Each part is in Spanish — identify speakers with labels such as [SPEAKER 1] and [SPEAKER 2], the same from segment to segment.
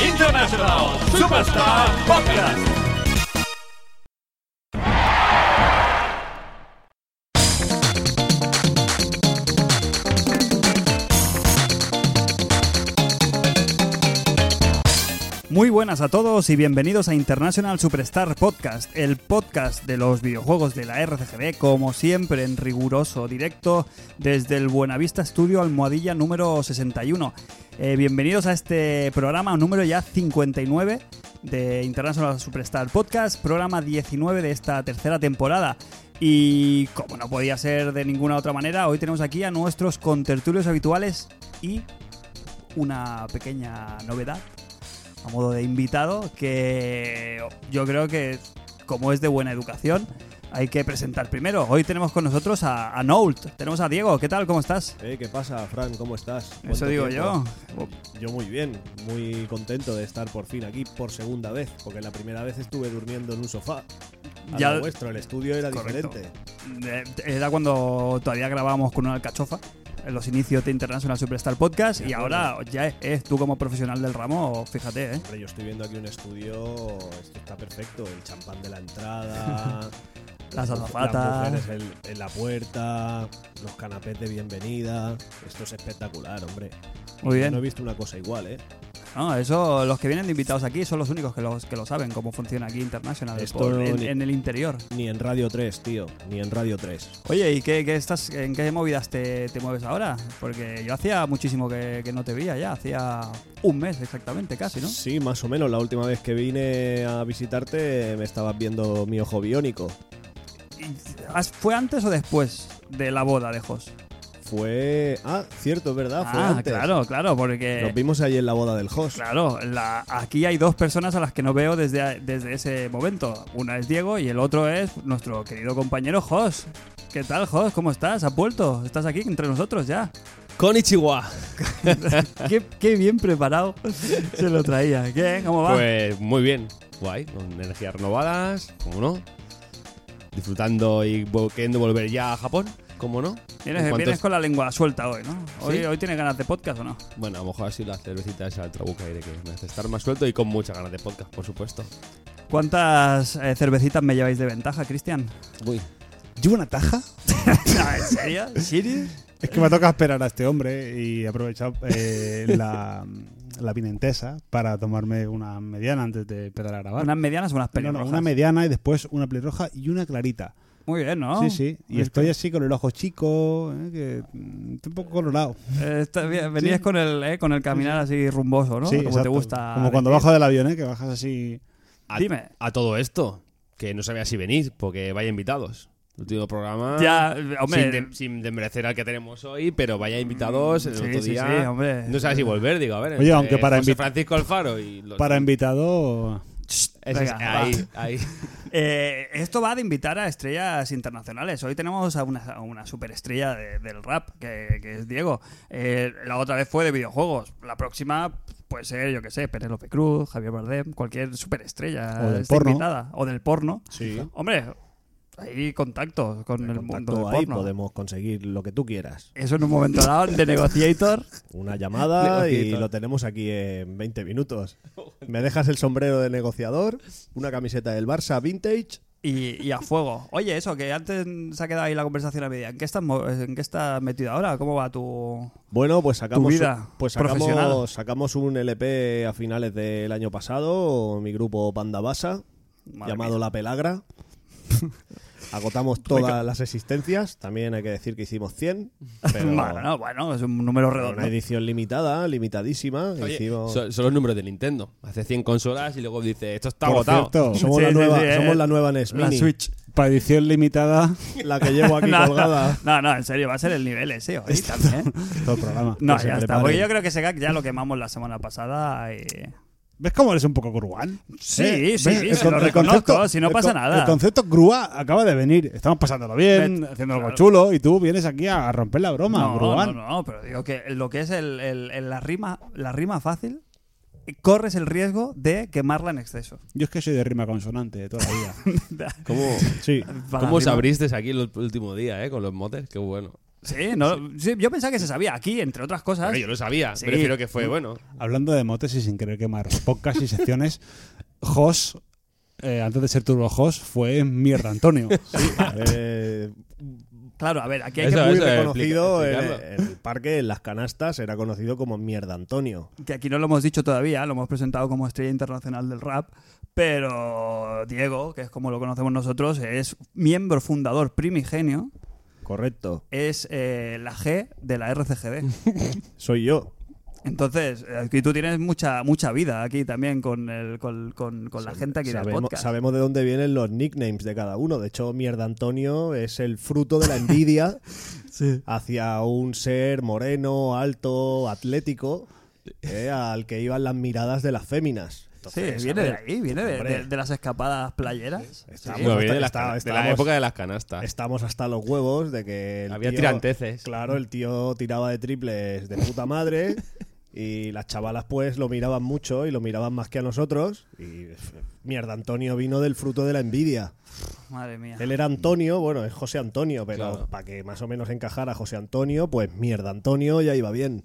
[SPEAKER 1] International Superstar Podcast.
[SPEAKER 2] Muy buenas a todos y bienvenidos a International Superstar Podcast, el podcast de los videojuegos de la RCGB, como siempre en riguroso directo desde el Buenavista Studio Almohadilla número 61. Eh, bienvenidos a este programa, número ya 59 de International Superstar Podcast, programa 19 de esta tercera temporada. Y como no podía ser de ninguna otra manera, hoy tenemos aquí a nuestros contertulios habituales y una pequeña novedad a modo de invitado que yo creo que como es de buena educación hay que presentar primero. Hoy tenemos con nosotros a, a Noult, tenemos a Diego, ¿qué tal? ¿Cómo estás?
[SPEAKER 3] Eh, ¿Qué pasa, Fran? ¿Cómo estás?
[SPEAKER 2] Eso
[SPEAKER 3] ¿Cuánto
[SPEAKER 2] digo
[SPEAKER 3] tiempo?
[SPEAKER 2] yo.
[SPEAKER 3] Yo muy bien, muy contento de estar por fin aquí por segunda vez, porque la primera vez estuve durmiendo en un sofá. A
[SPEAKER 2] Ya-
[SPEAKER 3] lo vuestro, el estudio era
[SPEAKER 2] Correcto.
[SPEAKER 3] diferente.
[SPEAKER 2] Eh, Era cuando todavía grabábamos con una alcachofa en los inicios de International Superstar Podcast
[SPEAKER 3] De
[SPEAKER 2] y
[SPEAKER 3] acuerdo.
[SPEAKER 2] ahora ya es, es tú como profesional del ramo, fíjate, ¿eh?
[SPEAKER 3] Hombre, yo estoy viendo aquí un estudio, esto está perfecto, el champán de la entrada.
[SPEAKER 2] Las
[SPEAKER 3] mu-
[SPEAKER 2] azafatas.
[SPEAKER 3] Las mujeres en, en la puerta, los canapés de bienvenida. Esto es espectacular, hombre.
[SPEAKER 2] Muy
[SPEAKER 3] No he
[SPEAKER 2] bien.
[SPEAKER 3] visto una cosa igual, ¿eh?
[SPEAKER 2] No, eso, los que vienen de invitados aquí son los únicos que, los, que lo saben cómo funciona aquí International
[SPEAKER 3] Esto
[SPEAKER 2] por- en-
[SPEAKER 3] ni-
[SPEAKER 2] en el interior.
[SPEAKER 3] Ni en Radio 3, tío, ni en Radio 3.
[SPEAKER 2] Oye, ¿y qué, qué estás, en qué movidas te, te mueves ahora? Porque yo hacía muchísimo que, que no te veía ya, hacía un mes exactamente, casi, ¿no?
[SPEAKER 3] Sí, más o menos. La última vez que vine a visitarte me estabas viendo mi ojo biónico.
[SPEAKER 2] Y- ¿has- ¿Fue antes o después de la boda de Jos?
[SPEAKER 3] Fue. Ah, cierto, es verdad, fue antes.
[SPEAKER 2] claro, claro,
[SPEAKER 3] Nos
[SPEAKER 2] porque...
[SPEAKER 3] vimos ahí en la boda del host.
[SPEAKER 2] Claro, la- aquí hay dos personas a las que no veo desde, desde ese momento. Una es Diego y el otro es nuestro querido compañero Jos. ¿Qué tal, Jos? ¿Cómo estás? ¿Has vuelto? ¿Estás aquí entre nosotros ya?
[SPEAKER 4] Konichiwa.
[SPEAKER 2] qué, qué bien preparado se lo traía. ¿Qué? ¿Cómo va?
[SPEAKER 4] Pues muy bien, guay, con energías renovadas, como no. Disfrutando y vo- queriendo volver ya a Japón, como no. En
[SPEAKER 2] Vienes,
[SPEAKER 4] cuanto
[SPEAKER 2] vienes
[SPEAKER 4] es-
[SPEAKER 2] con la lengua suelta hoy, ¿no? Hoy,
[SPEAKER 4] ¿Sí?
[SPEAKER 2] hoy tienes ganas de podcast o no.
[SPEAKER 4] Bueno, a lo mejor así la cervecita esa trabuca aire que me hace estar más suelto y con muchas ganas de podcast, por supuesto.
[SPEAKER 2] ¿Cuántas eh, cervecitas me lleváis de ventaja, Cristian?
[SPEAKER 4] Uy.
[SPEAKER 5] ¿Llevo una taja?
[SPEAKER 2] ¿En serio? ¿Siri?
[SPEAKER 5] Es que me toca esperar a este hombre y aprovechar eh, la, la pinentesa para tomarme una mediana antes de empezar a grabar.
[SPEAKER 2] ¿Unas medianas o unas
[SPEAKER 5] No, no,
[SPEAKER 2] pelirrojas?
[SPEAKER 5] una mediana y después una pelirroja y una clarita.
[SPEAKER 2] Muy bien, ¿no?
[SPEAKER 5] Sí, sí. Y
[SPEAKER 2] Este-
[SPEAKER 5] estoy así con el ojo chico, eh, que mm, estoy un poco colorado.
[SPEAKER 2] Eh, está bien, Venías
[SPEAKER 5] Sí.
[SPEAKER 2] con, el, eh, con el caminar así rumboso, ¿no?
[SPEAKER 5] Sí,
[SPEAKER 2] Como te
[SPEAKER 5] exacto.
[SPEAKER 2] gusta.
[SPEAKER 5] Como cuando
[SPEAKER 2] decir.
[SPEAKER 5] bajo del avión, ¿eh? que bajas así.
[SPEAKER 4] A,
[SPEAKER 2] Dime.
[SPEAKER 4] A todo esto, que no sabía si venir, porque vaya invitados. El último
[SPEAKER 5] Ah,
[SPEAKER 4] programa.
[SPEAKER 2] Ya, hombre.
[SPEAKER 4] Sin,
[SPEAKER 2] Mm,
[SPEAKER 4] de- sin desmerecer al que tenemos hoy, pero vaya invitados el
[SPEAKER 2] sí,
[SPEAKER 4] otro
[SPEAKER 2] sí,
[SPEAKER 4] día.
[SPEAKER 2] sí, hombre.
[SPEAKER 4] No sabía si volver, digo, a ver.
[SPEAKER 5] Oye, aunque
[SPEAKER 4] entre
[SPEAKER 5] para
[SPEAKER 4] José
[SPEAKER 5] invi-
[SPEAKER 4] Francisco Alfaro y
[SPEAKER 2] Pues
[SPEAKER 4] los-
[SPEAKER 5] Para invitado.
[SPEAKER 4] Ese es-
[SPEAKER 2] Venga, va.
[SPEAKER 4] ahí, ahí.
[SPEAKER 2] Eh, esto va de invitar a estrellas internacionales. Hoy tenemos a una, a una superestrella de- del rap, que, que es Diego. Eh, la otra vez fue de videojuegos. La próxima puede ser, yo que sé, Penélope Cruz, Javier Bardem, cualquier superestrella
[SPEAKER 5] O del
[SPEAKER 2] está
[SPEAKER 5] porno.
[SPEAKER 2] invitada. O del porno.
[SPEAKER 3] Sí.
[SPEAKER 2] Hombre, hay contactos con el, mundo del
[SPEAKER 3] Contacto ahí,
[SPEAKER 2] porno.
[SPEAKER 3] podemos conseguir lo que tú quieras.
[SPEAKER 2] Eso en un momento dado, de Negotiator.
[SPEAKER 3] Una llamada y
[SPEAKER 4] Negociador.
[SPEAKER 3] lo tenemos aquí en 20 minutos. Me dejas el sombrero de negociador, una camiseta del Barça vintage.
[SPEAKER 2] Y, y a fuego. Oye, eso, que antes se ha quedado ahí la conversación a media. ¿En qué estás, mo- en qué estás metido ahora? ¿Cómo va tu...?
[SPEAKER 3] Bueno, pues sacamos,
[SPEAKER 2] vida
[SPEAKER 3] pues
[SPEAKER 2] profesional.
[SPEAKER 3] sacamos, sacamos un LP a finales del año pasado, mi grupo Panda Basa,
[SPEAKER 2] Madre
[SPEAKER 3] llamado
[SPEAKER 2] mía.
[SPEAKER 3] La Pelagra. Agotamos todas las existencias, también hay que decir que hicimos 100, pero
[SPEAKER 2] Bueno, bueno, es un número
[SPEAKER 3] pero
[SPEAKER 2] redondo.
[SPEAKER 3] una edición limitada, limitadísima.
[SPEAKER 4] Oye,
[SPEAKER 3] hicimos-
[SPEAKER 4] son, son los números de Nintendo. Hace 100 consolas y luego dice, esto está
[SPEAKER 5] Por
[SPEAKER 4] agotado.
[SPEAKER 5] cierto,
[SPEAKER 3] somos,
[SPEAKER 2] Sí,
[SPEAKER 3] la
[SPEAKER 2] sí,
[SPEAKER 3] nueva,
[SPEAKER 2] sí, eh.
[SPEAKER 3] somos la nueva NES
[SPEAKER 2] La
[SPEAKER 3] Mini,
[SPEAKER 2] Switch.
[SPEAKER 5] para edición limitada,
[SPEAKER 3] la que llevo aquí
[SPEAKER 2] No,
[SPEAKER 3] colgada.
[SPEAKER 2] No, no, en serio, va a ser el nivel ese hoy también. ¿eh?
[SPEAKER 5] todo el programa.
[SPEAKER 2] No,
[SPEAKER 5] Que Pues se
[SPEAKER 2] ya está.
[SPEAKER 5] prepare.
[SPEAKER 2] Porque yo creo que ese gag ya lo quemamos la semana pasada. y-
[SPEAKER 5] ¿Ves cómo eres un poco gruán?
[SPEAKER 2] Sí,
[SPEAKER 5] ¿Eh?
[SPEAKER 2] sí,
[SPEAKER 5] ¿Ves?
[SPEAKER 2] sí,
[SPEAKER 5] El
[SPEAKER 2] se
[SPEAKER 5] con-
[SPEAKER 2] lo
[SPEAKER 5] el
[SPEAKER 2] reconozco,
[SPEAKER 5] concepto-
[SPEAKER 2] si no
[SPEAKER 5] el
[SPEAKER 2] pasa
[SPEAKER 5] con-
[SPEAKER 2] nada.
[SPEAKER 5] El concepto grúa acaba de venir. Estamos pasándolo bien,
[SPEAKER 2] Vet-
[SPEAKER 5] haciendo
[SPEAKER 2] claro.
[SPEAKER 5] algo chulo, y tú vienes aquí a romper la broma,
[SPEAKER 2] No, no,
[SPEAKER 5] grúan.
[SPEAKER 2] no, pero digo que lo que es el, el- el- la, rima, la rima fácil, corres el riesgo de quemarla en exceso.
[SPEAKER 5] Yo es que soy de rima consonante de toda la vida.
[SPEAKER 4] ¿Cómo,
[SPEAKER 5] Sí.
[SPEAKER 2] Para
[SPEAKER 4] cómo os
[SPEAKER 2] rima-
[SPEAKER 4] abristeis aquí el último día, eh? Con los motes, qué bueno.
[SPEAKER 2] Sí, no- sí, yo pensaba que se sabía aquí, entre otras cosas.
[SPEAKER 4] Bueno, yo lo sabía.
[SPEAKER 2] Sí.
[SPEAKER 4] Me refiero que
[SPEAKER 3] Mm.
[SPEAKER 4] fue bueno.
[SPEAKER 5] Hablando de motes y sin querer quemar podcasts y secciones, Jos, eh, antes de ser Turbo Jos, fue Mierda Antonio.
[SPEAKER 3] Eh,
[SPEAKER 2] Claro, a ver, aquí hay
[SPEAKER 4] Eso,
[SPEAKER 3] muy
[SPEAKER 2] que,
[SPEAKER 4] explica-
[SPEAKER 3] reconocido en-
[SPEAKER 4] explicarlo.
[SPEAKER 3] en el parque, en las canastas, era conocido como Mierda Antonio.
[SPEAKER 2] que aquí no lo hemos dicho todavía, lo hemos presentado como estrella internacional del rap, pero Diego, que es como lo conocemos nosotros, es miembro fundador primigenio,
[SPEAKER 3] Correcto.
[SPEAKER 2] es eh, la G de la RCGB.
[SPEAKER 3] Soy yo.
[SPEAKER 2] Entonces, eh, aquí tú tienes mucha mucha vida aquí también con el- con, con- con la gente aquí del
[SPEAKER 3] Sabemos,
[SPEAKER 2] podcast.
[SPEAKER 3] sabemos de dónde vienen los nicknames de cada uno. De hecho, Mierda Antonio es el fruto de la envidia hacia un ser moreno, alto, atlético, eh, al que iban las miradas de las féminas. Entonces,
[SPEAKER 2] sí, viene
[SPEAKER 3] a
[SPEAKER 2] de
[SPEAKER 3] ver,
[SPEAKER 2] ahí, viene de,
[SPEAKER 3] hombre.
[SPEAKER 2] de- de las escapadas playeras.
[SPEAKER 3] Estamos
[SPEAKER 4] Bueno, viene
[SPEAKER 3] hasta-
[SPEAKER 4] de, la,
[SPEAKER 3] está-
[SPEAKER 4] de la
[SPEAKER 3] estamos-
[SPEAKER 4] época de las canastas.
[SPEAKER 3] Estamos hasta los huevos de que. el
[SPEAKER 4] Había
[SPEAKER 3] tío-
[SPEAKER 4] tiranteces.
[SPEAKER 3] Claro, el tío tiraba de triples de puta madre. Y las chavalas, pues, lo miraban mucho y lo miraban más que a nosotros. Y f- mierda, Antonio vino del fruto de la envidia.
[SPEAKER 2] Madre mía.
[SPEAKER 3] Él era Antonio, bueno, es José Antonio, pero
[SPEAKER 4] Claro.
[SPEAKER 3] para que más o menos encajara José Antonio, pues mierda, Antonio ya iba bien.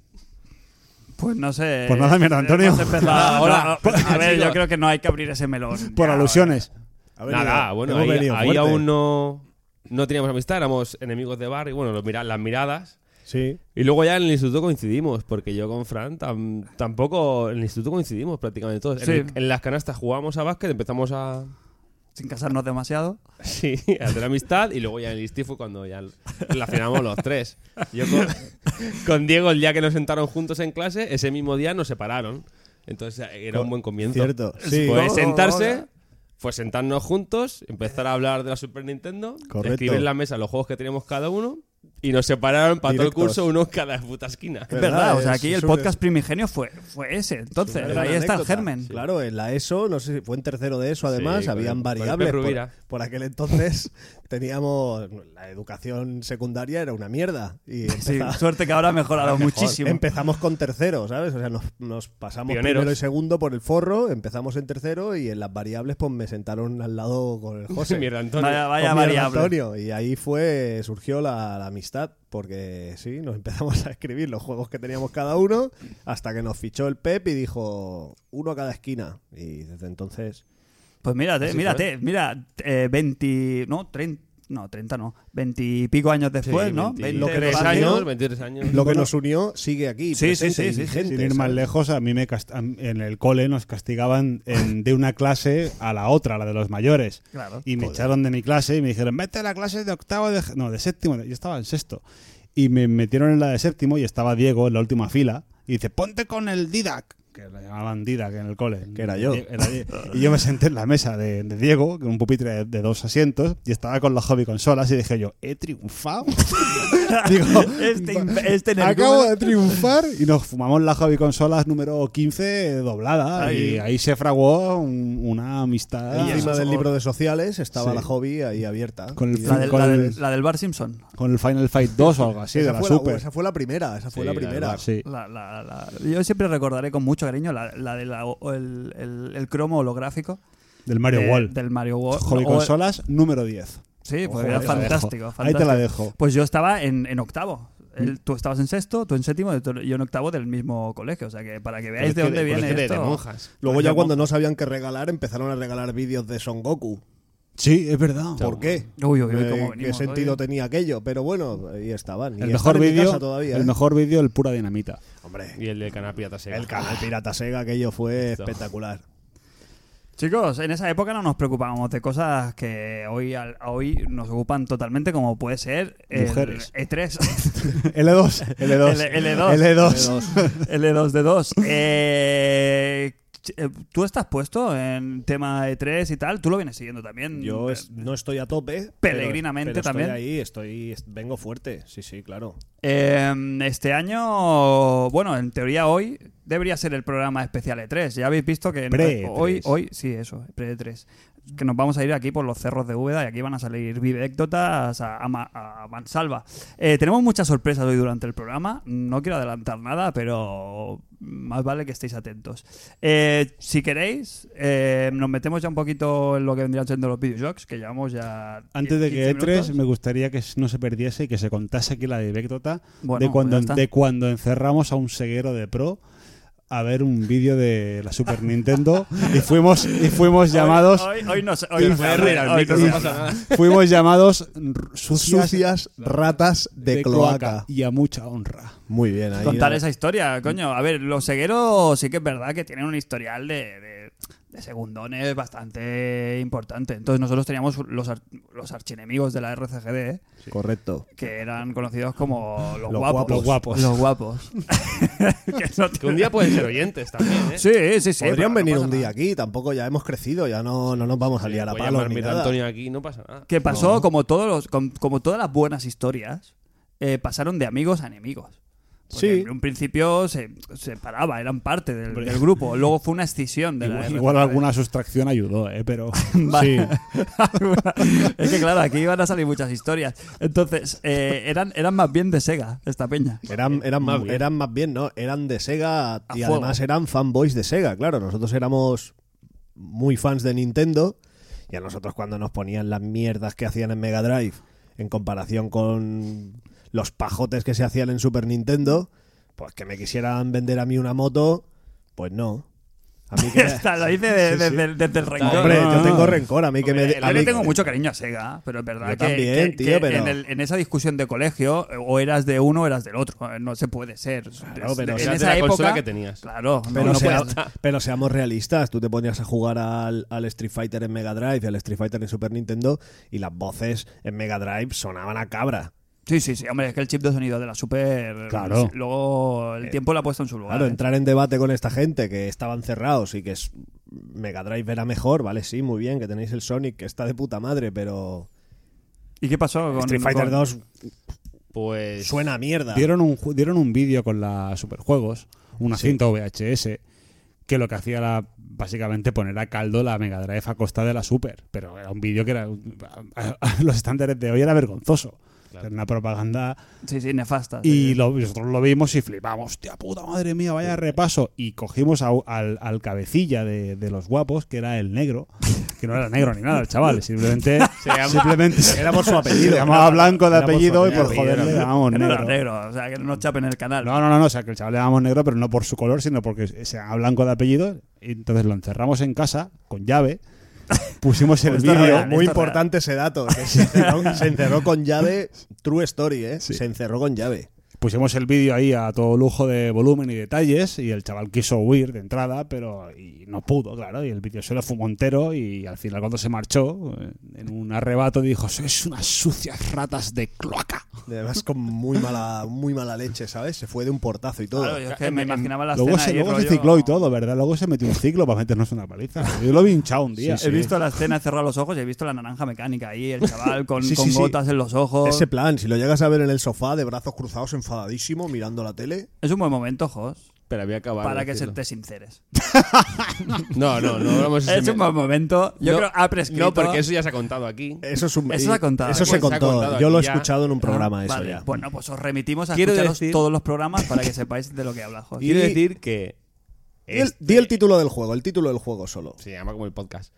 [SPEAKER 2] Pues no sé.
[SPEAKER 5] Pues nada, mira, Antonio.
[SPEAKER 2] Hemos empezado-
[SPEAKER 4] Ahora,
[SPEAKER 2] no, a ver,
[SPEAKER 4] chicos.
[SPEAKER 2] yo creo que no hay que abrir ese melón.
[SPEAKER 5] Por
[SPEAKER 2] Ya,
[SPEAKER 5] alusiones.
[SPEAKER 3] Ha venido-
[SPEAKER 4] Nada, bueno,
[SPEAKER 3] hemos
[SPEAKER 4] ahí,
[SPEAKER 3] venido
[SPEAKER 4] ahí
[SPEAKER 3] fuerte.
[SPEAKER 4] aún no, no teníamos amistad, éramos enemigos de bar y bueno, los mira- las miradas.
[SPEAKER 3] Sí,
[SPEAKER 4] Y luego ya en el instituto coincidimos, porque yo con Fran tam- tampoco en el instituto coincidimos prácticamente todos. En
[SPEAKER 2] Sí.
[SPEAKER 4] el- En, las canastas jugábamos a básquet, empezamos a,
[SPEAKER 2] Sin casarnos demasiado.
[SPEAKER 4] sí, a hacer amistad y luego ya en el ISTI fue cuando ya relacionamos los tres. Yo con, con Diego, el día que nos sentaron juntos en clase, ese mismo día nos separaron. Entonces eh, era un buen comienzo. pues,
[SPEAKER 3] cierto. Sí,
[SPEAKER 4] Fue
[SPEAKER 2] No,
[SPEAKER 4] sentarse,
[SPEAKER 2] no, no.
[SPEAKER 4] fue sentarnos juntos, empezar a hablar de la Super Nintendo,
[SPEAKER 3] Correcto.
[SPEAKER 4] escribir en la mesa los juegos que teníamos cada uno y nos separaron para todo el
[SPEAKER 3] Directos.
[SPEAKER 4] curso, uno en cada puta esquina.
[SPEAKER 2] Es
[SPEAKER 3] ¿Verdad?
[SPEAKER 2] verdad, o sea,
[SPEAKER 3] Es-
[SPEAKER 2] aquí
[SPEAKER 3] es
[SPEAKER 2] el
[SPEAKER 3] un-
[SPEAKER 2] podcast primigenio fue, fue ese. Entonces,
[SPEAKER 3] Era
[SPEAKER 2] ahí
[SPEAKER 3] una
[SPEAKER 2] está el
[SPEAKER 3] anécdota.
[SPEAKER 2] germen.
[SPEAKER 3] Claro, en la ESO, no sé si fue en tercero de ESO, además,
[SPEAKER 4] con
[SPEAKER 3] habían
[SPEAKER 4] el- con el
[SPEAKER 3] variables.
[SPEAKER 4] Pep
[SPEAKER 3] Por,
[SPEAKER 4] Rubira.
[SPEAKER 3] por aquel entonces teníamos. La educación secundaria era una mierda. Y
[SPEAKER 2] Sí,
[SPEAKER 3] empezaba-
[SPEAKER 2] suerte que ahora ha mejorado muchísimo.
[SPEAKER 3] empezamos con tercero, ¿sabes? O sea, nos, nos pasamos
[SPEAKER 4] Pioneros.
[SPEAKER 3] primero y segundo por el forro, empezamos en tercero y en las variables, pues me sentaron al lado con el José.
[SPEAKER 4] Mierda, Antonio.
[SPEAKER 2] Vaya,
[SPEAKER 3] con
[SPEAKER 2] vaya
[SPEAKER 3] mi
[SPEAKER 2] variable.
[SPEAKER 3] Antonio. Y ahí fue, surgió la, la amistad, porque sí, nos empezamos a escribir los juegos que teníamos cada uno, hasta que nos fichó el Pep y dijo uno a cada esquina. Y desde entonces,
[SPEAKER 2] Pues mírate,
[SPEAKER 4] Así
[SPEAKER 2] mírate, mira, eh, 20, no, 30, no, 30 no, 20 y pico años después, ¿no?
[SPEAKER 4] 20,
[SPEAKER 2] 20
[SPEAKER 4] lo que
[SPEAKER 2] fácil.
[SPEAKER 4] años, 23 años.
[SPEAKER 3] lo que nos unió sigue aquí.
[SPEAKER 2] Sí, sí,
[SPEAKER 3] presente
[SPEAKER 2] sí,
[SPEAKER 3] y
[SPEAKER 2] sí, sí,
[SPEAKER 3] vigente,
[SPEAKER 5] Sin ir más
[SPEAKER 3] ¿sabes?
[SPEAKER 5] lejos, a mí me cast- a- en el cole nos castigaban en- de una clase a la otra, la de los mayores.
[SPEAKER 2] Claro.
[SPEAKER 5] Y me echaron de mi clase y me dijeron, vete a la clase de octavo, de... no, de séptimo, yo estaba en sexto. Y me metieron en la de séptimo y estaba Diego en la última fila y dice, ponte con el Didac, que lo llamaban Didac en el cole.
[SPEAKER 3] Que era yo.
[SPEAKER 5] Era Die- y yo me senté en la mesa de, de Diego, con un pupitre de, de dos asientos, y estaba con las hobby consolas y dije yo, he triunfado. Digo,
[SPEAKER 2] Este, in- este en el
[SPEAKER 5] Acabo
[SPEAKER 2] número-
[SPEAKER 5] de triunfar y nos fumamos la Javi Consolas número 15 doblada
[SPEAKER 2] Ahí.
[SPEAKER 5] y ahí se fraguó un- una amistad
[SPEAKER 3] Encima
[SPEAKER 2] eso-
[SPEAKER 3] del libro de sociales estaba
[SPEAKER 5] Sí.
[SPEAKER 3] la hobby ahí abierta.
[SPEAKER 5] Con el
[SPEAKER 3] Y-
[SPEAKER 5] de-
[SPEAKER 2] la, del,
[SPEAKER 5] con
[SPEAKER 2] la
[SPEAKER 5] el-
[SPEAKER 2] del- la del Bar Simpson.
[SPEAKER 5] con el Final Fight 2 o algo así, de
[SPEAKER 3] esa,
[SPEAKER 5] la
[SPEAKER 3] fue la,
[SPEAKER 5] Super.
[SPEAKER 3] esa fue la primera, esa fue
[SPEAKER 4] Sí,
[SPEAKER 3] la
[SPEAKER 4] la
[SPEAKER 3] primera.
[SPEAKER 4] verdad.
[SPEAKER 5] Sí.
[SPEAKER 2] La- la- la- yo siempre recordaré con mucho cariño la, la de la- o el, el- el cromo holográfico
[SPEAKER 5] Del Mario
[SPEAKER 2] de-
[SPEAKER 5] Wall.
[SPEAKER 2] del Mario Wall.
[SPEAKER 5] Javi
[SPEAKER 2] O-
[SPEAKER 5] Consolas número 10.
[SPEAKER 2] Sí, pues
[SPEAKER 5] Ojo,
[SPEAKER 2] era
[SPEAKER 5] ahí te la dejo.
[SPEAKER 2] fantástico,
[SPEAKER 5] Ahí te la
[SPEAKER 2] fantástico.
[SPEAKER 5] dejo. Mm.
[SPEAKER 2] Pues yo estaba en, en octavo. El- tú estabas en sexto, tú en séptimo, y tú- yo en octavo del mismo colegio. O sea que para que veáis de dónde viene
[SPEAKER 4] de,
[SPEAKER 2] esto. Pues
[SPEAKER 4] monjas.
[SPEAKER 3] Luego ya cuando no sabían qué regalar, empezaron a regalar vídeos de Son Goku.
[SPEAKER 5] Sí, es verdad.
[SPEAKER 3] ¿Por qué?
[SPEAKER 2] Uy, uy, uy,
[SPEAKER 3] Eh,
[SPEAKER 2] cómo
[SPEAKER 3] ¿Qué
[SPEAKER 2] venimos
[SPEAKER 3] sentido
[SPEAKER 2] hoy.
[SPEAKER 3] tenía aquello? Pero bueno, ahí estaban. Y
[SPEAKER 5] El
[SPEAKER 3] están
[SPEAKER 5] mejor
[SPEAKER 3] en mi
[SPEAKER 5] vídeo,
[SPEAKER 3] casa todavía,
[SPEAKER 5] el
[SPEAKER 3] ¿eh?
[SPEAKER 5] mejor vídeo, el pura dinamita.
[SPEAKER 3] Hombre,
[SPEAKER 4] Y el del canal pirata se
[SPEAKER 3] el canal
[SPEAKER 2] Ah.
[SPEAKER 3] Pirata Sega, aquello fue espectacular.
[SPEAKER 2] Chicos, en esa época no nos preocupábamos de cosas que hoy, al- hoy nos ocupan totalmente, como puede ser el E
[SPEAKER 5] Mujeres.
[SPEAKER 2] E3.
[SPEAKER 5] L2, L2.
[SPEAKER 2] L- L2.
[SPEAKER 5] E L2.
[SPEAKER 2] E L2D2. Eh, ch- eh, Tú estás puesto en tema E3 y tal, tú lo vienes siguiendo también.
[SPEAKER 3] Yo es- no estoy a tope. pero-
[SPEAKER 2] Mm, Peregrinamente
[SPEAKER 3] pero
[SPEAKER 2] también.
[SPEAKER 3] Estoy ahí, estoy, est- vengo fuerte. Sí, sí, claro.
[SPEAKER 2] Em, Eh, este año, bueno, en teoría hoy, debería ser el programa especial E3. Ya habéis visto que
[SPEAKER 5] Pre-E3.
[SPEAKER 2] hoy, hoy, sí, eso, pre-E3. Que nos vamos a ir aquí por los cerros de Úbeda y aquí van a salir videéctotas a, a, ma- a mansalva. Eh, tenemos muchas sorpresas hoy durante el programa. No quiero adelantar nada, pero más vale que estéis atentos. Eh, si queréis, eh, nos metemos ya un poquito en lo que vendrían siendo los videojuegos, que llevamos ya.
[SPEAKER 5] Antes de
[SPEAKER 2] 10,
[SPEAKER 5] que E
[SPEAKER 2] 15
[SPEAKER 5] E3,
[SPEAKER 2] minutos.
[SPEAKER 5] me gustaría que no se perdiese y que se contase aquí la directota
[SPEAKER 2] Bueno,
[SPEAKER 5] de, cuando,
[SPEAKER 2] pues ya está.
[SPEAKER 5] de cuando encerramos a un ceguero de pro a ver un vídeo de la Super Nintendo y fuimos, y fuimos llamados.
[SPEAKER 2] Hoy, hoy, hoy no se- hoy no se
[SPEAKER 5] Infernal,
[SPEAKER 2] habla, hoy no se
[SPEAKER 5] Microsoft.
[SPEAKER 2] habla.
[SPEAKER 5] Fuimos llamados r- sucias,
[SPEAKER 3] Sucias ratas de, cloaca.
[SPEAKER 5] y a mucha honra.
[SPEAKER 3] Muy bien, ahí.
[SPEAKER 2] contar
[SPEAKER 5] ¿eh?
[SPEAKER 3] ¿no?
[SPEAKER 2] esa historia, coño. A ver, los cegueros sí que es verdad que tienen un historial de, de- de segundones bastante importante. Entonces nosotros teníamos los, ar- los archienemigos de la RCGD,
[SPEAKER 3] Correcto.
[SPEAKER 2] ¿eh? que eran conocidos como los,
[SPEAKER 3] Los
[SPEAKER 2] guapos.
[SPEAKER 3] guapos. Los
[SPEAKER 2] Los guapos.
[SPEAKER 5] guapos.
[SPEAKER 2] Que no
[SPEAKER 4] Que un día pueden ser oyentes también, ¿eh?
[SPEAKER 2] Sí, sí, sí. pero
[SPEAKER 3] Podrían
[SPEAKER 2] no
[SPEAKER 3] venir
[SPEAKER 2] pasa
[SPEAKER 3] un
[SPEAKER 2] nada.
[SPEAKER 3] día aquí, tampoco ya hemos crecido, ya no, no nos vamos a liar a
[SPEAKER 4] Voy a
[SPEAKER 3] palos
[SPEAKER 4] llamar
[SPEAKER 3] ni
[SPEAKER 4] Mira
[SPEAKER 3] nada.
[SPEAKER 4] Antonio aquí, no pasa nada.
[SPEAKER 2] Que pasó como, todos los, com- como todas las buenas historias, eh, pasaron de amigos a enemigos. Porque
[SPEAKER 3] Sí.
[SPEAKER 2] En un principio se separaba, eran parte del, del grupo. Luego fue una escisión de la
[SPEAKER 5] Igual,
[SPEAKER 2] RCGD.
[SPEAKER 5] igual alguna sustracción ayudó, ¿eh? pero
[SPEAKER 2] eh, Vale. es que claro, aquí iban a salir muchas historias. Entonces, eh, eran, eran más bien de Sega, esta peña.
[SPEAKER 3] Eran, eran,
[SPEAKER 4] Muy
[SPEAKER 3] más,
[SPEAKER 4] bien.
[SPEAKER 3] eran más bien, ¿no? Eran de Sega y
[SPEAKER 2] fuego.
[SPEAKER 3] además eran fanboys de Sega, claro. Nosotros éramos muy fans de Nintendo y a nosotros cuando nos ponían las mierdas que hacían en Mega Drive en comparación con los pajotes que se hacían en Super Nintendo, pues que me quisieran vender a mí una moto, pues no. A mí que me-
[SPEAKER 2] Esta, lo dice de- desde el- desde el rencor.
[SPEAKER 3] Hombre,
[SPEAKER 2] No,
[SPEAKER 3] yo
[SPEAKER 2] no.
[SPEAKER 3] tengo rencor, a mí que me...
[SPEAKER 2] Hombre,
[SPEAKER 3] a
[SPEAKER 2] yo le
[SPEAKER 3] mí-
[SPEAKER 2] tengo mucho cariño a Sega, pero es verdad
[SPEAKER 3] Yo
[SPEAKER 2] que,
[SPEAKER 3] también,
[SPEAKER 2] que-
[SPEAKER 3] tío,
[SPEAKER 2] que
[SPEAKER 3] pero-
[SPEAKER 2] en, el- en esa discusión de colegio eh, o eras de uno o eras del otro. Eh, No se puede ser. Es-
[SPEAKER 3] pero
[SPEAKER 2] en
[SPEAKER 4] eras de
[SPEAKER 2] esa
[SPEAKER 4] la
[SPEAKER 2] época
[SPEAKER 4] consola que tenías.
[SPEAKER 2] Claro, no,
[SPEAKER 3] Pero,
[SPEAKER 2] no
[SPEAKER 3] sea-
[SPEAKER 2] puedes-
[SPEAKER 3] pero seamos realistas, tú te ponías a jugar al, al Street Fighter en Mega Drive y al Street Fighter en Super Nintendo y las voces en Mega Drive sonaban a cabra.
[SPEAKER 2] Sí, sí, sí, hombre, es que el chip de sonido de la Super.
[SPEAKER 5] Claro.
[SPEAKER 2] Luego el tiempo lo ha puesto en su lugar.
[SPEAKER 3] Claro,
[SPEAKER 2] ¿eh?
[SPEAKER 3] entrar en debate con esta gente que estaban cerrados y que es, Mega Drive era mejor, vale, sí, muy bien, que tenéis el Sonic que está de puta madre, pero
[SPEAKER 2] ¿Y qué pasó con
[SPEAKER 3] Street Fighter
[SPEAKER 2] con-
[SPEAKER 3] 2
[SPEAKER 4] Pues.
[SPEAKER 3] suena a mierda.
[SPEAKER 5] dieron un, ju- dieron un vídeo con la Superjuegos, una cinta VHS, que lo que hacía era básicamente poner a caldo la Mega Drive a costa de la Super. Pero era un vídeo que era. los estándares de hoy era vergonzoso. Era una propaganda.
[SPEAKER 2] Sí, sí, nefasta. sí,
[SPEAKER 5] Y
[SPEAKER 2] sí.
[SPEAKER 5] lo- nosotros lo vimos y flipamos. Hostia puta madre mía, vaya repaso. Y cogimos a- al, al cabecilla de, de los guapos, que era el negro. Que no era negro ni nada, el chaval. Simplemente. simplemente
[SPEAKER 3] Era por su apellido.
[SPEAKER 5] se llamaba Blanco de
[SPEAKER 3] Era por su
[SPEAKER 5] apellido y por
[SPEAKER 3] apellido.
[SPEAKER 5] joder le llamábamos
[SPEAKER 2] Pero
[SPEAKER 5] negro.
[SPEAKER 2] era negro, o sea, que no nos chapen el canal.
[SPEAKER 5] No, no, no, no, o sea, que el chaval le llamamos negro, pero no por su color, sino porque sea blanco de apellido. Y entonces lo encerramos en casa con llave, pusimos el
[SPEAKER 2] Pues está
[SPEAKER 5] vídeo.
[SPEAKER 2] real,
[SPEAKER 3] Muy
[SPEAKER 2] esto es
[SPEAKER 3] importante ese dato. que se, encerró, se encerró con llave. True story, ¿eh?
[SPEAKER 5] Sí.
[SPEAKER 3] Se encerró con llave.
[SPEAKER 5] Pusimos el vídeo ahí a todo lujo de volumen y detalles y el chaval quiso huir de entrada, pero y no pudo, claro, y el vídeo se lo fumó entero y al final cuando se marchó, eh, en un arrebato dijo, sois unas sucias ratas de cloaca.
[SPEAKER 3] Además, con muy mala, muy mala leche, ¿sabes? Se fue de un portazo y todo.
[SPEAKER 2] Claro, yo es que me imaginaba la
[SPEAKER 5] Luego,
[SPEAKER 2] escena
[SPEAKER 5] se,
[SPEAKER 2] ahí,
[SPEAKER 5] luego se
[SPEAKER 2] rollo-
[SPEAKER 5] cicló y todo, ¿verdad? Luego se metió un ciclo para meternos una paliza. Yo lo vi hinchado un día.
[SPEAKER 2] He visto la escena, he cerrado los ojos y he visto la naranja mecánica ahí, el chaval con,
[SPEAKER 3] Sí,
[SPEAKER 2] con
[SPEAKER 3] sí, sí.
[SPEAKER 2] gotas en los ojos.
[SPEAKER 3] Ese plan, si lo llegas a ver en el sofá de brazos cruzados, enfadadísimo, mirando la tele.
[SPEAKER 2] Es un buen momento, Jos,
[SPEAKER 4] Pero había acabado.
[SPEAKER 2] para que se
[SPEAKER 4] decirlo.
[SPEAKER 2] te sinceres.
[SPEAKER 4] eh, No, no, no hablamos de
[SPEAKER 2] Es
[SPEAKER 4] ese
[SPEAKER 2] un buen momento. Yo
[SPEAKER 4] No,
[SPEAKER 2] creo ha prescrito.
[SPEAKER 4] No, porque eso ya se ha contado aquí.
[SPEAKER 3] Eso es un-
[SPEAKER 2] Eso se ha contado. eh.
[SPEAKER 3] Eso se
[SPEAKER 4] Pues se ha
[SPEAKER 3] contó.
[SPEAKER 4] contado
[SPEAKER 3] Yo
[SPEAKER 4] aquí
[SPEAKER 3] lo he
[SPEAKER 4] ya.
[SPEAKER 3] escuchado en un programa, eso
[SPEAKER 2] Vale,
[SPEAKER 3] ya.
[SPEAKER 2] Bueno, pues os remitimos a
[SPEAKER 4] Quiero
[SPEAKER 2] escucharos
[SPEAKER 4] decir-
[SPEAKER 2] todos los programas para que sepáis de lo que habla Jos.
[SPEAKER 3] Y-
[SPEAKER 4] Quiero decir que.
[SPEAKER 3] Di el,
[SPEAKER 4] este-
[SPEAKER 3] di el título del juego, el título del juego solo.
[SPEAKER 4] Se llama como el podcast.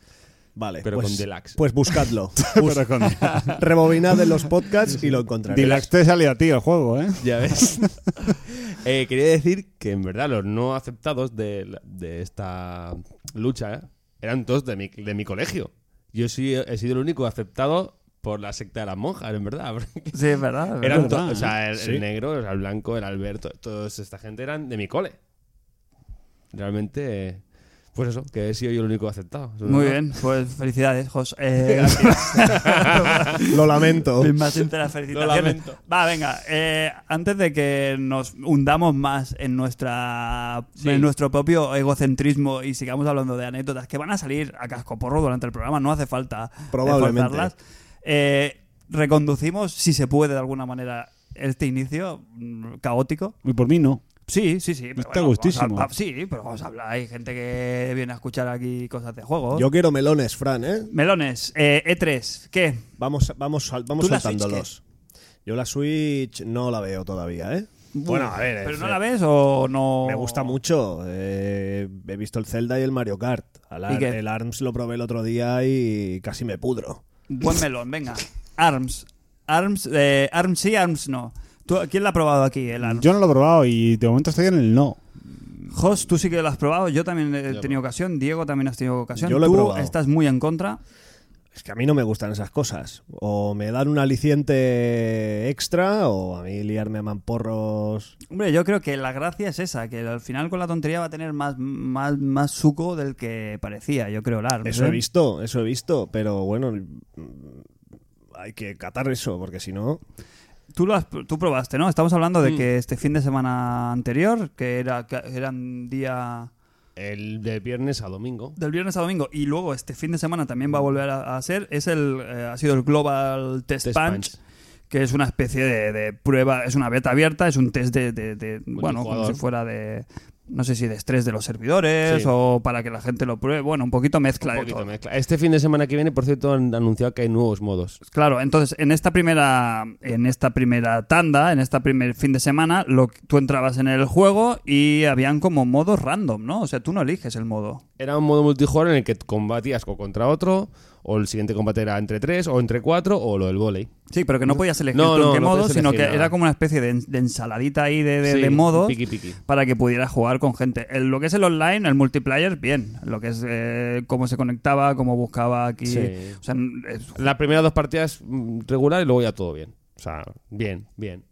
[SPEAKER 3] Vale.
[SPEAKER 4] Pero
[SPEAKER 3] pues,
[SPEAKER 4] con deluxe.
[SPEAKER 3] Pues buscadlo.
[SPEAKER 5] Pero con-
[SPEAKER 3] Rebobinad en los podcasts y lo encontraréis.
[SPEAKER 5] Dilax te salía a ti el juego, ¿eh?
[SPEAKER 4] Ya ves. Eh, quería decir que en verdad los no aceptados de, la- de esta lucha eh, eran todos de mi, de mi colegio. Yo sí he he sido el único aceptado por la secta de las monjas, en verdad. porque
[SPEAKER 2] Sí, es verdad. es
[SPEAKER 4] Eran
[SPEAKER 2] verdad. ¿eh?
[SPEAKER 4] todos, o sea, el, el
[SPEAKER 5] Sí.
[SPEAKER 4] negro, el blanco, el Alberto, todos esta gente eran de mi cole. Realmente, eh, pues eso, que he sido yo el único aceptado. Es
[SPEAKER 2] Muy
[SPEAKER 4] verdad.
[SPEAKER 2] bien, pues felicidades, Jos. Eh,
[SPEAKER 3] Lo lamento.
[SPEAKER 2] Mis más sinceras felicitaciones.
[SPEAKER 4] lamento.
[SPEAKER 2] Va, venga. eh, antes de que nos hundamos más en nuestra
[SPEAKER 4] Sí.
[SPEAKER 2] en nuestro propio egocentrismo y sigamos hablando de anécdotas que van a salir a cascoporro durante el programa, no hace falta
[SPEAKER 3] Probablemente.
[SPEAKER 2] forzarlas, eh, reconducimos, si se puede de alguna manera, este inicio mm, caótico.
[SPEAKER 5] Y por mí no.
[SPEAKER 2] Sí, sí, sí. pero
[SPEAKER 5] Está
[SPEAKER 2] bueno,
[SPEAKER 5] gustísimo.
[SPEAKER 2] vamos a- va- sí, pero vamos a hablar. Hay gente que viene a escuchar aquí cosas de juego.
[SPEAKER 3] Yo quiero melones, Fran, ¿eh?
[SPEAKER 2] Melones, eh, E3, ¿qué?
[SPEAKER 3] Vamos, vamos, sal- vamos
[SPEAKER 2] ¿Tú la
[SPEAKER 3] saltándolos. Yo la Switch no la veo todavía, ¿eh? Bueno, a ver.
[SPEAKER 2] ¿Pero
[SPEAKER 3] eh,
[SPEAKER 2] no la ves o no?
[SPEAKER 3] Me gusta mucho. eh, he visto el Zelda y el Mario Kart. Al Ar-
[SPEAKER 2] ¿Y qué?
[SPEAKER 3] el ARMS lo probé el otro día y casi me pudro.
[SPEAKER 2] Buen melón, venga. ARMS. ARMS, eh, ARMS sí, ARMS no. ¿Tú- ¿Quién la ha probado aquí, el ARMS?
[SPEAKER 5] Yo no lo he probado y de momento estoy en el no.
[SPEAKER 2] Jos, tú sí que lo has probado. Yo también he
[SPEAKER 4] Yo
[SPEAKER 2] tenido ocasión. Diego también has tenido ocasión.
[SPEAKER 3] Yo lo he
[SPEAKER 2] tú
[SPEAKER 3] probado.
[SPEAKER 2] estás muy en contra.
[SPEAKER 3] Es que a mí no me gustan esas cosas. O me dan un aliciente extra o a mí liarme a mamporros.
[SPEAKER 2] Hombre, yo creo que la gracia es esa, que al final con la tontería va a tener más, más, más suco del que parecía, yo creo, el ARMS.
[SPEAKER 3] Eso
[SPEAKER 2] ¿eh?
[SPEAKER 3] he visto, eso he visto. Pero bueno, mm, hay que catar eso porque si no...
[SPEAKER 2] Tú, lo has- tú probaste, ¿no? Estamos hablando
[SPEAKER 3] Mm.
[SPEAKER 2] de que este fin de semana anterior, que era que eran día
[SPEAKER 4] El de viernes a domingo.
[SPEAKER 2] del viernes a domingo, y luego este fin de semana también va a volver a, a ser, es el, eh, ha sido el Global Test,
[SPEAKER 4] Test
[SPEAKER 2] Punch,
[SPEAKER 4] Punch.
[SPEAKER 2] que es una especie de, de prueba, es una beta abierta, es un test de, de- de- bueno, como
[SPEAKER 4] jugador.
[SPEAKER 2] si fuera de, no sé si de estrés de los servidores
[SPEAKER 4] Sí.
[SPEAKER 2] o para que la gente lo pruebe, bueno, un poquito mezcla
[SPEAKER 4] Un
[SPEAKER 2] de
[SPEAKER 4] poquito
[SPEAKER 2] todo.
[SPEAKER 4] mezcla. Este fin de semana que viene, por cierto, han anunciado que hay nuevos modos.
[SPEAKER 2] Claro, entonces en esta primera en esta primera tanda, en este primer fin de semana, lo que- tú entrabas en el juego y habían como modos random, ¿no? O sea, tú no eliges el modo.
[SPEAKER 4] Era un modo multijugador en el que combatías o contra otro, o el siguiente combate era entre tres, o entre cuatro, o lo del volei.
[SPEAKER 2] Sí, pero que no podías elegir
[SPEAKER 4] No,
[SPEAKER 2] tú en
[SPEAKER 4] no,
[SPEAKER 2] qué
[SPEAKER 4] no
[SPEAKER 2] modo,
[SPEAKER 4] puedes
[SPEAKER 2] sino que
[SPEAKER 4] elegir nada.
[SPEAKER 2] era como una especie de, en- de ensaladita ahí de, de-
[SPEAKER 4] Sí,
[SPEAKER 2] de modos
[SPEAKER 4] piqui, piqui.
[SPEAKER 2] para que pudieras jugar con gente. El- lo que es el online, el multiplayer, bien. Lo que es eh, cómo se conectaba, cómo buscaba aquí.
[SPEAKER 4] Sí.
[SPEAKER 2] O sea, es-
[SPEAKER 4] Las primeras dos partidas mm, regular y luego ya todo bien. O sea, bien, bien.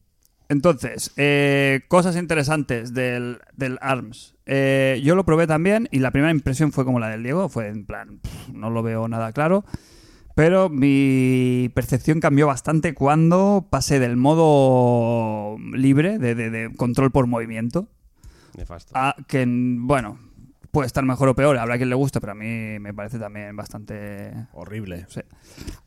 [SPEAKER 2] Entonces, eh, cosas interesantes del, del ARMS. Eh, yo lo probé también y la primera impresión fue como la del Diego, fue en plan, pff, no lo veo nada claro. Pero mi percepción cambió bastante cuando pasé del modo libre, de, de- de control por movimiento,
[SPEAKER 4] Nefasto.
[SPEAKER 2] a que, bueno, puede estar mejor o peor, habrá quien le guste, pero a mí me parece también bastante
[SPEAKER 3] Horrible.
[SPEAKER 2] Sí.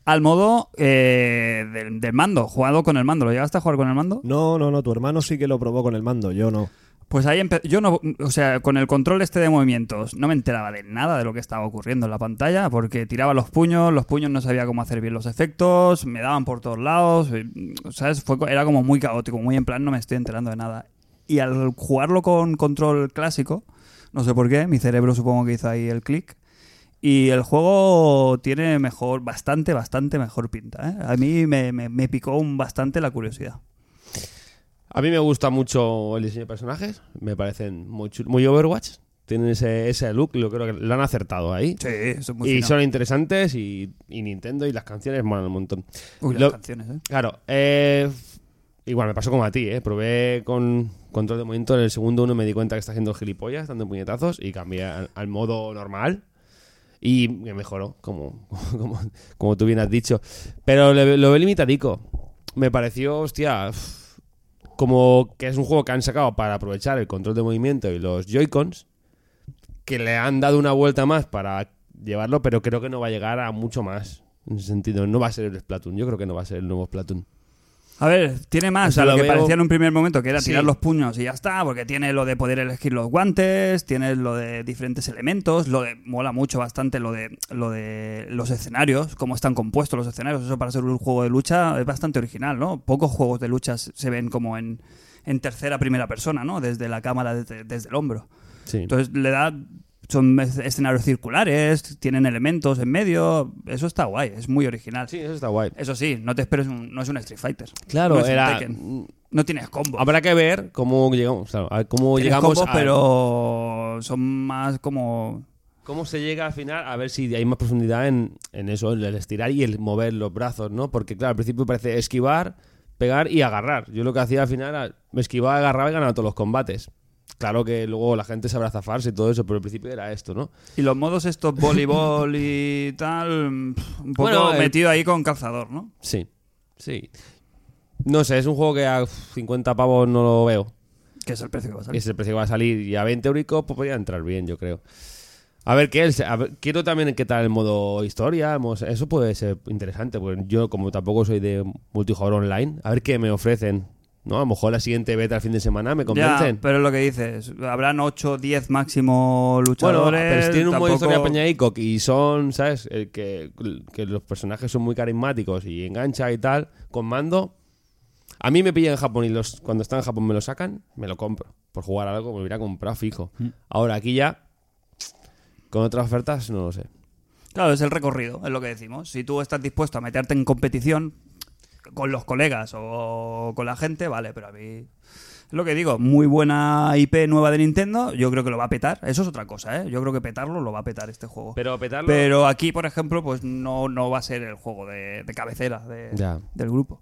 [SPEAKER 2] Al modo eh, del, del mando, jugado con el mando. ¿Lo llegaste a jugar con el mando?
[SPEAKER 3] No, no, no. Tu hermano sí que lo probó con el mando, yo no.
[SPEAKER 2] Pues ahí empe- yo no, o sea, con el control este de movimientos, no me enteraba de nada de lo que estaba ocurriendo en la pantalla, porque tiraba los puños, los puños no sabía cómo hacer bien los efectos, me daban por todos lados, eh, y, ¿sabes? Fue, co- era como muy caótico, muy en plan, no me estoy enterando de nada. Y al jugarlo con control clásico, no sé por qué, mi cerebro supongo que hizo ahí el clic. Y el juego tiene mejor, bastante, bastante mejor pinta. ¿eh? A mí me, me- me picó un bastante la curiosidad.
[SPEAKER 4] A mí me gusta mucho el diseño de personajes. Me parecen muy chul- muy Overwatch. Tienen ese, ese look, yo creo que lo han acertado ahí.
[SPEAKER 2] Sí, eso es muy
[SPEAKER 4] y
[SPEAKER 2] fino.
[SPEAKER 4] son interesantes y, y Nintendo y las canciones molan un montón.
[SPEAKER 2] Uy, las
[SPEAKER 4] Lo-
[SPEAKER 2] canciones, ¿eh?
[SPEAKER 4] Claro, eh, igual me pasó como a ti, ¿eh? Probé con control de movimiento en el segundo uno me di cuenta que está haciendo gilipollas, dando puñetazos y cambié al, al modo normal y me mejoró, como, como, como tú bien has dicho. Pero le- lo veo limitadico. Me pareció, hostia, uf, como que es un juego que han sacado para aprovechar el control de movimiento y los Joy-Cons, que le han dado una vuelta más para llevarlo, pero creo que no va a llegar a mucho más. En ese sentido, no va a ser el Splatoon. Yo creo que no va a ser el nuevo Splatoon.
[SPEAKER 2] A ver, tiene más
[SPEAKER 4] O sea,
[SPEAKER 2] de lo,
[SPEAKER 4] lo
[SPEAKER 2] que
[SPEAKER 4] veo-
[SPEAKER 2] parecía en un primer momento, que era
[SPEAKER 4] Sí.
[SPEAKER 2] tirar los puños y ya está, porque tiene lo de poder elegir los guantes, tiene lo de diferentes elementos, lo de mola mucho bastante lo de lo de los escenarios, cómo están compuestos los escenarios, eso para ser un juego de lucha es bastante original, ¿no? Pocos juegos de lucha se ven como en en tercera primera persona, ¿no? Desde la cámara desde, desde el hombro.
[SPEAKER 4] Sí.
[SPEAKER 2] Entonces le da son es- escenarios circulares, tienen elementos en medio, eso está guay, es muy original.
[SPEAKER 4] sí, eso está guay.
[SPEAKER 2] Eso sí, no te esperes, un- no es un Street Fighter.
[SPEAKER 4] Claro,
[SPEAKER 2] No es un
[SPEAKER 4] era-
[SPEAKER 2] Tekken. No tienes combos.
[SPEAKER 4] Habrá que ver cómo llegamos, claro, a cómo
[SPEAKER 2] Tienes
[SPEAKER 4] llegamos
[SPEAKER 2] combos,
[SPEAKER 4] a-
[SPEAKER 2] pero son más como.
[SPEAKER 4] cómo se llega al final a ver si hay más profundidad en, en eso, en el estirar y el mover los brazos, ¿no? Porque claro, al principio parece esquivar, pegar y agarrar. Yo lo que hacía al final era me esquivaba, agarraba y ganaba todos los combates. Claro que luego la gente sabrá zafarse y todo eso, pero al principio era esto, ¿no?
[SPEAKER 2] Y los modos estos voleibol y tal, mm, pf, un poco
[SPEAKER 4] Bueno, el-
[SPEAKER 2] metido ahí con calzador, ¿no?
[SPEAKER 4] Sí. Sí. No sé, es un juego que a 50 pavos no lo veo.
[SPEAKER 2] Que es el precio que va a
[SPEAKER 4] Y
[SPEAKER 2] salir.
[SPEAKER 4] ese precio que va a salir y a 20 euricos pues podría entrar bien, yo creo. A ver, ¿qué es? A ver, quiero también qué tal el modo historia, el modo- eso pues, puede ser interesante, porque yo como tampoco soy de multijugador online, a ver qué me ofrecen ¿no? A lo mejor la siguiente beta al fin de semana me
[SPEAKER 2] Ya,
[SPEAKER 4] convencen.
[SPEAKER 2] pero es lo que dices, habrán 8 10 máximo
[SPEAKER 4] bueno,
[SPEAKER 2] luchadores.
[SPEAKER 4] pero si tienen un modo de historia
[SPEAKER 2] tampoco-
[SPEAKER 4] Peña Hickok y son, ¿sabes? El que, que los personajes son muy carismáticos y engancha y tal, con mando. A mí me pillan en Japón y los, cuando está en Japón me lo sacan, me lo compro. Por jugar a algo me lo hubiera comprado fijo. Ahora aquí ya, con otras ofertas, no lo sé.
[SPEAKER 2] Claro, es el recorrido, es lo que decimos. Si tú estás dispuesto a meterte en competición con los colegas o con la gente, vale, pero a mí. Es lo que digo, muy buena IP nueva de Nintendo, yo creo que lo va a petar. Eso es otra cosa, ¿eh? Yo creo que petarlo lo va a petar este juego.
[SPEAKER 4] Pero petarlo.
[SPEAKER 2] Pero aquí, por ejemplo, pues no, no va a ser el juego de, de cabecera de-
[SPEAKER 4] Ya.
[SPEAKER 2] del grupo.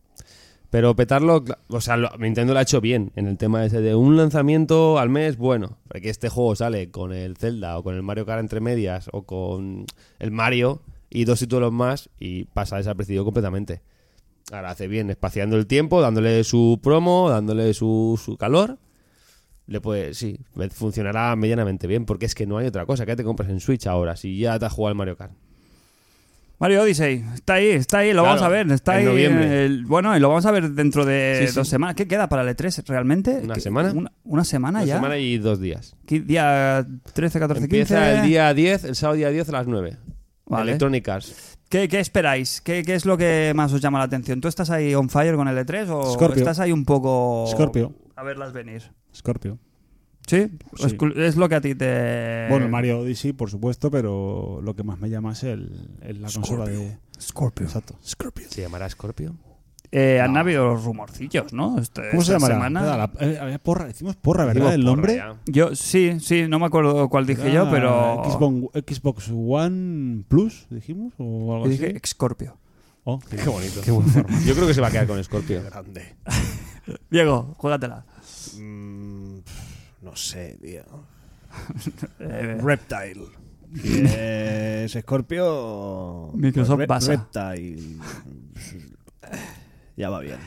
[SPEAKER 4] Pero petarlo, cla- o sea, lo- Nintendo lo ha hecho bien en el tema ese de un lanzamiento al mes, bueno, porque este juego sale con el Zelda o con el Mario Kart entre medias o con el Mario y dos títulos más y pasa desapercibido completamente. Ahora hace bien espaciando el tiempo, dándole su promo, dándole su, su calor. Le puede, sí, me- funcionará medianamente bien porque es que no hay otra cosa que te compras en Switch ahora si ya te has jugado al Mario Kart.
[SPEAKER 2] Mario Odyssey, está ahí, está ahí, lo
[SPEAKER 4] Claro,
[SPEAKER 2] vamos a ver, está
[SPEAKER 4] en
[SPEAKER 2] ahí.
[SPEAKER 4] noviembre.
[SPEAKER 2] el- bueno, y lo vamos a ver dentro de
[SPEAKER 4] Sí, sí.
[SPEAKER 2] dos semanas. ¿Qué queda para el E3 realmente?
[SPEAKER 4] ¿Una
[SPEAKER 2] ¿Qué-
[SPEAKER 4] semana?
[SPEAKER 2] Una, una semana
[SPEAKER 4] Una
[SPEAKER 2] ya.
[SPEAKER 4] semana y dos días.
[SPEAKER 2] ¿Qué Día 13, 14, 15.
[SPEAKER 4] Empieza el día 10, el sábado día 10 a las 9.
[SPEAKER 2] Vale.
[SPEAKER 4] Electronic Arts.
[SPEAKER 2] ¿Qué, qué esperáis? ¿Qué, qué es lo que más os llama la atención? ¿Tú estás ahí on fire con el E3 o
[SPEAKER 5] Scorpio.
[SPEAKER 2] estás ahí un poco
[SPEAKER 5] Scorpio.
[SPEAKER 2] a verlas venir?
[SPEAKER 5] Scorpio.
[SPEAKER 2] ¿Sí?
[SPEAKER 5] Sí.
[SPEAKER 2] Es cul- Es lo que a ti te...
[SPEAKER 5] Bueno, el Mario Odyssey, por supuesto, pero lo que más me llama es el, el- la consola de.
[SPEAKER 2] Scorpio.
[SPEAKER 5] Exacto. Scorpio.
[SPEAKER 4] ¿Se llamará Scorpio?
[SPEAKER 2] Eh, Han habido los rumorcillos, ¿no? Este-
[SPEAKER 5] ¿Cómo
[SPEAKER 2] esta
[SPEAKER 5] se llamará?
[SPEAKER 2] semana.
[SPEAKER 5] Espera, la- eh, había porra, decimos porra, ¿verdad?
[SPEAKER 4] Digo,
[SPEAKER 5] el
[SPEAKER 4] porra,
[SPEAKER 5] nombre.
[SPEAKER 4] ya.
[SPEAKER 2] Yo, sí, sí, no me acuerdo cuál dije yo,
[SPEAKER 5] Ah,
[SPEAKER 2] pero...
[SPEAKER 5] Xbox, Xbox One Plus, dijimos, o algo
[SPEAKER 2] Yo
[SPEAKER 5] así.
[SPEAKER 2] dije Scorpio.
[SPEAKER 5] Oh,
[SPEAKER 4] Qué bonito. Yo creo que se va a quedar con Scorpio.
[SPEAKER 3] Grande.
[SPEAKER 2] Diego, juégatela.
[SPEAKER 3] Mm, pf, no sé, tío.
[SPEAKER 2] Eh,
[SPEAKER 3] Reptile. Si Eh, es Scorpio.
[SPEAKER 2] Microsoft
[SPEAKER 3] pues, Re-
[SPEAKER 2] pasa.
[SPEAKER 3] Reptile. Ya va bien.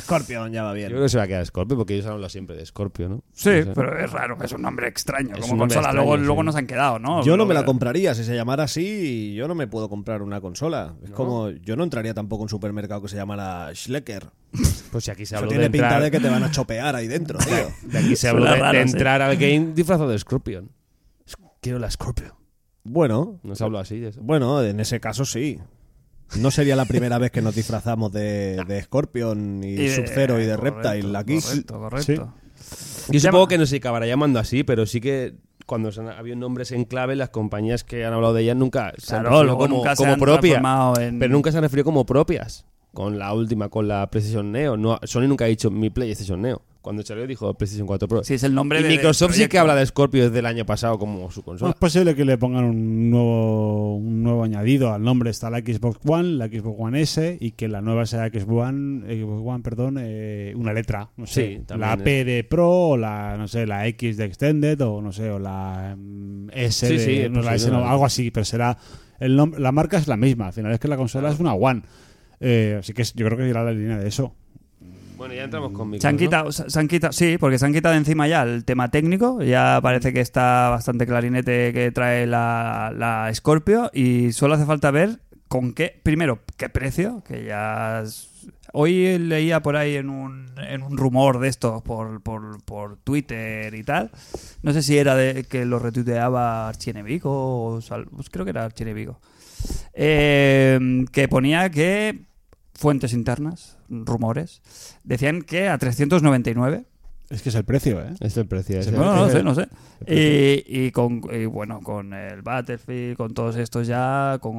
[SPEAKER 3] Scorpion ya va
[SPEAKER 4] Yo
[SPEAKER 3] bien.
[SPEAKER 4] creo que se va a quedar Scorpio porque ellos han hablado siempre de Scorpio, ¿no?
[SPEAKER 2] sí,
[SPEAKER 4] No sé.
[SPEAKER 2] pero es raro, es un nombre extraño.
[SPEAKER 4] Es
[SPEAKER 2] Como
[SPEAKER 4] un nombre
[SPEAKER 2] consola,
[SPEAKER 4] extraño,
[SPEAKER 2] luego,
[SPEAKER 4] sí.
[SPEAKER 2] luego nos han quedado, ¿no?
[SPEAKER 3] Yo no me la
[SPEAKER 2] Luego-
[SPEAKER 3] compraría si se llamara así. Yo no me puedo comprar una consola. Es como yo no entraría tampoco en un supermercado que se llamara Schlecker.
[SPEAKER 4] Pues si aquí se
[SPEAKER 3] Eso
[SPEAKER 4] habló de
[SPEAKER 3] tiene pinta
[SPEAKER 4] entrar,
[SPEAKER 3] de que te van a chopear ahí dentro, tío.
[SPEAKER 4] de aquí se habló
[SPEAKER 2] Suena
[SPEAKER 4] de,
[SPEAKER 2] raro,
[SPEAKER 4] de
[SPEAKER 2] sí.
[SPEAKER 4] entrar al game disfrazado de Scorpion. Quiero la Scorpio.
[SPEAKER 3] Bueno,
[SPEAKER 4] No se habló así de eso.
[SPEAKER 3] bueno, en ese caso sí. No sería la primera vez que nos disfrazamos de, de Scorpion y,
[SPEAKER 2] de-
[SPEAKER 3] Sub-Zero y de
[SPEAKER 2] Eh, correcto,
[SPEAKER 3] Reptile aquí.
[SPEAKER 2] Correcto, correcto.
[SPEAKER 4] Yo supongo que no se acabará llamando así, pero sí que cuando se han, habido nombres en clave, las compañías que han hablado de ellas nunca se han
[SPEAKER 2] Claro,
[SPEAKER 4] referido
[SPEAKER 2] luego
[SPEAKER 4] como,
[SPEAKER 2] nunca se
[SPEAKER 4] como
[SPEAKER 2] han
[SPEAKER 4] propias.
[SPEAKER 2] transformado en-
[SPEAKER 4] Pero nunca se han referido como propias. Con la última, con la PlayStation Neo. No, Sony nunca ha dicho mi PlayStation Neo. Cuando salió dijo PlayStation 4 Pro.
[SPEAKER 2] Sí, es el nombre
[SPEAKER 4] y
[SPEAKER 2] de-
[SPEAKER 4] Microsoft
[SPEAKER 2] del
[SPEAKER 4] sí que
[SPEAKER 2] proyecto.
[SPEAKER 4] habla de Scorpio desde el año pasado como su
[SPEAKER 5] No
[SPEAKER 4] consola.
[SPEAKER 5] es posible que le pongan un nuevo, un nuevo añadido al nombre. Está la Xbox One, la Xbox One S y que la nueva sea Xbox One, Xbox One perdón, eh, una letra. No sé,
[SPEAKER 4] Sí, también
[SPEAKER 5] la P de Pro o la, no sé, la X de Extended o no sé, o la mm, S,
[SPEAKER 4] Sí,
[SPEAKER 5] de-
[SPEAKER 4] sí,
[SPEAKER 5] no,
[SPEAKER 4] pues
[SPEAKER 5] la
[SPEAKER 4] sí,
[SPEAKER 5] S no,
[SPEAKER 4] no.
[SPEAKER 5] algo así, pero será... El nom- la marca es la misma, al final es que la consola es una One. Eh, así que es- yo creo que irá la línea de eso.
[SPEAKER 4] Bueno, ya entramos con
[SPEAKER 2] Se han,
[SPEAKER 4] Microsoft.
[SPEAKER 2] quitado, se se han quitado, sí, porque se han quitado de encima ya el tema técnico. Ya parece que está bastante clarinete que trae la, la Scorpio. Y solo hace falta ver con qué, primero, qué precio, que ya. es- Hoy leía por ahí en un, en un rumor de estos por, por, por Twitter y tal. No sé si era de que lo retuiteaba Archienemigo o Sal- pues creo que era Archienemigo. Eh, que ponía que fuentes internas, rumores, decían que a 399.
[SPEAKER 5] Es que es el precio, ¿eh?
[SPEAKER 4] Es el precio.
[SPEAKER 5] Se
[SPEAKER 4] es el-
[SPEAKER 5] me-
[SPEAKER 2] No, no, no
[SPEAKER 5] eh,
[SPEAKER 2] sé, no sé. Y, y con, y bueno, con el Battlefield, con todos estos ya, con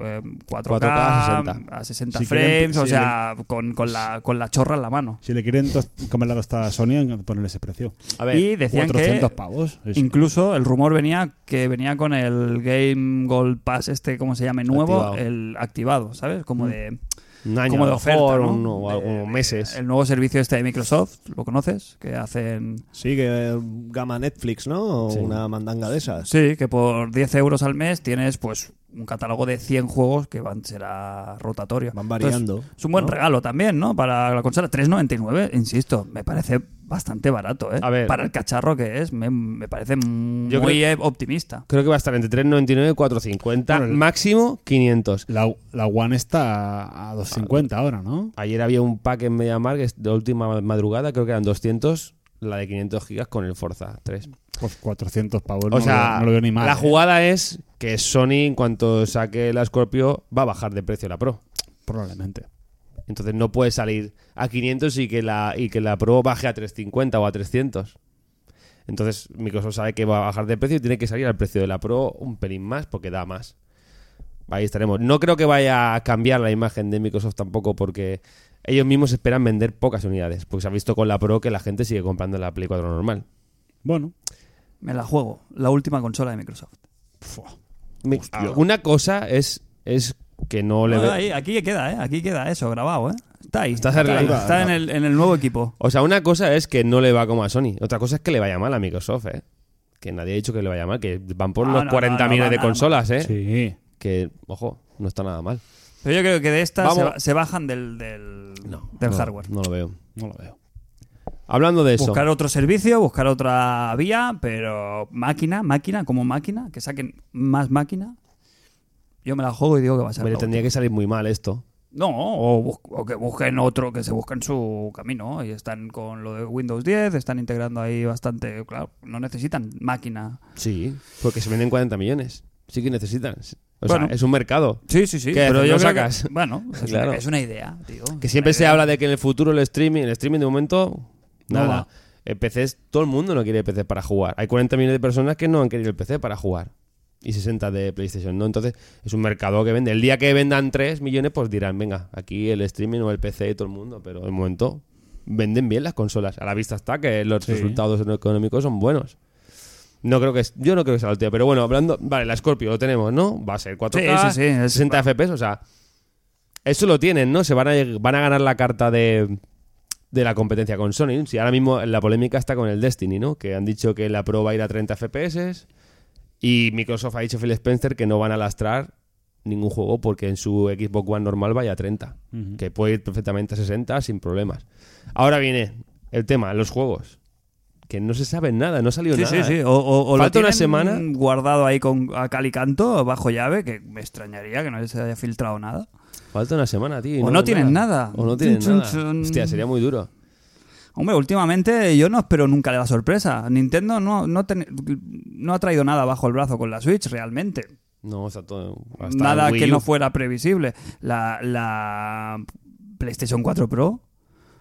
[SPEAKER 2] eh, 4K,
[SPEAKER 4] 4K,
[SPEAKER 2] 60. a 60
[SPEAKER 5] Si
[SPEAKER 2] frames,
[SPEAKER 5] quieren,
[SPEAKER 2] o
[SPEAKER 5] si
[SPEAKER 2] sea, con, con, la, con la chorra en la mano.
[SPEAKER 5] Si le quieren tos- comer la tostada a Sony, hay que ponerle ese precio.
[SPEAKER 4] A ver,
[SPEAKER 2] y decían
[SPEAKER 5] 400
[SPEAKER 2] que
[SPEAKER 5] pavos. es-
[SPEAKER 2] incluso el rumor venía que venía con el Game Gold Pass este, ¿cómo se llame? Nuevo,
[SPEAKER 4] Activado.
[SPEAKER 2] el activado, ¿sabes? Como de...
[SPEAKER 4] un año
[SPEAKER 2] como
[SPEAKER 4] a
[SPEAKER 2] de
[SPEAKER 4] lo
[SPEAKER 2] oferta,
[SPEAKER 4] mejor,
[SPEAKER 2] ¿no?
[SPEAKER 4] un- o algunos meses.
[SPEAKER 2] El nuevo servicio este de Microsoft, ¿lo conoces? Que hacen...
[SPEAKER 3] Sí, que eh, gama Netflix, ¿no? O Una mandanga de esas.
[SPEAKER 2] Sí, que por 10 euros al mes tienes pues un catálogo de 100 juegos que van será rotatorio.
[SPEAKER 3] Van
[SPEAKER 2] Entonces,
[SPEAKER 3] variando,
[SPEAKER 2] es un buen
[SPEAKER 3] ¿no?
[SPEAKER 2] regalo también, ¿no? Para la consola 3.99, insisto, me parece bastante barato, ¿eh?
[SPEAKER 4] A ver.
[SPEAKER 2] Para el cacharro que es, me, me parece muy
[SPEAKER 4] Yo
[SPEAKER 2] eh, optimista.
[SPEAKER 4] Creo que va a estar entre 3,99 y 4,50.
[SPEAKER 5] Bueno, el-
[SPEAKER 4] máximo 500.
[SPEAKER 5] La, la One está a- a 250 ahora, ¿no?
[SPEAKER 4] Ayer había un pack en MediaMarkt que es de última madrugada, creo que eran 200, la de 500 gigas con el Forza 3.
[SPEAKER 5] Pues 400 pavos. no
[SPEAKER 4] O
[SPEAKER 5] lo
[SPEAKER 4] sea,
[SPEAKER 5] veo- no lo veo ni mal.
[SPEAKER 4] la
[SPEAKER 5] ¿eh?
[SPEAKER 4] jugada es que Sony, en cuanto saque la Scorpio, va a bajar de precio la Pro.
[SPEAKER 5] Probablemente.
[SPEAKER 4] Entonces no puede salir a 500 y que la, y que la Pro baje a 350 o a 300. Entonces Microsoft sabe que va a bajar de precio y tiene que salir al precio de la Pro un pelín más porque da más. Ahí estaremos. No creo que vaya a cambiar la imagen de Microsoft tampoco porque ellos mismos esperan vender pocas unidades. Porque se ha visto con la Pro que la gente sigue comprando la Play 4 normal.
[SPEAKER 5] Bueno,
[SPEAKER 2] Me la juego, la última consola de Microsoft.
[SPEAKER 4] Me- Alguna cosa es, es que no le... ve-
[SPEAKER 2] Ah, ahí, aquí queda, ¿eh? Aquí queda eso grabado, ¿eh? Está ahí.
[SPEAKER 4] Estás
[SPEAKER 2] está ahí,
[SPEAKER 4] arreglando.
[SPEAKER 2] está en, el, en el nuevo equipo.
[SPEAKER 4] O sea, una cosa es que no le va como a Sony. Otra cosa es que le vaya mal a Microsoft, ¿eh? Que nadie ha dicho que le vaya mal, que van por
[SPEAKER 2] No,
[SPEAKER 4] los
[SPEAKER 2] no,
[SPEAKER 4] 40
[SPEAKER 2] no, no va
[SPEAKER 4] millones de
[SPEAKER 2] nada mal.
[SPEAKER 4] consolas, ¿eh?
[SPEAKER 5] sí.
[SPEAKER 4] Que, ojo, no está nada mal.
[SPEAKER 2] Pero yo creo que de estas
[SPEAKER 4] Vamos.
[SPEAKER 2] se, ba- se bajan del, del, del
[SPEAKER 4] No,
[SPEAKER 2] hardware.
[SPEAKER 4] No lo veo.
[SPEAKER 5] No lo veo.
[SPEAKER 4] Hablando de eso,
[SPEAKER 2] Buscar otro servicio, buscar otra vía, pero máquina, máquina, como máquina, que saquen más máquina. Yo me la juego y digo que va a ser.
[SPEAKER 4] me le
[SPEAKER 2] la
[SPEAKER 4] tendría que salir muy mal esto.
[SPEAKER 2] No, o, bus- o que busquen otro, que se busquen su camino. Y están con lo de Windows 10, están integrando ahí bastante. Claro, no necesitan máquina.
[SPEAKER 4] Sí. Porque se venden 40 millones. Sí que necesitan. O
[SPEAKER 2] Bueno.
[SPEAKER 4] sea, es un mercado.
[SPEAKER 2] Sí, sí, sí.
[SPEAKER 4] ¿Qué?
[SPEAKER 2] Pero
[SPEAKER 4] ¿No
[SPEAKER 2] yo creo
[SPEAKER 4] sacas?
[SPEAKER 2] que- bueno, es,
[SPEAKER 4] Claro.
[SPEAKER 2] una, es una idea, tío.
[SPEAKER 4] Que siempre se habla de que en el futuro el streaming, el streaming de momento,
[SPEAKER 2] No
[SPEAKER 4] nada.
[SPEAKER 2] va.
[SPEAKER 4] El PC es- todo el mundo no quiere PC para jugar. Hay 40 millones de personas que no han querido el PC para jugar. Y 60 de PlayStation, ¿no? Entonces, es un mercado que vende. El día que vendan 3 millones, pues dirán, venga, aquí el streaming o el PC y todo el mundo. Pero de momento, venden bien las consolas. A la vista está que los resultados económicos son buenos. No creo que es- yo no creo que sea la última, pero bueno, hablando, vale, la Scorpio lo tenemos, ¿no? Va a ser 4K,
[SPEAKER 2] Sí, sí, sí, es-
[SPEAKER 4] 60 FPS, o sea, eso lo tienen, ¿no? Se van a, van a ganar la carta de, de la competencia con Sony. Si ahora mismo la polémica está con el Destiny, ¿no? Que han dicho que la Pro va a ir a 30 FPS y Microsoft ha dicho Phil Spencer que no van a lastrar ningún juego porque en su Xbox One normal vaya a 30, que puede ir perfectamente a 60 sin problemas. Ahora viene el tema, los juegos, que no se sabe nada, no ha salido
[SPEAKER 2] Sí,
[SPEAKER 4] nada.
[SPEAKER 2] sí, sí.
[SPEAKER 4] ¿eh?
[SPEAKER 2] O, o- o lo
[SPEAKER 4] Falta una
[SPEAKER 2] tienen
[SPEAKER 4] semana.
[SPEAKER 2] guardado ahí con a cal y canto, bajo llave, que me extrañaría que no se haya filtrado nada.
[SPEAKER 4] Falta una semana, tío. y
[SPEAKER 2] O no tienen nada.
[SPEAKER 4] O no tienen
[SPEAKER 2] Chun,
[SPEAKER 4] nada.
[SPEAKER 2] chun, chun.
[SPEAKER 4] Hostia, sería muy duro.
[SPEAKER 2] Hombre, últimamente yo no espero nunca la sorpresa. Nintendo no, no, ten- no ha traído nada bajo el brazo con la Switch realmente.
[SPEAKER 4] No, está todo. hasta
[SPEAKER 2] Nada
[SPEAKER 4] Wii
[SPEAKER 2] que
[SPEAKER 4] U.
[SPEAKER 2] no fuera previsible. La, la PlayStation 4 Pro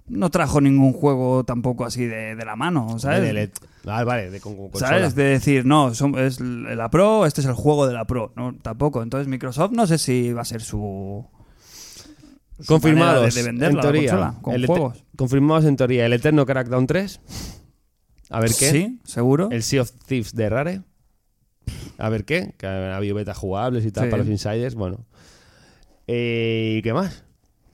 [SPEAKER 2] no trajo ningún juego tampoco así de, de la mano, ¿sabes?
[SPEAKER 4] De LED. Ah, vale, de con, con consola.
[SPEAKER 2] ¿Sabes? De decir, no, son- es la Pro, este es el juego de la Pro. No, tampoco. Entonces Microsoft no sé si va a ser su... su manera
[SPEAKER 4] Confirmados
[SPEAKER 2] De, de venderla,
[SPEAKER 4] en
[SPEAKER 2] la
[SPEAKER 4] teoría.
[SPEAKER 2] consola, con
[SPEAKER 4] El ete-
[SPEAKER 2] juegos.
[SPEAKER 4] Confirmados en teoría. El Eterno Crackdown 3. A ver qué.
[SPEAKER 2] Sí, seguro.
[SPEAKER 4] El Sea of Thieves de Rare. A ver qué. Que ha habido betas jugables y tal
[SPEAKER 2] Sí.
[SPEAKER 4] para los insiders. Bueno. Eh, ¿Y qué más?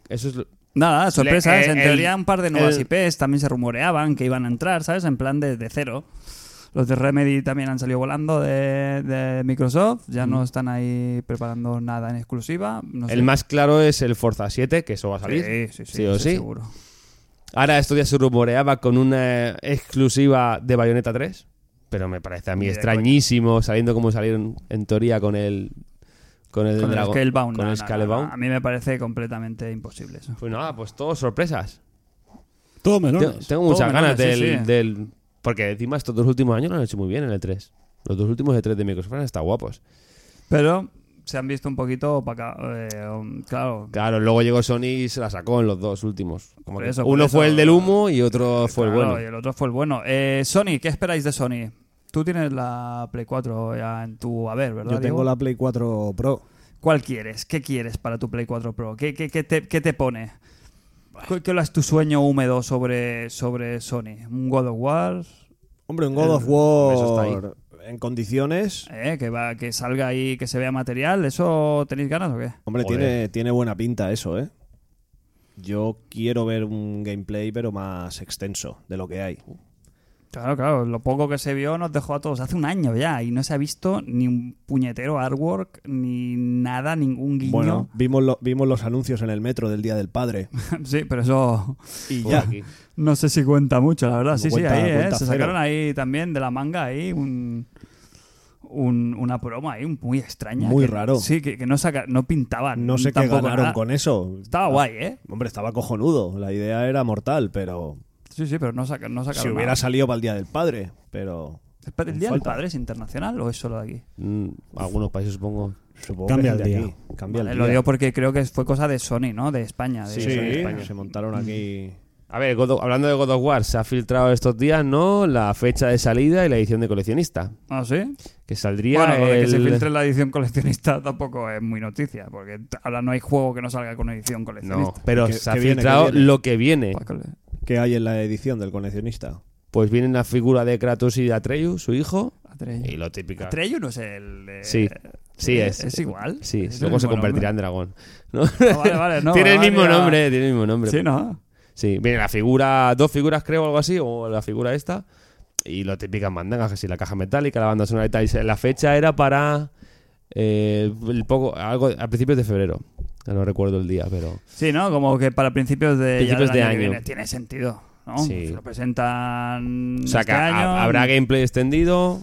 [SPEAKER 4] Eso es lo-
[SPEAKER 2] Nada, sorpresas.
[SPEAKER 4] Le-
[SPEAKER 2] en
[SPEAKER 4] el-
[SPEAKER 2] teoría, un par de nuevas
[SPEAKER 4] el-
[SPEAKER 2] IPs también se rumoreaban que iban a entrar, ¿sabes? En plan de, de cero. Los de Remedy también han salido volando de, de Microsoft. Ya no están ahí preparando nada en exclusiva. No sé.
[SPEAKER 4] Mm. El más claro es el Forza 7, que eso va a salir.
[SPEAKER 2] Sí, sí, sí,
[SPEAKER 4] sí o
[SPEAKER 2] sí,
[SPEAKER 4] sí.
[SPEAKER 2] seguro.
[SPEAKER 4] Ahora esto ya se rumoreaba con una exclusiva de Bayonetta 3, pero me parece a mí
[SPEAKER 2] Ni de
[SPEAKER 4] extrañísimo saliendo como salieron en teoría con el con el
[SPEAKER 2] Con el
[SPEAKER 4] dragón-
[SPEAKER 2] Scalebound.
[SPEAKER 4] con
[SPEAKER 2] no,
[SPEAKER 4] el
[SPEAKER 2] no, no,
[SPEAKER 4] Scalebound.
[SPEAKER 2] no. A mí me parece completamente imposible eso.
[SPEAKER 4] Pues nada, pues todo sorpresas.
[SPEAKER 5] Todo
[SPEAKER 4] Te-
[SPEAKER 5] menos.
[SPEAKER 4] Tengo, muchas ganas
[SPEAKER 2] melones,
[SPEAKER 4] del,
[SPEAKER 2] sí, sí.
[SPEAKER 4] del- porque encima estos dos últimos años lo han hecho muy bien en el 3. Los dos últimos de 3 de Microsoft han estado guapos.
[SPEAKER 2] Pero se han visto un poquito para acá. claro.
[SPEAKER 4] Claro, luego llegó Sony y se la sacó en los dos últimos. Como
[SPEAKER 2] Por
[SPEAKER 4] que
[SPEAKER 2] eso, por
[SPEAKER 4] uno
[SPEAKER 2] eso.
[SPEAKER 4] fue el del humo y otro fue el
[SPEAKER 2] claro,
[SPEAKER 4] bueno.
[SPEAKER 2] Y el otro fue el bueno. Eh, Sony, ¿qué esperáis de Sony? Tú tienes la Play 4 ya en tu haber, ¿verdad?
[SPEAKER 3] Yo
[SPEAKER 2] Diego?
[SPEAKER 3] tengo la Play 4 Pro.
[SPEAKER 2] ¿Cuál quieres? ¿Qué quieres para tu Play 4 Pro? ¿Qué, qué- qué te, qué te pone? ¿Cu- ¿Cuál es tu sueño húmedo sobre, sobre Sony? ¿Un God of War?
[SPEAKER 3] Hombre, un God of
[SPEAKER 4] eso
[SPEAKER 3] War
[SPEAKER 4] está
[SPEAKER 3] en condiciones.
[SPEAKER 2] ¿Eh? ¿Que, va, ¿Que salga ahí, que se vea material? ¿Eso tenéis ganas o qué?
[SPEAKER 3] Hombre,
[SPEAKER 4] Joder.
[SPEAKER 3] tiene, tiene buena pinta eso, ¿eh? Yo quiero ver un gameplay, pero más extenso de lo que hay.
[SPEAKER 2] Claro, claro, lo poco que se vio nos dejó a todos hace un año ya y no se ha visto ni un puñetero artwork, ni nada, ningún guiño.
[SPEAKER 3] Bueno, vimos, lo- vimos los anuncios en el metro del Día del Padre.
[SPEAKER 2] sí, pero eso
[SPEAKER 3] Y
[SPEAKER 4] Por
[SPEAKER 3] ya.
[SPEAKER 4] aquí.
[SPEAKER 2] no sé si cuenta mucho, la verdad.
[SPEAKER 3] No
[SPEAKER 2] sí, sí,
[SPEAKER 3] cuenta-
[SPEAKER 2] ahí, ¿eh?
[SPEAKER 3] cuenta
[SPEAKER 2] Se
[SPEAKER 3] cero.
[SPEAKER 2] sacaron ahí también de la manga ahí un, un- una broma ahí muy extraña.
[SPEAKER 3] Muy
[SPEAKER 2] que-
[SPEAKER 3] raro.
[SPEAKER 2] Sí, que, que no, saca, no pintaban.
[SPEAKER 3] No sé qué
[SPEAKER 2] tampoco
[SPEAKER 3] ganaron
[SPEAKER 2] nada.
[SPEAKER 3] con eso.
[SPEAKER 2] Estaba guay, ¿eh?
[SPEAKER 3] Hombre, estaba cojonudo. La idea era mortal, pero
[SPEAKER 2] Sí, sí, pero no, saca, no sacaron
[SPEAKER 3] si hubiera
[SPEAKER 2] nada.
[SPEAKER 3] salido para el Día del Padre, pero...
[SPEAKER 2] ¿El pa- ¿El Día del
[SPEAKER 3] falta.
[SPEAKER 2] Padre es internacional o es solo de aquí?
[SPEAKER 4] Mm, algunos países supongo.
[SPEAKER 3] Supongo
[SPEAKER 5] Cambia
[SPEAKER 3] que es
[SPEAKER 5] el
[SPEAKER 3] de
[SPEAKER 5] día.
[SPEAKER 3] aquí. Cambia
[SPEAKER 2] Vale,
[SPEAKER 3] el
[SPEAKER 2] lo
[SPEAKER 3] día.
[SPEAKER 2] digo porque creo que fue cosa de Sony, ¿no? De España. de-
[SPEAKER 3] Sí,
[SPEAKER 4] Sí, en España.
[SPEAKER 3] se montaron aquí...
[SPEAKER 4] A ver, God of- hablando de God of War, se ha filtrado estos días, ¿no? La fecha de salida y la edición de coleccionista.
[SPEAKER 2] ¿Ah, sí?
[SPEAKER 4] Que saldría
[SPEAKER 2] bueno, lo de que se
[SPEAKER 4] el-
[SPEAKER 2] filtre la edición coleccionista tampoco es muy noticia, porque t- ahora no hay juego que no salga con edición
[SPEAKER 4] No,
[SPEAKER 2] coleccionista.
[SPEAKER 4] pero
[SPEAKER 3] ¿Qué-
[SPEAKER 4] se ha
[SPEAKER 3] qué viene,
[SPEAKER 4] filtrado
[SPEAKER 3] qué viene?
[SPEAKER 4] lo que viene.
[SPEAKER 2] Pa' que le-
[SPEAKER 3] ¿Qué hay en la edición del coleccionista?
[SPEAKER 4] Pues viene la figura de Kratos y de Atreyu, su hijo, y
[SPEAKER 2] Atreyu.
[SPEAKER 4] lo típica.
[SPEAKER 2] Atreyu no es el de...
[SPEAKER 4] Sí, sí
[SPEAKER 2] eh,
[SPEAKER 4] es.
[SPEAKER 2] Es igual.
[SPEAKER 4] Sí,
[SPEAKER 2] ¿Es el
[SPEAKER 4] luego se
[SPEAKER 2] mismo
[SPEAKER 4] convertirá
[SPEAKER 2] nombre?
[SPEAKER 4] en dragón. ¿no?
[SPEAKER 2] Ah, vale, vale, no,
[SPEAKER 4] tiene el
[SPEAKER 2] vale,
[SPEAKER 4] mismo
[SPEAKER 2] ya-
[SPEAKER 4] nombre, tiene el mismo nombre.
[SPEAKER 2] Sí, ¿no?
[SPEAKER 4] Sí, viene la figura, dos figuras creo, algo así, o la figura esta, y lo típica mandangas, que si la caja metálica, la banda sonora y tal. Y se- La fecha era para eh, el poco, algo a principios de febrero. Ya No recuerdo el día, pero
[SPEAKER 2] Sí, ¿no? Como que para principios de... ya
[SPEAKER 4] Principios
[SPEAKER 2] del
[SPEAKER 4] de
[SPEAKER 2] año que
[SPEAKER 4] año.
[SPEAKER 2] viene. Tiene sentido, ¿no?
[SPEAKER 4] Sí.
[SPEAKER 2] Se Lo presentan
[SPEAKER 4] o sea,
[SPEAKER 2] este
[SPEAKER 4] que ha-
[SPEAKER 2] año.
[SPEAKER 4] habrá gameplay extendido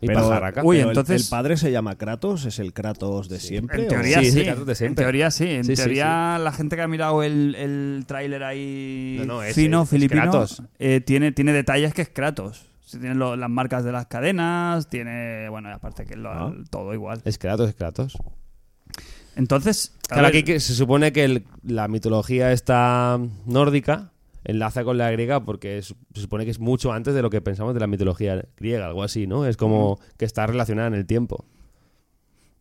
[SPEAKER 4] y
[SPEAKER 3] Pero-
[SPEAKER 4] pajarraca.
[SPEAKER 2] Uy,
[SPEAKER 3] Pero el-
[SPEAKER 2] entonces-
[SPEAKER 3] El, padre se llama Kratos, es el Kratos de siempre.
[SPEAKER 2] En
[SPEAKER 3] o-
[SPEAKER 2] teoría
[SPEAKER 4] Sí,
[SPEAKER 2] sí,
[SPEAKER 4] sí, claro, de
[SPEAKER 2] en
[SPEAKER 4] siempre.
[SPEAKER 2] teoría sí. En
[SPEAKER 4] Sí, sí,
[SPEAKER 2] teoría la gente que ha mirado el, el tráiler ahí
[SPEAKER 4] No, no, es-
[SPEAKER 2] fino,
[SPEAKER 4] es
[SPEAKER 2] filipino,
[SPEAKER 4] Kratos.
[SPEAKER 2] eh, tiene, tiene detalles que es Kratos. Sí, tiene lo- las marcas de las cadenas, tiene, bueno, aparte que lo-
[SPEAKER 3] Ah.
[SPEAKER 2] todo igual.
[SPEAKER 4] Es Kratos, es Kratos.
[SPEAKER 2] Entonces, a
[SPEAKER 4] Claro,
[SPEAKER 2] ver,
[SPEAKER 4] aquí que se supone que el- la mitología esta nórdica enlaza con la griega porque es- se supone que es mucho antes de lo que pensamos de la mitología griega, algo así, ¿no? Es como que está relacionada en el tiempo.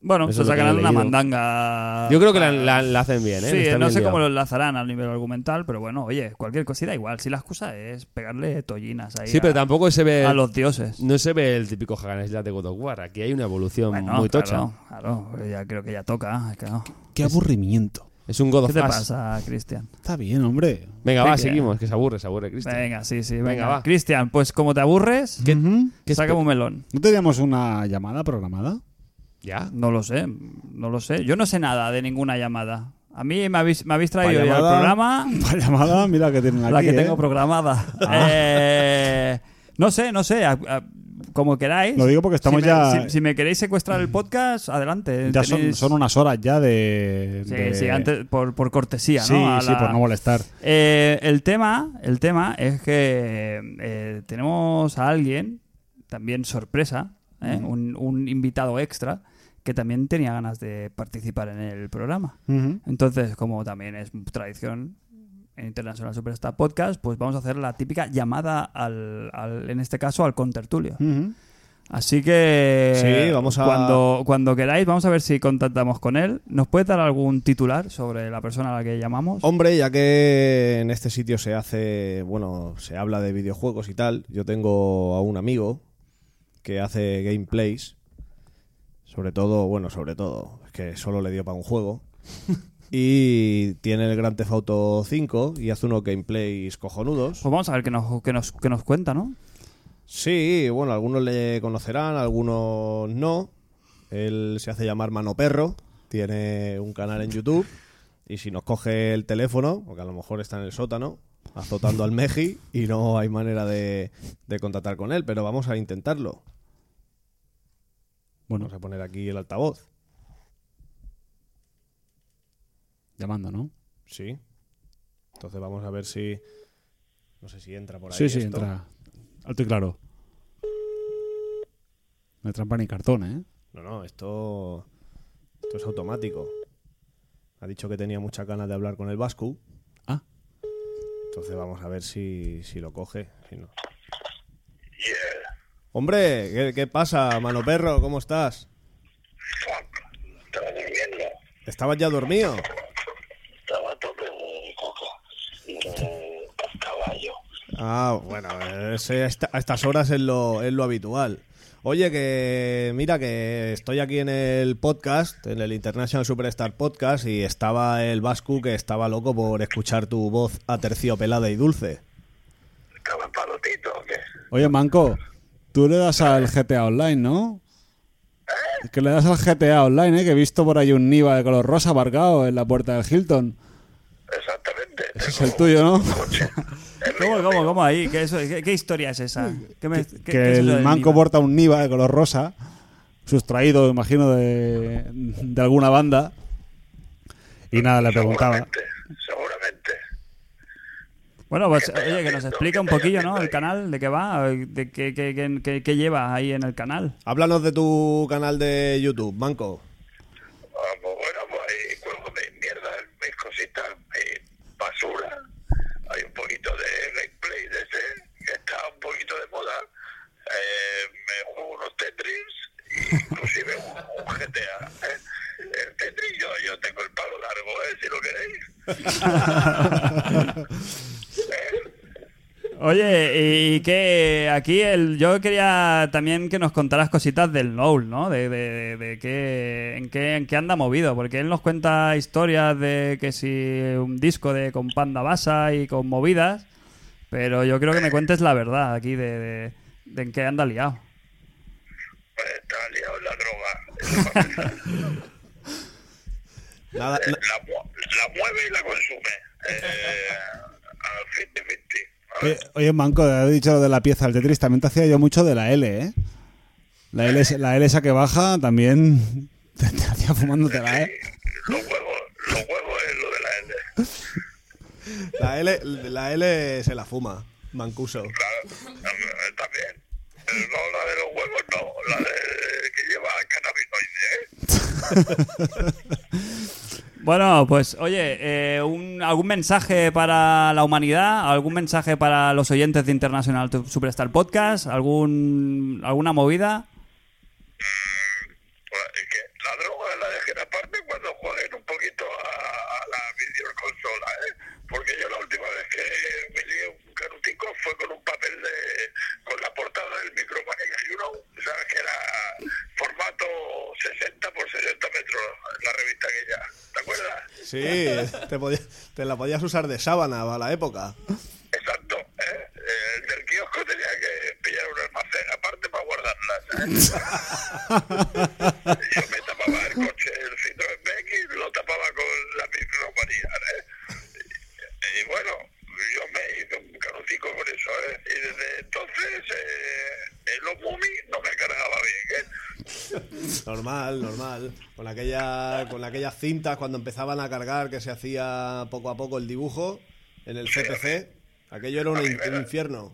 [SPEAKER 2] bueno,
[SPEAKER 4] eso
[SPEAKER 2] se
[SPEAKER 4] es lo que
[SPEAKER 2] sacarán
[SPEAKER 4] he
[SPEAKER 2] una
[SPEAKER 4] leído.
[SPEAKER 2] mandanga.
[SPEAKER 4] Yo creo que la,
[SPEAKER 2] para-
[SPEAKER 4] la- la hacen bien, ¿eh?
[SPEAKER 2] Sí,
[SPEAKER 4] Está
[SPEAKER 2] no
[SPEAKER 4] bien
[SPEAKER 2] sé
[SPEAKER 4] llevado.
[SPEAKER 2] cómo lo enlazarán al nivel argumental, pero bueno, oye, cualquier cosita igual. Si la excusa es pegarle tollinas ahí
[SPEAKER 4] Sí,
[SPEAKER 2] a,
[SPEAKER 4] pero Mm, tampoco se ve...
[SPEAKER 2] a los dioses.
[SPEAKER 4] No se ve el típico Hagan Slash de God of War. Aquí hay una evolución
[SPEAKER 2] Bueno,
[SPEAKER 4] muy tocha.
[SPEAKER 2] claro, claro, ya creo que ya toca. es que no.
[SPEAKER 5] Qué aburrimiento.
[SPEAKER 4] Es un God of
[SPEAKER 2] ¿Qué te
[SPEAKER 4] Us.
[SPEAKER 2] pasa, Cristian?
[SPEAKER 5] Está bien, hombre.
[SPEAKER 4] Venga,
[SPEAKER 2] ¿Qué
[SPEAKER 4] va,
[SPEAKER 2] queda?
[SPEAKER 4] seguimos, que se aburre, se aburre, Cristian.
[SPEAKER 2] Venga, sí, sí, venga.
[SPEAKER 4] Venga, va.
[SPEAKER 2] Cristian, pues como te aburres,
[SPEAKER 5] Ujú.
[SPEAKER 2] saca un melón.
[SPEAKER 5] ¿No teníamos una llamada programada?
[SPEAKER 4] ¿Ya?
[SPEAKER 2] No lo sé, no lo sé. Yo no sé nada de ninguna llamada. A mí me habéis, me habéis traído
[SPEAKER 3] Pa'
[SPEAKER 2] ya el
[SPEAKER 3] llamada.
[SPEAKER 2] programa,
[SPEAKER 5] Para llamada, mira que tienen aquí.
[SPEAKER 2] la que
[SPEAKER 5] ¿eh? Ah.
[SPEAKER 2] tengo programada. Eh, no sé, no sé, a- a- como queráis.
[SPEAKER 5] Lo digo porque estamos
[SPEAKER 2] Si me-
[SPEAKER 5] ya-
[SPEAKER 2] Si, si me queréis secuestrar el podcast, adelante.
[SPEAKER 5] Ya son,
[SPEAKER 2] Tenéis-
[SPEAKER 5] son unas horas ya de.
[SPEAKER 2] Sí,
[SPEAKER 5] de-
[SPEAKER 2] sí, antes, por, por cortesía,
[SPEAKER 5] Sí,
[SPEAKER 2] ¿no? A
[SPEAKER 5] sí,
[SPEAKER 2] la-
[SPEAKER 5] por no molestar.
[SPEAKER 2] Eh, el, tema, el tema es que eh, tenemos a alguien, también sorpresa, ¿eh? un, un invitado extra, que también tenía ganas de participar en el programa.
[SPEAKER 5] Ujú.
[SPEAKER 2] Entonces, como también es tradición en International Superstar Podcast, pues vamos a hacer la típica llamada, al, al- en este caso, al contertulio.
[SPEAKER 5] Ujú.
[SPEAKER 2] Así que
[SPEAKER 3] Sí, vamos a-
[SPEAKER 2] cuando, cuando queráis, vamos a ver si contactamos con él. ¿Nos puede dar algún titular sobre la persona a la que llamamos?
[SPEAKER 5] Oh.
[SPEAKER 3] Hombre, ya que en este sitio se hace, bueno, se habla de videojuegos y tal, yo tengo a un amigo que hace gameplays, sobre todo, bueno, sobre todo, es que solo le dio para un juego, y tiene el Grand Theft Auto 5 y hace unos gameplays cojonudos.
[SPEAKER 2] Pues vamos a ver qué nos, qué nos, qué nos cuenta, ¿no?
[SPEAKER 3] Sí, bueno, algunos le conocerán, algunos no. Él se hace llamar Mano Perro, tiene un canal en YouTube y si nos coge el teléfono, porque a lo mejor está en el sótano, azotando al Meji y no hay manera de, de contactar con él, pero vamos a intentarlo.
[SPEAKER 5] Bueno,
[SPEAKER 3] Vamos a poner aquí el altavoz.
[SPEAKER 5] llamando, ¿no?
[SPEAKER 3] Sí. Entonces vamos a ver si... No sé si entra por ahí.
[SPEAKER 5] Sí, sí,
[SPEAKER 3] esto.
[SPEAKER 5] entra. Alto y claro. No hay trampa ni cartón, ¿eh?
[SPEAKER 3] No, no, esto, esto es automático. Ha dicho que tenía muchas ganas de hablar con el Vasco.
[SPEAKER 5] Ah.
[SPEAKER 3] Entonces vamos a ver si, si lo coge. si no. Hombre, ¿qué, qué pasa, mano perro? ¿Cómo estás?
[SPEAKER 6] Estaba durmiendo,
[SPEAKER 3] ¿Estabas ya dormido?
[SPEAKER 6] estaba a tope un coco, un caballo.
[SPEAKER 3] Ah, bueno, es- esta- a estas horas es lo, es lo habitual. Oye, que mira que estoy aquí en el podcast, en el International Superstar Podcast, y estaba el Vasco que estaba loco por escuchar tu voz aterciopelada y dulce.
[SPEAKER 6] Estaba palotito, ¿o ¿qué?
[SPEAKER 5] Oye, Manco, tú le das al GTA Online, ¿no? Que le das al GTA Online, ¿eh? Que he visto por ahí un Niva de color rosa aparcado en la puerta del Hilton.
[SPEAKER 6] Exactamente.
[SPEAKER 5] Ese es el tuyo, ¿no?
[SPEAKER 2] ¿Cómo, cómo, cómo ahí? ¿Qué, eso- qué- qué historia es esa? ¿Qué me- qué- qué
[SPEAKER 5] que
[SPEAKER 2] es eso
[SPEAKER 5] el
[SPEAKER 2] del
[SPEAKER 5] manco
[SPEAKER 2] Niva?
[SPEAKER 5] porta un Niva de color rosa, sustraído, imagino, de, de alguna banda. Y nada, le preguntaba.
[SPEAKER 6] Seguramente, seguramente.
[SPEAKER 2] Bueno, pues oye, que nos explica un poquillo, ¿no? El canal, de qué va, de qué, qué, qué- qué- qué lleva ahí en el canal.
[SPEAKER 3] Háblanos de tu canal de YouTube, Manco.
[SPEAKER 6] Ah, pues bueno, pues ahí cuelgo mis mierdas, mis cositas, mi basura. Hay un poquito de gameplay de ese, que está un poquito de moda. Eh, me juego unos Tetris, e inclusive un, un GTA. ¿eh? El Tetris, yo, yo tengo el palo largo, ¿eh? si lo queréis.
[SPEAKER 2] Oye, y que aquí el, yo quería también que nos contaras cositas del Noul, ¿no? De, de- de- de qué, en qué, en qué anda movido, porque él nos cuenta historias de que si un disco de con Panda Basa y con movidas, pero yo creo que me cuentes la verdad aquí de, de- de en qué anda liado.
[SPEAKER 6] Pues está liado en la droga. Eso va a ser.
[SPEAKER 3] Nada,
[SPEAKER 6] Eh,
[SPEAKER 3] na-
[SPEAKER 6] la, mu- la mueve y la consume. Eh, al 50-50. A
[SPEAKER 5] Oye,
[SPEAKER 6] ver,
[SPEAKER 5] Eh, oye, Manco, has dicho lo de la pieza del Tetris. También te hacía yo mucho de la L, ¿eh? La L, es- la L esa que baja también te, te hacía fumándotela, ¿eh?
[SPEAKER 6] Los huevos, los huevos es lo de la
[SPEAKER 3] la,
[SPEAKER 6] L.
[SPEAKER 3] L, la L se la fuma, Mancuso.
[SPEAKER 6] La- la- también. Pero no, la de los huevos no, la de que lleva cannabinoides. ¿eh?
[SPEAKER 2] Bueno, pues oye, eh, un- ¿algún mensaje para la humanidad? ¿Algún mensaje para los oyentes de International Tu- Superstar Podcast? ¿Algún, ¿Alguna movida?
[SPEAKER 6] Pues, es que la droga la dejen aparte cuando jueguen un poquito a, a la videoconsola, ¿eh? Porque yo la última vez que me lié un canutico fue con un papel de, con la portada del Micromania y uno, ¿sabes? Que era formato 60 por 60 metros, la revista aquella, ¿te acuerdas?
[SPEAKER 3] Sí, te, podía- te la podías usar de sábana a la época.
[SPEAKER 6] Exacto, ¿eh? El del kiosco tenía que pillar un almacén aparte para guardarlas. ¿eh? Yo me tapaba el coche, el Citroën BX, lo tapaba con la micromanía, ¿eh? Y, y bueno, yo me hice un canucico con eso, ¿eh? Y desde entonces eh, el Omumi no me cargaba bien, ¿eh?
[SPEAKER 3] Normal, normal. Con aquella, con aquellas cintas cuando empezaban a cargar que se hacía poco a poco el dibujo en el CPC. Aquello era un, in- un infierno.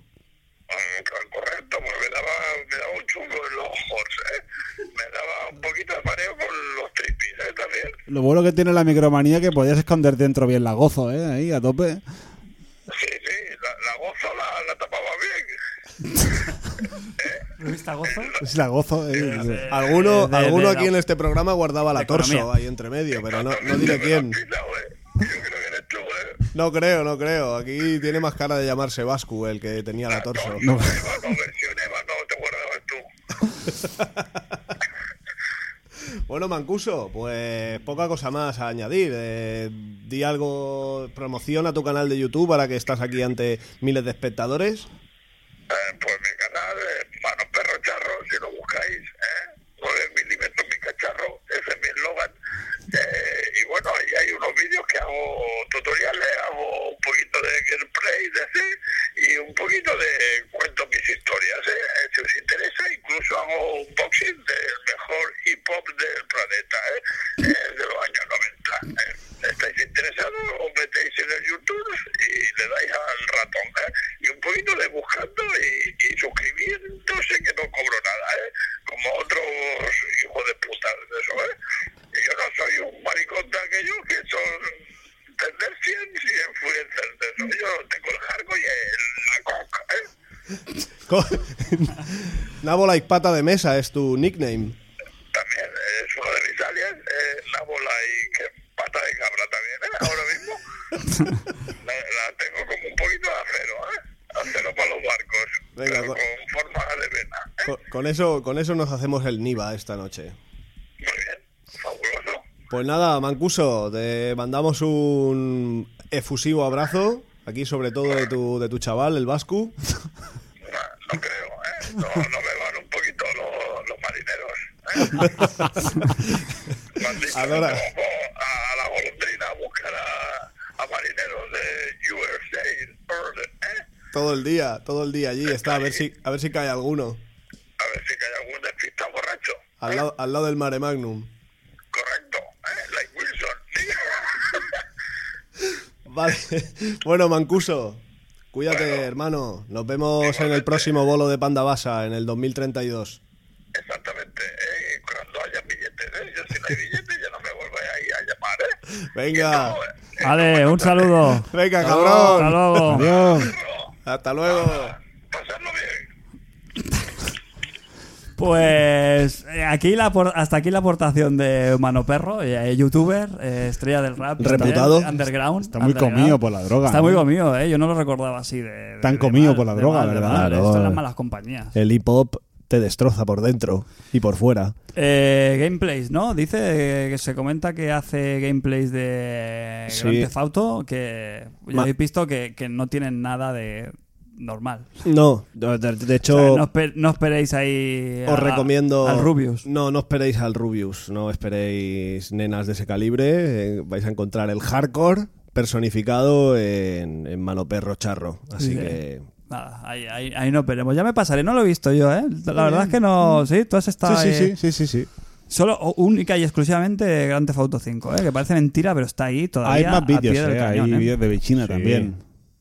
[SPEAKER 6] Mm, Correcto, pues me daba, me daba un chungo en los ojos, ¿eh? Me daba un poquito de mareo con los tripis, ¿eh? También.
[SPEAKER 5] Lo bueno que tiene la micromanía que podías esconder dentro bien la gozo, ¿eh? Ahí, a tope.
[SPEAKER 6] Sí, sí, la, la gozo la, la tapaba bien.
[SPEAKER 2] ¿Revista Gozo?
[SPEAKER 5] Es la gozo. ¿eh?
[SPEAKER 3] Alguno,
[SPEAKER 2] de-
[SPEAKER 3] alguno
[SPEAKER 2] de la-
[SPEAKER 3] aquí en este programa guardaba la
[SPEAKER 2] de
[SPEAKER 3] torso
[SPEAKER 2] economía.
[SPEAKER 3] ahí entre medio, pero no, no diré quién.
[SPEAKER 6] Pila, güey. eh. Yo creo que eres tú, ¿eh?
[SPEAKER 3] No creo, no creo. Aquí tiene más cara de llamarse Vascu el que tenía la torso.
[SPEAKER 6] Eva no, versión Eva no, te guardabas tú.
[SPEAKER 3] Bueno, Mancuso, pues poca cosa más a añadir. Eh, di algo, promociona tu canal de YouTube para que estás aquí ante miles de espectadores.
[SPEAKER 6] Eh, pues mi canal es Manos Perro Charro, si lo buscáis, ¿eh? 9 milímetros mi cacharro, ese es mi eslogan. Eh, y bueno, ahí hay unos vídeos que hago tutoriales, hago un poquito de gameplay de ese y un poquito de cuento mis historias, ¿eh? Si os interesa, incluso hago un boxing del mejor hip hop del planeta, ¿eh? Eh, de los años 90. ¿eh? estáis interesados, os metéis en el YouTube y le dais al ratón, ¿eh? Y un poquito de buscando y, y suscribiéndose, que no cobro nada, ¿eh? Como otros hijos de puta, de eso, ¿eh? Y yo no soy un maricón de aquellos que son tendencias y influencers de eso. Yo tengo el jargo y el- la coca, ¿eh?
[SPEAKER 3] Co- Nábola y pata de mesa es tu nickname.
[SPEAKER 6] También es uno de mis alias, eh, la bola y que pata de cabra también, ¿eh? Ahora mismo la, la tengo como un poquito de acero, ¿eh? Acero para los barcos,
[SPEAKER 3] Venga,
[SPEAKER 6] pero
[SPEAKER 3] va-
[SPEAKER 6] con forma de vena, ¿eh?
[SPEAKER 3] Co- Con, eso, con eso nos hacemos el Niva esta noche.
[SPEAKER 6] Muy bien, fabuloso.
[SPEAKER 3] Pues nada, Mancuso, te mandamos un efusivo abrazo. Aquí sobre todo de tu, de tu chaval, el Vascu.
[SPEAKER 6] No, no creo, ¿eh? No, no me van un poquito los, los marineros. ¿eh? Me han dicho que
[SPEAKER 3] Adora.
[SPEAKER 6] tengo que ir a la golondrina a buscar a, a marineros de USA. ¿eh?
[SPEAKER 3] Todo el día, todo el día allí está, a ver si, a ver si cae alguno.
[SPEAKER 6] A ver si que hay algún despistado borracho.
[SPEAKER 3] Al lado, al lado del mare magnum.
[SPEAKER 6] Correcto, ¿eh? Like Wilson.
[SPEAKER 3] Vale. Bueno, Mancuso, cuídate, hermano. Nos vemos en el próximo bolo de Panda Basa en el 2032.
[SPEAKER 6] Exactamente, ¿eh? Y Cuando haya billetes, ¿eh? Yo si no hay billetes ya no me volveré a llamar, ¿eh?
[SPEAKER 3] Venga,
[SPEAKER 2] Vale, un saludo.
[SPEAKER 3] venga,
[SPEAKER 2] Hasta
[SPEAKER 3] cabrón.
[SPEAKER 2] luego.
[SPEAKER 5] Adiós.
[SPEAKER 3] Hasta luego.
[SPEAKER 6] Pasarlo bien.
[SPEAKER 2] Pues eh, aquí la por- hasta aquí la aportación de Mano Perro, eh, youtuber, eh, estrella del rap,
[SPEAKER 3] Reputado.
[SPEAKER 2] también, underground.
[SPEAKER 5] Está muy
[SPEAKER 2] underground.
[SPEAKER 5] comido por la droga,
[SPEAKER 2] Está
[SPEAKER 5] ¿eh?
[SPEAKER 2] muy comido, eh. Yo no lo recordaba así de. de-
[SPEAKER 5] Tan
[SPEAKER 2] de
[SPEAKER 5] comido
[SPEAKER 2] mal,
[SPEAKER 5] por la
[SPEAKER 2] de
[SPEAKER 5] droga,
[SPEAKER 2] mal, de
[SPEAKER 5] ¿verdad?
[SPEAKER 2] mal.
[SPEAKER 3] Claro.
[SPEAKER 2] Esto es las malas compañías.
[SPEAKER 3] El hip hop te destroza por dentro y por fuera.
[SPEAKER 2] Eh, gameplays, ¿no? Dice eh, que se comenta que hace gameplays de
[SPEAKER 3] Sí.
[SPEAKER 2] Grand Theft Auto que ya
[SPEAKER 3] Ma-
[SPEAKER 2] habéis visto que, que no tienen nada de normal.
[SPEAKER 3] No, de, de- de
[SPEAKER 2] O
[SPEAKER 3] hecho,
[SPEAKER 2] sea, no, esper- no esperéis ahí
[SPEAKER 3] os
[SPEAKER 2] a-
[SPEAKER 3] recomiendo.
[SPEAKER 2] al Rubius.
[SPEAKER 3] No, no esperéis al Rubius, no esperéis nenas de ese calibre. eh, vais a encontrar el hardcore personificado en, en Mano Perro Charro. Así
[SPEAKER 2] Sí.
[SPEAKER 3] que.
[SPEAKER 2] Nada, ahí, ahí, ahí no esperemos. Ya me pasaré, no lo he visto yo, ¿eh? La verdad es que
[SPEAKER 3] Mm.
[SPEAKER 2] no. Sí, tú has estado.
[SPEAKER 5] Sí, sí,
[SPEAKER 2] ahí. eh.
[SPEAKER 5] sí, sí, sí, sí.
[SPEAKER 2] Solo o- única y exclusivamente Grand Theft Auto 5, ¿eh? Que parece mentira, pero está ahí
[SPEAKER 5] Hay
[SPEAKER 2] todavía.
[SPEAKER 5] más
[SPEAKER 2] a
[SPEAKER 5] vídeos,
[SPEAKER 2] pie del
[SPEAKER 5] eh,
[SPEAKER 2] cañón,
[SPEAKER 5] hay
[SPEAKER 2] ¿eh?
[SPEAKER 5] vídeos de Bichina
[SPEAKER 3] Sí.
[SPEAKER 5] también.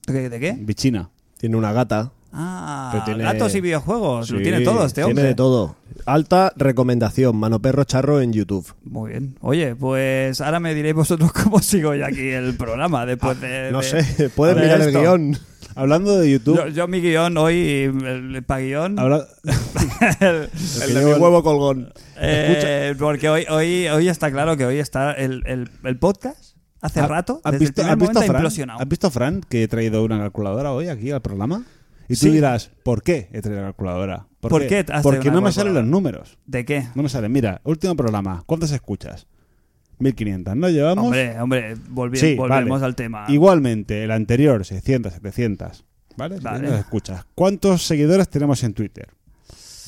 [SPEAKER 2] ¿De, de qué?
[SPEAKER 5] Bichina.
[SPEAKER 3] Tiene una gata.
[SPEAKER 2] Ah,
[SPEAKER 3] Pero tiene-
[SPEAKER 2] gatos y videojuegos. Lo
[SPEAKER 3] Sí,
[SPEAKER 2] tiene todo este hombre.
[SPEAKER 3] Tiene de todo. Alta recomendación, Mano Perro Charro en YouTube.
[SPEAKER 2] Muy bien. Oye, pues ahora me diréis vosotros cómo sigo yo aquí el programa después de.
[SPEAKER 3] Ah, No
[SPEAKER 2] de-
[SPEAKER 3] sé, puedes
[SPEAKER 2] de
[SPEAKER 3] mirar el
[SPEAKER 2] esto.
[SPEAKER 3] guión.
[SPEAKER 5] Hablando de YouTube,
[SPEAKER 2] Yo, yo mi guión hoy, el, el pa' guión.
[SPEAKER 5] habla-
[SPEAKER 3] El de mi huevo colgón.
[SPEAKER 2] Eh, porque hoy, hoy, hoy está claro que hoy está el, el- el podcast. Hace
[SPEAKER 5] ¿Ha-
[SPEAKER 2] rato,
[SPEAKER 5] ¿has
[SPEAKER 2] desde
[SPEAKER 5] visto,
[SPEAKER 2] el
[SPEAKER 5] has
[SPEAKER 2] primer momento,
[SPEAKER 5] visto a
[SPEAKER 2] ha
[SPEAKER 5] Fran?
[SPEAKER 2] implosionado.
[SPEAKER 5] ¿Has visto a Fran que he traído una calculadora hoy aquí al programa? Y tú
[SPEAKER 2] Sí.
[SPEAKER 5] dirás, ¿por qué he traído la calculadora?
[SPEAKER 2] ¿Por qué has traído
[SPEAKER 5] Porque
[SPEAKER 2] una
[SPEAKER 5] no me salen
[SPEAKER 2] calculadora?
[SPEAKER 5] los números.
[SPEAKER 2] ¿De qué?
[SPEAKER 5] No me salen. Mira, último programa. ¿Cuántas escuchas? 1500. ¿No llevamos?
[SPEAKER 2] Hombre, hombre, volvi-
[SPEAKER 5] Sí,
[SPEAKER 2] volvemos
[SPEAKER 5] vale.
[SPEAKER 2] al tema.
[SPEAKER 5] Igualmente, el anterior, 600, 700. ¿Vale?
[SPEAKER 2] Vale.
[SPEAKER 5] 700 escuchas. ¿Cuántos seguidores tenemos en Twitter?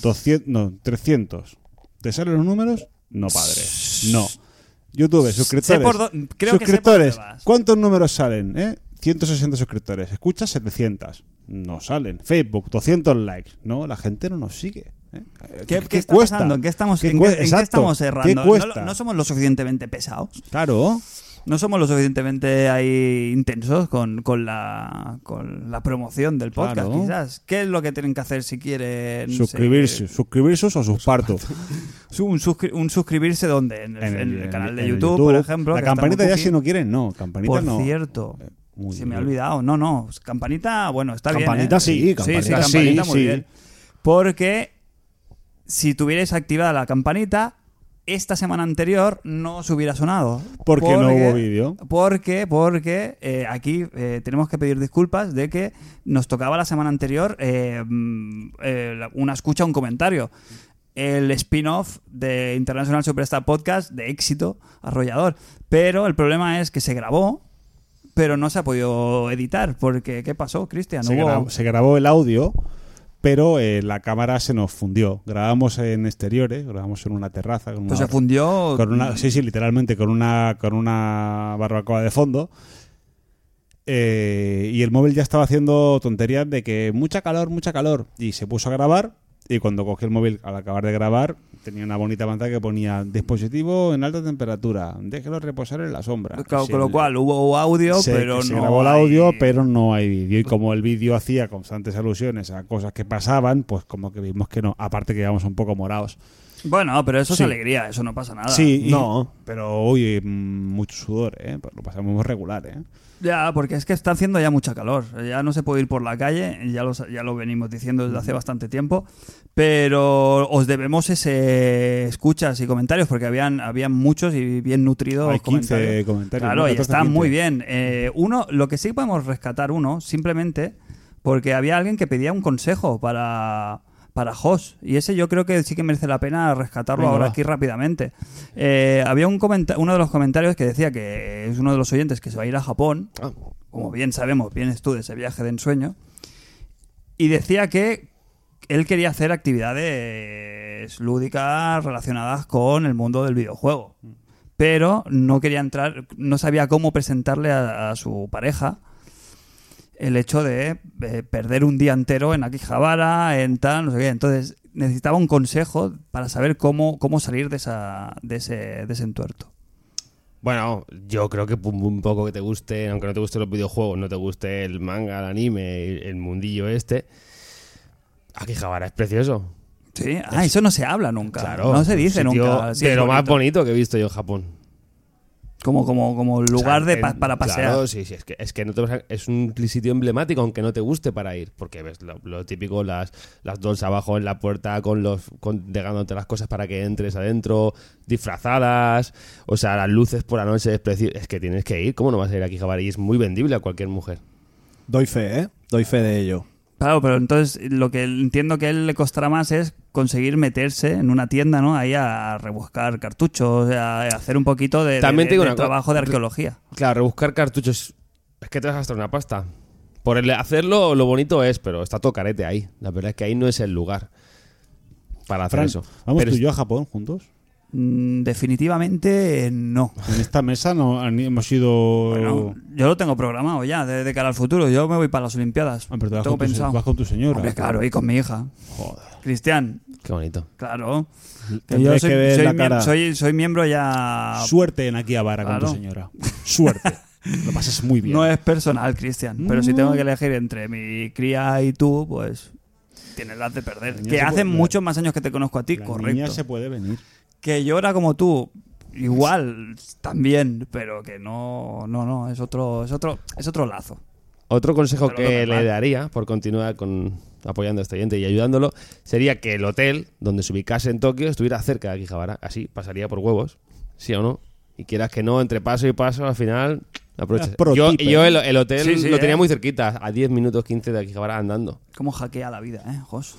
[SPEAKER 5] 200, no, 300. ¿Te salen los números? No, padre. No. YouTube, suscriptores.
[SPEAKER 2] por dó- creo que sé por dónde
[SPEAKER 5] suscriptores.
[SPEAKER 2] vas.
[SPEAKER 5] ¿Cuántos números salen? eh? 160 suscriptores. Escuchas 700. No salen. Facebook, 200 likes. No, la gente no nos sigue. ¿eh?
[SPEAKER 2] ¿Qué, qué está pasando? ¿En qué estamos, en
[SPEAKER 5] cue-
[SPEAKER 2] qué- en qué
[SPEAKER 5] exacto.
[SPEAKER 2] estamos errando?
[SPEAKER 5] ¿Qué
[SPEAKER 2] ¿No lo-
[SPEAKER 5] cuesta?
[SPEAKER 2] ¿No, somos lo suficientemente pesados?
[SPEAKER 5] Claro.
[SPEAKER 2] ¿No somos lo suficientemente ahí intensos con, con la, con la promoción del podcast,
[SPEAKER 5] Claro.
[SPEAKER 2] quizás? ¿Qué es lo que tienen que hacer si quieren...
[SPEAKER 5] Suscribirse.
[SPEAKER 2] seguir?
[SPEAKER 5] Suscribirse o sus partos.
[SPEAKER 2] Su- Un, suscri- un suscribirse, ¿dónde? En el, en el canal de
[SPEAKER 5] en el
[SPEAKER 2] YouTube, por ejemplo.
[SPEAKER 5] La
[SPEAKER 2] que está
[SPEAKER 5] campanita
[SPEAKER 2] muy
[SPEAKER 5] ya
[SPEAKER 2] cookie.
[SPEAKER 5] si no quieren, no. Campanita
[SPEAKER 2] Por
[SPEAKER 5] no. Eh,
[SPEAKER 2] cierto,
[SPEAKER 5] Muy
[SPEAKER 2] se me ha
[SPEAKER 5] bien.
[SPEAKER 2] olvidado. No, no, campanita, bueno, está
[SPEAKER 3] Campanita sí,
[SPEAKER 2] bien. ¿eh?
[SPEAKER 3] campanita
[SPEAKER 2] sí,
[SPEAKER 5] sí,
[SPEAKER 2] campanita muy
[SPEAKER 5] sí.
[SPEAKER 2] bien. Porque si tuvierais activada la campanita, esta semana anterior no os hubiera sonado.
[SPEAKER 5] Porque no hubo vídeo.
[SPEAKER 2] Porque, porque eh, aquí eh, tenemos que pedir disculpas de que nos tocaba la semana anterior eh, mm, eh, la- una escucha, un comentario. El spin-off de International Superstar Podcast de éxito arrollador. Pero el problema es que se grabó, pero no se ha podido editar. Porque, ¿qué pasó, Cristian?
[SPEAKER 5] Se,
[SPEAKER 2] Hubo- pues
[SPEAKER 5] grabó, se grabó el audio, pero eh, la cámara se nos fundió. Grabamos en exteriores, grabamos en una terraza. Con
[SPEAKER 2] Pues
[SPEAKER 5] una-
[SPEAKER 2] se fundió.
[SPEAKER 5] con una- sí, sí, literalmente, con una, con una barbacoa de fondo. Eh, y el móvil ya estaba haciendo tonterías de que mucha calor, mucha calor. Y se puso a grabar. Y cuando cogí el móvil al acabar de grabar, tenía una bonita pantalla que ponía dispositivo en alta temperatura. Déjelo reposar en la sombra.
[SPEAKER 2] Claro,
[SPEAKER 5] Se-
[SPEAKER 2] con lo cual hubo audio,
[SPEAKER 5] se,
[SPEAKER 2] pero
[SPEAKER 5] se
[SPEAKER 2] no.
[SPEAKER 5] grabó el
[SPEAKER 2] hay-
[SPEAKER 5] audio, pero no hay vídeo. Y como el vídeo hacía constantes alusiones a cosas que pasaban, pues como que vimos que no. Aparte que íbamos un poco morados.
[SPEAKER 2] Bueno, pero eso es
[SPEAKER 5] Sí.
[SPEAKER 2] alegría, eso no pasa nada.
[SPEAKER 5] Sí, y-
[SPEAKER 3] No.
[SPEAKER 5] Pero oye, mm, mucho sudor, ¿eh? Pero Lo pasamos regular, ¿eh?
[SPEAKER 2] Ya, porque es que está haciendo ya mucha calor. Ya no se puede ir por la calle, ya lo, ya lo venimos diciendo desde hace bastante tiempo. Pero os debemos ese escuchas y comentarios, porque habían, habían muchos y bien nutridos
[SPEAKER 5] Hay 15
[SPEAKER 2] comentarios.
[SPEAKER 5] comentarios,
[SPEAKER 2] Claro,
[SPEAKER 5] ¿no?
[SPEAKER 2] y
[SPEAKER 5] 14,
[SPEAKER 2] está
[SPEAKER 5] 15.
[SPEAKER 2] muy bien. Eh, uno, lo que sí podemos rescatar uno, simplemente, porque había alguien que pedía un consejo para. Para Jos, y ese yo creo que sí que merece la pena rescatarlo
[SPEAKER 5] Venga,
[SPEAKER 2] ahora
[SPEAKER 5] va.
[SPEAKER 2] aquí rápidamente. Eh, había un comenta- uno de los comentarios que decía que es uno de los oyentes que se va a ir a Japón,
[SPEAKER 5] Ah.
[SPEAKER 2] como bien sabemos, vienes tú de ese viaje de ensueño, y decía que él quería hacer actividades lúdicas relacionadas con el mundo del videojuego. Pero no quería entrar, no sabía cómo presentarle a, a su pareja el hecho de eh, perder un día entero en Akihabara, en tal, no sé qué. Entonces necesitaba un consejo para saber cómo, cómo salir de, esa, de, ese, de ese entuerto.
[SPEAKER 4] Bueno, yo creo que un un poco que te guste, aunque no te gusten los videojuegos, no te guste el manga, el anime, el el mundillo este, Akihabara es precioso.
[SPEAKER 2] Sí, ah, eso no se habla nunca.
[SPEAKER 4] Claro.
[SPEAKER 2] no se dice
[SPEAKER 4] un sitio
[SPEAKER 2] nunca. Sí,
[SPEAKER 4] de
[SPEAKER 2] es
[SPEAKER 4] lo más
[SPEAKER 2] bonito.
[SPEAKER 4] bonito que he visto yo en Japón.
[SPEAKER 2] Como, como, como
[SPEAKER 4] O sea,
[SPEAKER 2] lugar de
[SPEAKER 4] en-
[SPEAKER 2] pa- para pasear.
[SPEAKER 4] Claro, sí, sí, es que, es que no te vas a- es un sitio emblemático, aunque no te guste para ir, porque ves lo, lo típico, las, las dos abajo en la puerta con los con, dejándote las cosas para que entres adentro, disfrazadas, o sea, las luces por la noche, es, preci- es que tienes que ir, ¿cómo no vas a ir aquí, Javari? Y es muy vendible a cualquier mujer.
[SPEAKER 3] Doy fe, ¿eh? Doy fe de ello.
[SPEAKER 2] Claro, pero entonces lo que él- entiendo que a él le costará más es conseguir meterse en una tienda, ¿no? Ahí a rebuscar cartuchos, a hacer un poquito de, de-
[SPEAKER 4] También te
[SPEAKER 2] de-
[SPEAKER 4] digo
[SPEAKER 2] de
[SPEAKER 4] una cosa.
[SPEAKER 2] trabajo de arqueología.
[SPEAKER 4] Claro, rebuscar cartuchos, es que te vas a gastar una pasta. Por el hacerlo, lo bonito es, pero está todo carete ahí. La verdad es que ahí no es el lugar para hacer
[SPEAKER 5] Fran,
[SPEAKER 4] eso.
[SPEAKER 5] ¿vamos
[SPEAKER 4] Pero
[SPEAKER 5] tú
[SPEAKER 4] es-
[SPEAKER 5] y yo a Japón juntos?
[SPEAKER 2] Mm, definitivamente eh, no.
[SPEAKER 5] En esta mesa no han- hemos ido...
[SPEAKER 2] Bueno, yo lo tengo programado ya, de, de cara al futuro. Yo me voy para las Olimpiadas.
[SPEAKER 5] Ah, pero te vas,
[SPEAKER 2] tengo
[SPEAKER 5] con tu, se-
[SPEAKER 2] pensado.
[SPEAKER 5] vas con tu señora.
[SPEAKER 2] Hombre, claro, y con mi hija.
[SPEAKER 5] Joder.
[SPEAKER 2] Cristian,
[SPEAKER 4] Qué bonito.
[SPEAKER 2] claro. Que yo
[SPEAKER 3] Tendréis
[SPEAKER 2] soy,
[SPEAKER 3] que ver
[SPEAKER 2] soy
[SPEAKER 3] la
[SPEAKER 2] miem-
[SPEAKER 3] cara.
[SPEAKER 2] soy- soy miembro ya.
[SPEAKER 5] Ah, Suerte en aquí a Vara con
[SPEAKER 2] Claro.
[SPEAKER 5] tu señora. Suerte. lo pasas muy bien. Mm.
[SPEAKER 2] No es personal, Cristian, pero si tengo que elegir entre mi cría y tú, pues tienes las de perder.
[SPEAKER 5] niña
[SPEAKER 2] Que
[SPEAKER 5] se
[SPEAKER 2] hace
[SPEAKER 5] puede-
[SPEAKER 2] muchos más años que te conozco a ti,
[SPEAKER 5] La niña
[SPEAKER 2] correcto.
[SPEAKER 5] se puede venir.
[SPEAKER 2] Que llora como tú, igual, también, pero que no, no, no, es otro, es otro, es otro lazo.
[SPEAKER 4] Otro consejo
[SPEAKER 2] Pero lo
[SPEAKER 4] que
[SPEAKER 2] normal.
[SPEAKER 4] le daría por continuar con apoyando a este oyente y ayudándolo sería que el hotel donde se ubicase en Tokio estuviera cerca de Akihabara. Así pasaría por huevos, sí o no. Y quieras que no, entre paso y paso, al final aprovechas.
[SPEAKER 5] Es pro
[SPEAKER 4] Yo,
[SPEAKER 5] tip,
[SPEAKER 4] yo
[SPEAKER 5] ¿eh?
[SPEAKER 4] el, el hotel
[SPEAKER 2] Sí, sí,
[SPEAKER 4] lo
[SPEAKER 2] ¿eh?
[SPEAKER 4] tenía muy cerquita, a 10 minutos 15 de Akihabara andando.
[SPEAKER 2] Cómo hackea la vida, ¿eh, Jos?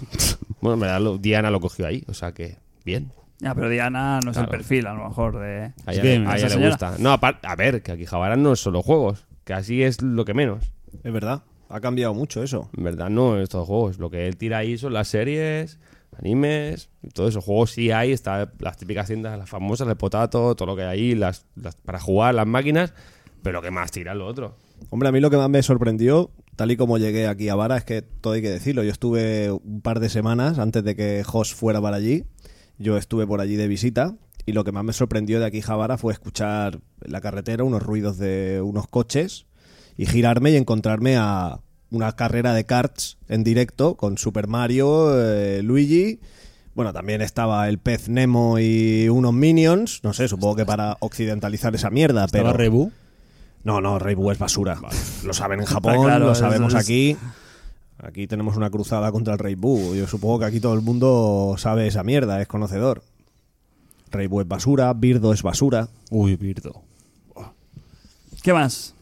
[SPEAKER 4] Bueno, en verdad lo- Diana lo cogió ahí, o sea que bien.
[SPEAKER 2] Ya, pero Diana no es el
[SPEAKER 4] Claro.
[SPEAKER 2] perfil, a lo mejor, de...
[SPEAKER 4] A ella,
[SPEAKER 5] Sí,
[SPEAKER 4] le-
[SPEAKER 5] esa
[SPEAKER 4] a ella le
[SPEAKER 2] señora.
[SPEAKER 4] gusta. No, apar- a ver, que Akihabara no es solo juegos, que así es lo que menos.
[SPEAKER 3] Es verdad. Ha cambiado mucho eso.
[SPEAKER 4] En verdad no, estos juegos. Lo que él tira ahí son las series, animes, y todo eso. Juegos sí hay, está las típicas tiendas, las famosas, de potato, todo lo que hay ahí, las, las- para jugar, las máquinas, pero lo que más tira es lo otro.
[SPEAKER 3] Hombre, a mí lo que más me sorprendió, tal y como llegué aquí a Vara, es que todo hay que decirlo. Yo estuve un par de semanas antes de que Jos fuera para allí. Yo estuve por allí de visita. Y lo que más me sorprendió de aquí a Vara fue escuchar en la carretera unos ruidos de unos coches y girarme y encontrarme a una carrera de karts en directo con Super Mario, eh, Luigi. Bueno, también estaba el pez Nemo y unos Minions. No sé, supongo que para occidentalizar esa mierda,
[SPEAKER 5] Estaba
[SPEAKER 3] pero.
[SPEAKER 5] Rebu.
[SPEAKER 3] No, no, Rey Bú es basura. Lo saben en Japón,
[SPEAKER 2] claro,
[SPEAKER 3] lo
[SPEAKER 2] eso
[SPEAKER 3] sabemos
[SPEAKER 2] es-
[SPEAKER 3] aquí. Aquí tenemos una cruzada contra el Rey Bú. Yo supongo que aquí todo el mundo sabe esa mierda, es conocedor. Rey Bú es basura, Birdo es basura.
[SPEAKER 5] Uy, Birdo.
[SPEAKER 2] ¿Qué más?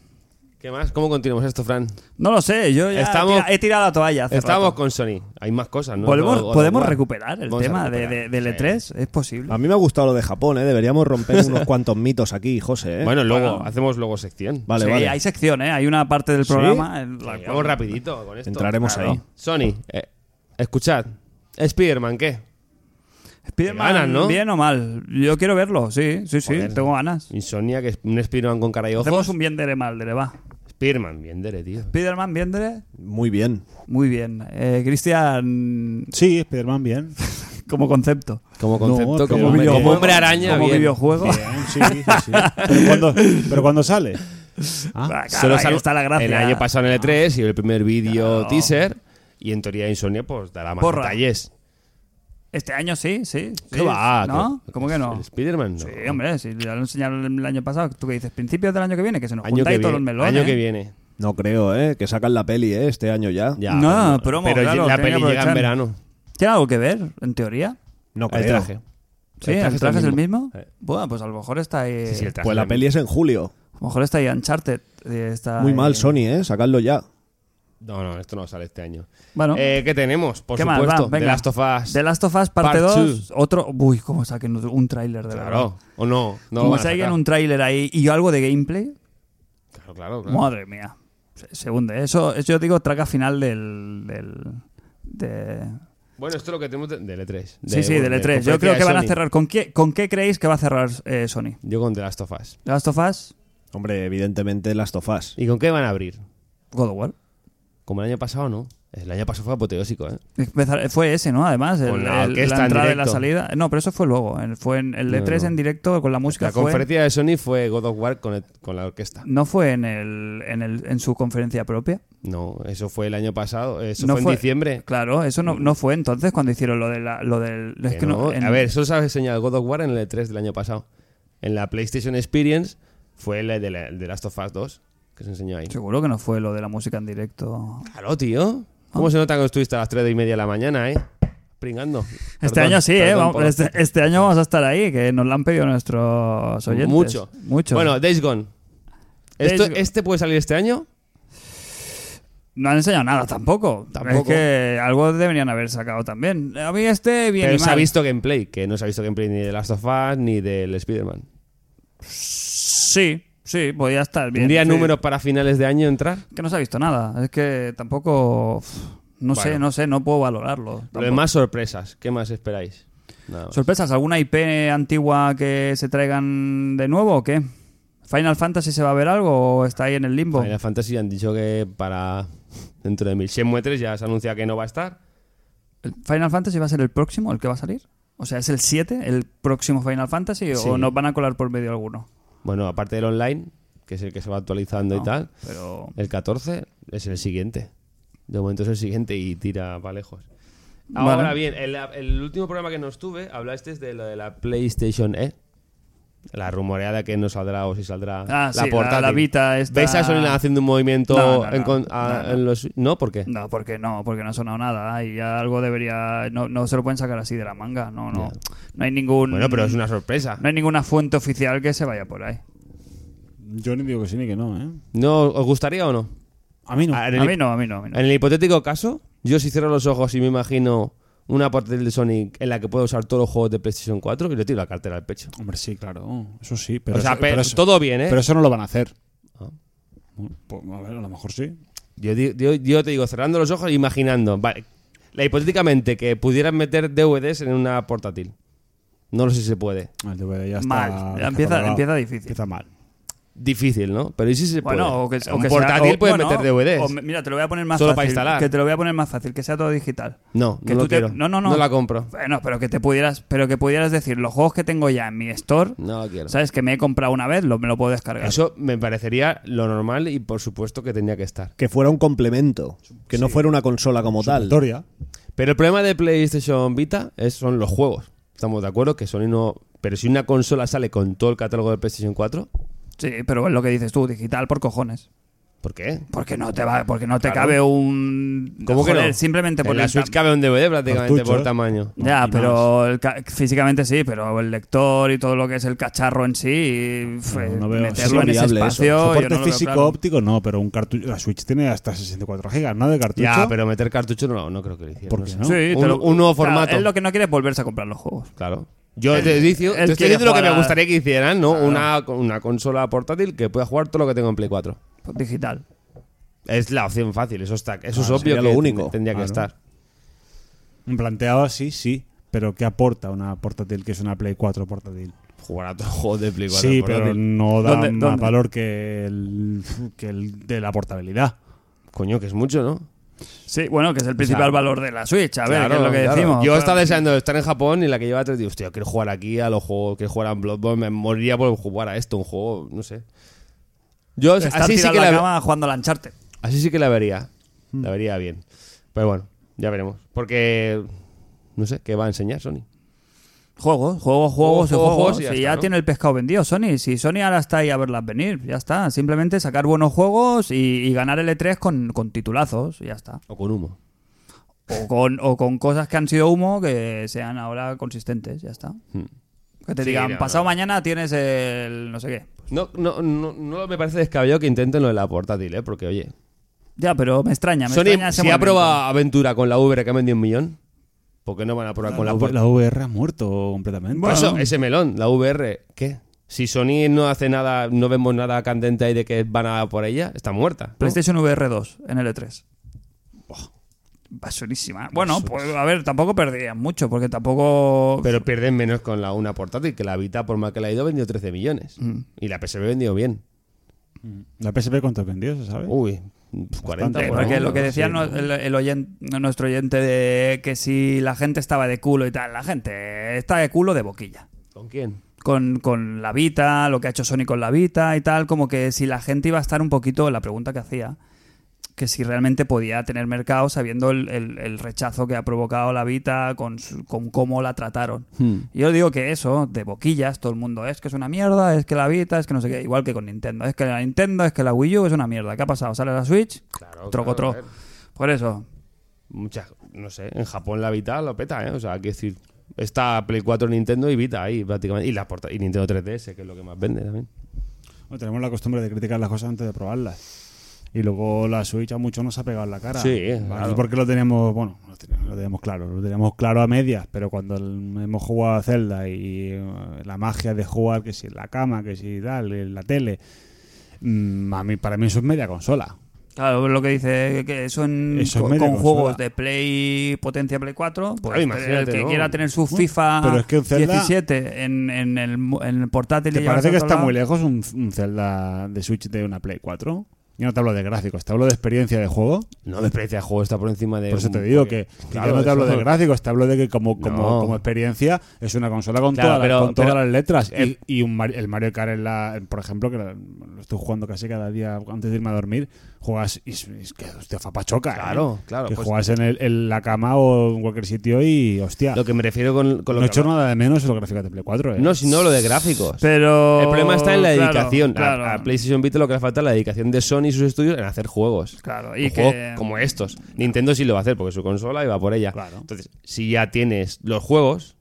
[SPEAKER 4] ¿Qué más? ¿Cómo continuamos esto, Fran?
[SPEAKER 2] No lo sé, yo ya he
[SPEAKER 4] Estamos-
[SPEAKER 2] tira- he tirado la toalla hace
[SPEAKER 4] Estamos
[SPEAKER 2] rato.
[SPEAKER 4] con Sony. Hay más cosas, ¿no?
[SPEAKER 2] ¿Podemos,
[SPEAKER 4] God of
[SPEAKER 2] podemos
[SPEAKER 4] War.
[SPEAKER 2] recuperar el
[SPEAKER 4] Vamos a
[SPEAKER 2] tema de-
[SPEAKER 4] recuperar.
[SPEAKER 2] de, del
[SPEAKER 4] Sí.
[SPEAKER 2] E3? ¿Es posible?
[SPEAKER 3] A mí me ha gustado lo de Japón, ¿eh? Deberíamos romper unos cuantos mitos aquí, José, ¿eh?
[SPEAKER 4] Bueno, luego
[SPEAKER 2] Bueno.
[SPEAKER 4] hacemos luego sección.
[SPEAKER 3] vale,
[SPEAKER 2] sí,
[SPEAKER 3] vale.
[SPEAKER 2] hay sección, ¿eh? Hay una parte del
[SPEAKER 3] ¿Sí?
[SPEAKER 2] programa... en la
[SPEAKER 4] Vamos
[SPEAKER 2] cual-
[SPEAKER 4] rapidito con esto.
[SPEAKER 3] Entraremos ahí.
[SPEAKER 4] Sony, eh, escuchad. Spider-Man, ¿qué?
[SPEAKER 2] Spiderman,
[SPEAKER 4] Te ganas, ¿no?
[SPEAKER 2] bien o mal. Yo quiero verlo, sí, sí, sí,
[SPEAKER 4] Joder.
[SPEAKER 2] tengo ganas.
[SPEAKER 4] Insomnia, que es un Spider-Man con cara y ojos.
[SPEAKER 2] Hacemos un viendere maldere, va.
[SPEAKER 4] Spider-Man, bien dere, tío.
[SPEAKER 2] Spiderman, viendere,
[SPEAKER 3] Muy bien.
[SPEAKER 2] muy bien. Eh, Cristian,
[SPEAKER 5] Sí, Spider-Man bien.
[SPEAKER 2] como concepto.
[SPEAKER 4] Como
[SPEAKER 5] No,
[SPEAKER 4] concepto,
[SPEAKER 5] pero
[SPEAKER 4] como,
[SPEAKER 5] hombre,
[SPEAKER 4] como
[SPEAKER 5] videojuego.
[SPEAKER 4] hombre araña,
[SPEAKER 2] Como
[SPEAKER 4] bien.
[SPEAKER 2] videojuego.
[SPEAKER 5] Bien, sí, sí, sí. Pero cuando, pero cuando sale. Ah,
[SPEAKER 2] Ah, claro,
[SPEAKER 4] Solo
[SPEAKER 2] ahí
[SPEAKER 4] sal-
[SPEAKER 2] está la gracia.
[SPEAKER 4] El año pasado en el E3 y el primer vídeo
[SPEAKER 2] Claro.
[SPEAKER 4] teaser. Y en teoría Insomnia pues dará más
[SPEAKER 2] Porra.
[SPEAKER 4] detalles.
[SPEAKER 2] Este año sí, sí.
[SPEAKER 4] ¿Qué
[SPEAKER 2] sí,
[SPEAKER 4] va?
[SPEAKER 2] ¿No?
[SPEAKER 4] ¿Qué-
[SPEAKER 2] ¿Cómo que no?
[SPEAKER 4] el Spider-Man no.
[SPEAKER 2] Sí, hombre, si ya lo enseñaron el año pasado. ¿Tú qué dices? ¿Principios del año que viene? Que se nos
[SPEAKER 4] Año
[SPEAKER 2] junta
[SPEAKER 4] que
[SPEAKER 2] ahí todos
[SPEAKER 4] viene.
[SPEAKER 2] los melones. ¿eh?
[SPEAKER 4] año que viene.
[SPEAKER 3] No creo, ¿eh? Que sacan la peli, ¿eh? Este año ya.
[SPEAKER 4] Ya,
[SPEAKER 2] No,
[SPEAKER 4] pero,
[SPEAKER 2] promo,
[SPEAKER 4] pero
[SPEAKER 2] claro,
[SPEAKER 4] la
[SPEAKER 2] tiene que
[SPEAKER 4] peli llega en
[SPEAKER 2] aprovechar.
[SPEAKER 4] verano.
[SPEAKER 2] ¿Tiene algo que ver, en teoría?
[SPEAKER 3] No creo.
[SPEAKER 4] El traje.
[SPEAKER 2] Sí, el traje es el mismo.
[SPEAKER 4] Eh.
[SPEAKER 2] Bueno, pues a lo mejor está ahí.
[SPEAKER 4] Sí, sí, el traje
[SPEAKER 3] Pues
[SPEAKER 4] es
[SPEAKER 3] la
[SPEAKER 4] el
[SPEAKER 3] peli es en julio.
[SPEAKER 2] A lo mejor está ahí Uncharted. eh, Está
[SPEAKER 3] Muy mal,
[SPEAKER 2] ahí-
[SPEAKER 3] Sony, ¿eh? Sacadlo ya.
[SPEAKER 4] mismo. No, no, esto no sale este año.
[SPEAKER 2] Bueno.
[SPEAKER 4] Eh, ¿Qué tenemos? Por
[SPEAKER 2] ¿Qué más?
[SPEAKER 4] supuesto,
[SPEAKER 2] Va,
[SPEAKER 4] The
[SPEAKER 2] venga.
[SPEAKER 4] Last of Us.
[SPEAKER 2] The Last of Us parte
[SPEAKER 4] Part
[SPEAKER 2] 2. Otro. Uy, cómo saquen un tráiler de verdad.
[SPEAKER 4] Claro. ¿O no? No lo
[SPEAKER 2] Como
[SPEAKER 4] van a
[SPEAKER 2] saquen
[SPEAKER 4] sacar.
[SPEAKER 2] un tráiler ahí y algo de gameplay.
[SPEAKER 4] Claro, claro, claro.
[SPEAKER 2] Madre mía. Se, se hunde. Eso, eso yo digo traca final del. del de,
[SPEAKER 4] Bueno, esto es lo que tenemos de, de L3. De-
[SPEAKER 2] Sí, sí,
[SPEAKER 4] bueno,
[SPEAKER 2] del
[SPEAKER 4] de
[SPEAKER 2] E3. Yo
[SPEAKER 4] conferencia
[SPEAKER 2] creo que
[SPEAKER 4] de
[SPEAKER 2] van a
[SPEAKER 4] Sony.
[SPEAKER 2] cerrar. ¿Con qué, ¿Con qué creéis que va a cerrar eh, Sony?
[SPEAKER 4] Yo con The Last of Us.
[SPEAKER 2] ¿The Last of Us?
[SPEAKER 3] Hombre, evidentemente las tofás.
[SPEAKER 4] ¿Y con qué van a abrir?
[SPEAKER 2] God of War.
[SPEAKER 4] Como el año pasado, ¿no? El año pasado fue apoteósico, ¿eh?
[SPEAKER 2] Empezar- fue ese, ¿no? Además, el-
[SPEAKER 4] Con la
[SPEAKER 2] el-
[SPEAKER 4] orquesta
[SPEAKER 2] la
[SPEAKER 4] en
[SPEAKER 2] entrada y la
[SPEAKER 4] directo.
[SPEAKER 2] salida. No, pero eso fue luego. El- Fue en el
[SPEAKER 4] No,
[SPEAKER 2] E3
[SPEAKER 4] no.
[SPEAKER 2] en directo con la música.
[SPEAKER 4] La
[SPEAKER 2] fue-
[SPEAKER 4] conferencia de Sony fue God of War con, el- con la orquesta.
[SPEAKER 2] No fue en, el, en, el, en su conferencia propia.
[SPEAKER 4] No, eso fue el año pasado. Eso
[SPEAKER 2] No
[SPEAKER 4] fue en
[SPEAKER 2] fue-
[SPEAKER 4] diciembre.
[SPEAKER 2] Claro, eso no, no fue entonces cuando hicieron lo, de la, lo del... es
[SPEAKER 4] Que
[SPEAKER 2] que no,
[SPEAKER 4] no.
[SPEAKER 2] en-
[SPEAKER 4] A ver, solo se ha enseñado God of War en el E3 del año pasado. En la PlayStation Experience fue el de, la- de Last of Us 2 que se enseñó ahí.
[SPEAKER 2] Seguro que no fue lo de la música en directo.
[SPEAKER 4] Claro, tío.
[SPEAKER 2] Ah.
[SPEAKER 4] ¿Cómo se nota que estuviste a las 3 y media de la mañana, eh? Pringando.
[SPEAKER 2] Este
[SPEAKER 4] Perdón,
[SPEAKER 2] año sí, ¿eh?
[SPEAKER 4] perdón
[SPEAKER 2] Vamos-
[SPEAKER 4] por-
[SPEAKER 2] este, este año vamos a estar ahí, que nos lo han pedido nuestros oyentes.
[SPEAKER 4] Mucho.
[SPEAKER 2] Mucho.
[SPEAKER 4] Bueno, Days Gone.
[SPEAKER 2] Days
[SPEAKER 4] Esto-
[SPEAKER 2] Gone.
[SPEAKER 4] ¿Este puede salir este año?
[SPEAKER 2] No han enseñado nada tampoco.
[SPEAKER 4] Tampoco.
[SPEAKER 2] Es que algo deberían haber sacado también. A mí este bien
[SPEAKER 4] Pero
[SPEAKER 2] y
[SPEAKER 4] se ha
[SPEAKER 2] mal.
[SPEAKER 4] visto gameplay, que no se ha visto gameplay ni de Last of Us ni del Spider-Man.
[SPEAKER 2] Sí, sí, podía estar bien.
[SPEAKER 4] ¿Tendría
[SPEAKER 2] sí.
[SPEAKER 4] números para finales de año entrar?
[SPEAKER 2] Que no se ha visto nada. Es que tampoco... uf, No sé,
[SPEAKER 4] Bueno.
[SPEAKER 2] no sé, no puedo valorarlo.
[SPEAKER 4] Lo
[SPEAKER 2] tampoco.
[SPEAKER 4] demás, sorpresas. ¿Qué más esperáis? Nada más.
[SPEAKER 2] ¿Sorpresas? ¿Alguna IP antigua que se traigan de nuevo o qué? ¿Final Fantasy se va a ver algo o está ahí en el limbo?
[SPEAKER 4] Final Fantasy han dicho que para dentro de 1100 muestras ya se anuncia que no va a estar.
[SPEAKER 2] ¿El ¿Final Fantasy va a ser el próximo, el que va a salir? O sea, ¿es el 7, el próximo Final Fantasy
[SPEAKER 4] Sí.
[SPEAKER 2] o nos van a colar por medio alguno?
[SPEAKER 4] Bueno, aparte del online, que es el que se va actualizando
[SPEAKER 2] No,
[SPEAKER 4] y tal,
[SPEAKER 2] Pero
[SPEAKER 4] el 14 es el siguiente. De momento es el siguiente y tira para lejos.
[SPEAKER 2] Vale.
[SPEAKER 4] Ahora bien, el, el último programa que nos tuve hablaste de lo de la PlayStation E. La rumoreada que no saldrá o si saldrá
[SPEAKER 2] Ah,
[SPEAKER 4] la
[SPEAKER 2] sí, la-
[SPEAKER 4] portátil.
[SPEAKER 2] la Vita esta-
[SPEAKER 4] ¿Ves a Sony haciendo un movimiento
[SPEAKER 2] No, no, no,
[SPEAKER 4] en, con-
[SPEAKER 2] no,
[SPEAKER 4] a-
[SPEAKER 2] no.
[SPEAKER 4] en los... ¿No? ¿Por qué?
[SPEAKER 2] No, porque no, porque no ha sonado nada. Y ya algo debería. No, no se lo pueden sacar así de la manga. No, no. No hay ningún.
[SPEAKER 4] Bueno, pero es una sorpresa.
[SPEAKER 2] No hay ninguna fuente oficial que se vaya por ahí.
[SPEAKER 5] Yo ni digo que sí ni que no, ¿eh?
[SPEAKER 4] ¿No os gustaría o no?
[SPEAKER 5] A mí no.
[SPEAKER 4] Ah, en
[SPEAKER 2] A
[SPEAKER 4] el-
[SPEAKER 2] mí no, a mí no, a mí no.
[SPEAKER 4] En el hipotético caso, yo si cierro los ojos y me imagino una portátil de Sonic en la que puedo usar todos los juegos de PlayStation 4, yo le tiro la cartera al pecho.
[SPEAKER 5] Hombre, sí, claro. Eso sí. Pero
[SPEAKER 4] o sea,
[SPEAKER 5] eso-
[SPEAKER 4] pe-
[SPEAKER 5] pero eso-
[SPEAKER 4] todo bien, ¿eh?
[SPEAKER 5] pero eso no lo van a hacer.
[SPEAKER 4] Ah.
[SPEAKER 5] Bueno, pues, a ver, a lo mejor sí.
[SPEAKER 4] Yo, di- yo- yo te digo, cerrando los ojos e imaginando, vale, la hipotéticamente que pudieran meter DVDs en una portátil. No lo sé si se puede.
[SPEAKER 5] El DVD ya está
[SPEAKER 2] Mal. Ya
[SPEAKER 5] descatalogado.
[SPEAKER 2] Empieza, empieza difícil.
[SPEAKER 5] Empieza mal.
[SPEAKER 4] Difícil, ¿no? Pero ¿y si se puede?
[SPEAKER 2] Bueno, o que, o
[SPEAKER 4] un
[SPEAKER 2] que sea-
[SPEAKER 4] portátil
[SPEAKER 2] o-
[SPEAKER 4] puede
[SPEAKER 2] bueno,
[SPEAKER 4] meter DVDs.
[SPEAKER 2] o me- mira, te lo voy a poner más
[SPEAKER 4] Solo
[SPEAKER 2] fácil.
[SPEAKER 4] para instalar.
[SPEAKER 2] Que te lo voy a poner más fácil, que sea todo digital.
[SPEAKER 4] No,
[SPEAKER 2] que
[SPEAKER 4] no
[SPEAKER 2] tú
[SPEAKER 4] lo
[SPEAKER 2] te-
[SPEAKER 4] quiero.
[SPEAKER 2] no, no, no.
[SPEAKER 4] No la compro.
[SPEAKER 2] Bueno, pero que te pudieras, pero que pudieras decir, los juegos que tengo ya en mi store,
[SPEAKER 4] No la quiero.
[SPEAKER 2] sabes que me he comprado una vez, lo, me lo puedo descargar.
[SPEAKER 4] Eso me parecería lo normal y por supuesto que tenía que estar.
[SPEAKER 3] Que fuera un complemento. Que no fuera una consola como tal.
[SPEAKER 5] Victoria.
[SPEAKER 4] Pero el problema de PlayStation Vita es, son los juegos. Estamos de acuerdo que Sony no. Pero si una consola sale con todo el catálogo de PlayStation 4,
[SPEAKER 2] Sí, pero es lo que dices tú, digital por cojones.
[SPEAKER 4] ¿por qué?
[SPEAKER 2] Porque no te va, porque no te
[SPEAKER 4] Claro.
[SPEAKER 2] cabe un
[SPEAKER 4] ¿Cómo que
[SPEAKER 2] Joder,
[SPEAKER 4] no?
[SPEAKER 2] simplemente por
[SPEAKER 4] en la
[SPEAKER 2] el
[SPEAKER 4] Switch
[SPEAKER 2] tam-
[SPEAKER 4] cabe un DVD prácticamente por
[SPEAKER 5] Cartuchos.
[SPEAKER 4] tamaño.
[SPEAKER 2] Ya,
[SPEAKER 5] y
[SPEAKER 2] pero el ca- físicamente sí, pero el lector y todo lo que es el cacharro en sí, y, f-
[SPEAKER 5] No, no veo-
[SPEAKER 2] meterlo
[SPEAKER 3] sí,
[SPEAKER 2] en ese
[SPEAKER 3] viable eso.
[SPEAKER 2] espacio, yo
[SPEAKER 5] Soporte
[SPEAKER 2] no lo veo
[SPEAKER 5] físico
[SPEAKER 2] claro.
[SPEAKER 5] óptico no, pero un cartucho. La Switch tiene hasta 64 gigas, ¿no? De cartucho.
[SPEAKER 4] Ya, pero meter cartucho no, lo- no creo que lo hicieran.
[SPEAKER 5] ¿Por
[SPEAKER 4] no
[SPEAKER 5] qué
[SPEAKER 4] sé.
[SPEAKER 5] no?
[SPEAKER 2] Sí, te
[SPEAKER 4] Un-
[SPEAKER 2] lo-
[SPEAKER 4] un nuevo
[SPEAKER 2] claro,
[SPEAKER 4] formato.
[SPEAKER 2] es lo que no quieres volverse a comprar los juegos.
[SPEAKER 4] Claro. Yo te, dicio-
[SPEAKER 2] él
[SPEAKER 4] te estoy
[SPEAKER 2] quiere
[SPEAKER 4] diciendo lo que
[SPEAKER 2] jugar
[SPEAKER 4] me
[SPEAKER 2] a-
[SPEAKER 4] gustaría que hicieran, ¿no? Una, una consola portátil que pueda jugar todo lo que tengo en Play 4.
[SPEAKER 2] Pues Digital.
[SPEAKER 4] Es la opción fácil, eso, está, eso es obvio
[SPEAKER 3] sería
[SPEAKER 4] que
[SPEAKER 3] lo
[SPEAKER 4] ten-
[SPEAKER 3] único.
[SPEAKER 4] tendría que
[SPEAKER 5] Claro.
[SPEAKER 4] estar.
[SPEAKER 5] Planteado así, sí. Pero ¿qué aporta una portátil que es una Play 4 portátil?
[SPEAKER 4] Jugar a todos los juegos de Play 4.
[SPEAKER 5] Sí,
[SPEAKER 4] portátil.
[SPEAKER 5] pero no da
[SPEAKER 2] ¿Dónde-
[SPEAKER 5] más
[SPEAKER 2] dónde?
[SPEAKER 5] valor que el, que el de la portabilidad.
[SPEAKER 4] Coño, que es mucho, ¿no?
[SPEAKER 2] Sí, bueno, que es el principal
[SPEAKER 4] Claro.
[SPEAKER 2] valor de la Switch, a ver,
[SPEAKER 4] Claro,
[SPEAKER 2] que es lo que
[SPEAKER 4] claro.
[SPEAKER 2] decimos.
[SPEAKER 4] Yo
[SPEAKER 2] Pero-
[SPEAKER 4] estaba deseando estar en Japón y la que lleva tres, digo, hostia, quiero jugar aquí a los juegos, quiero jugar a Bloodborne, me moriría por jugar a esto, un juego, no sé. Yo
[SPEAKER 2] Estar
[SPEAKER 4] así sí,
[SPEAKER 2] tirado
[SPEAKER 4] que
[SPEAKER 2] en
[SPEAKER 4] la,
[SPEAKER 2] la cama jugando al Uncharted.
[SPEAKER 4] así sí que la vería.
[SPEAKER 5] Hmm.
[SPEAKER 4] La vería bien. Pero bueno, ya veremos. Porque, no sé, ¿qué va a enseñar Sony?
[SPEAKER 2] Juegos,
[SPEAKER 4] Juegos,
[SPEAKER 2] juegos, juegos, y
[SPEAKER 4] juegos,
[SPEAKER 2] juegos.
[SPEAKER 4] y
[SPEAKER 2] y
[SPEAKER 4] ya
[SPEAKER 2] ya,
[SPEAKER 4] está, ¿no?
[SPEAKER 2] tiene el pescado vendido Sony. Si Sony ahora está ahí a verlas venir, ya está. Simplemente sacar buenos juegos y, y ganar el E3 con, con titulazos, y ya está.
[SPEAKER 4] O con humo.
[SPEAKER 2] O con, o con cosas que han sido humo que sean ahora consistentes, ya está.
[SPEAKER 4] Hmm.
[SPEAKER 2] Que te
[SPEAKER 4] Sí,
[SPEAKER 2] digan,
[SPEAKER 4] no,
[SPEAKER 2] pasado
[SPEAKER 4] no.
[SPEAKER 2] mañana tienes el no sé qué.
[SPEAKER 4] No, no, no, no me parece descabellado que intenten lo de la portátil, ¿eh? Porque, oye,
[SPEAKER 2] Ya, pero me extraña, me
[SPEAKER 5] este
[SPEAKER 4] Sony,
[SPEAKER 2] extraña ese
[SPEAKER 4] si
[SPEAKER 2] movimiento.
[SPEAKER 4] aprueba Aventura con la VR que ha vendido un millón, ¿por qué no van a probar con la,
[SPEAKER 5] V-
[SPEAKER 4] portátil?
[SPEAKER 5] la VR ha muerto completamente.
[SPEAKER 4] Por eso, ese melón, la VR, ¿qué? Si Sony no hace nada, no vemos nada candente
[SPEAKER 5] este-
[SPEAKER 4] ahí de que van a por ella, está muerta. ¿no?
[SPEAKER 2] PlayStation VR 2 en L3. Basurísima. Bueno, pues a ver, tampoco perdían mucho, porque tampoco.
[SPEAKER 4] Pero pierden menos con la una portátil, que la Vita, por mal que la ha ido, vendió 13 millones.
[SPEAKER 5] Mm.
[SPEAKER 4] Y la PSP vendió bien.
[SPEAKER 5] ¿La PSP cuánto vendió, se sabe?
[SPEAKER 4] Uy, pues 40 por
[SPEAKER 2] Sí, Eh, porque
[SPEAKER 4] ahí,
[SPEAKER 2] lo que
[SPEAKER 4] ¿no?
[SPEAKER 2] decía
[SPEAKER 4] Sí.
[SPEAKER 2] no- el, el oyen- nuestro oyente de que si la gente estaba de culo y tal, la gente está de culo de boquilla.
[SPEAKER 4] ¿Con quién?
[SPEAKER 2] Con, con la Vita, lo que ha hecho Sony con la Vita y tal, como que si la gente iba a estar un poquito, la pregunta que hacía, que si realmente podía tener mercado sabiendo el, el- el rechazo que ha provocado la Vita con, su- con cómo la trataron. Yo digo que eso, de boquillas, todo el mundo es que es una mierda, es que la Vita, es que no sé qué, igual que con Nintendo, es que la Nintendo, es que la Wii U es una mierda. ¿Qué ha pasado? ¿Sale la Switch?
[SPEAKER 4] Claro,
[SPEAKER 2] troco,
[SPEAKER 4] claro,
[SPEAKER 2] troco.
[SPEAKER 4] a ver.
[SPEAKER 2] Por eso,
[SPEAKER 4] Muchas, no sé, en Japón la Vita lo peta, ¿eh? O sea, hay que decir, está Play 4 Nintendo y Vita ahí prácticamente. Y, la porta- y Nintendo 3DS, que es lo que más vende también.
[SPEAKER 5] Bueno, tenemos la costumbre de criticar las cosas antes de probarlas. Y luego la Switch a muchos nos ha pegado en la cara.
[SPEAKER 4] Sí,
[SPEAKER 5] Bueno,
[SPEAKER 4] claro.
[SPEAKER 5] eso Porque lo teníamos, bueno, lo teníamos, lo teníamos claro, lo teníamos claro a medias, pero cuando el- hemos jugado a Zelda y eh, la magia de jugar, que si en la cama, que si tal, en la tele, mm, a mí, para mí eso es media consola.
[SPEAKER 2] claro, lo que dice que eso en-
[SPEAKER 5] Eso es
[SPEAKER 2] con,
[SPEAKER 5] media
[SPEAKER 2] con
[SPEAKER 5] consola.
[SPEAKER 2] juegos de Play potencia Play 4, pues
[SPEAKER 4] Claro, imagínate,
[SPEAKER 2] el que
[SPEAKER 4] ¿no?
[SPEAKER 2] quiera tener su FIFA
[SPEAKER 5] pero es que un Zelda-
[SPEAKER 2] 17 en, en el, mu- en el portátil
[SPEAKER 5] ¿Te
[SPEAKER 2] y llevarlo
[SPEAKER 5] parece
[SPEAKER 2] a
[SPEAKER 5] que
[SPEAKER 2] otro
[SPEAKER 5] está
[SPEAKER 2] lado,
[SPEAKER 5] muy lejos un, un Zelda de Switch de una Play 4? Yo no te hablo de gráficos, te hablo de experiencia de juego.
[SPEAKER 4] No, de precio de juego está por encima de.
[SPEAKER 5] Por eso
[SPEAKER 4] un-
[SPEAKER 5] te digo que,
[SPEAKER 4] porque-
[SPEAKER 5] que
[SPEAKER 4] Eh, Claro,
[SPEAKER 5] yo no te hablo
[SPEAKER 4] eso-
[SPEAKER 5] de gráficos, te hablo de que como, como,
[SPEAKER 4] No.
[SPEAKER 5] como experiencia es una consola con,
[SPEAKER 4] Claro,
[SPEAKER 5] todas las-
[SPEAKER 4] pero-
[SPEAKER 5] con todas
[SPEAKER 4] pero-
[SPEAKER 5] las letras. Y-
[SPEAKER 4] el-
[SPEAKER 5] y un Mar- el Mario Kart, en la, por ejemplo, que la- lo estoy jugando casi cada día antes de irme a dormir, juegas y es, es que hostia, fapa choca. ¿eh?
[SPEAKER 4] Claro, claro,
[SPEAKER 5] Que
[SPEAKER 4] pues-
[SPEAKER 5] juegas en, el- en la cama o en cualquier sitio y hostia.
[SPEAKER 4] Lo que me refiero con, con lo
[SPEAKER 5] no he
[SPEAKER 4] que
[SPEAKER 5] hecho
[SPEAKER 4] hablaba-
[SPEAKER 5] nada de menos en los gráficos de Play 4. ¿eh?
[SPEAKER 4] No, sino lo de gráficos.
[SPEAKER 2] Pero
[SPEAKER 4] el problema está en la
[SPEAKER 2] claro,
[SPEAKER 4] dedicación. A-
[SPEAKER 2] Claro,
[SPEAKER 4] A, PlayStation Vita lo que le falta es la dedicación de Sony y sus estudios en hacer juegos.
[SPEAKER 2] Claro, y
[SPEAKER 4] Un juego
[SPEAKER 2] que-
[SPEAKER 4] como estos. Nintendo sí lo va a hacer porque es su consola y va por ella.
[SPEAKER 5] Claro.
[SPEAKER 4] Entonces, si ya tienes los juegos,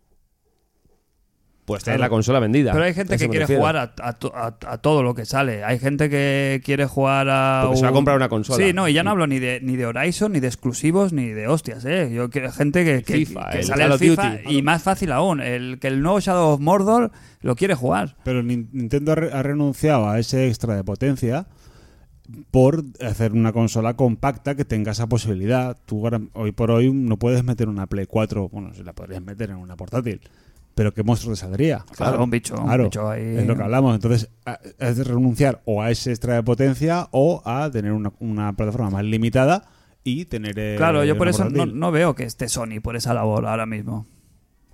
[SPEAKER 4] pues tienes la
[SPEAKER 2] Claro.
[SPEAKER 4] consola vendida.
[SPEAKER 2] pero hay gente
[SPEAKER 4] A eso
[SPEAKER 2] que
[SPEAKER 4] me
[SPEAKER 2] quiere
[SPEAKER 4] refiero.
[SPEAKER 2] jugar a, a to- a- a todo lo que sale. Hay gente que quiere jugar a.
[SPEAKER 4] Porque se va a comprar una consola.
[SPEAKER 2] Sí, no, y ya no hablo ni de, ni de Horizon, ni de exclusivos, ni de hostias, ¿eh? Yo quiero gente que, que,
[SPEAKER 4] FIFA,
[SPEAKER 2] que
[SPEAKER 4] el
[SPEAKER 2] sale
[SPEAKER 4] Call
[SPEAKER 2] el
[SPEAKER 4] of
[SPEAKER 2] FIFA
[SPEAKER 4] Duty.
[SPEAKER 2] y más fácil aún, el que el nuevo Shadow of Mordor lo quiere jugar.
[SPEAKER 5] Pero Nin- Nintendo ha re- ha renunciado a ese extra de potencia por hacer una consola compacta que tenga esa posibilidad. Tú ahora- hoy por hoy no puedes meter una Play 4, bueno, si la podrías meter en una portátil, pero ¿qué monstruo te saldría?
[SPEAKER 2] Claro, un bicho, un
[SPEAKER 5] Claro,
[SPEAKER 2] bicho ahí.
[SPEAKER 5] es lo que hablamos. Entonces, a- es de renunciar o a ese extra de potencia o a tener una, una plataforma más limitada y tener... eh,
[SPEAKER 2] Claro, yo
[SPEAKER 5] una
[SPEAKER 2] por eso no,
[SPEAKER 5] portátil.
[SPEAKER 2] no veo que esté Sony por esa labor ahora mismo.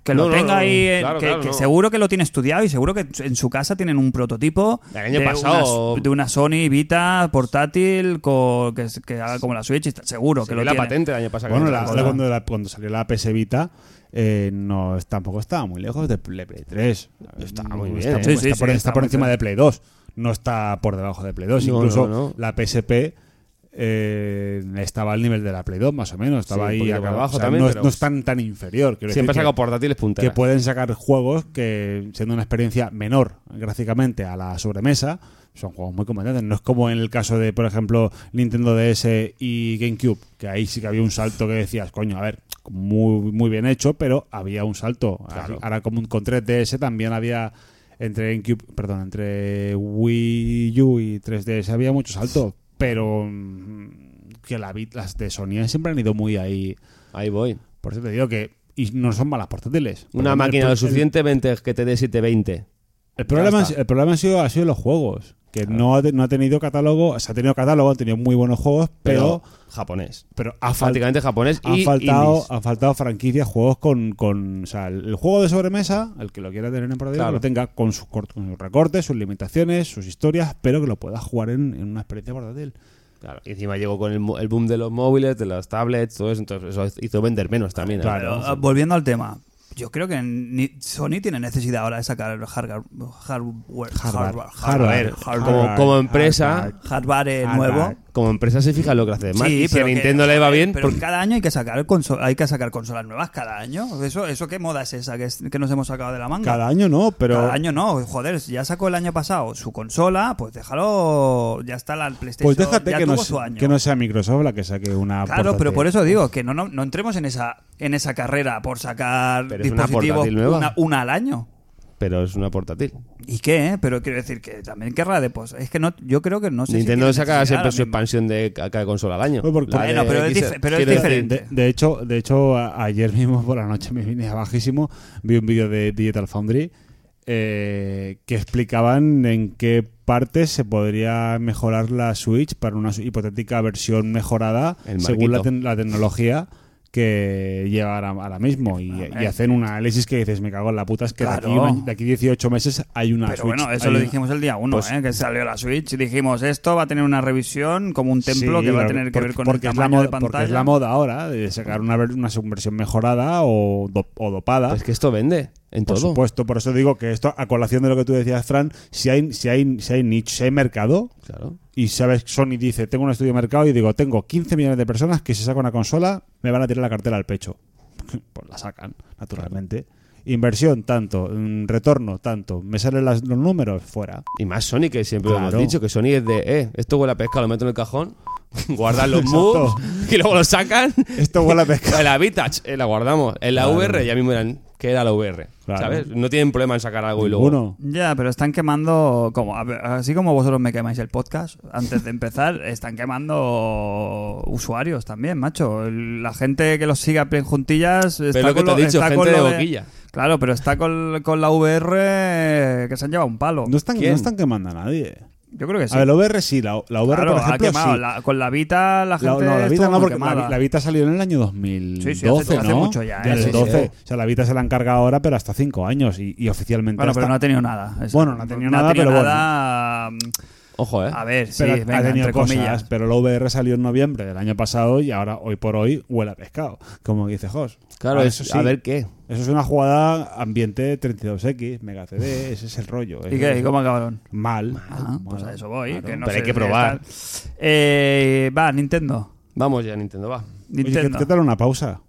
[SPEAKER 2] Que
[SPEAKER 4] No,
[SPEAKER 2] lo
[SPEAKER 4] no,
[SPEAKER 2] tenga
[SPEAKER 4] no,
[SPEAKER 2] ahí, en-
[SPEAKER 4] claro,
[SPEAKER 2] que,
[SPEAKER 4] claro,
[SPEAKER 2] que
[SPEAKER 4] no.
[SPEAKER 2] seguro que lo tiene estudiado y seguro que en su casa tienen un prototipo
[SPEAKER 4] El año
[SPEAKER 2] de,
[SPEAKER 4] pasado-
[SPEAKER 2] una, de una Sony Vita portátil co- que, es- que haga como la Switch, y está- seguro
[SPEAKER 4] Se
[SPEAKER 2] que
[SPEAKER 4] ve
[SPEAKER 2] lo
[SPEAKER 4] la
[SPEAKER 2] tiene.
[SPEAKER 4] patente el año pasado. que
[SPEAKER 5] Bueno,
[SPEAKER 4] no
[SPEAKER 5] la-
[SPEAKER 4] la-
[SPEAKER 5] la- cuando, la- cuando salió la PS Vita, eh, no, es- tampoco estaba muy lejos de Play, Play 3.
[SPEAKER 4] Está
[SPEAKER 5] No,
[SPEAKER 4] muy bien,
[SPEAKER 5] Está,
[SPEAKER 4] ¿eh?
[SPEAKER 5] por-
[SPEAKER 2] Sí, sí,
[SPEAKER 5] está por,
[SPEAKER 2] sí,
[SPEAKER 5] está
[SPEAKER 2] está
[SPEAKER 5] por
[SPEAKER 2] muy
[SPEAKER 5] encima
[SPEAKER 2] bien.
[SPEAKER 5] de Play 2. No está por debajo de Play 2.
[SPEAKER 4] No,
[SPEAKER 5] Incluso
[SPEAKER 4] no, no.
[SPEAKER 5] la PSP eh, estaba al nivel de la Play 2, más o menos.
[SPEAKER 4] Sí,
[SPEAKER 5] Estaba
[SPEAKER 4] un
[SPEAKER 5] ahí
[SPEAKER 4] poquito
[SPEAKER 5] acá-
[SPEAKER 4] por debajo
[SPEAKER 5] o sea,
[SPEAKER 4] también,
[SPEAKER 5] No, es-
[SPEAKER 4] pero-
[SPEAKER 5] no es tan, tan inferior. quiero
[SPEAKER 4] Siempre ha
[SPEAKER 5] decir
[SPEAKER 4] sacado
[SPEAKER 5] que-
[SPEAKER 4] portátiles
[SPEAKER 5] que
[SPEAKER 4] punteras.
[SPEAKER 5] pueden sacar juegos que, siendo una experiencia menor gráficamente a la sobremesa, son juegos muy competentes. No es como en el caso de, por ejemplo, Nintendo DS y GameCube, que ahí sí que había un salto que decías, coño, a ver, muy, muy bien hecho, pero había un salto.
[SPEAKER 4] Claro.
[SPEAKER 5] Ahora, como con 3DS también había. Entre GameCube, perdón, entre Wii U y 3DS había mucho salto, pero mm, que la, vi- las de Sony siempre han ido muy ahí.
[SPEAKER 4] Ahí voy.
[SPEAKER 5] Por eso te digo que y no son malas portátiles.
[SPEAKER 4] Una
[SPEAKER 5] Porque
[SPEAKER 4] máquina
[SPEAKER 5] el-
[SPEAKER 4] lo
[SPEAKER 5] el-
[SPEAKER 4] suficientemente que te dé 720.
[SPEAKER 5] el problema,
[SPEAKER 4] Ya
[SPEAKER 5] es-
[SPEAKER 4] está.
[SPEAKER 5] el problema ha, sido, ha sido los juegos. Que no, ha, te- no ha tenido catálogo, se ha tenido catálogo, han tenido muy buenos juegos, pero,
[SPEAKER 4] Pero, japonés.
[SPEAKER 5] pero ha, fal-
[SPEAKER 4] Prácticamente japonés
[SPEAKER 5] ha
[SPEAKER 4] y
[SPEAKER 5] faltado,
[SPEAKER 4] indies.
[SPEAKER 5] ha faltado franquicias, juegos con, con. O sea, el, el juego de sobremesa, el que lo quiera tener en portátil,
[SPEAKER 4] Claro.
[SPEAKER 5] que lo tenga con sus, cort- con sus recortes, sus limitaciones, sus historias, pero que lo pueda jugar en, en una experiencia portátil.
[SPEAKER 4] Claro, y encima llegó con el, mo- el boom de los móviles, de las tablets, todo eso. Entonces, eso hizo vender menos también. ¿eh?
[SPEAKER 5] Claro.
[SPEAKER 2] Pero, ah, volviendo al tema, yo creo que ni- Sony tiene necesidad ahora de sacar hardware, hardware, hardware,
[SPEAKER 5] Hardware.
[SPEAKER 4] A ver,
[SPEAKER 5] Hardware.
[SPEAKER 4] como, como empresa,
[SPEAKER 5] Hardware.
[SPEAKER 2] hardware
[SPEAKER 5] Hardware.
[SPEAKER 2] nuevo.
[SPEAKER 4] como empresa se fija en lo que hace de mal.
[SPEAKER 2] Sí,
[SPEAKER 4] y si a
[SPEAKER 2] que-
[SPEAKER 4] Nintendo le va bien, pues,
[SPEAKER 2] Pero
[SPEAKER 4] porque-
[SPEAKER 2] cada año hay que sacar conso- hay que sacar consolas nuevas cada año. Eso, eso qué moda es esa que, es- que nos hemos sacado de la manga.
[SPEAKER 5] Cada año no, pero.
[SPEAKER 2] Cada año no, joder, si ya sacó el año pasado su consola, pues déjalo, ya está la PlayStation.
[SPEAKER 5] Pues déjate
[SPEAKER 2] ya
[SPEAKER 5] que no,
[SPEAKER 2] tuvo
[SPEAKER 5] se-
[SPEAKER 2] su año.
[SPEAKER 5] que no sea Microsoft la que saque
[SPEAKER 4] Ah,
[SPEAKER 5] una.
[SPEAKER 2] Claro,
[SPEAKER 4] pues
[SPEAKER 2] pero
[SPEAKER 5] portátil.
[SPEAKER 2] por eso digo que no, no, no entremos en esa en esa carrera por sacar
[SPEAKER 4] Pero es una
[SPEAKER 2] dispositivos
[SPEAKER 4] portátil nueva.
[SPEAKER 2] una, una al año.
[SPEAKER 4] pero es una portátil.
[SPEAKER 2] ¿Y qué? eh? Pero quiero decir que también querrá de pues es que no yo creo que no sé si
[SPEAKER 4] Nintendo
[SPEAKER 2] tiene
[SPEAKER 4] saca
[SPEAKER 2] necesidad
[SPEAKER 4] siempre
[SPEAKER 2] ahora
[SPEAKER 4] su
[SPEAKER 2] mismo.
[SPEAKER 4] expansión de ca- cada consola al año.
[SPEAKER 5] Bueno, porque-
[SPEAKER 4] La de
[SPEAKER 2] Bueno, pero es
[SPEAKER 4] Xbox.
[SPEAKER 2] dife- pero es
[SPEAKER 4] Quiero decir,
[SPEAKER 2] diferente.
[SPEAKER 5] De, de hecho, de hecho a- ayer mismo por la noche me vine bajísimo, vi un vídeo de Digital Foundry eh, que explicaban en qué partes se podría mejorar la Switch para una su- hipotética versión mejorada
[SPEAKER 4] El
[SPEAKER 5] según la,
[SPEAKER 4] marquito.
[SPEAKER 5] tec- la tecnología que lleva ahora, ahora mismo y, y hacen un análisis que dices me cago en la puta es que de, aquí
[SPEAKER 2] Claro.
[SPEAKER 5] un año- de aquí 18 meses hay una
[SPEAKER 2] Pero
[SPEAKER 5] Switch,
[SPEAKER 2] bueno, eso
[SPEAKER 5] hay
[SPEAKER 2] lo
[SPEAKER 5] una-
[SPEAKER 2] dijimos el día uno,
[SPEAKER 5] Pues-
[SPEAKER 2] eh, que salió la Switch. y Dijimos, esto va a tener una revisión como un templo
[SPEAKER 5] Sí,
[SPEAKER 2] que va a
[SPEAKER 5] claro,
[SPEAKER 2] tener que
[SPEAKER 5] porque-
[SPEAKER 2] ver con
[SPEAKER 5] porque
[SPEAKER 2] el
[SPEAKER 5] es la
[SPEAKER 2] tamaño de
[SPEAKER 5] moda-
[SPEAKER 2] pantalla.
[SPEAKER 5] Porque es la moda ahora de sacar una, ver- una subversión mejorada o, do- o dopada.
[SPEAKER 4] pero Es que esto vende en
[SPEAKER 5] por
[SPEAKER 4] todo.
[SPEAKER 5] supuesto, por eso digo que esto, a colación de lo que tú decías, Fran, si hay, si hay, si hay nicho, si hay mercado,
[SPEAKER 4] Claro.
[SPEAKER 5] y sabes, Sony dice, tengo un estudio de mercado y digo, tengo 15 millones de personas que si saco una consola me van a tirar la cartera al pecho. Pues la sacan, naturalmente. Inversión, tanto. Mm, Retorno, tanto. Me salen las- los números, fuera.
[SPEAKER 4] Y más Sony, que siempre lo
[SPEAKER 5] Claro.
[SPEAKER 4] hemos dicho, que Sony es de, eh, esto huele a pesca, lo meto en el cajón, guardan los
[SPEAKER 5] Exacto.
[SPEAKER 4] moves, y luego lo sacan.
[SPEAKER 5] Esto huele a pesca.
[SPEAKER 4] El Habitat, eh, la guardamos. En la VR ya mismo eran, que era la VR.
[SPEAKER 5] Claro.
[SPEAKER 4] ¿Sabes? No tienen problema en sacar algo y luego.
[SPEAKER 5] Uno.
[SPEAKER 2] Ya, pero están quemando, como a ver, así como vosotros me quemáis el podcast antes de empezar, están quemando usuarios también, macho. El- La gente que los sigue a pie juntillas está
[SPEAKER 4] lo que
[SPEAKER 2] con
[SPEAKER 4] te he dicho,
[SPEAKER 2] está
[SPEAKER 4] gente
[SPEAKER 2] con
[SPEAKER 4] de
[SPEAKER 2] lo
[SPEAKER 4] boquilla.
[SPEAKER 2] Claro, pero está con, con la VR que se han llevado un palo.
[SPEAKER 5] No están, no
[SPEAKER 4] ¿Quién?
[SPEAKER 5] están quemando a nadie.
[SPEAKER 2] Yo creo que sí.
[SPEAKER 5] A ver, la VR sí, la, la VR
[SPEAKER 2] Claro,
[SPEAKER 5] por ejemplo
[SPEAKER 2] ha quemado.
[SPEAKER 5] sí.
[SPEAKER 2] La- con la Vita la
[SPEAKER 5] La,
[SPEAKER 2] gente
[SPEAKER 5] no, la Vita
[SPEAKER 2] estuvo
[SPEAKER 5] no,
[SPEAKER 2] muy
[SPEAKER 5] porque la,
[SPEAKER 2] quemada.
[SPEAKER 5] la Vita salió en el año 2012,
[SPEAKER 2] Sí, sí, hace- hace
[SPEAKER 5] ¿no?
[SPEAKER 2] mucho ya, ¿eh?
[SPEAKER 5] Desde
[SPEAKER 2] Sí,
[SPEAKER 5] el
[SPEAKER 2] sí.
[SPEAKER 5] 12. O sea, la Vita se la encarga ahora, pero hasta 5 años y, y oficialmente
[SPEAKER 2] Bueno,
[SPEAKER 5] hasta-
[SPEAKER 2] pero no ha tenido nada. Es-
[SPEAKER 5] Bueno, no ha tenido nada, pero bueno.
[SPEAKER 2] nada, mm,
[SPEAKER 4] Ojo, ¿eh?
[SPEAKER 2] A ver, sí,
[SPEAKER 5] pero ha-
[SPEAKER 2] venga,
[SPEAKER 5] ha tenido
[SPEAKER 2] entre
[SPEAKER 5] cosas,
[SPEAKER 2] comillas.
[SPEAKER 5] pero la VR salió en noviembre del año pasado y ahora, hoy por hoy, huele a pescado, como dice Jos.
[SPEAKER 4] claro,
[SPEAKER 5] Ah,
[SPEAKER 4] es- a ver qué.
[SPEAKER 5] Eso es una jugada ambiente 32X, Mega CD, ese es el rollo.
[SPEAKER 2] ¿Y
[SPEAKER 5] eso
[SPEAKER 2] qué?
[SPEAKER 5] es-
[SPEAKER 2] ¿Y cómo acabaron?
[SPEAKER 5] Mal.
[SPEAKER 2] Ah, pues
[SPEAKER 5] Mal.
[SPEAKER 2] a eso voy.
[SPEAKER 5] Claro.
[SPEAKER 2] que no
[SPEAKER 4] pero hay
[SPEAKER 2] sé
[SPEAKER 4] que
[SPEAKER 2] si
[SPEAKER 4] probar.
[SPEAKER 2] están- Eh, va, Nintendo.
[SPEAKER 4] Vamos ya, Nintendo, va.
[SPEAKER 5] Oye, ¿qué-
[SPEAKER 2] Nintendo.
[SPEAKER 5] ¿Qué tal una pausa?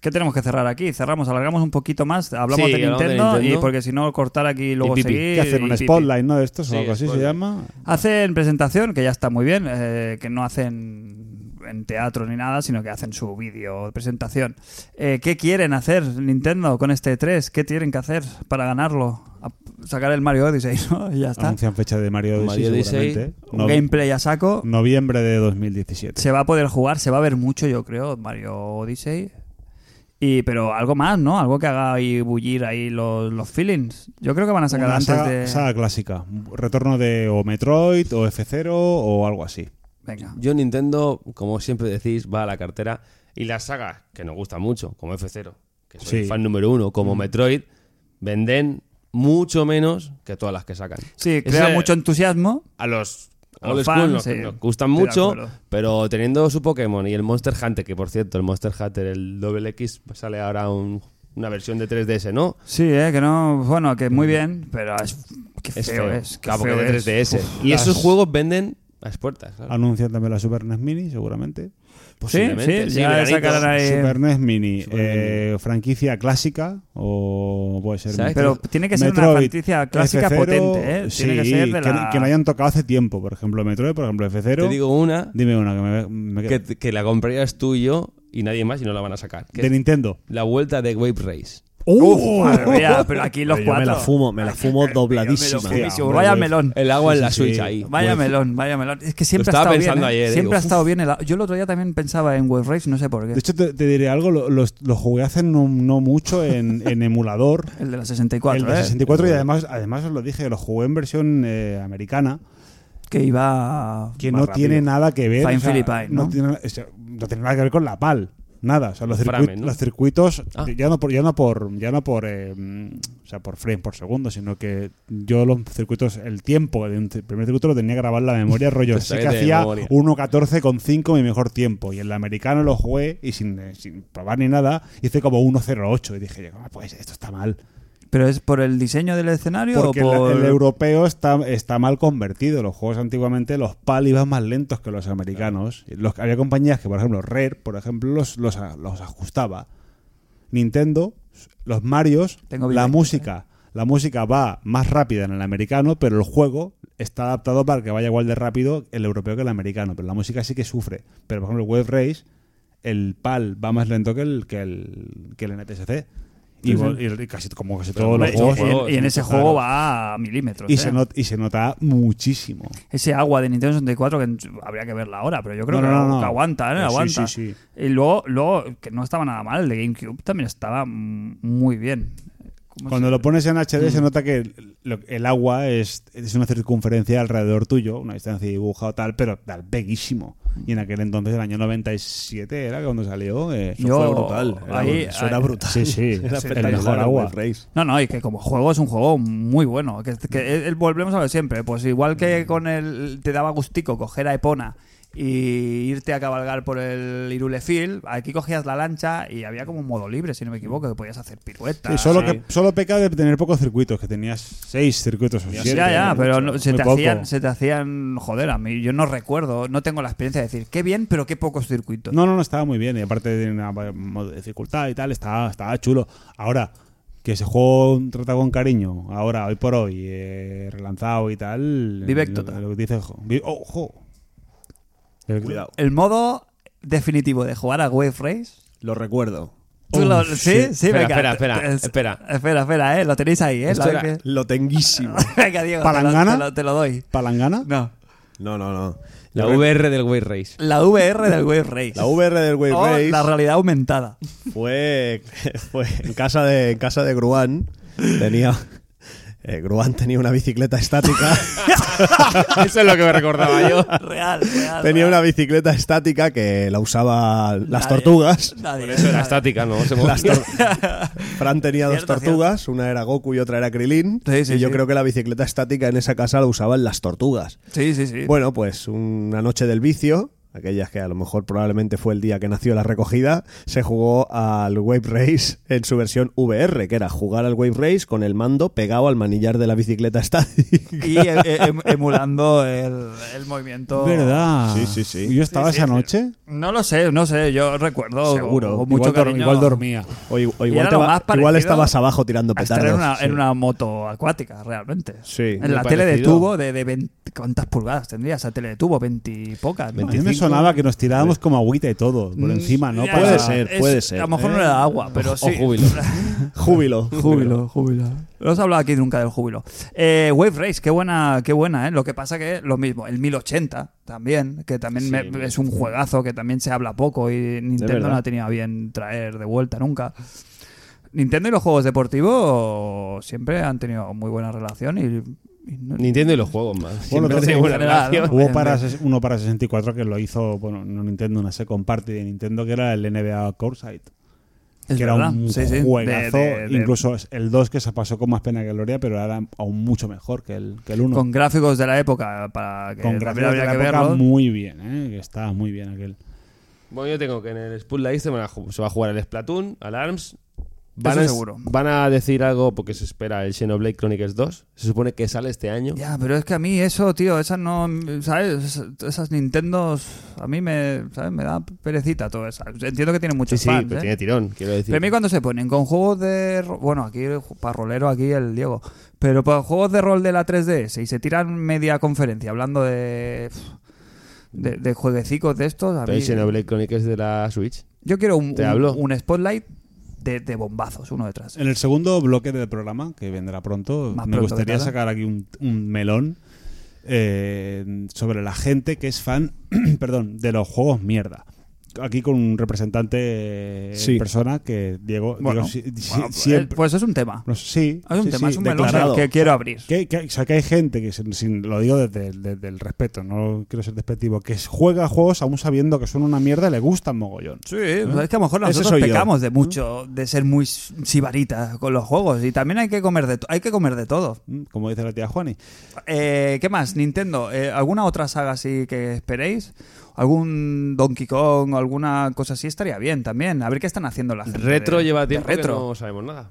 [SPEAKER 2] ¿Qué tenemos que cerrar aquí? Cerramos, alargamos un poquito más, hablamos
[SPEAKER 4] Sí,
[SPEAKER 2] de,
[SPEAKER 4] hablamos de
[SPEAKER 2] Nintendo, y
[SPEAKER 4] Nintendo.
[SPEAKER 2] porque si no cortar aquí y luego
[SPEAKER 4] pipi.
[SPEAKER 2] seguir.
[SPEAKER 5] ¿Qué hacen?
[SPEAKER 2] y
[SPEAKER 5] ¿Un
[SPEAKER 2] pipi.
[SPEAKER 5] spotlight, no? De estos
[SPEAKER 4] Sí,
[SPEAKER 5] o algo así se
[SPEAKER 4] spotlight.
[SPEAKER 5] llama.
[SPEAKER 2] Hacen presentación, que ya está muy bien, eh, que no hacen en teatro ni nada, sino que hacen su vídeo de presentación. Eh, ¿Qué quieren hacer Nintendo con este 3? ¿Qué tienen que hacer para ganarlo? A- sacar el Mario Odyssey, ¿no? Y ya está.
[SPEAKER 5] Anuncian fecha de Mario Odyssey,
[SPEAKER 4] Mario Odyssey,
[SPEAKER 5] seguramente.
[SPEAKER 2] Un
[SPEAKER 5] No-
[SPEAKER 2] gameplay a saco.
[SPEAKER 5] Mm. Noviembre de 2017.
[SPEAKER 2] Se va a poder jugar, se va a ver mucho, yo creo, Mario Odyssey. Y, pero algo más, ¿no? Algo que haga ahí bullir ahí los, los feelings. Yo creo que van a sacar
[SPEAKER 5] Una
[SPEAKER 2] antes
[SPEAKER 5] saga,
[SPEAKER 2] de.
[SPEAKER 5] saga clásica. Retorno de o Metroid o F0 o algo así.
[SPEAKER 2] Venga.
[SPEAKER 4] Yo Nintendo, como siempre decís, va a la cartera y las sagas que nos gustan mucho, como F0, que soy
[SPEAKER 5] Sí. Mm.
[SPEAKER 4] fan número uno, como Metroid, venden mucho menos que todas las que sacan.
[SPEAKER 2] Sí,
[SPEAKER 4] Ese-
[SPEAKER 2] crea mucho entusiasmo.
[SPEAKER 4] a los
[SPEAKER 2] A los
[SPEAKER 4] old
[SPEAKER 2] fans,
[SPEAKER 4] school nos,
[SPEAKER 2] sí.
[SPEAKER 4] nos gustan
[SPEAKER 2] Estoy de
[SPEAKER 4] mucho,
[SPEAKER 2] acuerdo.
[SPEAKER 4] pero teniendo su Pokémon y el Monster Hunter, que por cierto, el Monster Hunter, el Double X, sale ahora un- una versión de 3DS, ¿no?
[SPEAKER 2] Sí, eh, que no. Bueno, que muy bien, pero es. Qué feo
[SPEAKER 4] Es
[SPEAKER 2] es.
[SPEAKER 4] feo.
[SPEAKER 2] qué
[SPEAKER 4] Este, Claro, porque
[SPEAKER 2] feo
[SPEAKER 4] de
[SPEAKER 2] es.
[SPEAKER 4] 3DS. y
[SPEAKER 5] las-
[SPEAKER 4] esos juegos venden las puertas. claro.
[SPEAKER 5] Anuncian también la Super NES Mini, seguramente.
[SPEAKER 2] Sí,
[SPEAKER 4] posiblemente,
[SPEAKER 2] sí,
[SPEAKER 4] sí,
[SPEAKER 2] ya
[SPEAKER 4] veranitos.
[SPEAKER 2] sacarán ahí.
[SPEAKER 5] Super NES Mini,
[SPEAKER 4] Super E
[SPEAKER 5] eh, franquicia clásica o puede ser.
[SPEAKER 4] ¿Sabes?
[SPEAKER 2] Pero tiene que ser una franquicia clásica
[SPEAKER 5] F0,
[SPEAKER 2] potente, ¿eh? Tiene
[SPEAKER 5] sí,
[SPEAKER 2] que ser de
[SPEAKER 5] que, no-
[SPEAKER 2] la-
[SPEAKER 5] que no hayan tocado hace tiempo. Por ejemplo, Metroid, por ejemplo, F0.
[SPEAKER 4] Te digo una
[SPEAKER 5] Dime una que me, me
[SPEAKER 4] que, que la comprarías tú y yo y nadie más y no la van a sacar. que
[SPEAKER 5] De Nintendo. ¡Oh!
[SPEAKER 4] la vuelta de Wave Race.
[SPEAKER 2] Uf, madre mía, pero aquí los
[SPEAKER 3] Yo
[SPEAKER 2] cuatro.
[SPEAKER 3] me la fumo, me la fumo
[SPEAKER 2] Yo me lo
[SPEAKER 3] dobladísima.
[SPEAKER 5] fumé.
[SPEAKER 2] fumísimo. Vaya melón.
[SPEAKER 4] El agua en la
[SPEAKER 5] sí,
[SPEAKER 4] Switch
[SPEAKER 5] sí.
[SPEAKER 4] ahí.
[SPEAKER 2] Vaya melón, vaya melón. Es que siempre
[SPEAKER 4] Lo Eh, estaba
[SPEAKER 2] ha estado bien.
[SPEAKER 4] pensando
[SPEAKER 2] ¿eh?
[SPEAKER 4] ayer,
[SPEAKER 2] siempre
[SPEAKER 4] digo,
[SPEAKER 2] ha estado bien. el a- Yo el otro día también pensaba en Wave Race, no sé por qué.
[SPEAKER 5] De hecho, te, te diré algo. Lo, los- lo jugué hace no, no mucho en, en emulador.
[SPEAKER 2] el de la 64,
[SPEAKER 5] el de
[SPEAKER 2] ¿eh?
[SPEAKER 5] 64 y además, además os lo dije, lo jugué en versión eh, americana.
[SPEAKER 2] Que iba.
[SPEAKER 5] que
[SPEAKER 2] más
[SPEAKER 5] no
[SPEAKER 2] rápido.
[SPEAKER 5] tiene nada que ver.
[SPEAKER 2] Fine
[SPEAKER 5] o sea,
[SPEAKER 2] Philippine, ¿no?
[SPEAKER 5] tiene, o sea, no tiene nada que ver con la PAL. Nada. O sea, los,
[SPEAKER 4] Framen,
[SPEAKER 5] circuit-
[SPEAKER 4] ¿no?
[SPEAKER 5] los circuitos, eh,
[SPEAKER 4] Ah.
[SPEAKER 5] ya no por, ya no por, ya no por eh, mm, o sea, por frame, por segundo, sino que yo los circuitos, el tiempo de un ci- primer circuito lo tenía grabado en la memoria, rollo.
[SPEAKER 4] Pues
[SPEAKER 5] sé que
[SPEAKER 4] sabes de
[SPEAKER 5] hacía
[SPEAKER 4] memoria.
[SPEAKER 5] 1.14,5 mi mejor tiempo. Y en la americana lo jugué y sin, eh, sin probar ni nada, hice como 1.08. Y dije, "Ah, pues esto está mal.
[SPEAKER 2] ¿Pero es por el diseño del escenario
[SPEAKER 5] Porque
[SPEAKER 2] o
[SPEAKER 5] la-
[SPEAKER 2] por.?
[SPEAKER 5] el europeo está, está mal convertido. Los juegos antiguamente, los PAL iban más lentos que los americanos. Los, había compañías que, por ejemplo, Rare, por ejemplo, los, los, a- los ajustaba. Nintendo, los Marios,
[SPEAKER 2] Tengo eh.
[SPEAKER 5] la
[SPEAKER 2] biblioteca,
[SPEAKER 5] música. La música va más rápida en el americano, pero el juego está adaptado para que vaya igual de rápido el europeo que el americano. Pero la música sí que sufre. Pero, por ejemplo, el Wave Race, el PAL va más lento que el, que el, que el NTSC. Y, vol- y- y casi como casi todos los
[SPEAKER 2] Hombre,
[SPEAKER 5] juegos.
[SPEAKER 2] y, y en-
[SPEAKER 4] juegos,
[SPEAKER 2] y en ese
[SPEAKER 4] claro.
[SPEAKER 2] juego va a milímetros.
[SPEAKER 5] Y
[SPEAKER 2] ¿eh?
[SPEAKER 5] se, not- y se nota muchísimo.
[SPEAKER 2] Ese agua de Nintendo 64 que en- habría que verla ahora, pero yo creo
[SPEAKER 5] No,
[SPEAKER 2] que,
[SPEAKER 5] no, no, no.
[SPEAKER 2] que aguanta, ¿eh?
[SPEAKER 5] Sí,
[SPEAKER 2] aguanta.
[SPEAKER 5] sí, sí.
[SPEAKER 2] Y luego, luego, que no estaba nada mal, el de GameCube también estaba mm, muy bien. ¿Cómo
[SPEAKER 5] Cuando
[SPEAKER 2] se-
[SPEAKER 5] lo pones en HD se nota que el, lo- el agua es, es una circunferencia alrededor tuyo, una distancia dibujada o tal, pero tal, peguísimo. Y en aquel entonces, el año 97 era cuando salió. eh,
[SPEAKER 2] Yo-
[SPEAKER 3] fue brutal. Era,
[SPEAKER 2] ahí-
[SPEAKER 3] eso era
[SPEAKER 2] ahí-
[SPEAKER 3] brutal.
[SPEAKER 5] Sí, sí.
[SPEAKER 3] Era
[SPEAKER 5] Sí.
[SPEAKER 3] espectacular,
[SPEAKER 5] El mejor agua.
[SPEAKER 3] Wave Race.
[SPEAKER 2] No, no, y que como juego es un juego muy bueno. Que,
[SPEAKER 5] Mm.
[SPEAKER 2] que, eh, volvemos a lo de siempre. Pues igual que con el. Te daba gustico coger a Epona y irte a cabalgar por el Irulefield, aquí cogías la lancha y había como un modo libre, si no me equivoco, que podías hacer piruetas.
[SPEAKER 5] Sí, solo,
[SPEAKER 3] Sí.
[SPEAKER 5] que, solo pecaba de tener pocos circuitos, que tenías seis circuitos o siete. eh,
[SPEAKER 2] ya, ya, pero no- se,
[SPEAKER 5] Muy
[SPEAKER 2] te
[SPEAKER 5] poco.
[SPEAKER 2] hacían, se te hacían. Joder, a mí yo no recuerdo, no tengo la experiencia de decir qué bien, pero qué pocos circuitos.
[SPEAKER 5] No, no, no, estaba muy bien. Y aparte de una modo de dificultad y tal, estaba, estaba chulo. Ahora, que ese juego trata con cariño, ahora, hoy por hoy, eh, relanzado y tal.
[SPEAKER 2] Vivecto,
[SPEAKER 5] Lo,
[SPEAKER 2] tal.
[SPEAKER 5] lo que dice. jo- vi- ¡Ojo!
[SPEAKER 3] Cuidado.
[SPEAKER 2] El modo definitivo de jugar a Wave Race.
[SPEAKER 3] Lo recuerdo.
[SPEAKER 2] Tú
[SPEAKER 5] Oh,
[SPEAKER 2] lo-
[SPEAKER 5] shit.
[SPEAKER 2] sí, sí,
[SPEAKER 4] Espera,
[SPEAKER 2] venga.
[SPEAKER 4] espera, espera,
[SPEAKER 2] te- te-
[SPEAKER 4] espera.
[SPEAKER 2] Espera, espera, eh. Lo tenéis ahí, eh.
[SPEAKER 4] Esto
[SPEAKER 2] la
[SPEAKER 4] era-
[SPEAKER 2] vez que-
[SPEAKER 3] Lo tenguísimo.
[SPEAKER 2] Venga, Diego, te lo-
[SPEAKER 5] ¿Palangana?
[SPEAKER 2] Te lo, te lo doy.
[SPEAKER 5] ¿Palangana?
[SPEAKER 2] No.
[SPEAKER 3] No, no, no.
[SPEAKER 4] La VR del Way Race.
[SPEAKER 2] La VR del Wave Race.
[SPEAKER 3] La VR del Wave
[SPEAKER 2] O
[SPEAKER 3] Race
[SPEAKER 2] Oh, la realidad aumentada.
[SPEAKER 3] fue, fue en casa de en casa de Gruán. Tenía eh, Gruán tenía una bicicleta estática.
[SPEAKER 4] Eso es lo que me recordaba yo.
[SPEAKER 2] Real, real.
[SPEAKER 3] tenía
[SPEAKER 2] real.
[SPEAKER 3] una bicicleta estática que la usaba las
[SPEAKER 2] Nadie-
[SPEAKER 3] tortugas.
[SPEAKER 2] nadie-
[SPEAKER 4] Por eso era
[SPEAKER 2] nadie.
[SPEAKER 4] estática, ¿no? Se
[SPEAKER 3] Las
[SPEAKER 4] movía.
[SPEAKER 3] tor- Fran tenía dos
[SPEAKER 2] Cierto,
[SPEAKER 3] tortugas, una era Goku y otra era Krilin.
[SPEAKER 2] Sí, sí,
[SPEAKER 3] y yo
[SPEAKER 2] sí.
[SPEAKER 3] creo que la bicicleta estática en esa casa la usaban las tortugas.
[SPEAKER 2] Sí, sí, sí.
[SPEAKER 3] Bueno, pues una noche del vicio, aquellas que a lo mejor probablemente fue el día que nació la recogida, se jugó al Wave Race en su versión VR, que era jugar al Wave Race con el mando pegado al manillar de la bicicleta estática.
[SPEAKER 2] Y eh, eh, em- emulando el, el movimiento.
[SPEAKER 5] ¿Verdad?
[SPEAKER 3] Sí, sí, sí.
[SPEAKER 5] Yo
[SPEAKER 2] Sí,
[SPEAKER 5] estaba
[SPEAKER 2] sí,
[SPEAKER 5] esa
[SPEAKER 2] sí.
[SPEAKER 5] noche.
[SPEAKER 2] No lo sé, no sé. Yo recuerdo.
[SPEAKER 3] Seguro.
[SPEAKER 2] Con mucho
[SPEAKER 5] igual, dor-
[SPEAKER 2] cariño
[SPEAKER 5] igual dormía.
[SPEAKER 3] O, i- o
[SPEAKER 2] Y
[SPEAKER 3] igual,
[SPEAKER 2] era
[SPEAKER 3] te
[SPEAKER 2] lo
[SPEAKER 3] va-
[SPEAKER 2] más parecido
[SPEAKER 3] igual estabas abajo tirando
[SPEAKER 2] a estar
[SPEAKER 3] petardos.
[SPEAKER 2] en una,
[SPEAKER 3] Sí.
[SPEAKER 2] en una moto acuática, realmente.
[SPEAKER 3] Sí,
[SPEAKER 2] En la
[SPEAKER 4] muy
[SPEAKER 2] tele de
[SPEAKER 4] parecido.
[SPEAKER 2] tubo, de, de 20 ¿cuántas pulgadas tendría esa tele de tubo? 20 y pocas. ¿no?
[SPEAKER 5] A mí me sonaba que nos tirábamos como agüita y todo, por encima, ¿no?
[SPEAKER 2] Mm, Ya, pues,
[SPEAKER 5] Para-
[SPEAKER 3] Puede ser, puede ser. ¿eh?
[SPEAKER 2] A lo mejor no era agua, pero sí.
[SPEAKER 4] O júbilo.
[SPEAKER 3] Júbilo.
[SPEAKER 2] Júbilo, júbilo. No os he hablado aquí nunca del júbilo. Eh, Wave Race, qué buena, qué buena, ¿eh? Lo que pasa que lo mismo, el 1080 también, que también me- es un juegazo que también se habla poco y Nintendo
[SPEAKER 3] verdad.
[SPEAKER 2] no ha tenido a bien traer de vuelta nunca. Nintendo y los juegos deportivos siempre han tenido muy buena relación y, y no-
[SPEAKER 4] Nintendo y los juegos, man.
[SPEAKER 5] Bueno,
[SPEAKER 4] Siempre
[SPEAKER 5] no sé,
[SPEAKER 4] tengo una
[SPEAKER 2] en general,
[SPEAKER 4] relación.
[SPEAKER 2] Bien,
[SPEAKER 5] Hubo para,
[SPEAKER 2] bien.
[SPEAKER 5] ses- uno para 64 que lo hizo, bueno, no Nintendo, no sé, con parte de Nintendo, que era el NBA Courtside.
[SPEAKER 2] es
[SPEAKER 5] que era
[SPEAKER 2] verdad.
[SPEAKER 5] un
[SPEAKER 2] Sí, sí, de-
[SPEAKER 5] juegazo.
[SPEAKER 2] de- de-
[SPEAKER 5] incluso es el 2 que se pasó con más pena que gloria, pero era aún mucho mejor que el, que el 1.
[SPEAKER 2] con gráficos de la época para que
[SPEAKER 5] Con
[SPEAKER 2] también
[SPEAKER 5] gráficos de
[SPEAKER 2] habría
[SPEAKER 5] la
[SPEAKER 2] que
[SPEAKER 5] época
[SPEAKER 2] verlo.
[SPEAKER 5] muy bien, ¿eh? que estaba muy bien aquel.
[SPEAKER 4] Bueno, yo tengo que en el Spool Live se, van a ju- se va a jugar el Splatoon, al ARMS.
[SPEAKER 2] Eso
[SPEAKER 4] a,
[SPEAKER 2] seguro.
[SPEAKER 4] van a decir algo porque se espera el Xenoblade Chronicles 2. Se supone que sale este año.
[SPEAKER 2] Ya, pero es que a mí eso, tío, esas no, ¿sabes? Esas Nintendos, a mí me, ¿sabes? Me da perecita todo eso. Entiendo que tienen
[SPEAKER 4] sí,
[SPEAKER 2] muchos
[SPEAKER 4] sí,
[SPEAKER 2] fans,
[SPEAKER 4] pero
[SPEAKER 2] ¿eh?
[SPEAKER 4] tiene tirón, quiero decir.
[SPEAKER 2] Pero a mí cuando se ponen con juegos de... ro- Bueno, aquí para rolero, aquí el Diego. Pero para juegos de rol de la 3DS y se tiran media conferencia hablando de... De, de jueguecicos de estos, a
[SPEAKER 4] Pero
[SPEAKER 2] mí...
[SPEAKER 4] el Xenoblade Chronicles de la Switch.
[SPEAKER 2] Yo quiero un,
[SPEAKER 4] Te
[SPEAKER 2] un-
[SPEAKER 4] hablo.
[SPEAKER 2] un spotlight de, de bombazos, uno detrás.
[SPEAKER 5] En el segundo bloque del programa, que vendrá pronto,
[SPEAKER 2] Más pronto
[SPEAKER 5] me
[SPEAKER 2] que
[SPEAKER 5] gustaría
[SPEAKER 2] tarde.
[SPEAKER 5] sacar aquí un, un melón eh, sobre la gente que es fan perdón, de los juegos mierda. Aquí con un representante eh,
[SPEAKER 3] Sí.
[SPEAKER 5] persona que Diego,
[SPEAKER 2] Bueno,
[SPEAKER 5] Diego si- si-
[SPEAKER 2] bueno, pues,
[SPEAKER 5] siempre.
[SPEAKER 2] Pues es un tema.
[SPEAKER 5] no sé, sí,
[SPEAKER 2] Es un
[SPEAKER 5] sí,
[SPEAKER 2] tema,
[SPEAKER 5] sí,
[SPEAKER 2] es un melón
[SPEAKER 5] declarado.
[SPEAKER 2] que quiero abrir.
[SPEAKER 5] Que, que- o sea, que hay gente que, sin, sin- lo digo desde, el- desde el respeto, no quiero ser despectivo, que juega juegos aún sabiendo que son una mierda y le gustan mogollón.
[SPEAKER 2] Sí, pues es que a lo mejor
[SPEAKER 3] Ese
[SPEAKER 2] nosotros
[SPEAKER 3] soy yo. ¿Mm?
[SPEAKER 2] pecamos de mucho, de ser muy sibaritas con los juegos. Y también hay que comer de, to- hay que comer de todo.
[SPEAKER 5] Mm, Como dice la tía Juani.
[SPEAKER 2] Eh, ¿Qué más? Nintendo, eh, ¿alguna otra saga así que esperéis? ¿Algún Donkey Kong o alguna cosa así estaría bien también? A ver qué están haciendo la gente.
[SPEAKER 4] Retro
[SPEAKER 2] de-
[SPEAKER 4] lleva
[SPEAKER 2] de
[SPEAKER 4] tiempo
[SPEAKER 2] retro.
[SPEAKER 4] que no sabemos nada.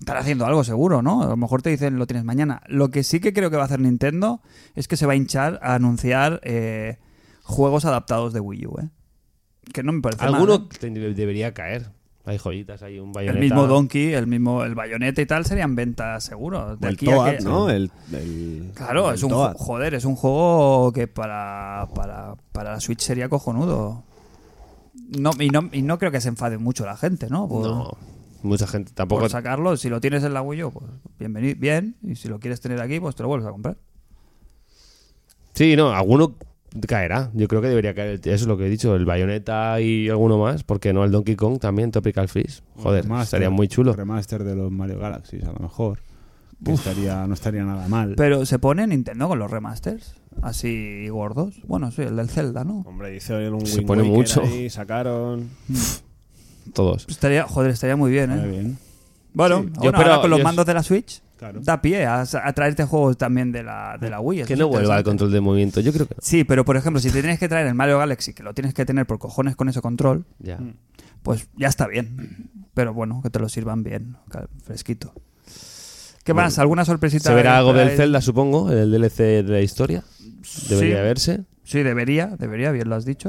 [SPEAKER 2] Están haciendo algo seguro, ¿no? A lo mejor te dicen lo tienes mañana. Lo que sí que creo que va a hacer Nintendo es que se va a hinchar a anunciar eh, juegos adaptados de Wii U, ¿eh? Que no me parece mal, ¿eh?
[SPEAKER 4] Alguno te- debería caer. Hay joyitas, hay un bayoneta.
[SPEAKER 2] El mismo Donkey, el mismo el bayoneta y tal serían ventas seguro. De
[SPEAKER 3] El
[SPEAKER 2] aquí a
[SPEAKER 3] Toad,
[SPEAKER 2] que-
[SPEAKER 3] ¿no? El, el-
[SPEAKER 2] Claro,
[SPEAKER 3] el
[SPEAKER 2] es un
[SPEAKER 3] Toad.
[SPEAKER 2] ju- joder, es un juego que para, para, para la Switch sería cojonudo. No, y, no, y no creo que se enfade mucho la gente, ¿no? Por-
[SPEAKER 4] No. Mucha gente tampoco.
[SPEAKER 2] Por sacarlo, si lo tienes en la Wii U, pues bienvenido, bien. Y si lo quieres tener aquí, pues te lo vuelves a comprar.
[SPEAKER 4] Sí, no, alguno caerá. Yo creo que debería caer. el- Eso es lo que he dicho, el Bayonetta y alguno más. porque no? El Donkey Kong también, Tropical Freeze. Joder,
[SPEAKER 5] Remaster,
[SPEAKER 4] estaría muy chulo.
[SPEAKER 5] Remaster de los Mario Galaxy, a lo mejor. Que estaría, no estaría nada mal.
[SPEAKER 2] Pero se pone Nintendo con los remasters, así gordos. Bueno, sí, el del Zelda, ¿no?
[SPEAKER 3] Hombre, hicieron un
[SPEAKER 4] Se
[SPEAKER 3] Wind
[SPEAKER 4] pone
[SPEAKER 3] Waker
[SPEAKER 4] mucho.
[SPEAKER 3] ahí, sacaron.
[SPEAKER 4] Todos.
[SPEAKER 2] Estaría, joder, estaría muy bien,
[SPEAKER 5] Muy
[SPEAKER 2] ¿eh?
[SPEAKER 5] bien.
[SPEAKER 2] Bueno,
[SPEAKER 4] Sí.
[SPEAKER 2] ahora,
[SPEAKER 4] Yo, pero
[SPEAKER 2] ahora con los
[SPEAKER 4] yo-
[SPEAKER 2] mandos de la Switch,
[SPEAKER 5] Claro.
[SPEAKER 2] da pie a, a traerte juegos también de la, de la Wii. eso
[SPEAKER 4] Que
[SPEAKER 2] es
[SPEAKER 4] no vuelva al
[SPEAKER 2] interesante.
[SPEAKER 4] control de movimiento. Yo creo que no.
[SPEAKER 2] Sí, pero por ejemplo, si te tienes que traer el Mario Galaxy, que lo tienes que tener por cojones con ese control,
[SPEAKER 4] Ya.
[SPEAKER 5] Mm.
[SPEAKER 2] pues ya está bien. Pero bueno, que te lo sirvan bien, ca- fresquito. ¿Qué más? ¿Alguna sorpresita?
[SPEAKER 4] Se verá algo del
[SPEAKER 2] esperáis?
[SPEAKER 4] Zelda, supongo, el DLC de la historia. Debería
[SPEAKER 2] Sí.
[SPEAKER 4] verse.
[SPEAKER 2] Sí, debería, debería, bien lo has dicho.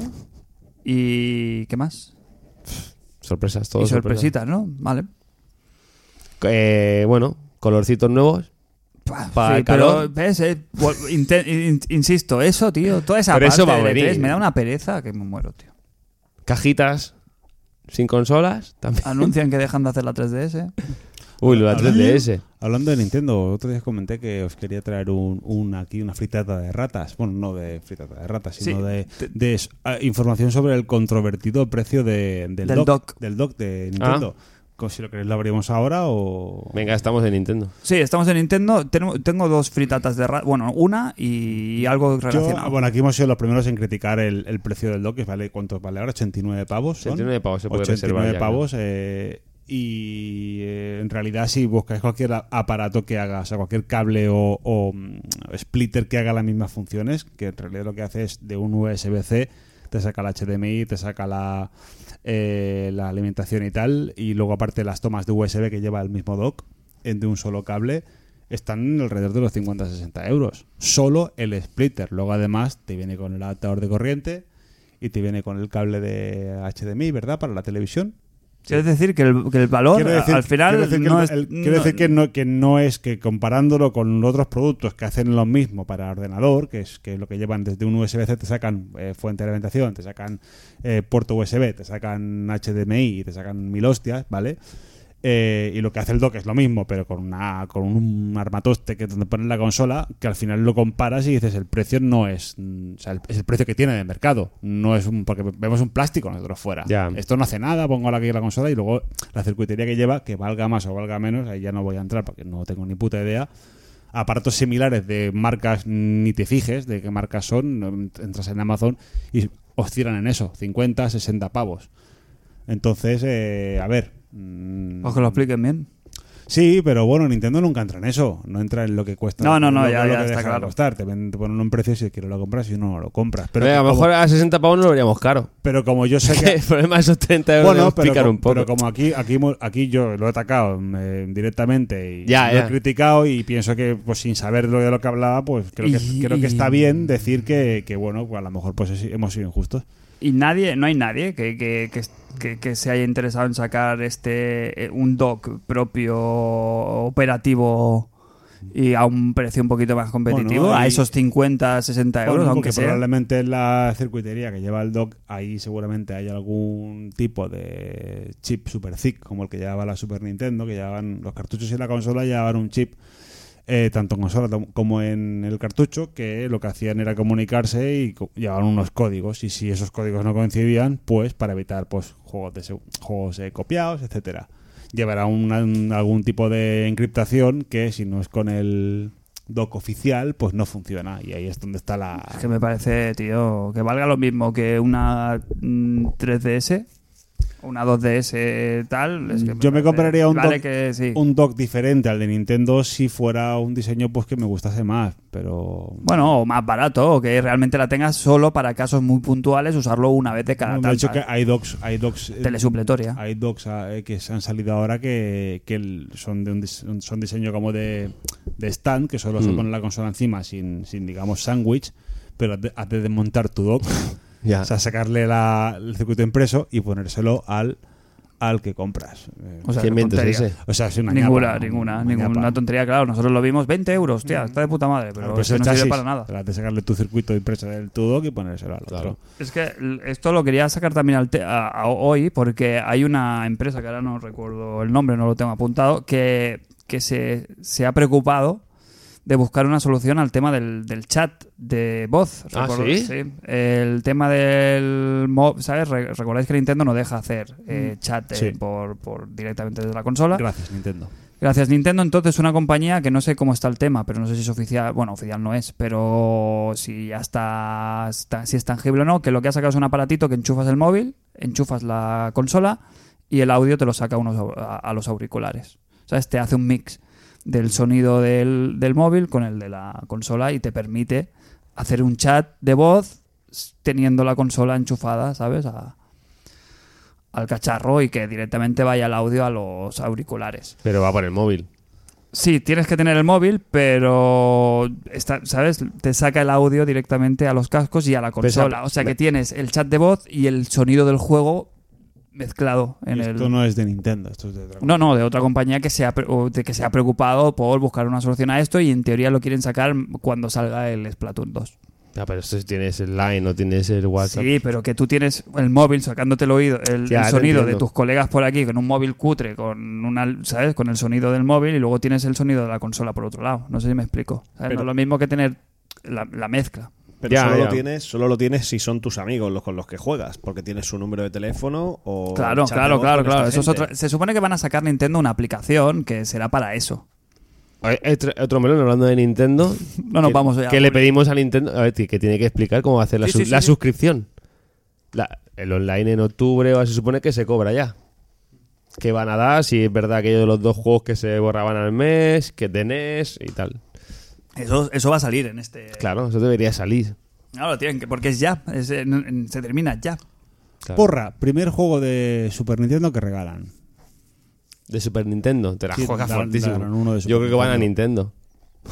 [SPEAKER 2] ¿Y qué más?
[SPEAKER 4] Sorpresas, todo.
[SPEAKER 2] Y
[SPEAKER 4] sorpresas.
[SPEAKER 2] sorpresitas, ¿no? Vale.
[SPEAKER 4] Eh, bueno, colorcitos nuevos.
[SPEAKER 2] Pa-
[SPEAKER 4] Pa'
[SPEAKER 2] sí, pero
[SPEAKER 4] calor.
[SPEAKER 2] ves, eh, vol- inte- in- insisto, eso, tío, toda esa
[SPEAKER 4] Pero
[SPEAKER 2] parte
[SPEAKER 4] eso va a
[SPEAKER 2] de
[SPEAKER 4] venir.
[SPEAKER 2] E3 me da una pereza que me muero, tío.
[SPEAKER 4] Cajitas. Sin consolas. También.
[SPEAKER 2] Anuncian que dejan de hacer la 3DS.
[SPEAKER 4] Uy, lo de la
[SPEAKER 5] Ah, Hablando-
[SPEAKER 4] 3DS.
[SPEAKER 5] Hablando de Nintendo, otro día os comenté que os quería traer un, un- aquí una fritada de ratas. Bueno, no de fritada de ratas, sino
[SPEAKER 2] Sí.
[SPEAKER 5] de, de s- ah, información sobre el controvertido precio de- del,
[SPEAKER 2] Del
[SPEAKER 5] dock,
[SPEAKER 2] dock.
[SPEAKER 5] Del dock de Nintendo. Como Si lo queréis, lo abrimos ahora o.
[SPEAKER 4] Venga, estamos de Nintendo.
[SPEAKER 2] Sí, estamos en Nintendo. Tengo, tengo dos fritatas de ra- Bueno, una y algo
[SPEAKER 5] Yo-
[SPEAKER 2] relacionado.
[SPEAKER 5] ah, bueno, aquí hemos sido los primeros en criticar el, el precio del dock, que vale, ¿cuánto vale ahora? 89 pavos. son.
[SPEAKER 4] 89 pavos se puede
[SPEAKER 5] 89
[SPEAKER 4] reservar ya,
[SPEAKER 5] pavos. eh, y eh, en realidad, si buscáis cualquier a- aparato que haga, o sea, cualquier cable o, o, mm, splitter que haga las mismas funciones, que en realidad lo que hace es de un USB-C, te saca la HDMI, te saca la, eh, la alimentación y tal, y luego aparte las tomas de USB que lleva el mismo dock en- de un solo cable. Están alrededor de los 50-60 euros. Solo el splitter. Luego, además, te viene con el adaptador de corriente y te viene con el cable de HDMI, ¿verdad? Para la televisión.
[SPEAKER 2] Quieres decir que el, que el valor
[SPEAKER 5] Quiero decir-
[SPEAKER 2] al final
[SPEAKER 5] quiero decir que
[SPEAKER 2] no
[SPEAKER 5] el-
[SPEAKER 2] es.
[SPEAKER 5] el- quiero decir que no, que no es que comparándolo con otros productos que hacen lo mismo para ordenador, que es que lo que llevan desde un USB-C te sacan eh, fuente de alimentación, te sacan eh, puerto USB, te sacan HDMI y te sacan mil hostias, ¿vale? Eh, y lo que hace el dock es lo mismo, pero con una con un armatoste que te ponen la consola, que al final lo comparas y dices el precio no es, mm, o sea, el- es el precio que tiene de mercado, no es un porque vemos un plástico nosotros fuera.
[SPEAKER 4] Ya.
[SPEAKER 5] Esto no hace nada, pongo aquí la consola y luego la circuitería que lleva, que valga más o valga menos, ahí ya no voy a entrar porque no tengo ni puta idea. Aparatos similares de marcas, mm, ni te fijes de qué marcas son, no ent- entras en Amazon y oscilan en eso, 50, 60 pavos. Entonces, eh, a ver. mm,
[SPEAKER 2] Os que lo expliquen bien.
[SPEAKER 5] Sí, pero bueno, Nintendo nunca entra en eso. No entra en lo que cuesta.
[SPEAKER 2] No, no, no,
[SPEAKER 5] lo-
[SPEAKER 2] ya-
[SPEAKER 5] lo
[SPEAKER 2] ya
[SPEAKER 5] que
[SPEAKER 2] está
[SPEAKER 5] deja de
[SPEAKER 2] claro.
[SPEAKER 5] costar. Te, ven- te ponen un precio si quieres lo compras, si no, no lo compras. Pero,
[SPEAKER 4] Venga, a
[SPEAKER 5] como,
[SPEAKER 4] lo mejor a 60 pavos no lo veríamos caro.
[SPEAKER 5] pero como yo sé
[SPEAKER 4] El
[SPEAKER 5] que.
[SPEAKER 4] problema de esos 30 euros
[SPEAKER 5] Bueno,
[SPEAKER 4] es
[SPEAKER 5] pero,
[SPEAKER 4] picar
[SPEAKER 5] co-
[SPEAKER 4] un poco.
[SPEAKER 5] pero como aquí, aquí, mo- aquí yo lo he atacado eh, directamente y
[SPEAKER 4] Ya,
[SPEAKER 5] lo
[SPEAKER 4] ya.
[SPEAKER 5] he criticado y pienso que pues sin saber lo de lo que hablaba, pues creo que,
[SPEAKER 2] Y-
[SPEAKER 5] creo que
[SPEAKER 2] y-
[SPEAKER 5] está bien decir que, que, bueno, pues a lo mejor pues es- hemos sido injustos.
[SPEAKER 2] Y nadie, no hay nadie que, que, que, que- que se haya interesado en sacar este eh, un dock propio operativo y a un precio un poquito más competitivo,
[SPEAKER 5] Bueno,
[SPEAKER 2] a
[SPEAKER 5] y-
[SPEAKER 2] esos 50, 60 euros,
[SPEAKER 5] Bueno,
[SPEAKER 2] aunque
[SPEAKER 5] porque
[SPEAKER 2] sea.
[SPEAKER 5] probablemente en la circuitería que lleva el dock, ahí seguramente hay algún tipo de chip super thick, como el que llevaba la Super Nintendo, que llevaban los cartuchos y la consola, llevaban un chip eh, tanto en consola tom- como en el cartucho, que lo que hacían era comunicarse y co- llevaban unos códigos, y si esos códigos no coincidían, pues para evitar pues juegos, de seg- juegos eh, copiados, etcétera Llevará una- un- algún tipo de encriptación que si no es con el doc oficial, pues no funciona, y ahí es donde está la...
[SPEAKER 2] Es que me parece, tío, que valga lo mismo que una mm, 3DS o una 2DS tal. es que
[SPEAKER 5] Mm, Yo me
[SPEAKER 2] parece-
[SPEAKER 5] compraría un
[SPEAKER 2] vale
[SPEAKER 5] dock-
[SPEAKER 2] que sí.
[SPEAKER 5] un dock diferente al de Nintendo si fuera un diseño pues que me gustase más, pero...
[SPEAKER 2] Bueno, o más barato, o que realmente la tengas solo para casos muy puntuales, usarlo una vez de cada
[SPEAKER 5] Me ha
[SPEAKER 2] tanto. ¿eh?
[SPEAKER 5] dicho que hay docs, hay docs, eh,
[SPEAKER 2] Telesupletoria.
[SPEAKER 5] hay docs ah, eh, que se han salido ahora que, que el- son de un dis- un- son diseño como de, de stand, que solo se
[SPEAKER 4] Mm.
[SPEAKER 5] pone la consola encima sin, sin digamos sándwich, pero has de, has de desmontar tu dock,
[SPEAKER 4] Ya.
[SPEAKER 5] o sea, sacarle la- el circuito impreso y ponérselo al al que compras. Eh,
[SPEAKER 2] O sea,
[SPEAKER 4] ¿Quién
[SPEAKER 2] qué
[SPEAKER 4] mientes
[SPEAKER 2] tontería.
[SPEAKER 4] ese?
[SPEAKER 5] o sea, es una
[SPEAKER 2] Ninguna,
[SPEAKER 5] ñapa,
[SPEAKER 2] ninguna,
[SPEAKER 5] una
[SPEAKER 2] ninguna
[SPEAKER 5] ñapa.
[SPEAKER 2] tontería, claro. Nosotros lo vimos 20 euros, tía, está de puta madre, pero,
[SPEAKER 5] Claro, pues pero
[SPEAKER 2] es que
[SPEAKER 5] ese
[SPEAKER 2] no sirve
[SPEAKER 5] chasis,
[SPEAKER 2] para nada.
[SPEAKER 5] Trata de sacarle tu circuito impreso del Tudok y ponérselo al otro.
[SPEAKER 4] Claro.
[SPEAKER 2] Es que l- esto lo quería sacar también al te- a- a hoy porque hay una empresa que ahora no recuerdo el nombre, no lo tengo apuntado, que, que se, se ha preocupado de buscar una solución al tema del, del chat de voz.
[SPEAKER 4] Ah,
[SPEAKER 2] Recuerdo-
[SPEAKER 4] ¿sí?
[SPEAKER 2] El tema del... mo- ¿Sabes? Re- Recordáis que Nintendo no deja hacer
[SPEAKER 4] Mm.
[SPEAKER 2] eh, chat eh,
[SPEAKER 5] Sí.
[SPEAKER 2] por, por directamente desde la consola.
[SPEAKER 5] Gracias, Nintendo.
[SPEAKER 2] Gracias Nintendo, entonces una compañía que no sé cómo está el tema, pero no sé si es oficial, bueno, oficial no es, pero si ya está, está- si es tangible o no, que lo que ha sacado es un aparatito que enchufas el móvil, enchufas la consola y el audio te lo saca a unos, au- a, a los auriculares. ¿Sabes? Te hace un mix del sonido del, del móvil con el de la consola y te permite hacer un chat de voz s- teniendo la consola enchufada, ¿sabes? A- al cacharro y que directamente vaya el audio a los auriculares.
[SPEAKER 4] Pero va por el móvil.
[SPEAKER 2] Sí, tienes que tener el móvil, pero está, ¿sabes? Te saca el audio directamente a los cascos y a la consola.
[SPEAKER 4] Pesa-
[SPEAKER 2] o sea que tienes el chat de voz y el sonido del juego mezclado en
[SPEAKER 5] Y
[SPEAKER 2] el.
[SPEAKER 5] Esto no es de Nintendo, esto es de otra
[SPEAKER 2] No, no, de otra compañía que se, ha, pre- o de que se ha preocupado por buscar una solución a esto y en teoría lo quieren sacar cuando salga el Splatoon 2.
[SPEAKER 4] Ah, pero esto es- tienes el Line, no tienes el WhatsApp.
[SPEAKER 2] Sí, pero que tú tienes el móvil sacándote el oído, el,
[SPEAKER 4] Ya,
[SPEAKER 2] el
[SPEAKER 4] te
[SPEAKER 2] sonido de
[SPEAKER 4] entiendo.
[SPEAKER 2] tus colegas por aquí con un móvil cutre, con una, ¿sabes? Con el sonido del móvil y luego tienes el sonido de la consola por otro lado. No sé si me explico. ¿Sabes?
[SPEAKER 3] Pero-
[SPEAKER 2] no es lo mismo que tener la, la mezcla.
[SPEAKER 3] Pero
[SPEAKER 4] Ya,
[SPEAKER 3] solo,
[SPEAKER 4] ya.
[SPEAKER 3] Lo tienes, solo lo tienes si son tus amigos los con los que juegas, porque tienes su número de teléfono o.
[SPEAKER 2] Claro,
[SPEAKER 3] chat de
[SPEAKER 2] claro,
[SPEAKER 3] voz
[SPEAKER 2] claro,
[SPEAKER 3] con esta
[SPEAKER 2] claro. Eso es
[SPEAKER 3] gente.
[SPEAKER 2] otra- se supone que van a sacar Nintendo una aplicación que será para eso.
[SPEAKER 4] Oye, otro- este, Otro melón hablando de Nintendo.
[SPEAKER 2] No nos
[SPEAKER 4] que,
[SPEAKER 2] vamos ya.
[SPEAKER 4] Que le pedimos a Nintendo a ver, tí- que tiene que explicar cómo va a hacer la,
[SPEAKER 2] Sí,
[SPEAKER 4] su-
[SPEAKER 2] sí, sí,
[SPEAKER 4] la
[SPEAKER 2] sí.
[SPEAKER 4] suscripción. La- el online en octubre o se supone que se cobra ya. Que van a dar? Si es verdad aquello de los dos juegos que se borraban al mes, que tenés E y tal.
[SPEAKER 2] Eso, eso va a salir en este.
[SPEAKER 4] Claro, eso debería salir.
[SPEAKER 2] No, lo tienen que, porque es ya. es en- en- se termina ya.
[SPEAKER 4] Claro.
[SPEAKER 5] Porra, primer juego de Super Nintendo que regalan.
[SPEAKER 4] De Super Nintendo. Te la
[SPEAKER 5] Sí,
[SPEAKER 4] juegas
[SPEAKER 5] dan-
[SPEAKER 4] fortísimo.
[SPEAKER 5] dan uno de Super
[SPEAKER 4] Yo creo que van a Nintendo.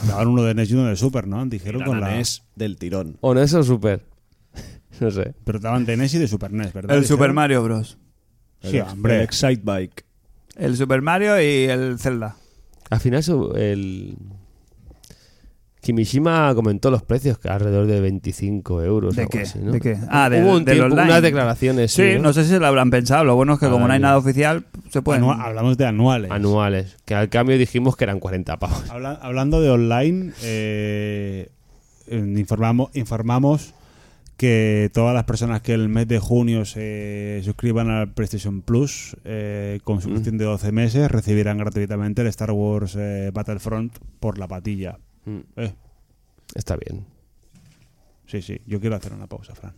[SPEAKER 5] Daban uno de NES y uno de Super, ¿no? Dijeron con
[SPEAKER 3] La
[SPEAKER 2] E
[SPEAKER 5] la
[SPEAKER 3] NES del tirón.
[SPEAKER 4] O no, eso es Super. no sé.
[SPEAKER 5] Pero daban de NES y de Super NES, ¿verdad? Dijeron-
[SPEAKER 2] Mario Bros.
[SPEAKER 5] Sí,
[SPEAKER 3] El- El
[SPEAKER 5] hombre.
[SPEAKER 3] Excite Bike.
[SPEAKER 2] El Super Mario y el Zelda.
[SPEAKER 4] Al final, eso, el. Kimishima comentó los precios, que alrededor de 25 euros. Pues
[SPEAKER 2] ¿De
[SPEAKER 4] algo
[SPEAKER 2] qué?
[SPEAKER 4] así, ¿no?
[SPEAKER 2] ¿De qué? Ah, del-
[SPEAKER 4] Hubo un
[SPEAKER 2] del
[SPEAKER 4] tiempo,
[SPEAKER 2] online.
[SPEAKER 4] unas declaraciones
[SPEAKER 2] Sí,
[SPEAKER 4] sí, ¿no?
[SPEAKER 2] no sé si se lo habrán pensado. Lo bueno es que como no hay nada oficial, se pueden...
[SPEAKER 5] Anua- hablamos de anuales.
[SPEAKER 4] anuales, que al cambio dijimos que eran 40 pavos.
[SPEAKER 5] Habla- hablando de online, eh, eh, informamos, informamos que todas las personas que el mes de junio se suscriban al PlayStation Plus eh, con suscripción de 12 meses recibirán gratuitamente el Star Wars eh, Battlefront por la patilla.
[SPEAKER 4] Mm.
[SPEAKER 5] Eh,
[SPEAKER 4] Está bien.
[SPEAKER 5] sí, sí, yo quiero hacer una pausa, Fran.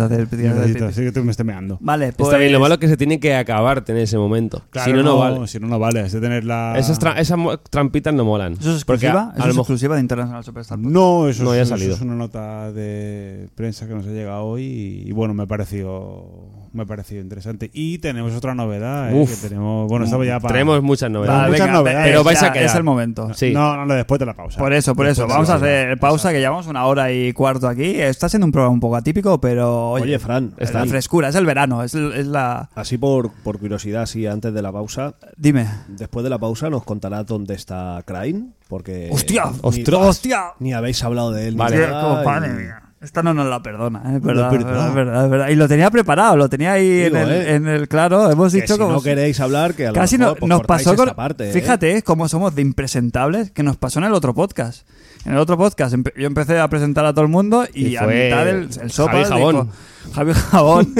[SPEAKER 2] hacer- pudieras hacer
[SPEAKER 5] Necesito,
[SPEAKER 2] pipí.
[SPEAKER 5] sí que tú me estés meando.
[SPEAKER 2] Vale, pues...
[SPEAKER 4] Está bien, lo malo es que se tiene que acabar en ese momento. si no, no, vale.
[SPEAKER 5] Si no, no vale. Es de tener la...
[SPEAKER 4] Esas, tra- esas mo- trampitas no molan.
[SPEAKER 2] ¿Eso es
[SPEAKER 4] Porque a- a
[SPEAKER 2] exclusiva? ¿Eso
[SPEAKER 4] lo
[SPEAKER 2] es
[SPEAKER 4] mejor-
[SPEAKER 2] exclusiva de International Superstar?
[SPEAKER 5] No, eso,
[SPEAKER 4] No,
[SPEAKER 5] es,
[SPEAKER 4] ya ha
[SPEAKER 5] eso
[SPEAKER 4] salido.
[SPEAKER 5] es una nota de prensa que nos ha llegado hoy y, y bueno, me ha parecido me ha parecido interesante. Y tenemos otra novedad, ¿eh?
[SPEAKER 4] Uf.
[SPEAKER 5] que tenemos, bueno, estamos ya para
[SPEAKER 4] Tenemos muchas
[SPEAKER 5] Va,
[SPEAKER 4] novedades.
[SPEAKER 5] muchas
[SPEAKER 2] venga,
[SPEAKER 5] novedades.
[SPEAKER 2] ve-
[SPEAKER 4] Pero vais
[SPEAKER 2] ya,
[SPEAKER 4] a quedar.
[SPEAKER 2] Es el momento.
[SPEAKER 4] Sí.
[SPEAKER 5] No, no, no, después de la pausa.
[SPEAKER 2] Por eso, por eso.
[SPEAKER 5] Después de
[SPEAKER 2] Vamos
[SPEAKER 5] la
[SPEAKER 2] a
[SPEAKER 5] pausa.
[SPEAKER 2] hacer pausa, que llevamos una hora y cuarto aquí. Está siendo un programa un poco atípico, pero... Oye,
[SPEAKER 3] Oye, Fran,
[SPEAKER 2] es la
[SPEAKER 3] Fran,
[SPEAKER 2] frescura, es el verano, es, el- es la...
[SPEAKER 3] así por, por curiosidad, así antes de la pausa,
[SPEAKER 2] Dime.
[SPEAKER 3] después de la pausa nos contará dónde está Crane, porque...
[SPEAKER 4] Eh,
[SPEAKER 2] ¡Hostia!
[SPEAKER 3] Ni-
[SPEAKER 2] ¡Ostras! ¡Hostia!
[SPEAKER 3] Ni habéis hablado de él. ni
[SPEAKER 4] Vale.
[SPEAKER 2] Tío,
[SPEAKER 3] nada,
[SPEAKER 2] como padre,
[SPEAKER 3] y-
[SPEAKER 2] mía. Esta no nos la perdona, ¿eh? es verdad,
[SPEAKER 5] No,
[SPEAKER 2] es
[SPEAKER 5] es
[SPEAKER 2] verdad,
[SPEAKER 5] verdad.
[SPEAKER 2] es verdad, es verdad. Y lo tenía preparado, lo tenía ahí en,
[SPEAKER 3] Digo,
[SPEAKER 2] el,
[SPEAKER 3] ¿eh?
[SPEAKER 2] en el claro. Hemos
[SPEAKER 3] que
[SPEAKER 2] dicho
[SPEAKER 3] si
[SPEAKER 2] como.
[SPEAKER 3] no queréis hablar, que a lo
[SPEAKER 2] casi no-
[SPEAKER 3] mejor, pues,
[SPEAKER 2] nos
[SPEAKER 3] cortáis
[SPEAKER 2] pasó con.
[SPEAKER 3] esta parte, ¿eh?
[SPEAKER 2] fíjate ¿eh? cómo somos de impresentables que nos pasó en el otro podcast. En el otro podcast empe- yo empecé a presentar a todo el mundo y,
[SPEAKER 4] Y
[SPEAKER 2] a
[SPEAKER 4] fue
[SPEAKER 2] mitad del el sopa
[SPEAKER 4] Javi Jabón.
[SPEAKER 2] dijo- Javi Jabón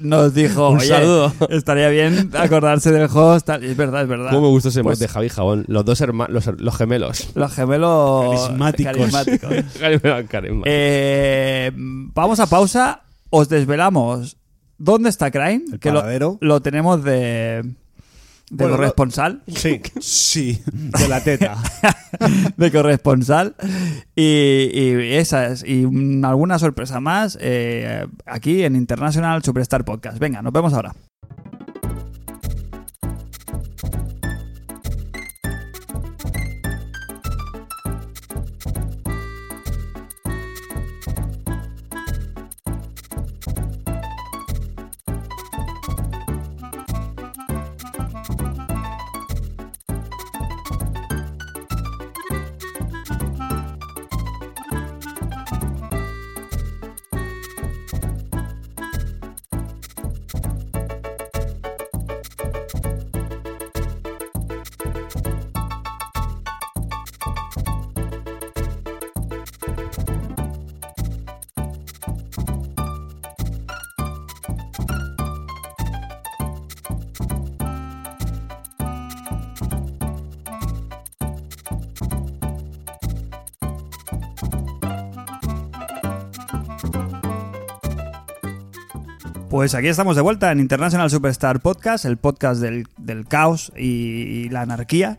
[SPEAKER 2] nos dijo:
[SPEAKER 4] Un
[SPEAKER 2] Oye,
[SPEAKER 4] saludo".
[SPEAKER 2] estaría bien acordarse del host. tal". Y Es verdad, es verdad.
[SPEAKER 4] ¿Cómo me gustó ese
[SPEAKER 2] Pues-
[SPEAKER 4] mod de Javi Jabón? Los dos hermanos, los, los gemelos.
[SPEAKER 2] Los gemelos
[SPEAKER 5] Carismáticos.
[SPEAKER 2] carismáticos.
[SPEAKER 4] Carisma.
[SPEAKER 2] Eh, vamos a pausa. Os desvelamos dónde está Crane,
[SPEAKER 3] El
[SPEAKER 2] que lo,
[SPEAKER 3] paradero.
[SPEAKER 2] lo tenemos de, de
[SPEAKER 3] Bueno,
[SPEAKER 2] corresponsal.
[SPEAKER 3] Sí.
[SPEAKER 5] Sí, de la teta.
[SPEAKER 2] de corresponsal. Y, y esas y mm, alguna sorpresa más eh, aquí en International Superstar Podcast. Venga, nos vemos ahora. Pues aquí estamos de vuelta en International Superstar Podcast, el podcast del, del caos y, y la anarquía.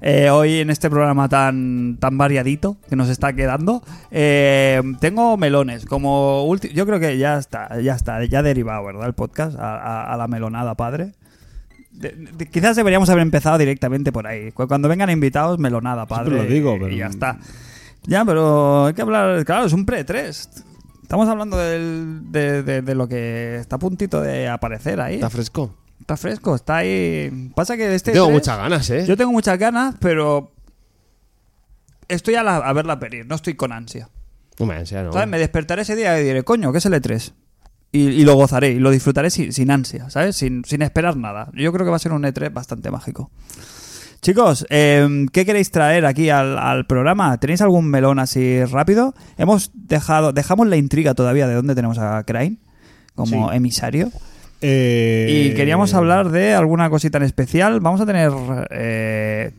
[SPEAKER 2] Eh, hoy en este programa tan, tan variadito que nos está quedando, eh, tengo melones. Como ulti- yo creo que ya está, ya está, ya ha derivado, ¿verdad? El podcast a, a- a la melonada padre. De- de- quizás deberíamos haber empezado directamente por ahí. Cu- Cuando vengan invitados, melonada padre.
[SPEAKER 5] Siempre lo digo,
[SPEAKER 2] y-
[SPEAKER 5] pero-
[SPEAKER 2] y ya está. Ya, pero hay que hablar. Claro, es un pre-3. Estamos hablando del- de, de- de lo que está a puntito de aparecer ahí.
[SPEAKER 4] Está fresco.
[SPEAKER 2] Está fresco, está ahí. Pasa que de este.
[SPEAKER 4] Tengo
[SPEAKER 2] tres-
[SPEAKER 4] muchas ganas, ¿eh?
[SPEAKER 2] Yo tengo muchas ganas, pero. Estoy a, la, a verla pedir, no estoy con ansia.
[SPEAKER 4] No me ansia, no.
[SPEAKER 2] ¿Sabes? Me despertaré ese día y diré, coño, ¿qué es el E3? Y, y lo gozaré y lo disfrutaré sin, sin ansia, ¿sabes? Sin, sin esperar nada. Yo creo que va a ser un E3 bastante mágico. Chicos, eh, ¿qué queréis traer aquí al, al programa? ¿Tenéis algún melón así rápido? Hemos dejado, dejamos la intriga todavía de dónde tenemos a Crane como
[SPEAKER 5] Sí.
[SPEAKER 2] emisario.
[SPEAKER 5] Eh,
[SPEAKER 2] Y queríamos hablar de alguna cosita en especial. Vamos a tener eh,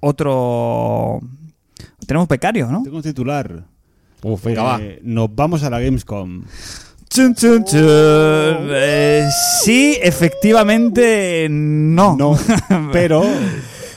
[SPEAKER 2] otro... Tenemos becario, ¿no?
[SPEAKER 5] Tengo un titular.
[SPEAKER 4] Uf, venga, va.
[SPEAKER 5] Eh, nos vamos a la Gamescom.
[SPEAKER 2] Chun, chun,
[SPEAKER 5] Oh.
[SPEAKER 2] chun. Eh, sí, efectivamente, no.
[SPEAKER 5] No, pero.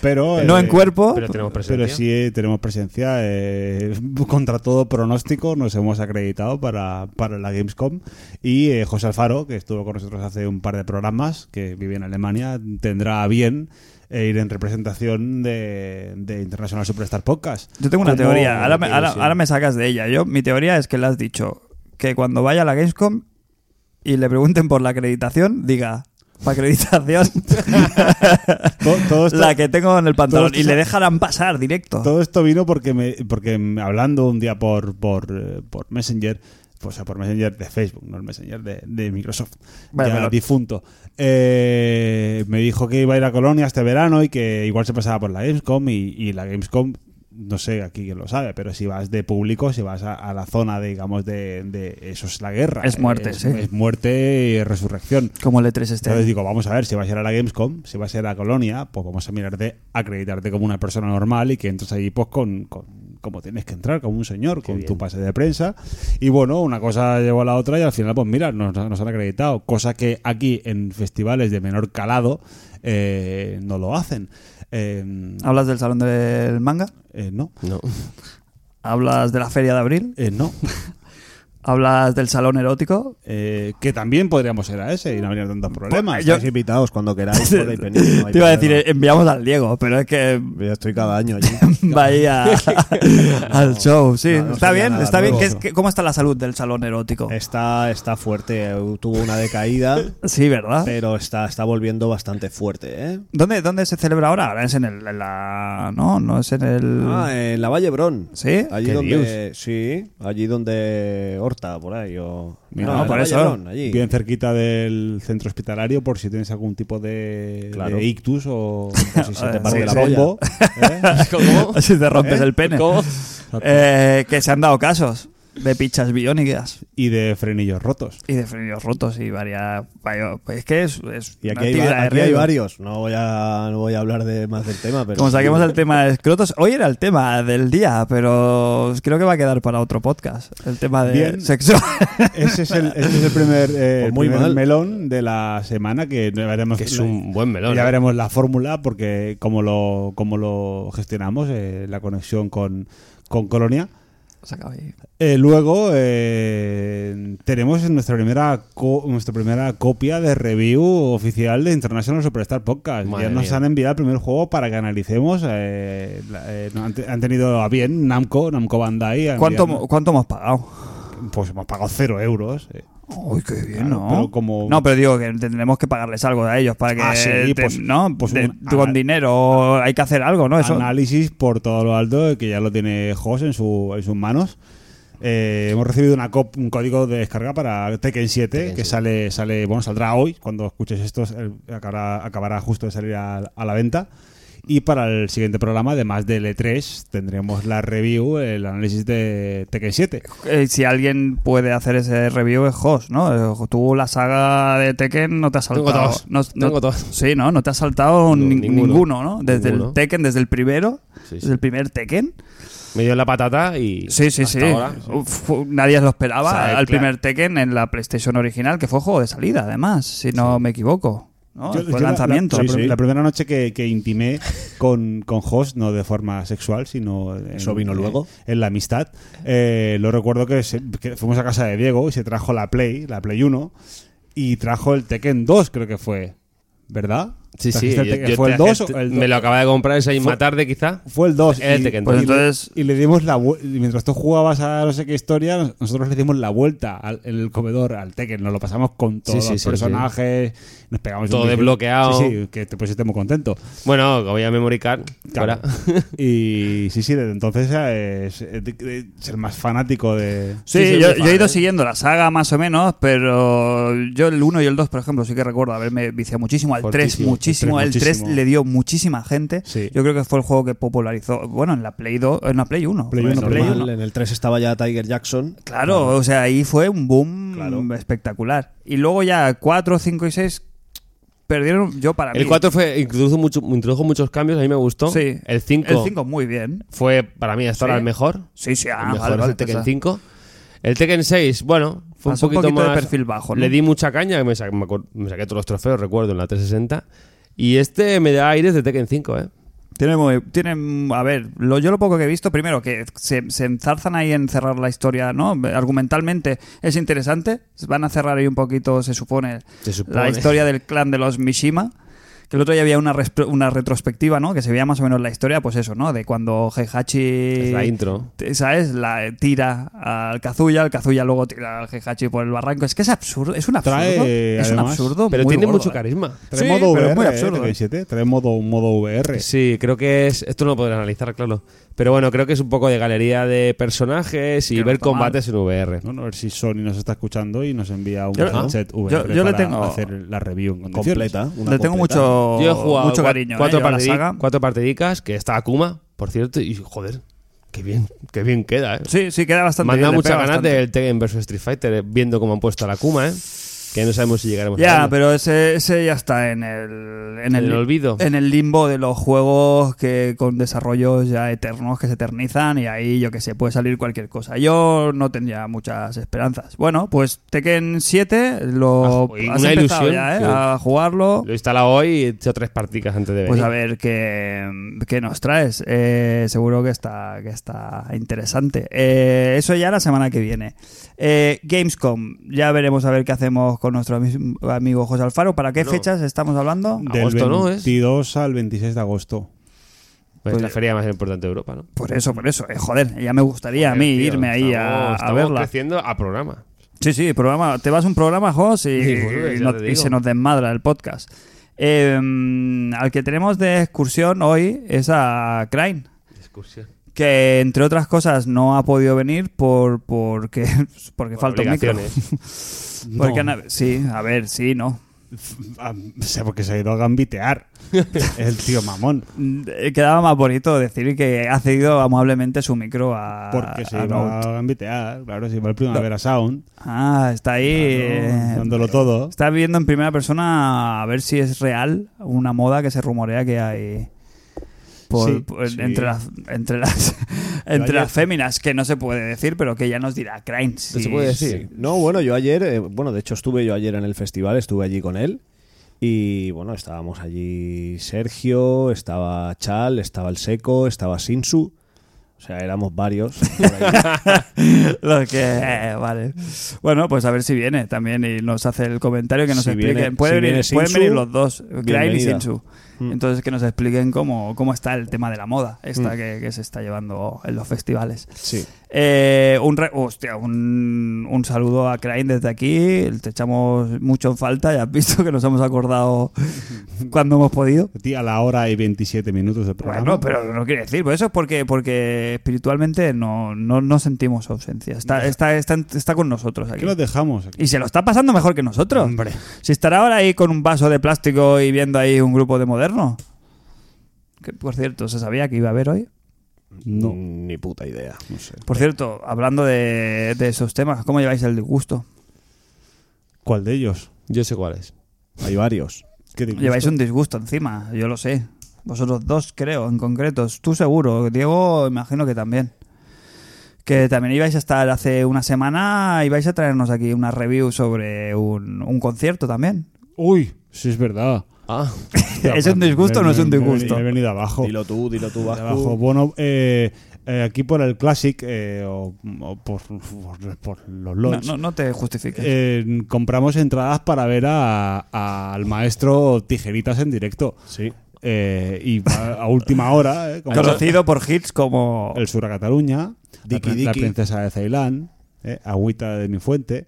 [SPEAKER 5] pero
[SPEAKER 2] No en
[SPEAKER 5] eh,
[SPEAKER 2] cuerpo.
[SPEAKER 4] Pero tenemos presencia.
[SPEAKER 5] Pero sí eh, tenemos presencia. eh, contra todo pronóstico nos hemos acreditado para, para la Gamescom. Y eh, José Alfaro, que estuvo con nosotros hace un par de programas, que vive en Alemania, tendrá a bien eh, ir en representación de, de International Superstar Podcast.
[SPEAKER 2] Yo tengo una
[SPEAKER 5] Como-
[SPEAKER 2] teoría. Ahora me,
[SPEAKER 5] Qué
[SPEAKER 2] ahora-
[SPEAKER 5] ilusión.
[SPEAKER 2] ahora me sacas de ella. Yo, mi teoría es que le has dicho que cuando vaya a la Gamescom y le pregunten por la acreditación, diga. "Pa' Acreditación,
[SPEAKER 5] To- todo esto-
[SPEAKER 2] la que tengo en el pantalón
[SPEAKER 5] todo
[SPEAKER 2] y
[SPEAKER 5] esto-
[SPEAKER 2] le dejarán pasar directo.
[SPEAKER 5] Todo esto vino porque me, porque me- hablando un día por por, eh, por Messenger, pues, o sea, por Messenger de Facebook, no el Messenger de, de Microsoft,
[SPEAKER 2] Vaya
[SPEAKER 5] ya
[SPEAKER 2] melón.
[SPEAKER 5] difunto. Eh, me dijo que iba a ir a Colonia este verano y que igual se pasaba por la Gamescom y, y la Gamescom no sé aquí quién lo sabe, pero si vas de público, si vas a, a la zona, digamos, de, de- eso es la guerra.
[SPEAKER 2] Es muerte,
[SPEAKER 5] es,
[SPEAKER 2] sí.
[SPEAKER 5] es muerte y resurrección.
[SPEAKER 2] Como el E3 este.
[SPEAKER 5] Entonces digo, vamos a ver, si vas a ir a la Gamescom, si vas a ir a la Colonia, pues vamos a mirarte, acreditarte como una persona normal y que entres allí pues con, con- como tienes que entrar, como un señor, con tu pase de prensa. Y bueno, una cosa llevó a la otra y al final pues mira, nos, nos han acreditado, cosa que aquí en festivales de menor calado eh, no lo hacen. Eh,
[SPEAKER 2] Hablas del salón del manga,
[SPEAKER 5] eh, no,
[SPEAKER 4] No.
[SPEAKER 2] hablas de la feria de abril,
[SPEAKER 5] eh, no.
[SPEAKER 2] hablas del salón erótico.
[SPEAKER 5] Eh, que también podríamos ir a ese y no habría tantos problemas.
[SPEAKER 2] Yo-
[SPEAKER 3] Estáis invitados cuando queráis. podéis venir, no hay
[SPEAKER 2] Te iba a decir,
[SPEAKER 3] problema.
[SPEAKER 2] eh, enviamos al Diego, pero es que
[SPEAKER 3] Yo estoy cada año allí.
[SPEAKER 2] Vaya al show, sí.
[SPEAKER 3] No, no
[SPEAKER 2] está
[SPEAKER 3] sería
[SPEAKER 2] bien,
[SPEAKER 3] nada
[SPEAKER 2] está bien.
[SPEAKER 3] nuevo.
[SPEAKER 2] ¿Qué es- qué- ¿Cómo está la salud del salón erótico?
[SPEAKER 3] Está, está fuerte. eh, Tuvo una decaída,
[SPEAKER 2] Sí, ¿verdad?
[SPEAKER 3] pero está, está volviendo bastante fuerte, ¿eh?
[SPEAKER 2] ¿Dónde, ¿Dónde se celebra ahora? Ahora es en el... en la... No, no es en el...
[SPEAKER 3] Ah, en la Valle Brón.
[SPEAKER 2] Mm. ¿Sí?
[SPEAKER 3] Allí
[SPEAKER 4] ¿Qué
[SPEAKER 3] donde. Sí, allí donde Horta, por ahí. O... Ah,
[SPEAKER 5] Mira,
[SPEAKER 2] no,
[SPEAKER 3] en
[SPEAKER 2] por
[SPEAKER 3] la
[SPEAKER 2] eso.
[SPEAKER 3] Valle Brón, allí.
[SPEAKER 5] Bien cerquita del centro hospitalario por si tienes algún tipo de,
[SPEAKER 3] Claro.
[SPEAKER 5] de ictus o, o si se te
[SPEAKER 2] Sí,
[SPEAKER 5] parte la
[SPEAKER 2] sí.
[SPEAKER 5] pombo. ¿eh?
[SPEAKER 4] ¿Cómo?
[SPEAKER 2] si te rompes el pene.
[SPEAKER 4] ¿Cómo?
[SPEAKER 2] Eh, que se han dado casos de pichas biónicas
[SPEAKER 5] Y de frenillos rotos.
[SPEAKER 2] y de frenillos rotos y varias... vario- pues Es que es, es
[SPEAKER 3] Y
[SPEAKER 2] una
[SPEAKER 3] aquí, hay,
[SPEAKER 2] actividad
[SPEAKER 3] va-
[SPEAKER 2] de
[SPEAKER 3] aquí hay
[SPEAKER 2] riesgo.
[SPEAKER 3] varios. No voy a, no voy a hablar de más del tema, pero.
[SPEAKER 2] Como saquemos
[SPEAKER 3] sí.
[SPEAKER 2] el tema de escrotos, hoy era el tema del día, pero creo que va a quedar para otro podcast. El tema de
[SPEAKER 5] Bien.
[SPEAKER 2] sexo.
[SPEAKER 5] Ese es el, ese es el primer, eh,
[SPEAKER 3] Pues muy
[SPEAKER 5] primer
[SPEAKER 3] mal.
[SPEAKER 5] melón de la semana que ya veremos,
[SPEAKER 4] Que es un buen melón.
[SPEAKER 5] ya
[SPEAKER 4] ¿eh?
[SPEAKER 5] veremos la fórmula porque como lo, como lo gestionamos, eh, la conexión con, con Colonia.
[SPEAKER 2] Se acaba ahí.
[SPEAKER 5] Eh, luego eh, tenemos nuestra primera co- nuestra primera copia de review oficial de International Superstar Podcast.
[SPEAKER 4] Madre
[SPEAKER 5] ya nos
[SPEAKER 4] mía.
[SPEAKER 5] han enviado el primer juego para que analicemos. eh, la- eh, no, han, te- han tenido a bien Namco, Namco Bandai. han
[SPEAKER 2] ¿Cuánto,
[SPEAKER 5] enviado-
[SPEAKER 2] ¿Cuánto hemos pagado?
[SPEAKER 5] Pues hemos pagado cero euros. eh.
[SPEAKER 2] Uy, qué bien,
[SPEAKER 5] Claro,
[SPEAKER 2] ¿no?
[SPEAKER 5] pero como-
[SPEAKER 2] No, pero digo que tendremos que pagarles algo a ellos para que.
[SPEAKER 5] Ah, sí,
[SPEAKER 2] te-
[SPEAKER 5] pues-
[SPEAKER 2] ¿No?
[SPEAKER 5] pues
[SPEAKER 2] De-
[SPEAKER 5] un-
[SPEAKER 2] con
[SPEAKER 5] ah,
[SPEAKER 2] dinero o hay que hacer algo, ¿no? Eso.
[SPEAKER 5] Análisis por todo lo alto, eh, que ya lo tiene Jos en, su, en sus manos. Eh, hemos recibido una cop- un código de descarga para Tekken 7
[SPEAKER 4] Tekken
[SPEAKER 5] que
[SPEAKER 4] 7.
[SPEAKER 5] sale sale bueno saldrá hoy cuando escuches esto eh, acabará, acabará justo de salir a, a la venta y para el siguiente programa además del E3 tendremos la review el análisis de Tekken 7
[SPEAKER 2] Eh, si alguien puede hacer ese review es Hoss, ¿no? Eh, Tú la saga de Tekken no te has saltado.
[SPEAKER 4] Tengo dos.
[SPEAKER 2] No, no-
[SPEAKER 4] Tengo dos.
[SPEAKER 2] Sí, ¿no? No te has
[SPEAKER 4] No,
[SPEAKER 2] saltado nin- ninguno.
[SPEAKER 4] ninguno.
[SPEAKER 2] ¿no? Desde
[SPEAKER 4] Ninguno.
[SPEAKER 2] el Tekken, desde el primero,
[SPEAKER 4] Sí,
[SPEAKER 2] desde el primer Tekken.
[SPEAKER 4] Me dio la patata y.
[SPEAKER 2] Sí, sí,
[SPEAKER 4] hasta
[SPEAKER 2] sí.
[SPEAKER 4] ahora.
[SPEAKER 2] Fu- nadie lo esperaba
[SPEAKER 4] O sea, claro.
[SPEAKER 2] al primer Tekken en la PlayStation original, que fue juego de salida, además, si no me equivoco. ¿no?
[SPEAKER 5] Yo-
[SPEAKER 2] fue
[SPEAKER 5] yo
[SPEAKER 2] el
[SPEAKER 5] la-
[SPEAKER 2] lanzamiento.
[SPEAKER 5] La, la prim- la primera noche que, que intimé con, con Hoss, no de forma sexual, sino. en-
[SPEAKER 3] Eso vino luego.
[SPEAKER 5] En la amistad. Eh, lo recuerdo que, se- que fuimos a casa de Diego y se trajo la Play, la Play 1, y trajo el Tekken 2, creo que fue. ¿Verdad?
[SPEAKER 4] Sí, sí.
[SPEAKER 5] ¿Trajiste el
[SPEAKER 4] yo-
[SPEAKER 5] Tekken?
[SPEAKER 4] yo
[SPEAKER 5] ¿Fue el
[SPEAKER 4] traje este,
[SPEAKER 5] 2 o el
[SPEAKER 4] Me
[SPEAKER 5] 2?
[SPEAKER 4] lo acaba de comprar esa misma tarde, quizá.
[SPEAKER 5] Fue el 2.
[SPEAKER 4] Era el
[SPEAKER 5] y-
[SPEAKER 4] Tekken
[SPEAKER 2] Pues
[SPEAKER 5] y le-
[SPEAKER 2] entonces-
[SPEAKER 5] Y le dimos la vuelta. Mientras tú jugabas a no sé qué historia, nos- nosotros le dimos la vuelta al, en el comedor al Tekken. Nos lo pasamos con todos
[SPEAKER 4] sí,
[SPEAKER 5] los
[SPEAKER 4] sí,
[SPEAKER 5] personajes. Nos pegamos
[SPEAKER 4] Todo
[SPEAKER 5] un-
[SPEAKER 4] desbloqueado.
[SPEAKER 5] Sí, sí, que te pusiste muy contento.
[SPEAKER 4] Bueno, voy a memory card.
[SPEAKER 5] Claro.
[SPEAKER 4] ahora.
[SPEAKER 5] y sí, sí, desde entonces eh, es, es el más fanático de.
[SPEAKER 2] Sí, yo, yo he ido siguiendo la saga más o menos, pero yo el 1 y el 2, por ejemplo, sí que recuerdo haberme viciado muchísimo. Al 3
[SPEAKER 5] Fortísimo,
[SPEAKER 2] muchísimo. El
[SPEAKER 5] el
[SPEAKER 2] 3,
[SPEAKER 5] tres muchísimo.
[SPEAKER 2] le dio muchísima gente.
[SPEAKER 5] Sí.
[SPEAKER 2] Yo creo que fue el juego que popularizó, bueno, en la Play 2, en la Play 1.
[SPEAKER 5] Play
[SPEAKER 2] fue,
[SPEAKER 5] uno,
[SPEAKER 2] en la
[SPEAKER 5] Play
[SPEAKER 2] uno.
[SPEAKER 3] Normal, En el 3 estaba ya Tiger Jackson.
[SPEAKER 2] Claro, o sea, ahí fue un boom
[SPEAKER 3] Claro.
[SPEAKER 2] espectacular. Y luego ya 4, 5 y 6 perdieron yo para mí.
[SPEAKER 4] El 4 fue, introdujo, mucho- introdujo muchos cambios, a mí me gustó.
[SPEAKER 2] Sí.
[SPEAKER 4] El 5
[SPEAKER 2] El 5 muy bien.
[SPEAKER 4] fue para mí hasta ahora
[SPEAKER 2] Sí.
[SPEAKER 4] el mejor.
[SPEAKER 2] Sí, sí, ah,
[SPEAKER 4] el mejor
[SPEAKER 2] vale,
[SPEAKER 4] es
[SPEAKER 2] vale,
[SPEAKER 4] el Tekken
[SPEAKER 2] pensaba.
[SPEAKER 4] 5. El Tekken 6, bueno, fue
[SPEAKER 2] Pasó
[SPEAKER 4] un poquito, más.
[SPEAKER 2] de perfil bajo, ¿no?
[SPEAKER 4] Le di mucha caña, me, sa- me acuer- me saqué todos los trofeos, recuerdo, en la 360. Y este me da aires de Tekken 5, ¿eh?
[SPEAKER 2] Tiene, muy- tiene, mm, a ver, lo, yo lo poco que he visto, primero que se, se enzarzan ahí en cerrar la historia, ¿no? Argumentalmente es interesante, van a cerrar ahí un poquito, se supone,
[SPEAKER 4] Se supone.
[SPEAKER 2] la historia del clan de los Mishima. Que el otro día había una, resp- una retrospectiva, ¿no? Que se veía más o menos la historia, pues eso, ¿no? De cuando Heihachi...
[SPEAKER 4] Es la intro.
[SPEAKER 2] t- ¿Sabes? La tira al Kazuya, el Kazuya luego tira al Heihachi por el barranco. Es que es absurdo, es un absurdo.
[SPEAKER 5] Trae,
[SPEAKER 2] es un
[SPEAKER 5] además,
[SPEAKER 2] absurdo.
[SPEAKER 4] Pero
[SPEAKER 2] muy
[SPEAKER 4] tiene
[SPEAKER 2] gordo,
[SPEAKER 4] mucho
[SPEAKER 2] ¿eh?
[SPEAKER 4] carisma.
[SPEAKER 5] Trae
[SPEAKER 2] Sí,
[SPEAKER 5] modo
[SPEAKER 2] pero
[SPEAKER 5] VR.
[SPEAKER 2] es muy
[SPEAKER 5] eh,
[SPEAKER 2] absurdo,
[SPEAKER 5] Tekken
[SPEAKER 2] eh.
[SPEAKER 5] 7, trae modo, modo VR.
[SPEAKER 4] Sí, creo que es. Esto no lo podrán analizar, claro. Pero bueno, creo que es un poco de galería de personajes y
[SPEAKER 2] Que no
[SPEAKER 4] ver
[SPEAKER 2] está mal.
[SPEAKER 4] combates en VR.
[SPEAKER 5] Bueno, a ver si Sony nos está escuchando y nos envía un
[SPEAKER 2] Yo-
[SPEAKER 5] headset
[SPEAKER 2] yo-
[SPEAKER 5] VR
[SPEAKER 2] yo le
[SPEAKER 5] para
[SPEAKER 2] tengo-
[SPEAKER 5] hacer la review en condiciones.
[SPEAKER 3] Completa.
[SPEAKER 2] Le
[SPEAKER 3] una
[SPEAKER 2] tengo
[SPEAKER 3] completa.
[SPEAKER 2] mucho,
[SPEAKER 4] Yo he jugado
[SPEAKER 2] mucho
[SPEAKER 4] cua-
[SPEAKER 2] cariño. ¿eh?
[SPEAKER 4] cuatro,
[SPEAKER 2] Yo a la
[SPEAKER 4] partidi-
[SPEAKER 2] saga.
[SPEAKER 4] cuatro partidicas, que está Akuma, por cierto, y joder, qué bien, qué bien queda, ¿eh?
[SPEAKER 2] Sí, sí, queda bastante
[SPEAKER 4] Me han
[SPEAKER 2] bien,
[SPEAKER 4] dado
[SPEAKER 2] le
[SPEAKER 4] muchas
[SPEAKER 2] pega
[SPEAKER 4] ganas
[SPEAKER 2] bastante.
[SPEAKER 4] del Tekken vs Street Fighter, eh, viendo cómo han puesto a la Akuma, ¿eh? Que no sabemos si llegaremos a
[SPEAKER 2] Ya,
[SPEAKER 4] verlo.
[SPEAKER 2] pero ese, ese ya está en el, en el,
[SPEAKER 4] el olvido.
[SPEAKER 2] En el limbo de los juegos que con desarrollos ya eternos que se eternizan y ahí, yo que sé, puede salir cualquier cosa. Yo no tendría muchas esperanzas. Bueno, pues Tekken 7
[SPEAKER 4] Ah,
[SPEAKER 2] lo
[SPEAKER 4] joder,
[SPEAKER 2] has
[SPEAKER 4] una
[SPEAKER 2] empezado
[SPEAKER 4] ilusión,
[SPEAKER 2] ya, ¿eh?
[SPEAKER 4] sí.
[SPEAKER 2] a jugarlo.
[SPEAKER 4] Lo he instalado hoy y he hecho tres partidas antes de venir.
[SPEAKER 2] Pues a ver qué, qué nos traes. Eh, seguro que está, que está interesante. Eh, eso ya la semana que viene. Eh, Gamescom, ya veremos a ver qué hacemos con nuestro ami- amigo José Alfaro. ¿Para qué
[SPEAKER 4] No.
[SPEAKER 2] fechas estamos hablando?
[SPEAKER 5] Del
[SPEAKER 4] Agosto, ¿no? Es-
[SPEAKER 5] 22 al 26 de agosto.
[SPEAKER 4] Pues
[SPEAKER 2] pues-
[SPEAKER 4] la feria más importante de Europa, ¿no? Eh,
[SPEAKER 2] Por eso, por eso. Eh, joder, ya me gustaría a mí
[SPEAKER 4] Tío,
[SPEAKER 2] irme ahí a,
[SPEAKER 4] estamos-
[SPEAKER 2] a
[SPEAKER 4] estamos
[SPEAKER 2] verla.
[SPEAKER 4] creciendo a programa.
[SPEAKER 2] Sí, sí, programa. Te vas a un programa, Jos, y,
[SPEAKER 4] Sí, pues,
[SPEAKER 2] y
[SPEAKER 4] ya
[SPEAKER 2] no-
[SPEAKER 4] te
[SPEAKER 2] y
[SPEAKER 4] digo.
[SPEAKER 2] se nos desmadra el podcast. Eh, al que tenemos de excursión hoy es a Crane.
[SPEAKER 4] Discusión.
[SPEAKER 2] que entre otras cosas no ha podido venir por porque porque
[SPEAKER 4] Por
[SPEAKER 2] falta un micro.
[SPEAKER 4] obligaciones.
[SPEAKER 2] Porque
[SPEAKER 5] No.
[SPEAKER 2] han- sí, a ver, sí, no.
[SPEAKER 5] Ah, O sea, porque se ha ido a gambitear. el tío mamón.
[SPEAKER 2] Mm, eh, Quedaba más bonito decir que ha cedido amablemente su micro a
[SPEAKER 5] Porque se
[SPEAKER 2] a
[SPEAKER 5] iba
[SPEAKER 2] Note.
[SPEAKER 5] a gambitear, claro, se iba al Primavera Sound,
[SPEAKER 2] Ah, está ahí
[SPEAKER 5] ¿no?
[SPEAKER 2] eh,
[SPEAKER 5] dándolo todo.
[SPEAKER 2] Está viendo en primera persona a ver si es real una moda que se rumorea que hay por-
[SPEAKER 5] Sí,
[SPEAKER 2] por-
[SPEAKER 5] sí.
[SPEAKER 2] entre las entre las entre
[SPEAKER 5] ayer-
[SPEAKER 2] las féminas que no se puede decir, pero que ya nos dirá Crane. si-
[SPEAKER 4] se puede decir?
[SPEAKER 3] No, bueno, yo ayer, eh, bueno, de hecho estuve yo ayer en el festival, estuve allí con él. Y bueno, estábamos allí Sergio, estaba Chal, estaba el Seco, estaba Sinsu. O sea, éramos varios. por ahí.
[SPEAKER 2] Lo que. eh, vale. Bueno, pues a ver si viene también y nos hace el comentario que nos
[SPEAKER 3] Si
[SPEAKER 2] expliquen.
[SPEAKER 3] viene-
[SPEAKER 2] Puede
[SPEAKER 3] si
[SPEAKER 2] venir,
[SPEAKER 3] viene Sinsu,
[SPEAKER 2] pueden venir los dos, Crane y
[SPEAKER 3] bienvenida.
[SPEAKER 2] Sinsu. Entonces que nos expliquen cómo, cómo está el tema de la moda, esta que, que se está llevando en los festivales.
[SPEAKER 3] Sí.
[SPEAKER 2] Eh, un, re- hostia, un, un saludo a Crane desde aquí. Te echamos mucho en falta. Ya has visto que nos hemos acordado cuando hemos podido.
[SPEAKER 5] Tío, a la hora y 27 minutos del programa.
[SPEAKER 2] Bueno, pero no quiere decir, pues eso es porque, porque espiritualmente no, no, no sentimos su ausencia. Está, está, está, está con nosotros aquí.
[SPEAKER 5] ¿Qué los dejamos aquí?
[SPEAKER 2] Y se lo está pasando mejor que nosotros.
[SPEAKER 5] Hombre.
[SPEAKER 2] Si estará ahora ahí con un vaso de plástico y viendo ahí un grupo de moderno. Que, por cierto, se sabía que iba a haber hoy.
[SPEAKER 5] No.
[SPEAKER 3] Ni puta idea. No sé.
[SPEAKER 2] Por cierto, hablando de, de esos temas, ¿cómo lleváis el disgusto?
[SPEAKER 5] ¿Cuál de ellos?
[SPEAKER 4] Yo sé cuál es.
[SPEAKER 3] Hay varios.
[SPEAKER 5] ¿Qué disgusto?
[SPEAKER 2] Lleváis un disgusto encima, yo lo sé. Vosotros dos, creo, en concreto. Tú seguro, Diego, imagino que también. Que también ibais a estar hace una semana, ibais a traernos aquí una review sobre un, un concierto también.
[SPEAKER 5] Uy, sí es verdad.
[SPEAKER 4] Ah,
[SPEAKER 2] ¿Es un disgusto o no es un
[SPEAKER 5] Me- me- me-
[SPEAKER 2] disgusto?
[SPEAKER 5] Me he venido abajo.
[SPEAKER 3] Dilo tú, dilo tú,
[SPEAKER 5] De
[SPEAKER 3] Vasco.
[SPEAKER 5] abajo. Bueno, eh, eh, aquí por el Classic eh, o, o por, por- por
[SPEAKER 2] No,
[SPEAKER 5] los launch,
[SPEAKER 2] no- no te justifiques.
[SPEAKER 5] eh, compramos entradas para ver a- a- al maestro Tijeritas en directo.
[SPEAKER 3] Sí.
[SPEAKER 5] Eh, y a, a última hora, eh, como
[SPEAKER 2] Conocido por hits como...
[SPEAKER 5] el Sur a Cataluña, la,
[SPEAKER 3] Diki
[SPEAKER 5] prin- la
[SPEAKER 3] Diki.
[SPEAKER 5] princesa de Ceilán, eh, agüita de mi fuente.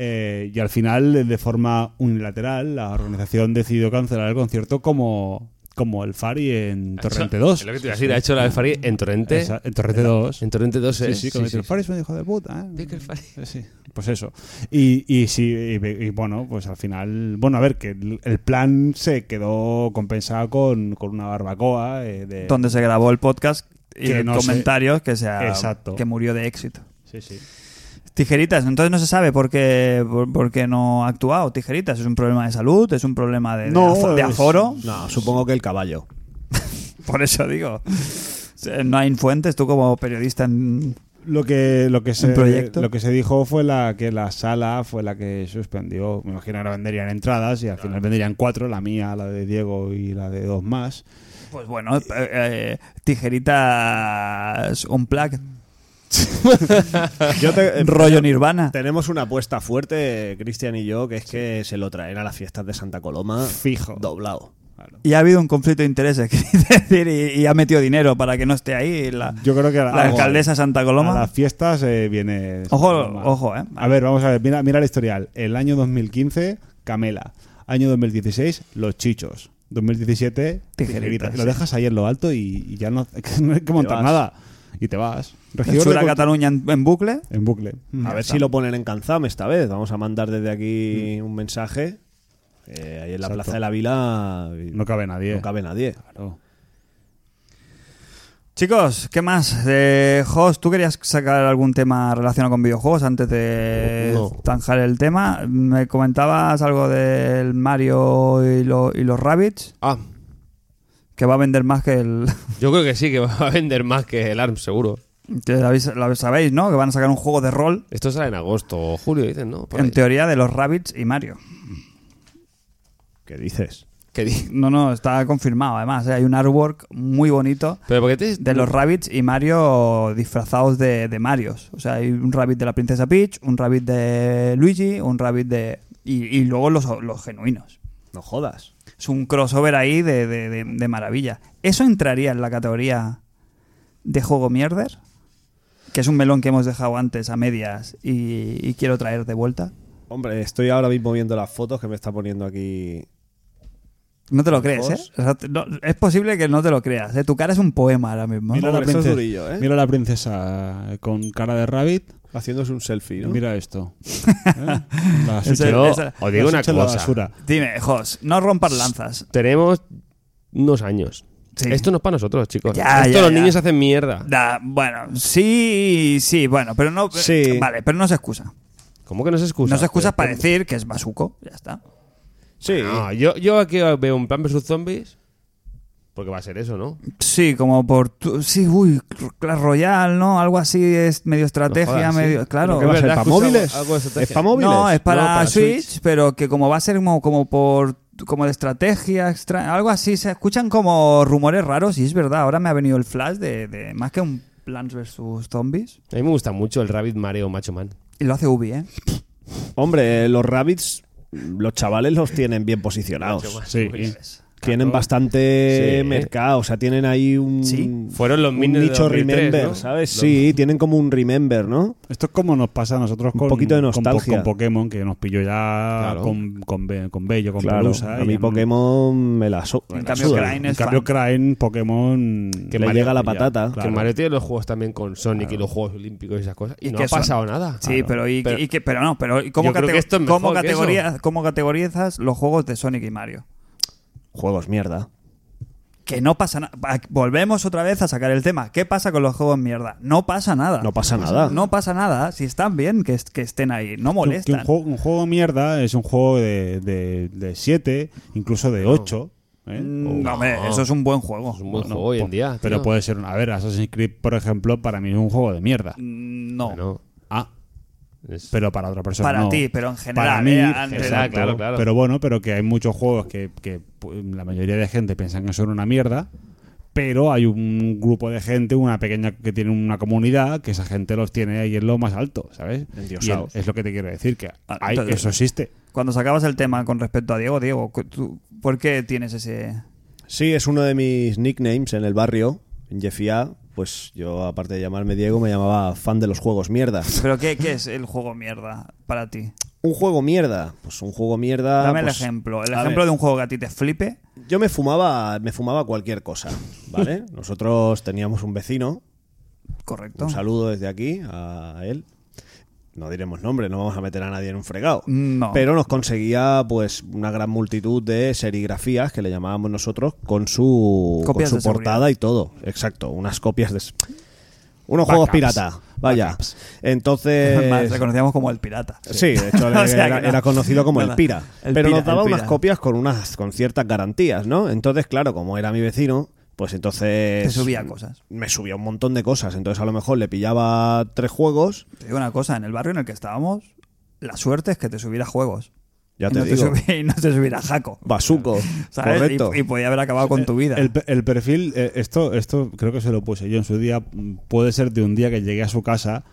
[SPEAKER 5] eh, y al final, eh, de forma unilateral, la organización decidió cancelar el concierto como, como el Fari en Torrente 2.
[SPEAKER 4] Ah, Es lo que te iba a decir, ha hecho la de Farid en Torrente.
[SPEAKER 5] Esa- en Torrente 2.
[SPEAKER 4] En Torrente 2
[SPEAKER 5] Sí,
[SPEAKER 4] es.
[SPEAKER 5] sí, con el Faris me dijo de puta. ¿eh?
[SPEAKER 4] Sí, que el Faris.
[SPEAKER 5] Eh, sí, Pues eso. Y, y sí, y, y bueno, pues al final. Bueno, a ver, que el, el plan se quedó compensado con, con una barbacoa. eh, de,
[SPEAKER 2] donde se grabó el podcast y
[SPEAKER 5] Que
[SPEAKER 2] en
[SPEAKER 5] no sé.
[SPEAKER 2] comentarios que sea
[SPEAKER 5] Exacto.
[SPEAKER 2] que murió de éxito.
[SPEAKER 5] Sí, sí.
[SPEAKER 2] Tijeritas, entonces no se sabe por qué, por, por qué no ha actuado. Tijeritas, ¿es un problema de salud? ¿Es un problema de, de
[SPEAKER 5] No,
[SPEAKER 2] afo- de
[SPEAKER 5] es-
[SPEAKER 2] aforo?
[SPEAKER 3] No, supongo que el caballo.
[SPEAKER 2] Por eso digo. No hay fuentes, tú como periodista. en-
[SPEAKER 5] Lo que, lo, que se,
[SPEAKER 2] proyecto?
[SPEAKER 5] lo que se dijo fue la que la sala fue la que suspendió. Me imagino que ahora venderían entradas y al final venderían cuatro: la mía, la de Diego y la de dos más.
[SPEAKER 2] Pues bueno, eh, eh, tijeritas un plug.
[SPEAKER 3] Yo te- eh,
[SPEAKER 2] rollo Nirvana.
[SPEAKER 3] Tenemos una apuesta fuerte, Cristian y yo, que es que se lo traen a las fiestas de Santa Coloma.
[SPEAKER 5] Fijo.
[SPEAKER 3] Doblado.
[SPEAKER 2] Y ha habido un conflicto de intereses, quiero decir, y, y ha metido dinero para que no esté ahí la,
[SPEAKER 5] Yo creo que
[SPEAKER 2] la
[SPEAKER 5] algo-
[SPEAKER 2] alcaldesa Santa
[SPEAKER 5] A
[SPEAKER 2] Coloma.
[SPEAKER 5] las fiestas eh, viene.
[SPEAKER 2] Ojo,
[SPEAKER 5] Paloma.
[SPEAKER 2] ojo, eh.
[SPEAKER 5] A ver, vamos a ver, mira, mira el historial. El año 2015, Camela. Año 2016, Los Chichos. 2017,
[SPEAKER 2] Tijeritas.
[SPEAKER 5] Tijeritas. Y Lo dejas ahí en lo alto y, y ya no, no hay que montar
[SPEAKER 3] eh. vas.
[SPEAKER 5] nada. Y te vas. Regidor de
[SPEAKER 2] Sur a
[SPEAKER 5] Cultu-
[SPEAKER 2] Cataluña en- en bucle.
[SPEAKER 5] En bucle.
[SPEAKER 3] A ver
[SPEAKER 2] está.
[SPEAKER 3] si lo ponen en Canzam esta vez. Vamos a mandar desde aquí un mensaje. Eh, ahí en la
[SPEAKER 5] Mm. Exacto.
[SPEAKER 3] Plaza de la Vila eh,
[SPEAKER 5] No cabe nadie.
[SPEAKER 3] no cabe nadie.
[SPEAKER 5] Claro.
[SPEAKER 2] Chicos, ¿qué más? Eh, Jos, ¿tú querías sacar algún tema relacionado con videojuegos antes de
[SPEAKER 3] No.
[SPEAKER 2] zanjar el tema? Me comentabas algo del Mario y, lo- y los Rabbits,
[SPEAKER 4] Ah,
[SPEAKER 2] que va a vender más que el...
[SPEAKER 4] yo creo que sí, que va a vender más que el ARM, seguro.
[SPEAKER 2] que lo habéis- lo sabéis, ¿no? Que van a sacar un juego de rol,
[SPEAKER 4] Esto sale en agosto o julio, dicen, ¿no? Por ahí.
[SPEAKER 2] en teoría, de los Rabbits y Mario.
[SPEAKER 3] ¿Qué dices?
[SPEAKER 4] ¿Qué di-
[SPEAKER 2] No, no, está confirmado además. ¿eh? Hay un artwork muy bonito
[SPEAKER 4] Pero porque te...
[SPEAKER 2] de los Rabbits y Mario disfrazados de, de Marios. O sea, hay un Rabbit de la Princesa Peach, un Rabbit de Luigi, un Rabbit de... Y, y luego los, los genuinos.
[SPEAKER 3] No jodas.
[SPEAKER 2] Es un crossover ahí de, de- de- de maravilla. ¿Eso entraría en la categoría de juego mierder? Que es un melón que hemos dejado antes a medias y, y quiero traer de vuelta.
[SPEAKER 3] Hombre, estoy ahora mismo viendo las fotos que me está poniendo aquí.
[SPEAKER 2] No te lo crees, ¿eh?
[SPEAKER 3] Ojos.
[SPEAKER 2] O sea, te- no- es posible que no te lo creas, ¿eh? Tu cara es un poema ahora mismo.
[SPEAKER 5] Mira,
[SPEAKER 3] Hombre,
[SPEAKER 5] la
[SPEAKER 3] esto es
[SPEAKER 5] princesa,
[SPEAKER 3] durillo, ¿eh?
[SPEAKER 5] mira la princesa eh, con cara de rabbit.
[SPEAKER 3] Haciéndose un selfie, ¿no?
[SPEAKER 5] Mira esto. ¿Eh? La
[SPEAKER 2] Ese-
[SPEAKER 5] Switch-
[SPEAKER 4] Yo
[SPEAKER 2] esa-
[SPEAKER 4] os digo
[SPEAKER 5] la
[SPEAKER 4] una
[SPEAKER 5] Switch en la
[SPEAKER 4] cosa.
[SPEAKER 5] basura.
[SPEAKER 2] Dime, Jos, no rompas lanzas.
[SPEAKER 4] Tenemos unos años.
[SPEAKER 2] Sí.
[SPEAKER 4] Esto no es para nosotros, chicos.
[SPEAKER 2] Ya,
[SPEAKER 4] Esto
[SPEAKER 2] ya,
[SPEAKER 4] los
[SPEAKER 2] ya.
[SPEAKER 4] niños hacen mierda.
[SPEAKER 2] Da- bueno, sí, sí, bueno, pero no. eh,
[SPEAKER 3] Sí.
[SPEAKER 2] Vale, pero no se excusa.
[SPEAKER 4] ¿Cómo que no se excusa? eh,
[SPEAKER 2] No se excusa
[SPEAKER 4] Pero-
[SPEAKER 2] para decir que es basuco, ya está.
[SPEAKER 3] Sí.
[SPEAKER 4] No, yo, yo aquí veo un plan versus zombies. Porque va a ser eso, ¿no?
[SPEAKER 2] Sí, como por. tu- Sí, uy, Clash Royale, ¿no? Algo así es medio estrategia,
[SPEAKER 4] jodas, sí.
[SPEAKER 2] medio. Claro.
[SPEAKER 3] ¿Qué va a
[SPEAKER 4] Es
[SPEAKER 3] ser?
[SPEAKER 4] verdad,
[SPEAKER 3] ¿Para
[SPEAKER 4] escucha
[SPEAKER 3] móviles?
[SPEAKER 4] algo de estrategia.
[SPEAKER 3] ¿Es para móviles?
[SPEAKER 2] No, es para,
[SPEAKER 4] No, para
[SPEAKER 2] Switch,
[SPEAKER 4] Switch.
[SPEAKER 2] pero que como va a ser como, como por como de estrategia extra, algo así, se escuchan como rumores raros y es verdad, ahora me ha venido el flash de, de más que un Plants vs Zombies
[SPEAKER 4] A mí me gusta mucho el Rabbit Mario Macho Man.
[SPEAKER 2] y lo hace Ubi, ¿eh?
[SPEAKER 3] Hombre, eh, los rabbits, los chavales los tienen bien posicionados.
[SPEAKER 5] Sí.
[SPEAKER 3] Tienen bastante
[SPEAKER 4] Sí.
[SPEAKER 3] mercado, o sea, tienen ahí un,
[SPEAKER 2] Sí.
[SPEAKER 4] Fueron los
[SPEAKER 3] un
[SPEAKER 4] minions de
[SPEAKER 3] nicho
[SPEAKER 4] 2003,
[SPEAKER 3] remember,
[SPEAKER 4] ¿no?
[SPEAKER 3] ¿sabes?
[SPEAKER 4] Los-
[SPEAKER 3] Sí, tienen como un remember, ¿no?
[SPEAKER 5] Esto es como nos pasa a nosotros
[SPEAKER 3] Un
[SPEAKER 5] con,
[SPEAKER 3] poquito de
[SPEAKER 5] con po-
[SPEAKER 3] nostalgia.
[SPEAKER 5] con Pokémon, que nos pilló ya
[SPEAKER 4] Claro.
[SPEAKER 5] con, con, Be- con Bello, con
[SPEAKER 3] Claro,
[SPEAKER 5] Pelusa.
[SPEAKER 3] a
[SPEAKER 5] y
[SPEAKER 3] mí
[SPEAKER 5] ya no-
[SPEAKER 3] Pokémon me la so- me
[SPEAKER 2] En
[SPEAKER 3] la
[SPEAKER 2] cambio,
[SPEAKER 3] suda.
[SPEAKER 2] Crane
[SPEAKER 5] En
[SPEAKER 2] es
[SPEAKER 5] cambio,
[SPEAKER 2] fan.
[SPEAKER 5] Crane, Pokémon.
[SPEAKER 3] Que
[SPEAKER 5] le
[SPEAKER 3] le llega la
[SPEAKER 5] ya,
[SPEAKER 3] patata.
[SPEAKER 5] claro.
[SPEAKER 4] Que Mario tiene los juegos también con Sonic y los Juegos Olímpicos y esas cosas. Y,
[SPEAKER 2] Y
[SPEAKER 4] no
[SPEAKER 2] que
[SPEAKER 4] ha
[SPEAKER 2] son-
[SPEAKER 4] pasado nada.
[SPEAKER 2] Sí, pero, y,
[SPEAKER 4] Pero-
[SPEAKER 2] y que, pero no, pero ¿y ¿cómo,
[SPEAKER 4] Yo creo
[SPEAKER 2] catego-
[SPEAKER 4] que esto es mejor
[SPEAKER 2] cómo
[SPEAKER 4] que
[SPEAKER 2] categoría- cómo categorizas los juegos de Sonic y Mario?
[SPEAKER 3] Juegos mierda.
[SPEAKER 2] Que no pasa nada. Volvemos otra vez a sacar el tema. ¿Qué pasa con los juegos mierda? No pasa nada.
[SPEAKER 3] No pasa nada.
[SPEAKER 2] No pasa nada. Si están bien, que, est- que estén ahí. No
[SPEAKER 5] Que un- que
[SPEAKER 2] molestan.
[SPEAKER 5] un, juego, un juego mierda es un juego de 7, incluso de 8. ¿eh?
[SPEAKER 2] Mm,
[SPEAKER 5] O-
[SPEAKER 2] hombre, eso es un buen juego.
[SPEAKER 4] Oh. Es un buen
[SPEAKER 5] Bueno,
[SPEAKER 4] juego hoy en
[SPEAKER 5] po-
[SPEAKER 4] día. tío.
[SPEAKER 5] Pero puede ser un. A ver, Assassin's Creed, por ejemplo, para mí es un juego de mierda.
[SPEAKER 2] Mm, No.
[SPEAKER 4] Bueno,
[SPEAKER 5] Ah,
[SPEAKER 4] es-
[SPEAKER 5] pero para otra persona.
[SPEAKER 2] Para
[SPEAKER 5] no.
[SPEAKER 2] ti, pero en general,
[SPEAKER 5] Para mí,
[SPEAKER 2] ¿eh? Antes-
[SPEAKER 5] exacto.
[SPEAKER 4] Pues Claro, claro.
[SPEAKER 5] Pero bueno, pero que hay muchos juegos que, que, pues, la mayoría de gente piensan que son una mierda. Pero hay un grupo de gente, una pequeña que tiene una comunidad, que esa gente los tiene ahí en lo más alto, ¿sabes? Y
[SPEAKER 3] Endiosados.
[SPEAKER 5] es lo que te quiero decir, que
[SPEAKER 2] Ah,
[SPEAKER 5] hay-
[SPEAKER 2] entonces-
[SPEAKER 5] eso existe.
[SPEAKER 2] Cuando sacabas el tema con respecto a Diego, Diego, cu- tú- ¿por qué tienes ese...?
[SPEAKER 3] Sí, es uno de mis nicknames en el barrio, en Jeffia. Pues yo, aparte de llamarme Diego, me llamaba fan de los juegos mierda.
[SPEAKER 2] ¿Pero qué, qué es el juego mierda para ti?
[SPEAKER 3] Un juego mierda. Pues un juego
[SPEAKER 4] Ah,
[SPEAKER 3] mierda.
[SPEAKER 2] Dame
[SPEAKER 3] pues,
[SPEAKER 2] el ejemplo. El
[SPEAKER 3] a
[SPEAKER 2] ejemplo
[SPEAKER 3] ver.
[SPEAKER 2] de un juego que a ti te flipe.
[SPEAKER 3] Yo me fumaba, me fumaba cualquier cosa, ¿vale? Nosotros teníamos un vecino,
[SPEAKER 2] Correcto.
[SPEAKER 3] un saludo desde aquí a él. No diremos nombre, no vamos a meter a nadie en un fregado.
[SPEAKER 2] No.
[SPEAKER 3] Pero nos conseguía pues una gran multitud de serigrafías que le llamábamos nosotros con su, con
[SPEAKER 2] Copias
[SPEAKER 3] su
[SPEAKER 2] de
[SPEAKER 3] portada y todo. Exacto, unas copias de... Unos juegos
[SPEAKER 5] Backups.
[SPEAKER 3] pirata, vaya. Entonces...
[SPEAKER 2] Más, le conocíamos como el pirata.
[SPEAKER 3] Eh, Sí, de hecho
[SPEAKER 2] O sea
[SPEAKER 3] era,
[SPEAKER 2] que no.
[SPEAKER 3] era conocido como
[SPEAKER 2] Nada,
[SPEAKER 3] el Pira.
[SPEAKER 2] el
[SPEAKER 3] pero
[SPEAKER 2] Pira,
[SPEAKER 3] nos daba
[SPEAKER 2] el
[SPEAKER 3] unas
[SPEAKER 2] Pira.
[SPEAKER 3] copias con unas con ciertas garantías, ¿no? Entonces, claro, como era mi vecino, pues entonces.
[SPEAKER 2] Te subía cosas.
[SPEAKER 3] Me subía un montón de cosas. Entonces, a lo mejor le pillaba tres juegos.
[SPEAKER 2] Te digo una cosa, en el barrio en el que estábamos, la suerte es que te subiera juegos.
[SPEAKER 3] Ya
[SPEAKER 2] y,
[SPEAKER 3] te
[SPEAKER 2] no
[SPEAKER 3] digo.
[SPEAKER 2] Te subía, y no te subiera jaco.
[SPEAKER 3] Basuco.
[SPEAKER 2] ¿sabes?
[SPEAKER 3] Correcto. Eh,
[SPEAKER 2] Y, y podía haber acabado con tu vida.
[SPEAKER 5] El, pe- el perfil, eh, esto, esto creo que se lo puse yo en su día. mm, Puede ser de un día que llegué a su casa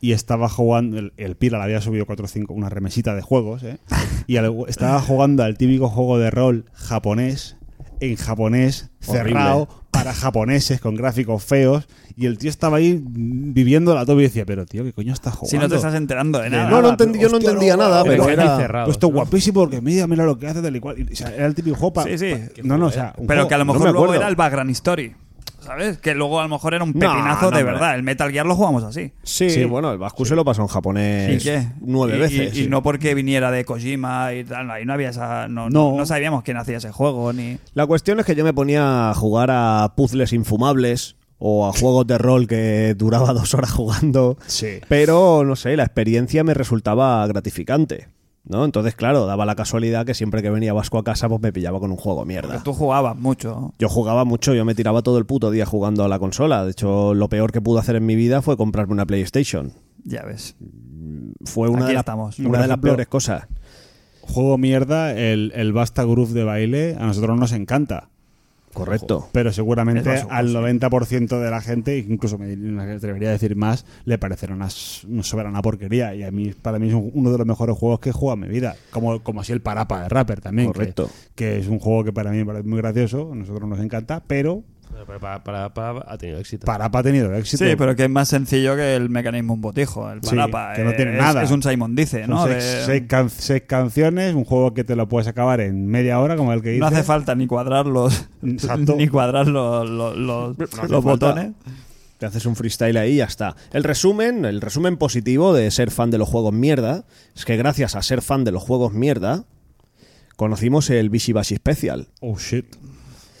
[SPEAKER 5] y estaba jugando. El, el Pira le había subido 4 o 5, una remesita de juegos, ¿eh? Y al- estaba jugando al típico juego de rol japonés, en japonés,
[SPEAKER 3] Horrible.
[SPEAKER 5] cerrado, para japoneses, con gráficos feos. Y el tío estaba ahí mm, viviendo la top y decía, pero tío, ¿qué coño estás jugando?
[SPEAKER 2] si no te estás enterando de nada.
[SPEAKER 3] Eh, no, no entendí- yo no
[SPEAKER 5] Hostia,
[SPEAKER 3] entendía nada,
[SPEAKER 5] guau,
[SPEAKER 3] pero
[SPEAKER 5] guau,
[SPEAKER 3] era-
[SPEAKER 5] guau,
[SPEAKER 4] cerrados,
[SPEAKER 5] Pues esto
[SPEAKER 4] ¿no?
[SPEAKER 5] guapísimo porque mira, mira lo que hace tal y cual. Y, o sea, era el típico juego pa-
[SPEAKER 2] Sí, sí.
[SPEAKER 5] pa- no, no, o sea, un
[SPEAKER 2] Pero
[SPEAKER 5] juego-
[SPEAKER 2] que a lo
[SPEAKER 3] no me
[SPEAKER 2] mejor luego
[SPEAKER 3] acuerdo.
[SPEAKER 2] era el background story. ¿Sabes? Que luego a lo mejor era un
[SPEAKER 3] No,
[SPEAKER 2] pepinazo
[SPEAKER 3] no,
[SPEAKER 2] de
[SPEAKER 3] hombre.
[SPEAKER 2] verdad. El Metal Gear lo jugamos así.
[SPEAKER 3] Sí,
[SPEAKER 5] Sí.
[SPEAKER 3] bueno, el Bascu se lo pasó en
[SPEAKER 2] ¿Y
[SPEAKER 3] japonés
[SPEAKER 2] qué?
[SPEAKER 3] nueve
[SPEAKER 2] Y- y-
[SPEAKER 3] veces.
[SPEAKER 2] Y,
[SPEAKER 3] sí.
[SPEAKER 2] no porque viniera de Kojima y tal. Ahí no había esa. No,
[SPEAKER 5] No.
[SPEAKER 2] no sabíamos quién hacía ese juego ni.
[SPEAKER 3] La cuestión es que yo me ponía a jugar a puzzles infumables o a juegos de rol que duraba dos horas jugando.
[SPEAKER 5] Sí.
[SPEAKER 3] Pero, no sé, la experiencia me resultaba gratificante. ¿No? Entonces, claro, daba la casualidad que siempre que venía Vasco a casa, pues me pillaba con un juego
[SPEAKER 2] Porque
[SPEAKER 3] mierda.
[SPEAKER 2] tú jugabas mucho.
[SPEAKER 3] Yo jugaba mucho, yo me tiraba todo el puto día jugando a la consola. De hecho, lo peor que pude hacer en mi vida fue comprarme una PlayStation.
[SPEAKER 2] Ya ves.
[SPEAKER 3] Fue una
[SPEAKER 2] Aquí
[SPEAKER 3] de, la-
[SPEAKER 2] estamos.
[SPEAKER 3] una
[SPEAKER 5] Por
[SPEAKER 3] de las
[SPEAKER 5] ejemplo,
[SPEAKER 3] peores cosas.
[SPEAKER 5] juego mierda, el, el Basta Groove de baile, a nosotros nos encanta.
[SPEAKER 3] Correcto.
[SPEAKER 5] Pero seguramente
[SPEAKER 2] Es basura,
[SPEAKER 5] al
[SPEAKER 2] sí.
[SPEAKER 5] 90% de la gente, incluso me me atrevería a decir más, le parecerá una, s- una soberana porquería. Y a mí, para mí es un- uno de los mejores juegos que he jugado en mi vida. Como, como así el Parapa de Rapper también. que-
[SPEAKER 3] Correcto.
[SPEAKER 5] Que, es un juego que para mí me parece muy gracioso, a nosotros nos encanta, pero
[SPEAKER 4] Pero para, para- para- ha tenido éxito.
[SPEAKER 5] Parapa ha tenido éxito.
[SPEAKER 2] Sí, pero que es más sencillo que el mecanismo un botijo, el
[SPEAKER 5] Sí,
[SPEAKER 2] palapa.
[SPEAKER 5] que no
[SPEAKER 2] eh,
[SPEAKER 5] tiene
[SPEAKER 2] es,
[SPEAKER 5] nada.
[SPEAKER 2] Es un Simon Dice,
[SPEAKER 5] Son
[SPEAKER 2] ¿no?
[SPEAKER 5] seis,
[SPEAKER 2] De-
[SPEAKER 5] seis can- seis canciones, un juego que te lo puedes acabar en media hora, como el que dice.
[SPEAKER 2] no hace falta ni cuadrar los.
[SPEAKER 5] Exacto.
[SPEAKER 2] Ni cuadrar los, los, los-
[SPEAKER 3] hace
[SPEAKER 2] los
[SPEAKER 3] falta.
[SPEAKER 2] botones.
[SPEAKER 3] Te haces un freestyle ahí y ya está. El resumen, el resumen positivo de ser fan de los juegos mierda es que gracias a ser fan de los juegos mierda conocimos el Bishibashi Special.
[SPEAKER 5] Oh shit.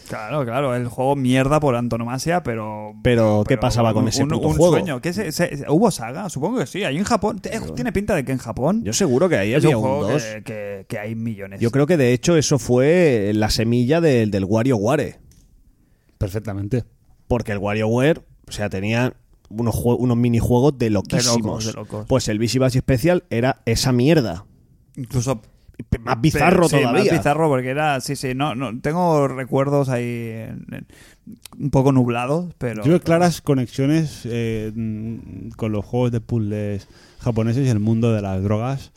[SPEAKER 2] Claro, claro, el juego mierda por antonomasia, pero.
[SPEAKER 3] Pero, ¿qué pasaba con ese
[SPEAKER 2] un,
[SPEAKER 3] puto
[SPEAKER 2] un
[SPEAKER 3] juego?
[SPEAKER 2] sueño. ¿Qué se- se- ¿Hubo saga? Supongo que sí. Ahí en Japón. eh, Tiene pinta de que en Japón.
[SPEAKER 3] Yo seguro que ahí
[SPEAKER 2] es
[SPEAKER 3] había
[SPEAKER 2] un
[SPEAKER 3] un
[SPEAKER 2] juego
[SPEAKER 3] 2.
[SPEAKER 2] que, que- que hay millones.
[SPEAKER 3] Yo creo que de hecho eso fue la semilla del, del WarioWare.
[SPEAKER 5] Perfectamente.
[SPEAKER 3] Porque el WarioWare, o sea, tenía unos, jue- unos minijuegos de loquísimos.
[SPEAKER 2] de locos.
[SPEAKER 3] Pues el Bishibashi Special era esa mierda.
[SPEAKER 2] Incluso.
[SPEAKER 3] P- Más bizarro
[SPEAKER 2] sí,
[SPEAKER 3] todavía.
[SPEAKER 2] Más bizarro porque era. Sí, sí, no, no tengo recuerdos ahí en- en- un poco nublados, pero.
[SPEAKER 5] Yo veo claras conexiones eh, mm, con los juegos de puzzles japoneses y el mundo de las drogas.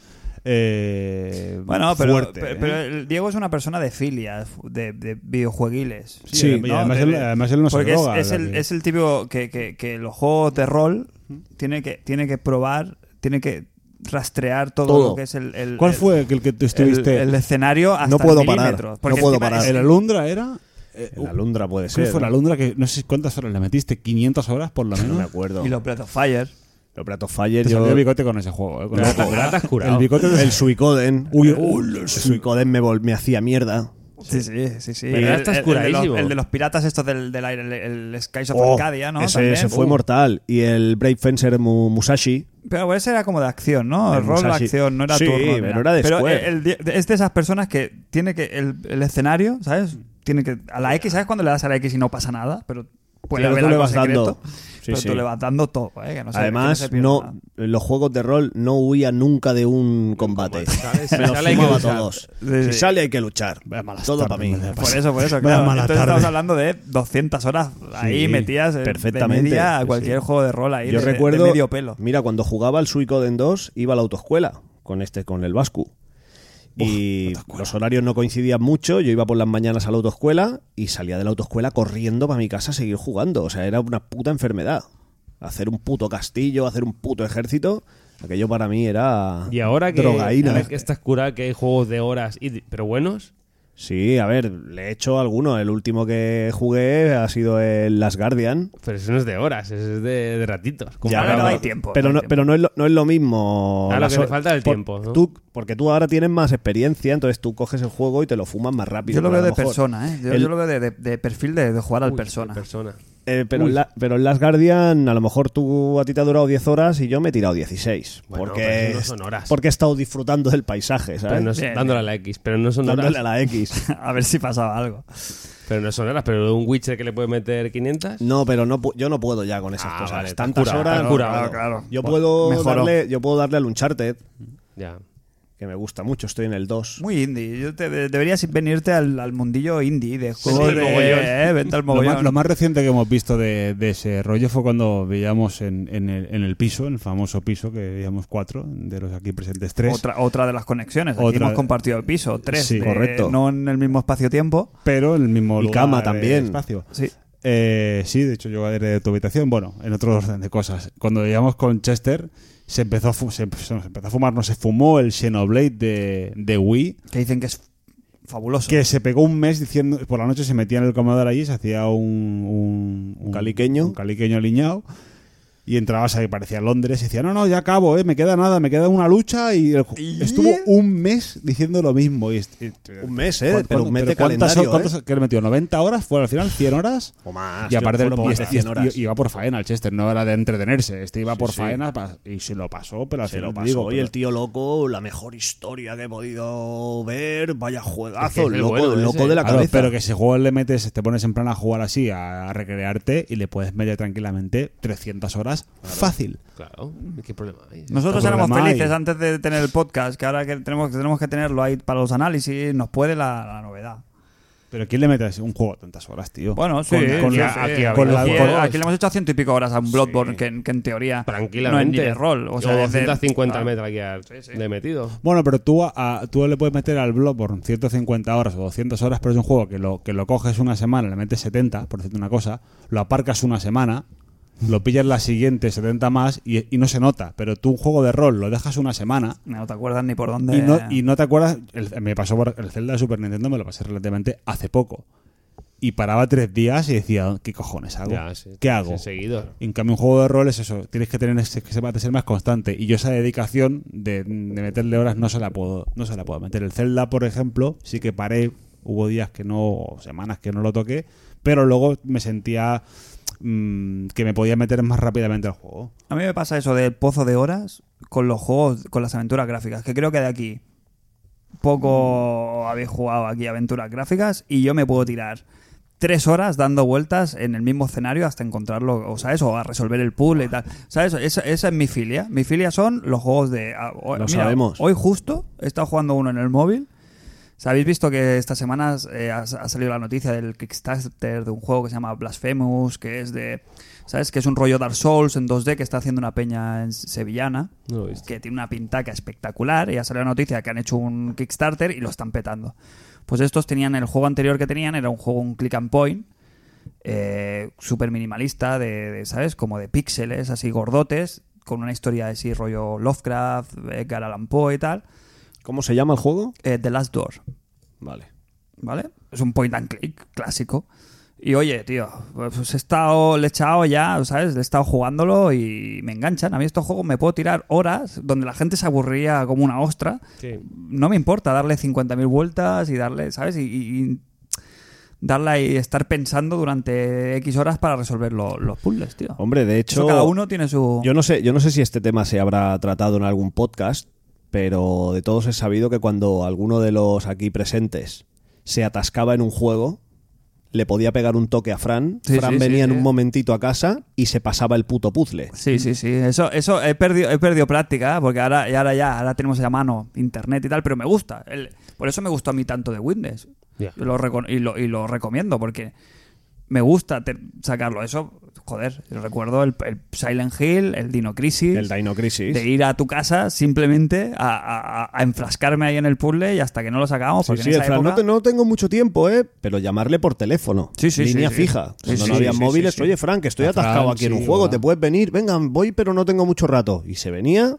[SPEAKER 5] eh,
[SPEAKER 2] Bueno, pero,
[SPEAKER 5] fuerte,
[SPEAKER 2] pero,
[SPEAKER 5] ¿eh?
[SPEAKER 2] pero el Diego es una persona de filias, de, de videojueguiles.
[SPEAKER 5] Sí, Sí, y además él- además él no se
[SPEAKER 2] Porque es-
[SPEAKER 5] droga,
[SPEAKER 2] Es,
[SPEAKER 5] o sea
[SPEAKER 2] el,
[SPEAKER 5] que-
[SPEAKER 2] es el típico que, que- que los juegos de rol tiene que, tiene que probar, tiene que rastrear todo,
[SPEAKER 3] Todo.
[SPEAKER 2] lo que es el... el-
[SPEAKER 5] ¿Cuál
[SPEAKER 2] el-
[SPEAKER 5] fue el que tú estuviste?
[SPEAKER 2] El, el escenario hasta
[SPEAKER 3] No puedo
[SPEAKER 2] el
[SPEAKER 3] parar,
[SPEAKER 2] milímetro.
[SPEAKER 3] no
[SPEAKER 2] Porque
[SPEAKER 3] puedo
[SPEAKER 2] encima
[SPEAKER 3] parar.
[SPEAKER 2] es-
[SPEAKER 5] ¿El Alundra era? Eh,
[SPEAKER 3] La Lundra puede ser.
[SPEAKER 5] ¿Cuál
[SPEAKER 3] ¿no?
[SPEAKER 5] fue la Alundra que no sé cuántas horas le metiste? ¿500 horas por lo
[SPEAKER 3] No me
[SPEAKER 5] menos?
[SPEAKER 3] acuerdo.
[SPEAKER 2] y los Breath of Fire.
[SPEAKER 3] Los Pratos Fire,
[SPEAKER 5] Te
[SPEAKER 3] yo-
[SPEAKER 5] salió el bigote con ese juego. eh, con el-
[SPEAKER 4] Pirata has curado.
[SPEAKER 5] el bigote de-
[SPEAKER 3] El Suicoden.
[SPEAKER 5] Uy,
[SPEAKER 3] el Suicoden me, vol- me hacía mierda.
[SPEAKER 2] Sí, Pues sí, sí. sí.
[SPEAKER 4] Pero ahora estás
[SPEAKER 2] de los,
[SPEAKER 4] curadísimo.
[SPEAKER 2] el de los piratas estos del, del aire, el, el Skies of
[SPEAKER 3] Oh,
[SPEAKER 2] Arcadia, ¿no?
[SPEAKER 3] Ese,
[SPEAKER 2] También.
[SPEAKER 3] ese fue
[SPEAKER 2] Uh.
[SPEAKER 3] mortal. Y el Brave Fencer Mu- Musashi.
[SPEAKER 2] Pero bueno, ese era como de acción, ¿no?
[SPEAKER 3] El
[SPEAKER 2] El rol de
[SPEAKER 3] Musashi.
[SPEAKER 2] acción, no era
[SPEAKER 3] Mm, Sí,
[SPEAKER 2] turno. ni
[SPEAKER 3] pero
[SPEAKER 2] nada.
[SPEAKER 3] era de Square.
[SPEAKER 2] el- el di- es de esas personas que tiene que el, el escenario, ¿sabes? tiene que. A la X, ¿sabes cuando le das a la X y no pasa nada? Pero puede
[SPEAKER 3] Claro,
[SPEAKER 2] haber
[SPEAKER 3] tú le
[SPEAKER 2] algo
[SPEAKER 3] vas
[SPEAKER 2] secreto,
[SPEAKER 3] dando. Sí,
[SPEAKER 2] pero
[SPEAKER 3] sí.
[SPEAKER 2] tú le vas dando todo, ¿eh? Que no se- que
[SPEAKER 3] Además,
[SPEAKER 2] se pierda nada.
[SPEAKER 3] no, los juegos de rol no huían nunca de un combate.
[SPEAKER 4] ¿sabes?
[SPEAKER 3] Me
[SPEAKER 4] Si
[SPEAKER 3] los
[SPEAKER 4] sale hay que
[SPEAKER 3] fumaba
[SPEAKER 4] luchar.
[SPEAKER 3] todos.
[SPEAKER 2] Sí,
[SPEAKER 3] Si
[SPEAKER 2] sí.
[SPEAKER 3] sale hay que luchar.
[SPEAKER 5] Vaya malas
[SPEAKER 3] Todo para
[SPEAKER 5] tardes,
[SPEAKER 3] mí.
[SPEAKER 5] me
[SPEAKER 2] Por eso, por eso,
[SPEAKER 5] Vaya
[SPEAKER 2] claro.
[SPEAKER 5] mala
[SPEAKER 2] Entonces
[SPEAKER 5] tarde.
[SPEAKER 2] estamos hablando de 200 horas ahí
[SPEAKER 3] Sí,
[SPEAKER 2] metidas eh,
[SPEAKER 3] perfectamente,
[SPEAKER 2] de media a
[SPEAKER 3] sí,
[SPEAKER 2] cualquier juego de rol ahí
[SPEAKER 3] Yo
[SPEAKER 2] de, de
[SPEAKER 3] recuerdo,
[SPEAKER 2] medio pelo.
[SPEAKER 3] mira, cuando jugaba al Suicoden 2 iba a la autoescuela con este, con el Vascu. Y los horarios no coincidían mucho, yo iba por las mañanas a la autoescuela y salía de la autoescuela corriendo para mi casa a seguir jugando. O sea, era una puta enfermedad. Hacer un puto castillo, hacer un puto ejército, aquello para mí era
[SPEAKER 4] Y ahora que,
[SPEAKER 3] drogaína.
[SPEAKER 4] ahora que estás curado, que hay juegos de horas, y, pero buenos.
[SPEAKER 3] Sí, a ver, le he hecho alguno. El último que jugué ha sido el Last Guardian.
[SPEAKER 4] Pero eso no es de horas, eso es de, de ratitos.
[SPEAKER 3] Ya,
[SPEAKER 2] Ahora no
[SPEAKER 3] claro.
[SPEAKER 2] hay tiempo,
[SPEAKER 3] Pero
[SPEAKER 2] no hay
[SPEAKER 3] no,
[SPEAKER 2] tiempo.
[SPEAKER 3] pero no, es, lo, no es lo mismo.
[SPEAKER 4] Claro,
[SPEAKER 3] Las
[SPEAKER 4] que le
[SPEAKER 3] hor-
[SPEAKER 4] falta el
[SPEAKER 3] por-
[SPEAKER 4] tiempo, ¿no?
[SPEAKER 3] Tú, porque tú ahora tienes más experiencia, entonces tú coges el juego y te lo fumas más rápido.
[SPEAKER 2] Yo lo
[SPEAKER 3] pero
[SPEAKER 2] veo
[SPEAKER 3] a
[SPEAKER 2] de
[SPEAKER 3] mejor-
[SPEAKER 2] persona, ¿eh? Yo,
[SPEAKER 3] El-
[SPEAKER 2] yo lo veo de, de- de perfil de, de jugar al
[SPEAKER 4] Uy,
[SPEAKER 2] persona.
[SPEAKER 4] persona.
[SPEAKER 3] eh, pero, la, pero el Last Guardian, a lo mejor tú a ti te ha durado 10 horas y yo me he tirado 16.
[SPEAKER 4] Bueno, pero
[SPEAKER 3] porque,
[SPEAKER 4] eso no son horas.
[SPEAKER 3] porque he estado disfrutando del paisaje,
[SPEAKER 4] Pero
[SPEAKER 3] ¿sabes?
[SPEAKER 4] no es-
[SPEAKER 2] Bien.
[SPEAKER 4] dándole a la X, pero no son
[SPEAKER 3] Dándole a
[SPEAKER 4] horas.
[SPEAKER 3] la X.
[SPEAKER 2] A ver si pasaba algo.
[SPEAKER 4] Pero no son horas, pero un Witcher que le puede meter 500.
[SPEAKER 3] No, pero no, pu- yo no puedo ya con esas
[SPEAKER 4] Ah,
[SPEAKER 3] cosas.
[SPEAKER 4] vale, te has
[SPEAKER 3] Tantas
[SPEAKER 4] curado, te has
[SPEAKER 3] horas. no
[SPEAKER 4] curado,
[SPEAKER 3] puedo.
[SPEAKER 2] claro.
[SPEAKER 3] Yo,
[SPEAKER 2] Bueno,
[SPEAKER 3] puedo
[SPEAKER 2] mejoró.
[SPEAKER 3] darle, yo puedo darle al Uncharted,
[SPEAKER 4] Ya.
[SPEAKER 3] que me gusta mucho. Estoy en el 2.
[SPEAKER 2] Muy indie. Yo te- de- deberías venirte al, al mundillo indie de juegos
[SPEAKER 4] Sí,
[SPEAKER 2] de...
[SPEAKER 4] mogollón.
[SPEAKER 2] eh, vente al
[SPEAKER 5] Lo
[SPEAKER 2] mogollón.
[SPEAKER 5] más, lo más reciente que hemos visto de, de ese rollo fue cuando veíamos en, en el, en el piso, en el famoso piso que veíamos cuatro, de los aquí presentes tres.
[SPEAKER 2] Otra, otra de las conexiones. Aquí
[SPEAKER 5] Otra-
[SPEAKER 2] hemos compartido el piso. Tres.
[SPEAKER 5] Sí,
[SPEAKER 2] de-
[SPEAKER 3] correcto.
[SPEAKER 2] No en el mismo espacio-tiempo.
[SPEAKER 5] Pero en el mismo
[SPEAKER 3] Y
[SPEAKER 5] lugar.
[SPEAKER 3] cama
[SPEAKER 5] eh,
[SPEAKER 3] también.
[SPEAKER 5] Espacio.
[SPEAKER 2] Sí.
[SPEAKER 5] Eh, sí, de hecho yo heredé tu habitación. Bueno, en otro orden de cosas. Cuando llegamos con Chester, se empezó a, fu- se, se nos empezó a fumar, no se fumó el Xenoblade de, de Wii,
[SPEAKER 2] Que dicen que es fabuloso.
[SPEAKER 5] que se pegó un mes diciendo, por la noche se metía en el comedor allí, se hacía un, un, un-
[SPEAKER 3] caliqueño.
[SPEAKER 5] un caliqueño liñao. Y entrabas ahí, parecía Londres, y decía, no, no, ya acabo, eh, me queda nada, me queda una lucha. Y el ju-
[SPEAKER 2] ¿Y?
[SPEAKER 5] estuvo un mes diciendo lo mismo. Y, est- y-
[SPEAKER 3] Un mes, ¿eh?
[SPEAKER 5] ¿Cuánto-
[SPEAKER 3] Pero un mes de
[SPEAKER 5] cuántas-
[SPEAKER 3] calendario.
[SPEAKER 5] cuántas-
[SPEAKER 3] ¿eh?
[SPEAKER 5] ¿Qué le metió? ¿90 horas? ¿Fue al final 100 horas?
[SPEAKER 3] O más.
[SPEAKER 5] y aparte del
[SPEAKER 3] fueron más de 100 horas.
[SPEAKER 5] iba por faena el Chester, no era de entretenerse, este iba por
[SPEAKER 3] sí.
[SPEAKER 5] faena pa- y se lo pasó, pero al
[SPEAKER 3] Se
[SPEAKER 5] final
[SPEAKER 3] lo
[SPEAKER 5] te
[SPEAKER 3] pasó.
[SPEAKER 5] digo,
[SPEAKER 3] y
[SPEAKER 5] pero-
[SPEAKER 3] el tío loco, la mejor historia que he podido ver. Vaya
[SPEAKER 4] Es que es
[SPEAKER 3] juegazo,
[SPEAKER 4] el
[SPEAKER 3] loco,
[SPEAKER 4] bueno ese.
[SPEAKER 3] loco de la
[SPEAKER 5] Claro,
[SPEAKER 3] cabeza.
[SPEAKER 5] pero que si juego le metes, te pones en plan a jugar así, a, a recrearte y le puedes meter tranquilamente 300 horas fácil.
[SPEAKER 4] Claro. ¿Qué problema hay?
[SPEAKER 2] Nosotros
[SPEAKER 5] No
[SPEAKER 2] éramos
[SPEAKER 5] problema
[SPEAKER 2] felices
[SPEAKER 5] hay.
[SPEAKER 2] antes de tener el podcast, que ahora que tenemos, que tenemos que tenerlo ahí para los análisis, nos puede la, la novedad.
[SPEAKER 5] Pero ¿quién le metes un juego tantas horas, tío?
[SPEAKER 2] Bueno, sí,
[SPEAKER 5] Con- con
[SPEAKER 2] sí,
[SPEAKER 5] la-
[SPEAKER 2] sí.
[SPEAKER 5] aquí
[SPEAKER 2] Aquí-
[SPEAKER 5] ha habido
[SPEAKER 2] aquí,
[SPEAKER 5] juegos.
[SPEAKER 2] aquí le hemos hecho ciento y pico horas a un Bloodborne, que, en- que en teoría no es ni
[SPEAKER 4] Tranquilamente.
[SPEAKER 2] de rol. O sea,
[SPEAKER 4] Yo
[SPEAKER 2] de-
[SPEAKER 4] 250
[SPEAKER 2] ah,
[SPEAKER 4] metros aquí al- le he metido.
[SPEAKER 5] Bueno, pero tú, a- a- tú le puedes meter al Bloodborne 150 horas o 200 horas, pero es un juego que lo, que lo coges una semana, le metes 70, por decirte una cosa, lo aparcas una semana, lo pillas la siguiente 70 más y, y no se nota. Pero tú un juego de rol lo dejas una semana
[SPEAKER 2] Ah, No te acuerdas ni por dónde.
[SPEAKER 5] y no, y no te acuerdas, el- me pasó por el Zelda de Super Nintendo, me lo pasé relativamente hace poco. Y paraba tres días y decía, ¿qué cojones hago?
[SPEAKER 4] Ya, sí.
[SPEAKER 5] ¿Qué hago?
[SPEAKER 4] Sí, seguido.
[SPEAKER 5] En cambio, un juego de rol es eso. Tienes que tener ese- que ser, ser más constante. Y yo esa dedicación de, de meterle horas no se la puedo, no se la puedo meter. El Zelda, por ejemplo, sí que paré. Hubo días que no, o semanas que no lo toqué, pero luego me sentía mm, que me podía meter más rápidamente al juego.
[SPEAKER 2] A mí me pasa eso del pozo de horas con los juegos, con las aventuras gráficas, que creo que de aquí poco habéis jugado aquí aventuras gráficas y yo me puedo tirar tres horas dando vueltas en el mismo escenario hasta encontrarlo, o sea, eso, a resolver el puzzle y tal. ¿Sabes? Esa, esa es mi filia. Mi filia son los juegos de... ah, hoy-
[SPEAKER 3] Lo sabemos.
[SPEAKER 2] Hoy justo he estado jugando uno en el móvil. O sea, Habéis visto que estas semanas eh, ha, ha salido la noticia del Kickstarter de un juego que se llama Blasphemous, que es de. ¿Sabes? Que es un rollo Dark Souls en 2D que está haciendo una peña en sevillana.
[SPEAKER 4] No lo he visto.
[SPEAKER 2] Que tiene una pintaca espectacular. Y ha salido la noticia que han hecho un Kickstarter y lo están petando. Pues estos tenían el juego anterior que tenían, era un juego, un click and point eh, súper minimalista, de, de, ¿sabes? Como de píxeles, así gordotes, con una historia así rollo Lovecraft, Edgar Allan Poe y tal.
[SPEAKER 3] ¿Cómo se llama el juego?
[SPEAKER 2] Eh, The Last Door,
[SPEAKER 3] Vale.
[SPEAKER 2] ¿vale? Es un point and click clásico. Y oye, tío, pues he estado, le he echado ya, ¿sabes? He estado jugándolo y me enganchan. A mí estos juegos me puedo tirar horas donde la gente se aburría como una ostra.
[SPEAKER 4] Sí.
[SPEAKER 2] No me importa darle 50.000 vueltas y darle, ¿sabes? Y, y- y darla y estar pensando durante X horas para resolver lo- los puzzles, tío.
[SPEAKER 3] Hombre, de hecho.
[SPEAKER 2] Eso cada uno tiene su...
[SPEAKER 3] Yo no sé, yo no sé si este tema se habrá tratado en algún podcast, pero de todos he sabido que cuando alguno de los aquí presentes se atascaba en un juego, le podía pegar un toque a Fran.
[SPEAKER 2] Sí,
[SPEAKER 3] Fran
[SPEAKER 2] sí, sí,
[SPEAKER 3] venía en
[SPEAKER 2] sí.
[SPEAKER 3] un momentito a casa y se pasaba el puto puzzle.
[SPEAKER 2] Sí, sí, sí. Eso, eso he perdido, he perdido práctica, ¿eh? porque ahora, y ahora ya, ahora tenemos a mano internet y tal, pero me gusta. El- por eso me gustó a mí tanto de Windows.
[SPEAKER 4] Ya.
[SPEAKER 2] Lo recon- y, lo, y lo recomiendo, porque me gusta te- sacarlo. Eso, joder, yo recuerdo el, el Silent Hill, el Dino Crisis.
[SPEAKER 3] El Dino Crisis.
[SPEAKER 2] de ir a tu casa simplemente a, a- a- a enfrascarme ahí en el puzzle y hasta que no lo sacamos.
[SPEAKER 3] Sí,
[SPEAKER 2] Porque
[SPEAKER 3] Pues sí,
[SPEAKER 2] en
[SPEAKER 3] el
[SPEAKER 2] esa
[SPEAKER 3] Fran,
[SPEAKER 2] época...
[SPEAKER 3] no, te- no tengo mucho tiempo, ¿eh? Pero llamarle por teléfono.
[SPEAKER 2] Sí, sí, sí,
[SPEAKER 3] Línea
[SPEAKER 2] sí.
[SPEAKER 3] fija.
[SPEAKER 2] Sí,
[SPEAKER 3] Cuando
[SPEAKER 2] sí,
[SPEAKER 3] no había
[SPEAKER 2] sí, sí,
[SPEAKER 3] móviles,
[SPEAKER 2] sí, sí.
[SPEAKER 3] oye, Fran, que estoy
[SPEAKER 5] A
[SPEAKER 3] atascado
[SPEAKER 5] Fran,
[SPEAKER 3] aquí en
[SPEAKER 5] sí,
[SPEAKER 3] un juego,
[SPEAKER 5] hola.
[SPEAKER 3] te puedes venir, venga, voy, pero no tengo mucho rato. Y se venía,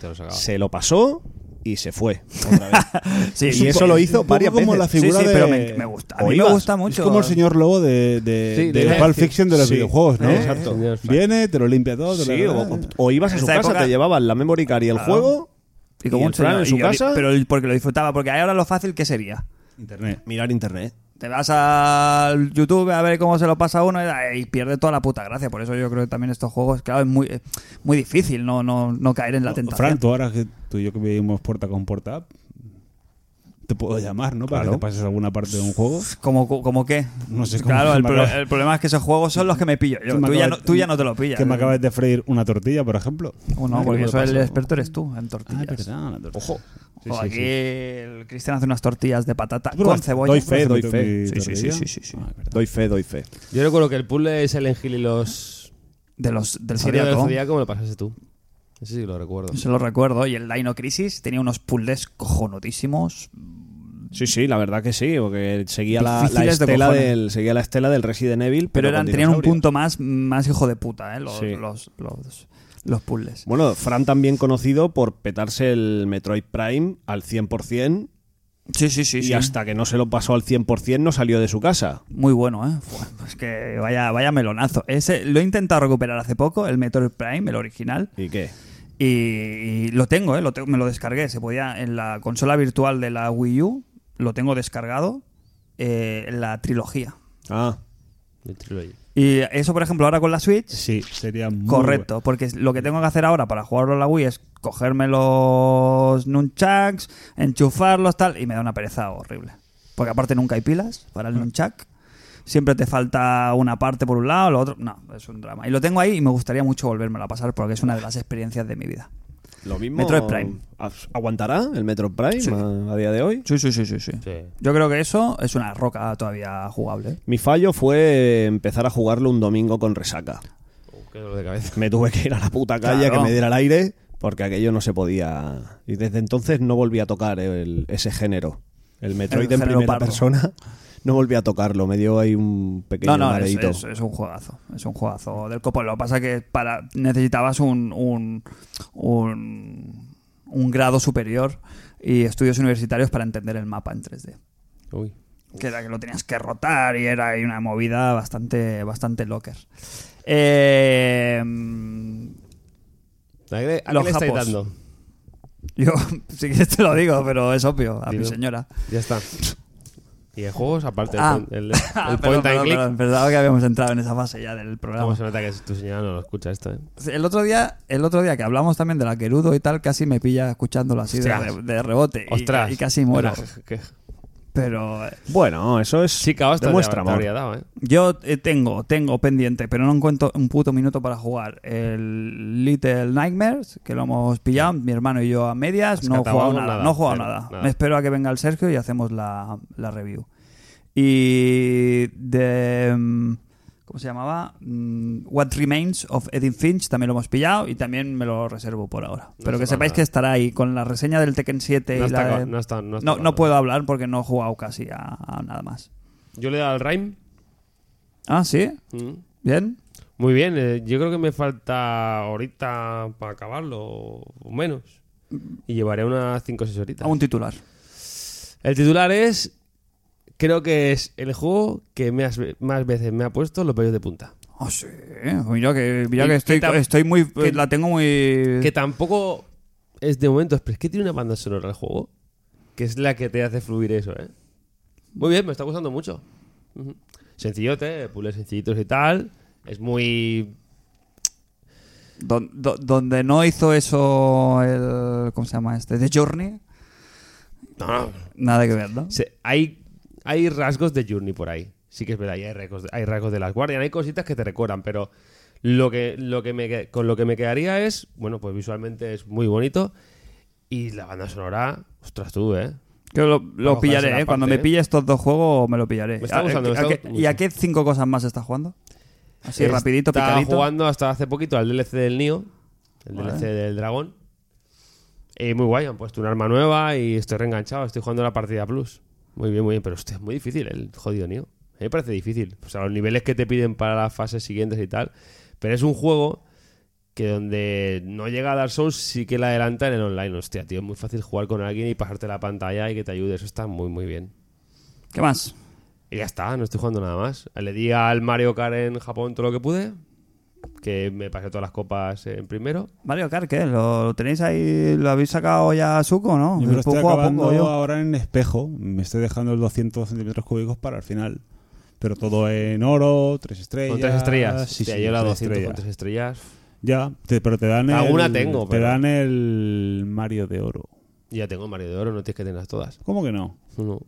[SPEAKER 4] Te lo
[SPEAKER 2] Ah.
[SPEAKER 4] sacaba.
[SPEAKER 3] se lo pasó y se fue. otra vez.
[SPEAKER 2] Sí, pues,
[SPEAKER 3] y
[SPEAKER 2] sí,
[SPEAKER 3] eso
[SPEAKER 2] sí.
[SPEAKER 3] lo hizo
[SPEAKER 5] Un poco
[SPEAKER 3] varias
[SPEAKER 5] como
[SPEAKER 3] veces.
[SPEAKER 5] la
[SPEAKER 2] Sí,
[SPEAKER 5] figura
[SPEAKER 2] sí,
[SPEAKER 5] de-
[SPEAKER 2] pero me, me gusta. A mí me
[SPEAKER 3] Oivas.
[SPEAKER 2] gusta mucho.
[SPEAKER 5] Es como el señor lobo de, de,
[SPEAKER 4] Sí,
[SPEAKER 5] de
[SPEAKER 4] de-
[SPEAKER 5] Pulp Fiction de los
[SPEAKER 3] Sí.
[SPEAKER 5] videojuegos, ¿no?
[SPEAKER 4] Eh,
[SPEAKER 5] Exacto.
[SPEAKER 4] señor Frank.
[SPEAKER 5] Viene, te lo limpia todo. te
[SPEAKER 3] Sí,
[SPEAKER 5] lo-
[SPEAKER 3] o, o ibas a su
[SPEAKER 2] Esa
[SPEAKER 3] casa,
[SPEAKER 2] época-
[SPEAKER 3] te llevaban la memory card y el
[SPEAKER 2] Claro.
[SPEAKER 3] juego,
[SPEAKER 2] Y como
[SPEAKER 3] y
[SPEAKER 2] un
[SPEAKER 3] el Fran
[SPEAKER 2] señor.
[SPEAKER 3] en su
[SPEAKER 2] Y yo-
[SPEAKER 3] casa.
[SPEAKER 2] Pero porque lo disfrutaba. Porque ahora lo fácil, ¿qué sería?
[SPEAKER 5] Internet.
[SPEAKER 3] mirar internet.
[SPEAKER 2] Te vas al YouTube a ver cómo se lo pasa a uno y, y pierde toda la puta gracia. Por eso yo creo que también estos juegos, claro, es muy, eh, muy difícil no, no, no caer en la tentación.
[SPEAKER 5] Fran, Oh, tú ahora que tú y yo que vivimos puerta con puerta, te puedo llamar, ¿no? Para que te pases alguna parte de un juego.
[SPEAKER 2] ¿Cómo, ¿Cómo qué?
[SPEAKER 5] No sé, ¿cómo
[SPEAKER 2] Claro,
[SPEAKER 5] se
[SPEAKER 2] el,
[SPEAKER 5] me
[SPEAKER 2] pro-
[SPEAKER 5] acaba?
[SPEAKER 2] el problema es que esos juegos son los que me pillo. yo.
[SPEAKER 5] Que me
[SPEAKER 2] tú, ya no,
[SPEAKER 5] acabas-
[SPEAKER 2] tú ya no te lo pillas.
[SPEAKER 5] Que me acabas de freír una tortilla, por ejemplo.
[SPEAKER 2] O no,
[SPEAKER 5] Ah, que
[SPEAKER 2] porque
[SPEAKER 5] me lo
[SPEAKER 2] eso el
[SPEAKER 5] paso.
[SPEAKER 2] experto eres tú en tortillas.
[SPEAKER 5] Ah, es verdad, la tortilla. Ojo.
[SPEAKER 2] O aquí el Cristian hace unas tortillas de patata
[SPEAKER 5] Tú
[SPEAKER 2] con
[SPEAKER 5] probaste-
[SPEAKER 2] cebolla.
[SPEAKER 5] Doy fe, doy
[SPEAKER 3] Sí,
[SPEAKER 5] fe.
[SPEAKER 2] sí, sí,
[SPEAKER 5] tortilla.
[SPEAKER 2] sí, sí, sí.
[SPEAKER 5] Ah, es verdad.
[SPEAKER 3] Doy fe, doy fe.
[SPEAKER 4] Yo recuerdo que el puzzle de Silent Hill y los.
[SPEAKER 2] De los, del
[SPEAKER 4] Sí, del
[SPEAKER 2] Zodíaco.
[SPEAKER 4] Zodíaco me lo pasaste tú. Ese sí que lo recuerdo.
[SPEAKER 2] pues Se lo recuerdo. Y el Dino Crisis tenía unos puzzles cojonutísimos.
[SPEAKER 3] Sí, sí, la verdad que sí, porque seguía la, la
[SPEAKER 2] Difíciles de
[SPEAKER 3] estela
[SPEAKER 2] cojones.
[SPEAKER 3] del, seguía la estela del Resident Evil,
[SPEAKER 2] Pero
[SPEAKER 3] pero,
[SPEAKER 2] eran,
[SPEAKER 3] con
[SPEAKER 2] tenían un
[SPEAKER 3] dinosaurios.
[SPEAKER 2] punto más, más hijo de puta, ¿eh? Los,
[SPEAKER 3] Sí.
[SPEAKER 2] los, los, los puzzles.
[SPEAKER 3] Bueno, Fran también conocido por petarse el Metroid Prime al 100%
[SPEAKER 2] Sí, sí, sí.
[SPEAKER 3] y
[SPEAKER 2] sí.
[SPEAKER 3] hasta que no se lo pasó al 100% no salió de su casa.
[SPEAKER 2] Muy bueno, ¿eh? Fua, es que vaya, vaya melonazo. Ese, lo he intentado recuperar hace poco, el Metroid Prime, el original.
[SPEAKER 3] ¿Y qué?
[SPEAKER 2] Y, y lo tengo, ¿eh? Lo tengo- me lo descargué. Se podía en la consola virtual de la Wii U. Lo tengo descargado. eh, la trilogía.
[SPEAKER 3] Ah,
[SPEAKER 4] El trilogy.
[SPEAKER 2] Y eso, por ejemplo, ahora con la Switch.
[SPEAKER 5] Sí, sería muy
[SPEAKER 2] Correcto, porque lo que tengo que hacer ahora para jugarlo en la Wii es cogerme los nunchucks, enchufarlos, tal, y me da una pereza horrible. Porque aparte nunca hay pilas para el nunchuck. Siempre te falta una parte por un lado, lo otro. No, es un drama. Y lo tengo ahí y me gustaría mucho volvérmelo a pasar porque es una de las experiencias de mi vida.
[SPEAKER 3] lo mismo.
[SPEAKER 2] Metroid Prime.
[SPEAKER 3] ¿As- ¿Aguantará el Metroid Prime
[SPEAKER 2] Sí.
[SPEAKER 3] a, a día de hoy?
[SPEAKER 2] Sí, sí, sí, sí, sí.
[SPEAKER 4] Sí.
[SPEAKER 2] Yo creo que eso es una roca todavía jugable. ¿eh?
[SPEAKER 3] Mi fallo fue empezar a jugarlo un domingo con resaca.
[SPEAKER 4] Oh, qué dolor de cabeza.
[SPEAKER 3] Me tuve que ir a la puta calle a
[SPEAKER 2] Claro.
[SPEAKER 3] que me diera el aire porque aquello no se podía. Y desde entonces no volví a tocar el- ese género. El Metroid
[SPEAKER 2] El
[SPEAKER 3] en
[SPEAKER 2] género
[SPEAKER 3] primera
[SPEAKER 2] pardo.
[SPEAKER 3] persona no volví a tocarlo. Me dio ahí un pequeño
[SPEAKER 2] No, no, es,
[SPEAKER 3] mareíto.
[SPEAKER 2] es- es un juegazo. Es un juegazo del copo. Lo que pasa que para necesitabas un, un, un, un grado superior y estudios universitarios para entender el mapa en 3D.
[SPEAKER 4] Uy.
[SPEAKER 2] Que era que lo tenías que rotar y era ahí una movida bastante, bastante locker. Eh,
[SPEAKER 4] ¿A qué, a qué
[SPEAKER 2] Los
[SPEAKER 4] le estáis
[SPEAKER 2] japos.
[SPEAKER 4] dando?
[SPEAKER 2] yo, si quieres te lo digo, pero es obvio, a mi
[SPEAKER 4] Dilo.
[SPEAKER 2] señora.
[SPEAKER 4] Ya está. Y de juegos, aparte
[SPEAKER 2] Ah.
[SPEAKER 4] el, el, el
[SPEAKER 2] Ah,
[SPEAKER 4] point
[SPEAKER 2] perdón,
[SPEAKER 4] and click.
[SPEAKER 2] perdón, Pensaba que habíamos entrado en esa fase ya del programa.
[SPEAKER 4] Cómo Ah, pues se nota que tu señora no lo escucha esto, ¿eh?
[SPEAKER 2] El otro día, el otro día que hablamos también de la Querudo y tal, casi me pilla escuchándolo así de,
[SPEAKER 4] Ostras.
[SPEAKER 2] re- de rebote. y-
[SPEAKER 4] Ostras.
[SPEAKER 2] Y, casi muero.
[SPEAKER 4] Ostras, qué-
[SPEAKER 2] Pero eh,
[SPEAKER 3] Bueno, eso es.
[SPEAKER 4] Sí, caos te,
[SPEAKER 3] demuestra
[SPEAKER 4] habría- te
[SPEAKER 3] amor.
[SPEAKER 4] habría dado, ¿eh?
[SPEAKER 2] yo eh, tengo, tengo pendiente, pero no encuentro un puto minuto para jugar. El Little Nightmares, que lo hemos pillado, mi hermano y yo a medias, no he
[SPEAKER 4] catado
[SPEAKER 2] jugado
[SPEAKER 4] algo?
[SPEAKER 2] nada,
[SPEAKER 4] Nada,
[SPEAKER 2] no he jugado
[SPEAKER 4] cero,
[SPEAKER 2] nada.
[SPEAKER 4] nada.
[SPEAKER 2] Me espero a que venga el Sergio y hacemos la, la review. Y de... mm, ¿Cómo se llamaba? Mm, What Remains of Edith Finch también lo hemos pillado y también me lo reservo por ahora. Pero que
[SPEAKER 4] sepa
[SPEAKER 2] sepáis
[SPEAKER 4] nada.
[SPEAKER 2] que estará ahí con la reseña del Tekken 7
[SPEAKER 4] No
[SPEAKER 2] y
[SPEAKER 4] está
[SPEAKER 2] la
[SPEAKER 4] co-
[SPEAKER 2] de-
[SPEAKER 4] no está- no está
[SPEAKER 2] no,
[SPEAKER 4] con
[SPEAKER 2] no
[SPEAKER 4] nada.
[SPEAKER 2] puedo hablar porque no he jugado casi a, a nada más.
[SPEAKER 4] Yo le he dado al Rhyme.
[SPEAKER 2] Ah, ¿sí?
[SPEAKER 4] Mm.
[SPEAKER 2] ¿Bien?
[SPEAKER 4] Muy bien, eh, yo creo que me falta ahorita para acabarlo, o menos. Y llevaré unas 5 o 6 horitas.
[SPEAKER 2] A un titular.
[SPEAKER 4] El titular es. Creo que es el juego que me has- más veces me ha puesto los pelos de punta.
[SPEAKER 2] Ah, sí. Mira que, mira
[SPEAKER 4] ¿Y
[SPEAKER 2] que
[SPEAKER 4] qué
[SPEAKER 2] estoy,
[SPEAKER 4] tam-
[SPEAKER 2] estoy muy.
[SPEAKER 4] qué-
[SPEAKER 2] la tengo muy.
[SPEAKER 4] Que tampoco es de momento, pero es que tiene una banda sonora el juego que es la que te hace fluir eso, ¿eh? Muy bien, me está gustando mucho. Ujú. Sencillote, puzzles sencillitos y tal. Es muy.
[SPEAKER 2] don- do- donde no hizo eso el. ¿Cómo se llama este? The Journey.
[SPEAKER 4] No, no.
[SPEAKER 2] Nada que ver, ¿no?
[SPEAKER 4] Se- hay, hay rasgos de Journey por ahí. sí que es verdad, y hay rasgos, hay rasgos de las guardias, hay cositas que te recuerdan, pero lo que, lo que me, que- con lo que me quedaría es, bueno, pues visualmente es muy bonito y la banda sonora, ostras tú, ¿eh?
[SPEAKER 2] Que lo, lo
[SPEAKER 4] Ojo, esa
[SPEAKER 2] pillaré, ¿eh?
[SPEAKER 4] parte,
[SPEAKER 2] Cuando me
[SPEAKER 4] ¿eh?
[SPEAKER 2] pille estos dos juegos, me lo pillaré.
[SPEAKER 4] Me está
[SPEAKER 2] ¿A-
[SPEAKER 4] gustando,
[SPEAKER 2] a-
[SPEAKER 4] me está
[SPEAKER 2] a qué-
[SPEAKER 4] gustando
[SPEAKER 2] ¿Y a
[SPEAKER 4] mucho.
[SPEAKER 2] qué cinco cosas más estás jugando? Así rapidito,
[SPEAKER 4] Estaba
[SPEAKER 2] picadito.
[SPEAKER 4] jugando hasta hace poquito al DLC del Nio, el
[SPEAKER 2] Vale.
[SPEAKER 4] DLC del dragón. Y muy guay, han puesto un arma nueva y estoy reenganchado, estoy jugando la partida plus. Muy bien, muy bien, pero hostia, es muy difícil el jodido Nio. A mí me parece difícil. O sea, los niveles que te piden para las fases siguientes y tal. Pero es un juego que donde no llega a Dark Souls sí que la adelanta en el online. Hostia, tío, es muy fácil jugar con alguien y pasarte la pantalla y que te ayude. Eso está muy, muy bien.
[SPEAKER 2] ¿Qué más?
[SPEAKER 4] Y ya está, no estoy jugando nada más. Le di al Mario Kart en Japón todo lo que pude. Que me pasé todas las copas en primero.
[SPEAKER 2] Mario Kart, ¿qué? ¿Lo, lo tenéis ahí? ¿Lo habéis sacado ya a Suco, no?
[SPEAKER 5] Yo me lo estoy
[SPEAKER 2] Poco a poco
[SPEAKER 5] acabando
[SPEAKER 2] yo.
[SPEAKER 5] ahora en espejo. Me estoy dejando los 200 centímetros cúbicos para el final. Pero todo en oro, tres estrellas.
[SPEAKER 4] Con tres estrellas.
[SPEAKER 5] Sí,
[SPEAKER 4] Hostia,
[SPEAKER 5] sí,
[SPEAKER 4] yo la
[SPEAKER 5] tres
[SPEAKER 4] 200 con
[SPEAKER 5] estrellas.
[SPEAKER 4] tres estrellas.
[SPEAKER 5] Ya, te- pero te dan
[SPEAKER 4] Alguna
[SPEAKER 5] el,
[SPEAKER 4] tengo,
[SPEAKER 5] Te
[SPEAKER 4] pero-
[SPEAKER 5] dan el Mario de oro.
[SPEAKER 4] Y Ya tengo Mario de Oro, no tienes que tenerlas todas.
[SPEAKER 5] ¿Cómo que no?
[SPEAKER 4] No,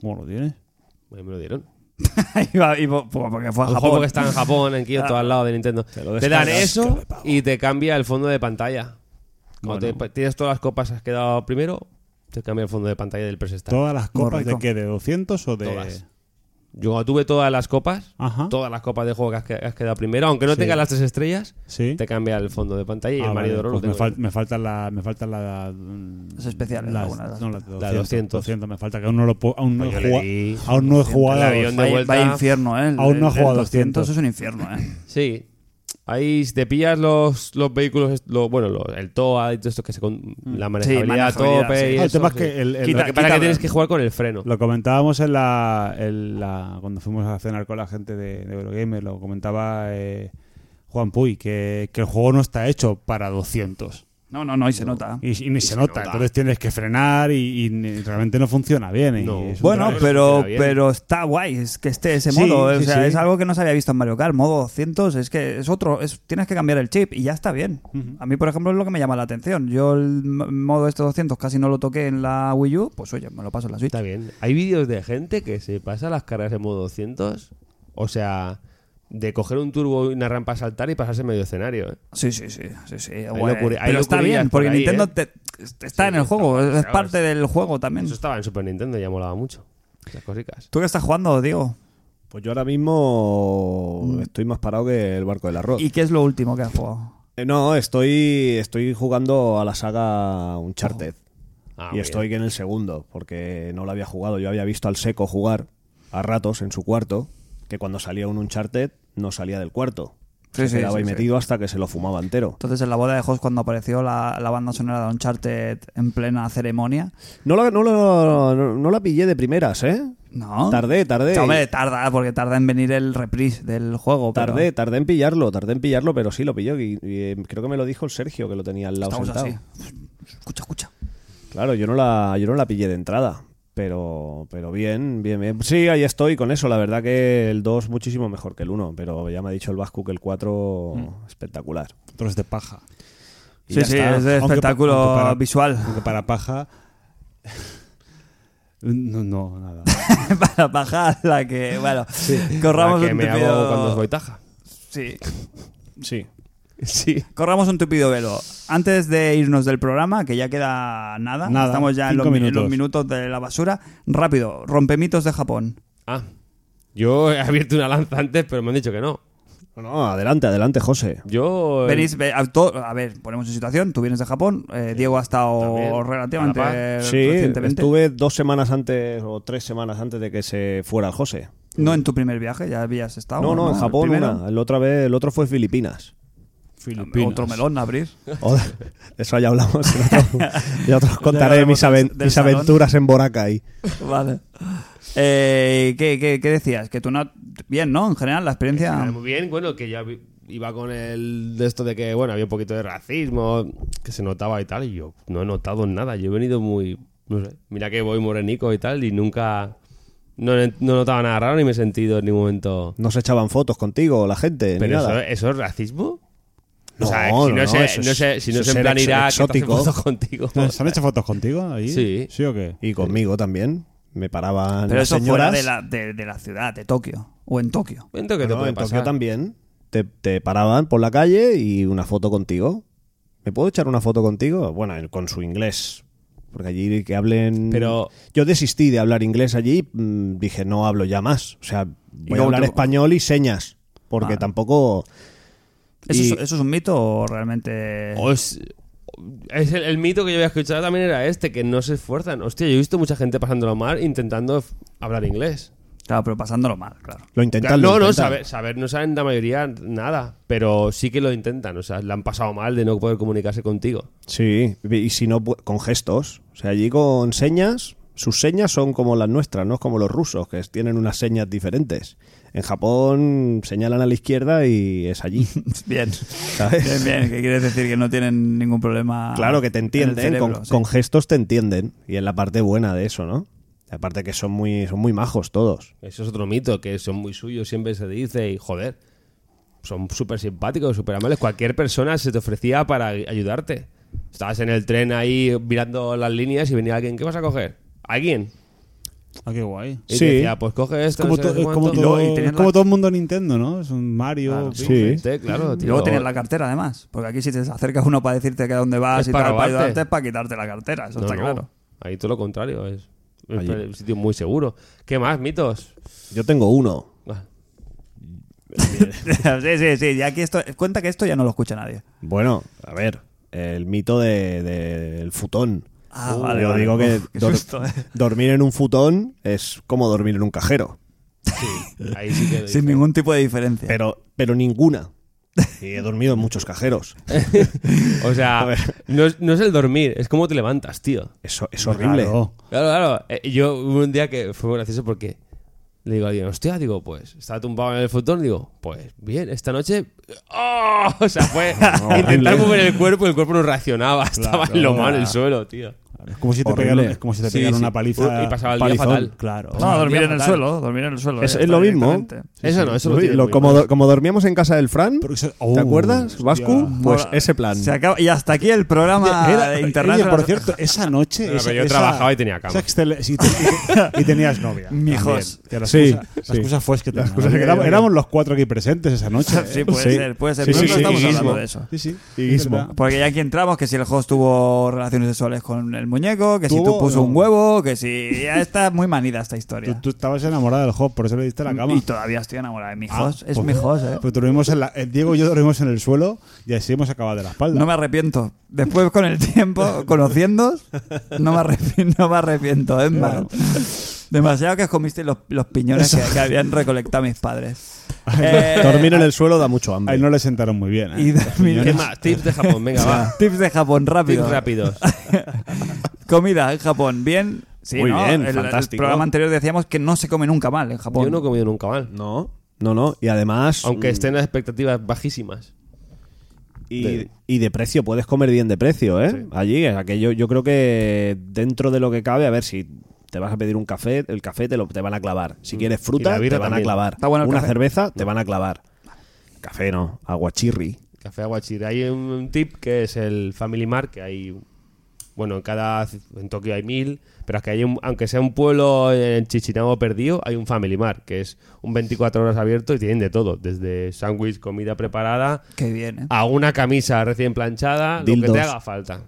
[SPEAKER 5] ¿Cómo lo tienes?
[SPEAKER 4] ahí me lo dieron.
[SPEAKER 2] Y va- y po- po- porque fue a
[SPEAKER 4] Un juego
[SPEAKER 2] Japón.
[SPEAKER 4] que está en Japón, en Kyoto, al lado de Nintendo.
[SPEAKER 5] lo
[SPEAKER 4] Te dan
[SPEAKER 5] descargas, que
[SPEAKER 4] eso
[SPEAKER 5] me pago.
[SPEAKER 4] y te cambia el fondo de pantalla. Cuando
[SPEAKER 5] Bueno.
[SPEAKER 4] te- tienes todas las copas que has quedado primero, te cambia el fondo de pantalla del Press Start.
[SPEAKER 5] ¿Todas las copas
[SPEAKER 2] rico.
[SPEAKER 5] de qué? ¿De 200 o de.?
[SPEAKER 4] Todas. Yo cuando tuve todas las copas,
[SPEAKER 5] Ajá.
[SPEAKER 4] todas las copas de juego que has, que has quedado primero, aunque no
[SPEAKER 5] Sí.
[SPEAKER 4] tengas las tres estrellas,
[SPEAKER 5] Sí.
[SPEAKER 4] te cambia el fondo de pantalla y
[SPEAKER 5] Ah,
[SPEAKER 4] el Mario
[SPEAKER 5] vale,
[SPEAKER 4] de Oro
[SPEAKER 5] pues
[SPEAKER 4] lo
[SPEAKER 5] me,
[SPEAKER 4] tengo
[SPEAKER 5] fal- me faltan la, me faltan la, mm,
[SPEAKER 2] Las especiales,
[SPEAKER 5] las-
[SPEAKER 2] algunas, las
[SPEAKER 5] no, las de
[SPEAKER 4] Las
[SPEAKER 5] 200,
[SPEAKER 4] 200.
[SPEAKER 5] 200, Me falta que aún no lo puedo. Aún no
[SPEAKER 4] Pues
[SPEAKER 5] he
[SPEAKER 4] yo le
[SPEAKER 5] jugado.
[SPEAKER 4] di
[SPEAKER 5] Aún no he
[SPEAKER 4] 200,
[SPEAKER 5] jugado.
[SPEAKER 4] el avión de
[SPEAKER 2] Vaya-
[SPEAKER 4] vuelta.
[SPEAKER 2] vaya infierno, ¿eh? El-
[SPEAKER 5] Aún no ha
[SPEAKER 2] el-
[SPEAKER 5] jugado
[SPEAKER 2] el
[SPEAKER 5] 200.
[SPEAKER 2] es un infierno, ¿eh?
[SPEAKER 4] Sí. Ahí si te pillas los, los vehículos, lo- bueno, lo- el TOA y todo esto que se con la manejabilidad a
[SPEAKER 2] Mm. manejabilidad,
[SPEAKER 4] tope.
[SPEAKER 2] sí.
[SPEAKER 4] y
[SPEAKER 5] Ah, el
[SPEAKER 4] eso,
[SPEAKER 5] tema es
[SPEAKER 4] sí.
[SPEAKER 5] que el- el-
[SPEAKER 4] Lo que pasa es
[SPEAKER 2] quita-
[SPEAKER 4] que tienes que jugar con el freno.
[SPEAKER 5] Lo comentábamos en la, en la- cuando fuimos a cenar con la gente de, de Eurogamer, lo comentaba eh, Juan Puy, que, que el juego no está hecho para 200.
[SPEAKER 2] No, no, no, y se nota.
[SPEAKER 5] Y, y ni se, nota, entonces tienes que frenar y, y ni- realmente no funciona bien. y
[SPEAKER 4] No.
[SPEAKER 5] es un
[SPEAKER 2] Bueno,
[SPEAKER 5] drama.
[SPEAKER 2] pero,
[SPEAKER 4] funciona bien.
[SPEAKER 2] pero está guay, es que esté ese
[SPEAKER 5] Sí,
[SPEAKER 2] modo. o
[SPEAKER 5] sí,
[SPEAKER 2] sea,
[SPEAKER 5] sí.
[SPEAKER 2] es algo que no se había visto en Mario Kart. Modo 200, es que es otro. Es, tienes que cambiar el chip y ya está bien. A mí, por ejemplo, es lo que me llama la atención. Yo el m- modo este 200 casi no lo toqué en la Wii U, pues oye, me lo paso en la Switch.
[SPEAKER 4] Está bien. Hay vídeos de gente que se pasa las carreras en modo 200. O sea, de coger un turbo y una rampa a saltar y pasarse medio escenario. ¿eh?
[SPEAKER 2] Sí, sí, sí. sí, sí guay.
[SPEAKER 4] locuri- hay
[SPEAKER 2] pero está
[SPEAKER 4] locurillas
[SPEAKER 2] bien,
[SPEAKER 4] por
[SPEAKER 2] porque
[SPEAKER 4] ahí,
[SPEAKER 2] Nintendo
[SPEAKER 4] ¿eh?
[SPEAKER 2] te- te- está
[SPEAKER 4] Sí,
[SPEAKER 2] en el
[SPEAKER 4] está
[SPEAKER 2] juego,
[SPEAKER 4] guay,
[SPEAKER 2] es
[SPEAKER 4] claro,
[SPEAKER 2] parte
[SPEAKER 4] es-
[SPEAKER 2] del juego también.
[SPEAKER 4] Eso estaba en Super Nintendo y ya molaba mucho. Las cositas.
[SPEAKER 2] ¿Tú qué estás jugando, Diego?
[SPEAKER 3] Pues yo ahora mismo estoy más parado que el barco del arroz.
[SPEAKER 2] Mm. ¿Y qué es lo último que has jugado?
[SPEAKER 3] Eh, No, estoy, estoy jugando a la saga Uncharted.
[SPEAKER 2] Oh.
[SPEAKER 4] Ah,
[SPEAKER 3] y
[SPEAKER 4] muy
[SPEAKER 3] estoy
[SPEAKER 4] bien.
[SPEAKER 3] en el segundo, porque no lo había jugado. Yo había visto al seco jugar a ratos en su cuarto, que cuando salía un Uncharted no salía del cuarto.
[SPEAKER 2] Sí,
[SPEAKER 3] se
[SPEAKER 2] sí,
[SPEAKER 3] quedaba
[SPEAKER 2] sí,
[SPEAKER 3] ahí
[SPEAKER 2] sí.
[SPEAKER 3] metido hasta que se lo fumaba entero.
[SPEAKER 2] Entonces, en la boda de Hoss, cuando apareció la, la banda sonora de Uncharted en plena ceremonia.
[SPEAKER 3] No la, no, la- no- no la pillé de primeras, ¿eh?
[SPEAKER 2] No.
[SPEAKER 3] Tardé, tardé.
[SPEAKER 2] Hombre, tarda, porque tarda en venir el reprise del juego. pero
[SPEAKER 3] Tardé, tardé en pillarlo, tardé en pillarlo, pero sí lo pilló. Y, y, eh, creo que me lo dijo el Sergio, que lo tenía al lado
[SPEAKER 2] Estamos
[SPEAKER 3] sentado.
[SPEAKER 2] así. Escucha, escucha.
[SPEAKER 3] Claro, yo no la, yo no la pillé de entrada. Pero, pero bien, bien, bien. Sí, ahí estoy con eso. La verdad que el 2 muchísimo mejor que el 1. Pero ya me ha dicho el Vasco que el 4 espectacular.
[SPEAKER 5] Otros de paja.
[SPEAKER 3] Y
[SPEAKER 2] sí,
[SPEAKER 3] ya
[SPEAKER 2] sí,
[SPEAKER 3] está.
[SPEAKER 2] es de
[SPEAKER 5] Aunque pa-
[SPEAKER 2] espectáculo
[SPEAKER 5] aunque para-
[SPEAKER 2] visual.
[SPEAKER 5] Porque para paja. No, no, nada.
[SPEAKER 2] Para bajar la que, bueno, corramos
[SPEAKER 4] La que
[SPEAKER 2] un
[SPEAKER 4] me hago
[SPEAKER 2] tupido...
[SPEAKER 4] cuando os voy taja.
[SPEAKER 2] Sí.
[SPEAKER 3] Sí.
[SPEAKER 4] Sí.
[SPEAKER 2] Corramos un tupido velo. Antes de irnos del programa, que ya queda nada,
[SPEAKER 5] Nada,
[SPEAKER 2] estamos ya en
[SPEAKER 5] cinco
[SPEAKER 2] los, mi- en los
[SPEAKER 5] minutos.
[SPEAKER 2] minutos de la basura. Rápido, rompemitos de Japón.
[SPEAKER 4] Ah. Yo he abierto una lanza antes, pero me han dicho que no.
[SPEAKER 3] No, no, adelante, adelante, José.
[SPEAKER 4] Yo.
[SPEAKER 2] Venís, ve- a, to- a ver, ponemos en situación, tú vienes de Japón, eh, Diego ha estado
[SPEAKER 4] También, a la
[SPEAKER 2] relativamente
[SPEAKER 3] Sí,
[SPEAKER 2] Eh, recientemente.
[SPEAKER 3] estuve dos semanas antes o tres semanas antes de que se fuera el José.
[SPEAKER 2] No en tu primer viaje, ya habías estado.
[SPEAKER 3] No, no, en
[SPEAKER 2] El
[SPEAKER 3] Japón
[SPEAKER 2] Ah, primero.
[SPEAKER 3] una. El, otra vez, el otro fue Filipinas.
[SPEAKER 5] Filipinas.
[SPEAKER 2] Otro melón a abrir.
[SPEAKER 3] O- de eso ya hablamos. en otro- ya os contaré
[SPEAKER 2] hablaremos
[SPEAKER 3] mis, aven-
[SPEAKER 2] del
[SPEAKER 3] mis
[SPEAKER 2] salón.
[SPEAKER 3] aventuras en Boracay.
[SPEAKER 2] vale. Eh, ¿qué, qué, qué decías? Que tú no. Bien, ¿no? En general, la
[SPEAKER 4] Ah,
[SPEAKER 2] experiencia.
[SPEAKER 4] Muy bien, bueno, que ya vi- iba con el de esto de que, bueno, había un poquito de racismo, que se notaba y tal, y yo no he notado nada, yo he venido muy, no sé, mira que voy morenico y tal, y nunca, no, he- no notaba nada raro ni me he sentido en ningún momento.
[SPEAKER 3] No se echaban fotos contigo, la gente. ni
[SPEAKER 4] Pero
[SPEAKER 3] nada.
[SPEAKER 4] eso, ¿eso es racismo?
[SPEAKER 3] No,
[SPEAKER 4] o sea,
[SPEAKER 3] no,
[SPEAKER 4] si no,
[SPEAKER 3] no,
[SPEAKER 4] sé,
[SPEAKER 3] eso es-
[SPEAKER 4] no sé- si no
[SPEAKER 3] eso
[SPEAKER 4] es
[SPEAKER 3] es
[SPEAKER 4] en plan
[SPEAKER 3] ex-
[SPEAKER 4] Irak, que te hacen
[SPEAKER 3] exótico.
[SPEAKER 4] fotos contigo.
[SPEAKER 5] ¿Se han hecho fotos contigo ahí?
[SPEAKER 4] Sí.
[SPEAKER 5] ¿Sí o qué?
[SPEAKER 3] Y conmigo también. Me paraban
[SPEAKER 2] Pero
[SPEAKER 3] las
[SPEAKER 2] eso fuera
[SPEAKER 3] señoras.
[SPEAKER 2] de la, de, de la ciudad, de Tokio. O en Tokio.
[SPEAKER 4] Cuento que te
[SPEAKER 3] No,
[SPEAKER 4] puede
[SPEAKER 3] en Tokio
[SPEAKER 4] pasar.
[SPEAKER 3] también. Te, te paraban por la calle y una foto contigo. ¿Me puedo echar una foto contigo? Bueno, en- con su inglés. Porque allí que hablen.
[SPEAKER 4] Pero-
[SPEAKER 3] Yo desistí de hablar inglés allí. mm, Dije, no hablo ya más. O sea, voy a
[SPEAKER 2] luego
[SPEAKER 3] hablar
[SPEAKER 2] te-
[SPEAKER 3] español y señas. Porque
[SPEAKER 2] Ah.
[SPEAKER 3] tampoco.
[SPEAKER 2] ¿Eso,
[SPEAKER 3] Y-
[SPEAKER 2] es, eso es un mito o realmente.?
[SPEAKER 4] O es, es el, el mito que yo había escuchado también era este, que no se esfuerzan. Hostia, yo he visto mucha gente pasándolo mal intentando f- hablar inglés.
[SPEAKER 2] Claro, pero pasándolo mal, claro.
[SPEAKER 3] Lo intentan.
[SPEAKER 4] no,
[SPEAKER 3] lo
[SPEAKER 4] no,
[SPEAKER 3] intentan.
[SPEAKER 4] saber, saber no saben la mayoría nada, pero sí que lo intentan. O sea, la han pasado mal de no poder comunicarse contigo.
[SPEAKER 3] Sí, y si no, pu- con gestos. O sea, allí con señas, sus señas son como las nuestras, no es como los rusos, que es- tienen unas señas diferentes. En Japón señalan a la izquierda y es allí.
[SPEAKER 2] Bien.
[SPEAKER 3] ¿Sabes?
[SPEAKER 2] Bien, bien. ¿Qué quieres decir? Que no tienen ningún problema.
[SPEAKER 3] Claro que te
[SPEAKER 2] en el
[SPEAKER 3] entienden,
[SPEAKER 2] cerebro,
[SPEAKER 3] con,
[SPEAKER 2] sí.
[SPEAKER 3] con gestos te entienden. Y es la parte buena de eso, ¿no? Aparte que son muy, son muy majos todos.
[SPEAKER 4] Eso es otro mito, que son muy suyos, siempre se dice, y joder, son súper simpáticos, súper amables. Cualquier persona se te ofrecía para ayudarte. Estabas en el tren ahí mirando las líneas y venía alguien, ¿qué vas a coger? ¿Alguien?
[SPEAKER 5] Ah, qué guay.
[SPEAKER 4] Y
[SPEAKER 3] Sí.
[SPEAKER 4] te decía, pues coge esto,
[SPEAKER 5] Como,
[SPEAKER 4] no sé
[SPEAKER 5] to-
[SPEAKER 4] qué
[SPEAKER 5] es como,
[SPEAKER 4] cuánto".
[SPEAKER 2] Y luego-
[SPEAKER 5] todo,
[SPEAKER 2] y tener
[SPEAKER 5] es como
[SPEAKER 2] la-
[SPEAKER 5] todo el mundo Nintendo, ¿no? Es un Mario.
[SPEAKER 2] Claro,
[SPEAKER 3] Sí.
[SPEAKER 5] Pink.
[SPEAKER 4] Gente, claro,
[SPEAKER 2] Y
[SPEAKER 4] tío.
[SPEAKER 2] luego tener la cartera, además. Porque aquí, si te acercas uno para decirte que a dónde vas
[SPEAKER 4] Es
[SPEAKER 2] y
[SPEAKER 4] para
[SPEAKER 2] tal, para
[SPEAKER 4] robarte.
[SPEAKER 2] ayudarte, es para quitarte la cartera. Eso
[SPEAKER 4] No,
[SPEAKER 2] está
[SPEAKER 4] no.
[SPEAKER 2] claro.
[SPEAKER 4] Ahí todo lo contrario, es es
[SPEAKER 3] Allí.
[SPEAKER 4] un sitio muy seguro. ¿Qué más, mitos?
[SPEAKER 3] Yo tengo uno.
[SPEAKER 4] Ah,
[SPEAKER 2] sí, sí, sí. Ya aquí esto, cuenta que esto ya no lo escucha nadie.
[SPEAKER 3] Bueno, a ver, el mito de- de- del futón.
[SPEAKER 2] Ah,
[SPEAKER 3] Uh,
[SPEAKER 2] vale,
[SPEAKER 3] Yo
[SPEAKER 2] vale.
[SPEAKER 3] digo que
[SPEAKER 2] Uf, qué
[SPEAKER 3] dor-
[SPEAKER 2] susto, eh.
[SPEAKER 3] dormir en un futón es como dormir en un cajero.
[SPEAKER 4] Ahí sí que...
[SPEAKER 2] Sin ningún tipo de diferencia.
[SPEAKER 3] Pero, pero ninguna. Y he dormido en muchos cajeros.
[SPEAKER 4] O sea, no es, no es el dormir, es cómo te levantas, tío.
[SPEAKER 3] Eso es horrible.
[SPEAKER 5] Claro.
[SPEAKER 4] Claro, claro. Eh, yo hubo un día que fue muy gracioso porque le digo a alguien, hostia, digo, pues, estaba tumbado en el futón, digo, pues, bien, esta noche... ¡Oh! O sea, fue intentar mover el cuerpo y el cuerpo no reaccionaba. Estaba en lo malo el suelo, tío.
[SPEAKER 5] Es como si te
[SPEAKER 3] Horrible.
[SPEAKER 5] pegaron, es como si te
[SPEAKER 4] Sí,
[SPEAKER 5] pegaron
[SPEAKER 4] sí.
[SPEAKER 5] una paliza.
[SPEAKER 4] Y pasaba el día
[SPEAKER 5] palizón.
[SPEAKER 4] fatal.
[SPEAKER 5] Claro.
[SPEAKER 2] no, dormir
[SPEAKER 4] día
[SPEAKER 2] en el
[SPEAKER 4] fatal.
[SPEAKER 2] suelo, dormir en el suelo. eh,
[SPEAKER 3] Es-
[SPEAKER 2] ya
[SPEAKER 3] es
[SPEAKER 2] está,
[SPEAKER 3] lo mismo.
[SPEAKER 2] directamente.
[SPEAKER 4] eso no, eso
[SPEAKER 3] Lo-
[SPEAKER 4] lo tiene
[SPEAKER 3] lo-
[SPEAKER 4] muy
[SPEAKER 3] como,
[SPEAKER 4] mal.
[SPEAKER 3] do- como dormíamos en casa del Fran,
[SPEAKER 5] Pero eso-
[SPEAKER 3] ¿te
[SPEAKER 5] Oh,
[SPEAKER 3] acuerdas,
[SPEAKER 5] hostia.
[SPEAKER 3] Vascu? Pues
[SPEAKER 2] Mola.
[SPEAKER 3] ese plan.
[SPEAKER 2] Se acaba- y hasta aquí el programa
[SPEAKER 5] Era-
[SPEAKER 2] de internacional.
[SPEAKER 5] Oye, por cierto, esa noche.
[SPEAKER 4] Bueno,
[SPEAKER 5] esa-
[SPEAKER 4] pero yo
[SPEAKER 5] esa-
[SPEAKER 4] trabajaba y tenía cama.
[SPEAKER 5] esa excel- sí, te- y, y tenías novia.
[SPEAKER 2] Mijos.
[SPEAKER 5] también. Que la
[SPEAKER 3] Sí,
[SPEAKER 5] excusa, la
[SPEAKER 3] sí.
[SPEAKER 5] excusa fue es que,
[SPEAKER 3] La
[SPEAKER 5] tenías
[SPEAKER 3] excusa
[SPEAKER 5] novia.
[SPEAKER 3] es que
[SPEAKER 5] éramos,
[SPEAKER 3] tenía-
[SPEAKER 5] éramos los cuatro aquí presentes esa noche.
[SPEAKER 2] Sí, puede
[SPEAKER 3] Sí.
[SPEAKER 2] ser, puede ser.
[SPEAKER 3] Sí,
[SPEAKER 2] pero
[SPEAKER 3] sí,
[SPEAKER 2] no
[SPEAKER 3] sí,
[SPEAKER 2] estamos
[SPEAKER 3] sí,
[SPEAKER 2] hablando
[SPEAKER 3] sí.
[SPEAKER 2] de eso.
[SPEAKER 5] Sí, sí.
[SPEAKER 3] Y
[SPEAKER 5] es
[SPEAKER 3] guismo.
[SPEAKER 5] verdad.
[SPEAKER 2] Porque ya aquí entramos que si el host tuvo relaciones sexuales con el muñeco, que si
[SPEAKER 5] Tuvo,
[SPEAKER 2] tú puso
[SPEAKER 5] no.
[SPEAKER 2] un huevo, que si... Ya está muy manida esta
[SPEAKER 5] Tú,
[SPEAKER 2] historia.
[SPEAKER 5] tú estabas enamorada del Hop, por eso le diste la cama.
[SPEAKER 2] Y todavía estoy enamorada de mi
[SPEAKER 5] Ah,
[SPEAKER 2] host. es
[SPEAKER 5] pues-
[SPEAKER 2] mi host, eh.
[SPEAKER 5] Pues dormimos en la, el Diego y yo dormimos en el suelo y así hemos acabado de la espalda.
[SPEAKER 2] No me arrepiento. Después, con el tiempo, conociendo, no me arrepiento, no me arrepiento es malo. Demasiado que os comisteis los, los piñones que, que habían recolectado mis padres. Eh,
[SPEAKER 3] Dormir en el suelo da mucho
[SPEAKER 5] Ahí
[SPEAKER 3] hambre.
[SPEAKER 5] no le sentaron muy bien. ¿eh?
[SPEAKER 2] Y dormir-
[SPEAKER 4] ¿Qué más? Tips de Japón, venga, va.
[SPEAKER 2] Ah, Tips de Japón, rápido.
[SPEAKER 4] Tips rápidos.
[SPEAKER 2] Comida en Japón, bien. Sí,
[SPEAKER 3] Muy
[SPEAKER 2] ¿no?
[SPEAKER 3] bien,
[SPEAKER 2] El-
[SPEAKER 3] fantástico.
[SPEAKER 2] El programa anterior decíamos que no se come nunca mal en Japón.
[SPEAKER 4] Yo no he comido nunca mal.
[SPEAKER 3] No, no, no. Y además,
[SPEAKER 4] Aunque estén las expectativas bajísimas.
[SPEAKER 3] y, y de precio, puedes comer bien de precio, ¿eh? Allí, o sea, que yo, yo creo que dentro de lo que cabe, a ver si te vas a pedir un café, el café te lo te van a clavar. Si quieres
[SPEAKER 4] Mm. Y
[SPEAKER 3] fruta,
[SPEAKER 4] la
[SPEAKER 3] te
[SPEAKER 4] birra
[SPEAKER 3] van a
[SPEAKER 4] también.
[SPEAKER 3] clavar.
[SPEAKER 2] ¿Está bueno el
[SPEAKER 3] Una
[SPEAKER 2] café?
[SPEAKER 3] cerveza, te van a clavar. Café no, aguachirri.
[SPEAKER 4] Café aguachir. Hay un tip que es el Family Mart, que hay... Bueno, en cada... En Tokio hay mil, pero es que hay un, aunque sea un pueblo en Chichinabo perdido, hay un Family Mart, que es un 24 horas abierto y tienen de todo. Desde sándwich, comida preparada,
[SPEAKER 2] Qué bien, ¿eh?
[SPEAKER 4] a una camisa recién planchada, lo
[SPEAKER 3] Dildos.
[SPEAKER 4] que te haga falta.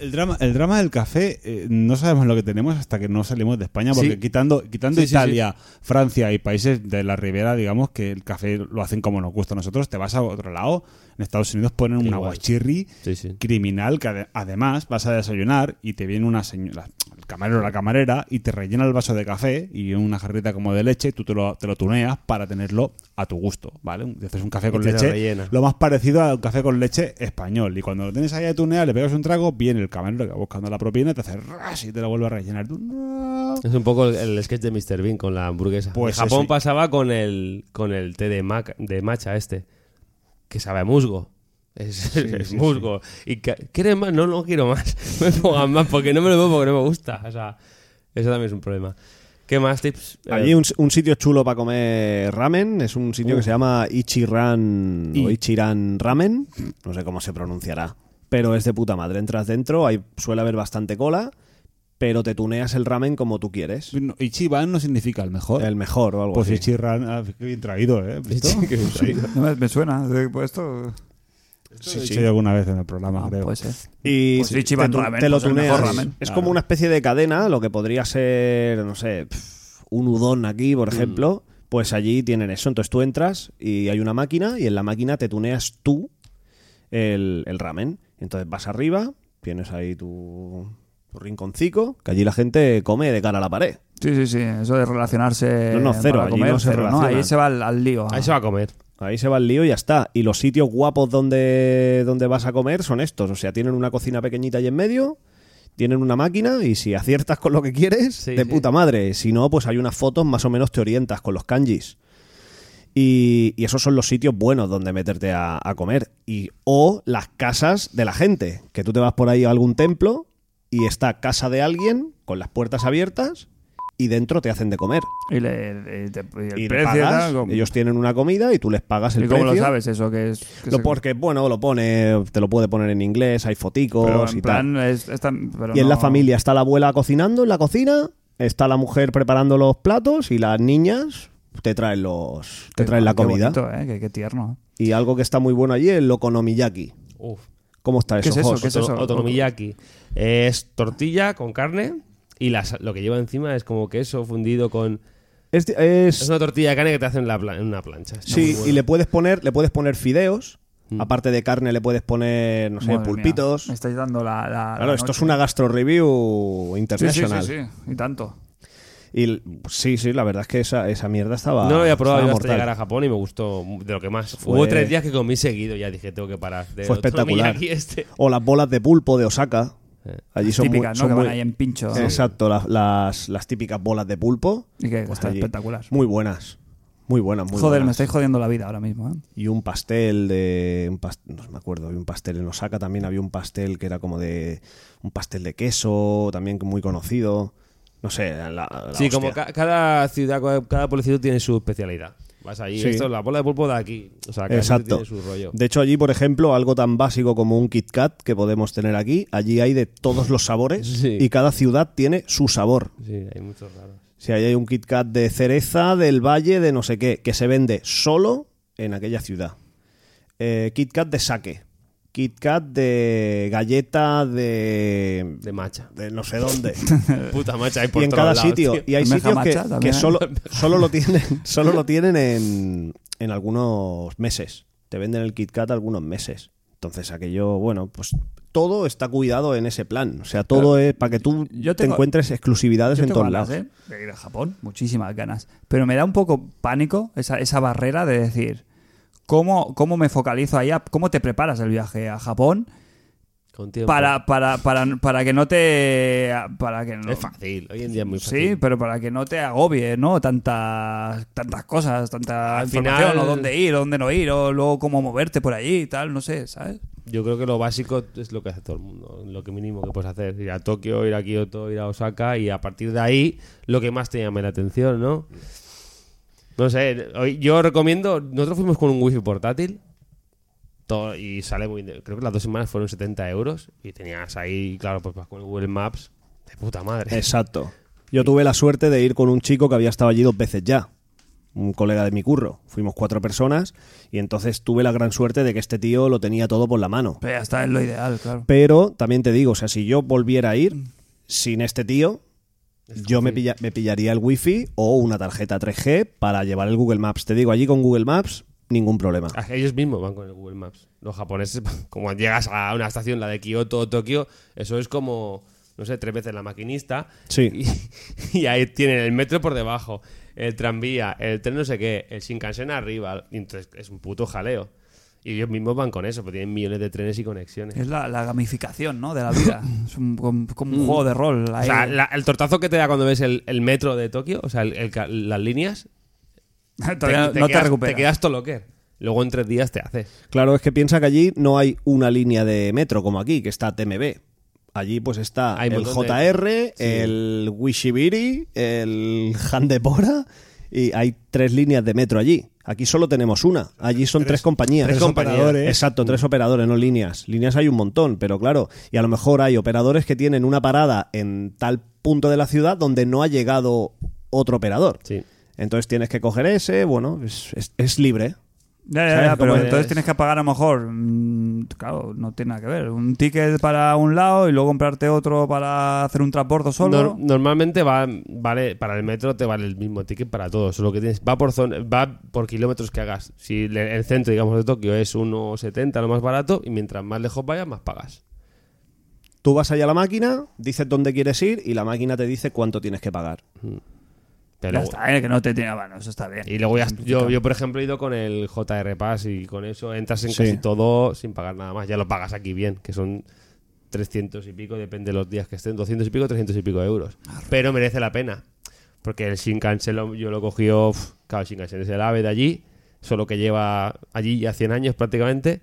[SPEAKER 5] El drama, el drama del café, eh, no sabemos lo que tenemos hasta que no salimos de España, porque
[SPEAKER 4] Sí.
[SPEAKER 5] quitando, quitando
[SPEAKER 4] Sí, sí,
[SPEAKER 5] Italia, Francia y países de la ribera, digamos que el café lo hacen como nos gusta a nosotros, te vas a otro lado, en Estados Unidos ponen un
[SPEAKER 4] Igual.
[SPEAKER 5] aguachirri
[SPEAKER 4] Sí, sí.
[SPEAKER 5] criminal que ade- además vas a desayunar y te viene una señora, el camarero o la camarera, y te rellena el vaso de café y una jarrita como de leche y tú te lo, te lo tuneas para tenerlo a tu gusto, ¿vale? Un- Haces un café con
[SPEAKER 4] te lo
[SPEAKER 5] leche
[SPEAKER 4] rellena.
[SPEAKER 5] lo más parecido al café con leche español. Y cuando lo tienes ahí a tunear, le pegas un trago, viene el camarero que va buscando la propina, te hace ras y te la vuelve a rellenar. Tú, no.
[SPEAKER 4] Es un poco el, el sketch de Mr. Bean con la hamburguesa.
[SPEAKER 5] Pues
[SPEAKER 4] en Japón
[SPEAKER 5] eso.
[SPEAKER 4] pasaba con el, con el té de, maca- de matcha este, que sabe a musgo. Es, es
[SPEAKER 5] sí,
[SPEAKER 4] musgo. Y ca- ¿Quieres más? No, no quiero más. Me pongan más porque no me lo pongo porque no me gusta. O sea, eso también es un problema. ¿Qué más tips? Eh,
[SPEAKER 3] Allí un, un sitio chulo para comer ramen es un sitio que se llama Ichiran o
[SPEAKER 5] Y-
[SPEAKER 3] Ichiran Ramen, no sé cómo se pronunciará, pero es de puta madre. Entras dentro, hay, suele haber bastante cola, pero te tuneas el ramen como tú quieres.
[SPEAKER 5] No, Ichiban no significa el mejor.
[SPEAKER 3] El mejor o algo
[SPEAKER 5] pues
[SPEAKER 3] así.
[SPEAKER 5] Ichiran, ah, qué bien traído, ¿eh? ¿Has visto?
[SPEAKER 4] Qué bien traído.
[SPEAKER 2] No me- Me suena. eh, pues Esto
[SPEAKER 5] Esto lo he dicho yo alguna vez en el programa, creo.
[SPEAKER 2] Ah, puede ser.
[SPEAKER 3] Y
[SPEAKER 2] Pues
[SPEAKER 3] te,
[SPEAKER 2] Ichiban
[SPEAKER 3] tu-
[SPEAKER 2] Ramen,
[SPEAKER 3] te lo
[SPEAKER 2] pues el
[SPEAKER 3] tuneas.
[SPEAKER 2] mejor ramen.
[SPEAKER 3] Es
[SPEAKER 5] Claro.
[SPEAKER 3] como una especie de cadena, lo que podría ser, no sé, pf, un udon aquí,
[SPEAKER 2] Mm.
[SPEAKER 3] por ejemplo. Pues allí tienen eso. Entonces tú entras y hay una máquina y en la máquina te tuneas tú el, el ramen. Entonces vas arriba, tienes ahí tu, tu rinconcico, que allí la gente come de cara a la pared.
[SPEAKER 2] Sí, sí, sí. Eso de relacionarse.
[SPEAKER 3] No, no, cero,
[SPEAKER 2] para
[SPEAKER 3] allí
[SPEAKER 2] comer,
[SPEAKER 3] no se
[SPEAKER 2] cero,
[SPEAKER 3] relacionan.
[SPEAKER 2] Ahí se va al, al lío.
[SPEAKER 4] Ahí se va a comer.
[SPEAKER 3] Ahí se va el lío y ya está. Y los sitios guapos donde, donde vas a comer son estos. O sea, tienen una cocina pequeñita ahí en medio, tienen una máquina y si aciertas con lo que quieres,
[SPEAKER 4] Sí,
[SPEAKER 3] de
[SPEAKER 4] sí.
[SPEAKER 3] puta madre. Si no, pues hay unas fotos más o menos te orientas con los kanjis. Y, y esos son los sitios buenos donde meterte a, a comer. Y, o las casas de la gente. Que tú te vas por ahí a algún templo y está casa de alguien con las puertas abiertas y dentro te hacen de comer.
[SPEAKER 2] Y, le, y te- y el
[SPEAKER 3] Y le
[SPEAKER 2] precio
[SPEAKER 3] pagas,
[SPEAKER 2] tal, como-
[SPEAKER 3] ellos tienen una comida y tú les pagas el
[SPEAKER 2] ¿Y cómo lo
[SPEAKER 3] precio.
[SPEAKER 2] sabes eso? Que es, que
[SPEAKER 3] Lo
[SPEAKER 2] se-
[SPEAKER 3] porque, bueno, lo pone, te lo puede poner en inglés, hay foticos
[SPEAKER 2] pero
[SPEAKER 3] y
[SPEAKER 2] en
[SPEAKER 3] tal.
[SPEAKER 2] plan, es- es tan- pero
[SPEAKER 3] Y en la
[SPEAKER 2] no-
[SPEAKER 3] familia está la abuela cocinando en la cocina, está la mujer preparando los platos y las niñas te traen los te
[SPEAKER 2] Qué-
[SPEAKER 3] traen la
[SPEAKER 2] qué
[SPEAKER 3] comida.
[SPEAKER 2] bonito, ¿eh? Qué- qué tierno.
[SPEAKER 3] Y algo que está muy bueno allí es el okonomiyaki.
[SPEAKER 4] Uf.
[SPEAKER 3] ¿Cómo está eso?
[SPEAKER 2] ¿Qué es eso?
[SPEAKER 3] Jos?
[SPEAKER 2] ¿Qué es eso?
[SPEAKER 4] Oto- okonomiyaki. Eh, Es tortilla con carne y la sa- lo que lleva encima es como queso fundido con...
[SPEAKER 3] Es- es-
[SPEAKER 4] Es una tortilla de carne que te hacen en, la pla- en una plancha. Está muy
[SPEAKER 3] sí,
[SPEAKER 4] bueno.
[SPEAKER 3] y le puedes poner, le puedes poner fideos, aparte de carne le puedes poner, no sé,
[SPEAKER 2] Mm. Madre mía,
[SPEAKER 3] Pues pulpitos.
[SPEAKER 2] me estáis dando la. la- la
[SPEAKER 3] Claro, esto es
[SPEAKER 2] noche.
[SPEAKER 3] una gastro review
[SPEAKER 2] Sí, sí,
[SPEAKER 3] internacional.
[SPEAKER 2] sí, sí, Y tanto.
[SPEAKER 3] Y l- sí, sí, la verdad es que esa, esa mierda estaba.
[SPEAKER 4] No lo había probado yo
[SPEAKER 3] estaba
[SPEAKER 4] hasta
[SPEAKER 3] mortal.
[SPEAKER 4] llegar a Japón y me gustó de lo que más.
[SPEAKER 3] Fue-
[SPEAKER 4] Hubo tres días que comí seguido ya dije, tengo que parar. De
[SPEAKER 3] Fue
[SPEAKER 4] otro
[SPEAKER 3] espectacular.
[SPEAKER 4] Miyagi este.
[SPEAKER 3] O las bolas de pulpo de Osaka.
[SPEAKER 4] Eh,
[SPEAKER 3] Allí son
[SPEAKER 2] Típicas, ¿no?
[SPEAKER 3] muy, son
[SPEAKER 2] Que van
[SPEAKER 3] muy-
[SPEAKER 2] ahí en pincho.
[SPEAKER 3] Exacto, las, las, las típicas bolas de pulpo.
[SPEAKER 2] Y que
[SPEAKER 3] Pues
[SPEAKER 2] está
[SPEAKER 3] allí.
[SPEAKER 2] espectacular.
[SPEAKER 3] Muy buenas. Muy buenas, muy
[SPEAKER 2] Joder, me
[SPEAKER 3] buenas.
[SPEAKER 2] estáis jodiendo la vida ahora mismo, ¿eh?
[SPEAKER 3] Y un pastel de. un pas- no me acuerdo, había un pastel en Osaka también, había un pastel que era como de. Un pastel de queso, también muy conocido. No sé, la. la
[SPEAKER 4] Sí,
[SPEAKER 3] hostia.
[SPEAKER 4] como ca- cada ciudad, ca- cada pueblecito tiene su especialidad. Vas ahí,
[SPEAKER 3] Sí.
[SPEAKER 4] esto es la bola de pulpo de aquí. O sea, cada sitio
[SPEAKER 3] Exacto.
[SPEAKER 4] tiene su rollo.
[SPEAKER 3] De hecho, allí, por ejemplo, algo tan básico como un Kit Kat que podemos tener aquí, allí hay de todos los sabores
[SPEAKER 4] Sí.
[SPEAKER 3] y cada ciudad tiene su sabor.
[SPEAKER 4] Sí, hay muchos raros.
[SPEAKER 3] Si ahí hay un Kit Kat de cereza, del valle, de no sé qué, que se vende solo en aquella ciudad. Eh, Kit Kat de saque. Kit Kat de galleta de.
[SPEAKER 4] De macha.
[SPEAKER 3] de no sé dónde.
[SPEAKER 4] Puta macha, hay por
[SPEAKER 3] y en
[SPEAKER 4] todos
[SPEAKER 3] cada
[SPEAKER 4] lados,
[SPEAKER 3] sitio.
[SPEAKER 4] tío.
[SPEAKER 3] Y hay
[SPEAKER 2] Almeja
[SPEAKER 3] sitios que,
[SPEAKER 2] macha
[SPEAKER 3] que
[SPEAKER 2] también ¿eh? hay.
[SPEAKER 3] solo, solo lo tienen, solo lo tienen en, en algunos meses. Te venden el Kit Kat algunos meses. Entonces, aquello, bueno, pues todo está cuidado en ese plan. O sea, todo es para que tú
[SPEAKER 2] Yo
[SPEAKER 3] te
[SPEAKER 2] tengo-
[SPEAKER 3] encuentres exclusividades
[SPEAKER 2] Yo
[SPEAKER 3] en
[SPEAKER 2] tengo
[SPEAKER 3] todos
[SPEAKER 2] ganas,
[SPEAKER 3] lados.
[SPEAKER 2] ¿eh? De ir a Japón, muchísimas ganas. Pero me da un poco pánico esa, esa barrera de decir, ¿cómo, ¿cómo me focalizo allá? ¿Cómo te preparas el viaje a Japón
[SPEAKER 4] Con tiempo.
[SPEAKER 2] para, para, para, para que no te... Para que no,
[SPEAKER 4] Es fácil. Hoy en día es muy fácil.
[SPEAKER 2] Sí, pero para que no te agobie, ¿no? Tantas, tantas cosas, tanta
[SPEAKER 4] Al
[SPEAKER 2] información,
[SPEAKER 4] final-
[SPEAKER 2] o dónde ir, o dónde no ir, o luego cómo moverte por allí y tal, no sé, ¿sabes?
[SPEAKER 4] Yo creo que lo básico es lo que hace todo el mundo, lo que mínimo que puedes hacer, ir a Tokio, ir a Kioto, ir a Osaka y a partir de ahí lo que más te llame la atención, ¿no? No sé, hoy- yo recomiendo, nosotros fuimos con un wifi portátil todo- y sale muy, creo que las dos semanas fueron 70 euros y tenías ahí, claro, pues vas con el Google Maps de puta madre.
[SPEAKER 3] Exacto. Yo tuve la suerte de ir con un chico que había estado allí dos veces ya, un colega de mi curro. Fuimos cuatro personas y entonces tuve la gran suerte de que este tío lo tenía todo por la mano.
[SPEAKER 2] Pero ya está, es lo ideal, claro.
[SPEAKER 3] Pero también te digo, o sea, si yo volviera a ir sin este tío, yo me, pilla- me pillaría el wifi o una tarjeta 3G para llevar el Google Maps. Te digo, allí con Google Maps, ningún problema.
[SPEAKER 4] Ah, Ellos mismos van con el Google Maps. Los japoneses, como llegas a una estación, la de Kioto o Tokio, eso es como, no sé, tres veces la maquinista.
[SPEAKER 3] Sí.
[SPEAKER 4] Y, y ahí tienen el metro por debajo, el tranvía, el tren no sé qué, el Shinkansen arriba. Y entonces es un puto jaleo. Y ellos mismos van con eso, porque tienen millones de trenes y conexiones.
[SPEAKER 2] Es la, la gamificación, ¿no? De la vida. es un, com- como un juego de rol.
[SPEAKER 4] O
[SPEAKER 2] ahí.
[SPEAKER 4] sea, la- el tortazo que te da cuando ves el, el metro de Tokio, o sea, el- el ca- las líneas,
[SPEAKER 2] Todavía no-
[SPEAKER 4] te
[SPEAKER 2] no te
[SPEAKER 4] quedas,
[SPEAKER 2] recuperas.
[SPEAKER 4] Te quedas todo lo que. Luego en tres días te haces.
[SPEAKER 3] Claro, es que piensa que allí no hay una línea de metro como aquí, que está TMB. Allí pues está
[SPEAKER 4] Hay un
[SPEAKER 3] el
[SPEAKER 4] montón de-
[SPEAKER 3] JR, el Wishibiri, el Handepora y hay tres líneas de metro allí. Aquí solo tenemos una. Allí son tres, compañías.
[SPEAKER 5] tres compañías. operadores.
[SPEAKER 3] Exacto, tres operadores, no líneas. Líneas hay un montón, pero claro. Y a lo mejor hay operadores que tienen una parada en tal punto de la ciudad donde no ha llegado otro operador.
[SPEAKER 4] Sí.
[SPEAKER 3] Entonces tienes que coger ese, bueno, es, es- es libre.
[SPEAKER 2] Ya, ya,
[SPEAKER 3] ¿Sabes
[SPEAKER 2] ya, pero
[SPEAKER 3] cómo es?
[SPEAKER 2] entonces tienes que pagar a lo mejor, mm, claro, no tiene nada que ver, un ticket para un lado y luego comprarte otro para hacer un transbordo solo.
[SPEAKER 4] Nor- normalmente va, vale, para el metro te vale el mismo ticket para todos. Solo que tienes, va por zona, va por kilómetros que hagas. Si le- el centro, digamos, de Tokio es 1,70 lo más barato, y mientras más lejos vayas, más pagas.
[SPEAKER 3] Tú vas allá a la máquina, dices dónde quieres ir y la máquina te dice cuánto tienes que pagar.
[SPEAKER 4] Pero
[SPEAKER 2] Ya está, eh, que no te tiene mano, eso está bien.
[SPEAKER 4] Y luego ya, yo, yo, por ejemplo, he ido con el JR Pass y con eso entras en
[SPEAKER 5] Sí.
[SPEAKER 4] casi todo sin pagar nada más. Ya lo pagas aquí bien, que son 300 y pico, depende de los días que estén, 200 y pico, 300 y pico de euros. Pero merece la pena, porque el Shinkansen lo- yo lo cogí, uf, claro, el Shinkansen es el AVE de allí, solo que lleva allí ya 100 años prácticamente.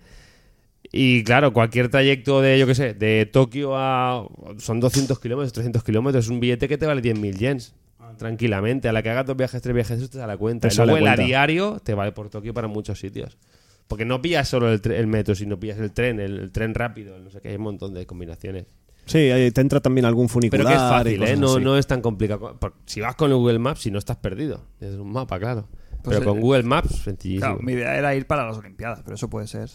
[SPEAKER 4] Y claro, cualquier trayecto de, yo qué sé, de Tokio a... Son 200 kilómetros, 300 kilómetros, es un billete que te vale 10.000 yens. Tranquilamente, a la que hagas dos viajes, tres viajes, eso te da la cuenta.
[SPEAKER 3] Te
[SPEAKER 4] Y
[SPEAKER 3] sale
[SPEAKER 4] luego el a
[SPEAKER 3] cuenta.
[SPEAKER 4] diario te vale por Tokio para muchos sitios. Porque no pillas solo el, tre- el metro, sino pillas el tren, el, el tren rápido, el no sé qué, hay un montón de combinaciones.
[SPEAKER 3] Sí, ahí te entra también algún funicular.
[SPEAKER 4] Pero que es
[SPEAKER 3] y
[SPEAKER 4] fácil,
[SPEAKER 3] cosas
[SPEAKER 4] ¿eh? No,
[SPEAKER 3] así.
[SPEAKER 4] no es tan complicado. Por- Si vas con el Google Maps, si no estás perdido. Es un mapa, claro.
[SPEAKER 2] Pues,
[SPEAKER 4] Pero con
[SPEAKER 2] eh,
[SPEAKER 4] Google Maps, sencillísimo.
[SPEAKER 2] Claro, mi idea era ir para las Olimpiadas, pero eso puede ser.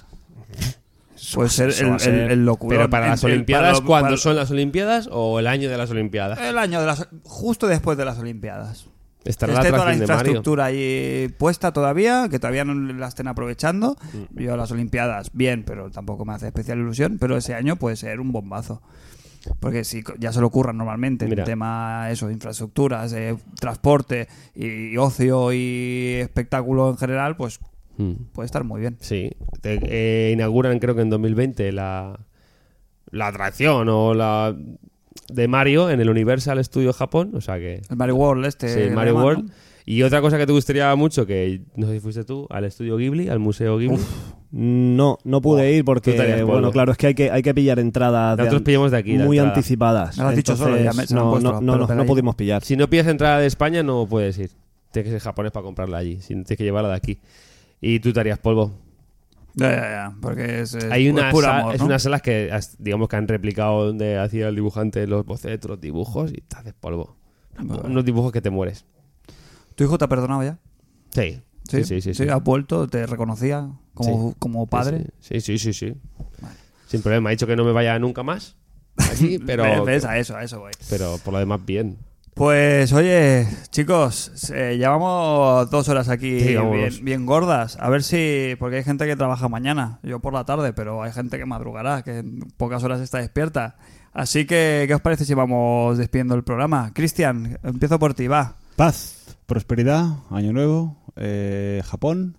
[SPEAKER 2] puede ser
[SPEAKER 3] eso va a
[SPEAKER 2] el,
[SPEAKER 3] ser-
[SPEAKER 2] el, el locurón.
[SPEAKER 4] Pero para
[SPEAKER 2] El-
[SPEAKER 4] las
[SPEAKER 2] el-
[SPEAKER 4] Olimpiadas,
[SPEAKER 2] para- Eh,
[SPEAKER 4] ¿cuándo
[SPEAKER 2] para-
[SPEAKER 4] son las Olimpiadas o el año de las Olimpiadas?
[SPEAKER 2] El año de las. Justo después de las Olimpiadas.
[SPEAKER 4] Estará
[SPEAKER 2] esté
[SPEAKER 4] la
[SPEAKER 2] este toda la
[SPEAKER 4] atracción de Mario.
[SPEAKER 2] infraestructura ahí puesta todavía, que todavía no la estén aprovechando.
[SPEAKER 4] Mm.
[SPEAKER 2] Yo las Olimpiadas, bien, pero tampoco me hace especial ilusión, pero ese año puede ser un bombazo. Porque si co- ya se lo ocurran normalmente
[SPEAKER 4] Mira.
[SPEAKER 2] el tema eso, infraestructuras, eh, transporte y, ocio y espectáculo en general, pues
[SPEAKER 4] Mm.
[SPEAKER 2] puede estar muy bien.
[SPEAKER 4] Sí, Te- eh, inauguran creo que en 2020 la, la atracción o la de Mario en el Universal Studio Japón, o sea que
[SPEAKER 2] El Mario World este.
[SPEAKER 4] sí,
[SPEAKER 2] que
[SPEAKER 4] Mario
[SPEAKER 2] llaman,
[SPEAKER 4] World.
[SPEAKER 2] ¿no?
[SPEAKER 4] Y otra cosa que te gustaría mucho, que no sé si fuiste tú, al estudio Ghibli, al museo Ghibli.
[SPEAKER 3] No, no pude ir
[SPEAKER 4] tú te harías
[SPEAKER 3] porque,
[SPEAKER 4] polvo.
[SPEAKER 3] bueno, claro, es que hay que, hay que pillar entradas de
[SPEAKER 4] Nosotros
[SPEAKER 3] an-
[SPEAKER 4] pillamos de aquí la
[SPEAKER 3] muy
[SPEAKER 4] entrada.
[SPEAKER 3] anticipadas.
[SPEAKER 2] Nos lo has dicho solo,
[SPEAKER 3] Entonces,
[SPEAKER 2] ya me- se lo han
[SPEAKER 3] no,
[SPEAKER 2] puesto,
[SPEAKER 3] no,
[SPEAKER 2] pero
[SPEAKER 3] no, no,
[SPEAKER 2] espera
[SPEAKER 3] no
[SPEAKER 2] ahí.
[SPEAKER 3] pudimos pillar.
[SPEAKER 4] Si no pillas entrada de España no puedes ir. Tienes que ser japonés para comprarla allí, si no, tienes que llevarla de aquí. Y tú te harías polvo.
[SPEAKER 2] Ya, ya, ya, porque es, es
[SPEAKER 4] Hay
[SPEAKER 2] pu-
[SPEAKER 4] una
[SPEAKER 2] puro
[SPEAKER 4] sa-
[SPEAKER 2] amor,
[SPEAKER 4] es
[SPEAKER 2] ¿no?
[SPEAKER 4] unas salas que has- digamos que han replicado donde hacía el dibujante los bocetos, los dibujos y te haces polvo.
[SPEAKER 2] Ah,
[SPEAKER 4] Unos dibujos que te mueres.
[SPEAKER 2] ¿Tu hijo te ha perdonado ya?
[SPEAKER 4] Sí. Sí, sí, sí. sí.
[SPEAKER 2] ¿Has vuelto? ¿Te reconocía como, como padre?
[SPEAKER 4] Sí, sí, sí, sí. sí. Sin problema. Ha dicho que no me vaya nunca más. Allí, pero,
[SPEAKER 2] ¿Ves? ¿Ves? A eso, a eso voy.
[SPEAKER 4] pero por lo demás, bien.
[SPEAKER 2] Pues oye, chicos, eh, llevamos dos horas aquí
[SPEAKER 4] Sí, llevamos
[SPEAKER 2] bien,
[SPEAKER 4] dos.
[SPEAKER 2] bien gordas. A ver si, porque hay gente que trabaja mañana, yo por la tarde, pero hay gente que madrugará, que en pocas horas está despierta. Así que, ¿qué os parece si vamos despidiendo el programa? Cristian, empiezo por ti, va.
[SPEAKER 5] Paz, prosperidad, año nuevo, eh, Japón,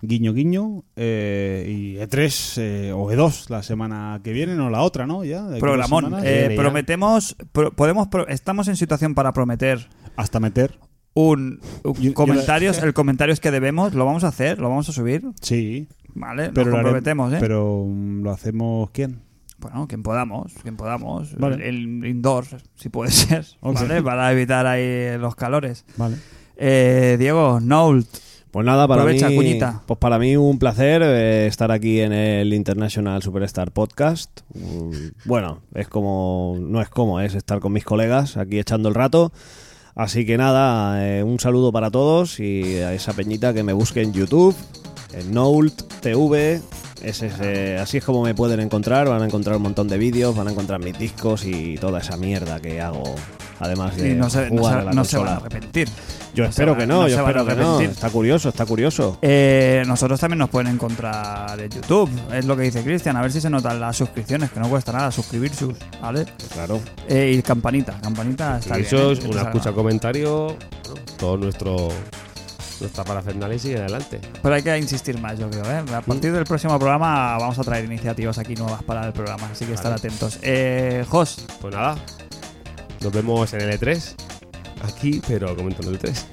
[SPEAKER 5] guiño guiño, eh, y E3 eh, o E2 la semana que viene, no la otra, ¿no? Ya, de aquí a
[SPEAKER 2] Programón,
[SPEAKER 5] dos semanas.
[SPEAKER 2] eh,
[SPEAKER 4] Viene ya.
[SPEAKER 2] prometemos, pro- podemos, pro- estamos en situación para prometer
[SPEAKER 5] Hasta meter.
[SPEAKER 2] un, un
[SPEAKER 5] Yo- yo-
[SPEAKER 2] comentarios, el comentarios que debemos, lo vamos a hacer, lo vamos a subir,
[SPEAKER 5] Sí,
[SPEAKER 2] ¿vale? Nos
[SPEAKER 5] pero lo, haré-
[SPEAKER 2] comprometemos, ¿eh?
[SPEAKER 5] Pero mm, lo hacemos quién?
[SPEAKER 2] Bueno, quien podamos, quien podamos.
[SPEAKER 5] Vale.
[SPEAKER 2] El, el indoor, si puede ser,
[SPEAKER 5] Ok.
[SPEAKER 2] ¿vale? Para evitar ahí eh, los calores.
[SPEAKER 5] Vale.
[SPEAKER 2] Eh, Diego, Noult,
[SPEAKER 3] Pues nada, para
[SPEAKER 2] Aprovecha,
[SPEAKER 3] mí,
[SPEAKER 2] cuñita.
[SPEAKER 3] pues para mí un placer eh, estar aquí en el International Superstar Podcast. Mm, Bueno, es como no es como es estar con mis colegas aquí echando el rato. Así que nada, eh, un saludo para todos y a esa peñita que me busque en YouTube, en Noult TV. Ese es, eh, así es como me pueden encontrar. Van a encontrar un montón de vídeos, van a encontrar mis discos y toda esa mierda que hago. Además de
[SPEAKER 2] y no se, no
[SPEAKER 3] jugar
[SPEAKER 2] se-
[SPEAKER 3] a la
[SPEAKER 2] no se
[SPEAKER 3] consola.
[SPEAKER 2] van a arrepentir. No
[SPEAKER 3] Yo
[SPEAKER 2] se
[SPEAKER 3] espero
[SPEAKER 2] van a-
[SPEAKER 3] que no,
[SPEAKER 2] no se
[SPEAKER 3] yo
[SPEAKER 2] van a
[SPEAKER 3] espero que no.
[SPEAKER 2] arrepentir.
[SPEAKER 3] Está curioso, está curioso.
[SPEAKER 2] Eh, nosotros también nos pueden encontrar en YouTube, es lo que dice Cristian, a ver si se notan las suscripciones, que no cuesta nada suscribirse, ¿vale?
[SPEAKER 3] Claro.
[SPEAKER 2] Eh, y campanita, campanita está
[SPEAKER 4] Y
[SPEAKER 2] bien.
[SPEAKER 4] eso
[SPEAKER 2] ¿eh?
[SPEAKER 4] es
[SPEAKER 2] Esto
[SPEAKER 4] una
[SPEAKER 2] se
[SPEAKER 4] escucha
[SPEAKER 2] agrada.
[SPEAKER 4] comentario. bueno, todo nuestro. Nuestra parafernalia y sigue adelante.
[SPEAKER 2] Pero hay que insistir más, yo creo. ¿eh? A
[SPEAKER 4] ¿Mm?
[SPEAKER 2] partir del próximo programa vamos a traer iniciativas aquí nuevas para el programa, así que estar
[SPEAKER 4] Vale.
[SPEAKER 2] atentos. Eh, Jos,
[SPEAKER 4] Pues nada. Nos vemos en el E3. Aquí, pero comentando el E E3.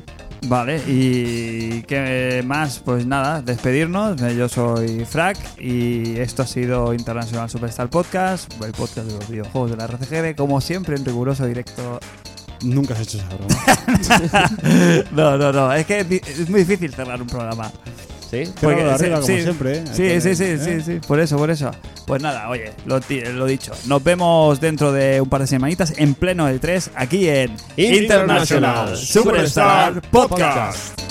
[SPEAKER 2] Vale, y qué más, pues nada, despedirnos. Eh, Yo soy Frac y esto ha sido International Superstar Podcast, el podcast de los videojuegos de la RCGB, como siempre en riguroso directo
[SPEAKER 5] Nunca has hecho esa broma.
[SPEAKER 2] No, no, no. Es que es di- es muy difícil cerrar un programa.
[SPEAKER 4] ¿Sí?
[SPEAKER 5] Cierra de arriba,
[SPEAKER 2] sí,
[SPEAKER 5] como
[SPEAKER 2] sí.
[SPEAKER 5] siempre. ¿eh? Hay
[SPEAKER 2] Sí,
[SPEAKER 5] que-
[SPEAKER 2] sí, sí,
[SPEAKER 5] ¿eh?
[SPEAKER 2] sí, sí. Por eso, por eso. Pues nada, oye, lo, ti- lo dicho. Nos vemos dentro de un par de semanitas en pleno del 3 aquí en
[SPEAKER 4] International
[SPEAKER 2] Superstar Podcast.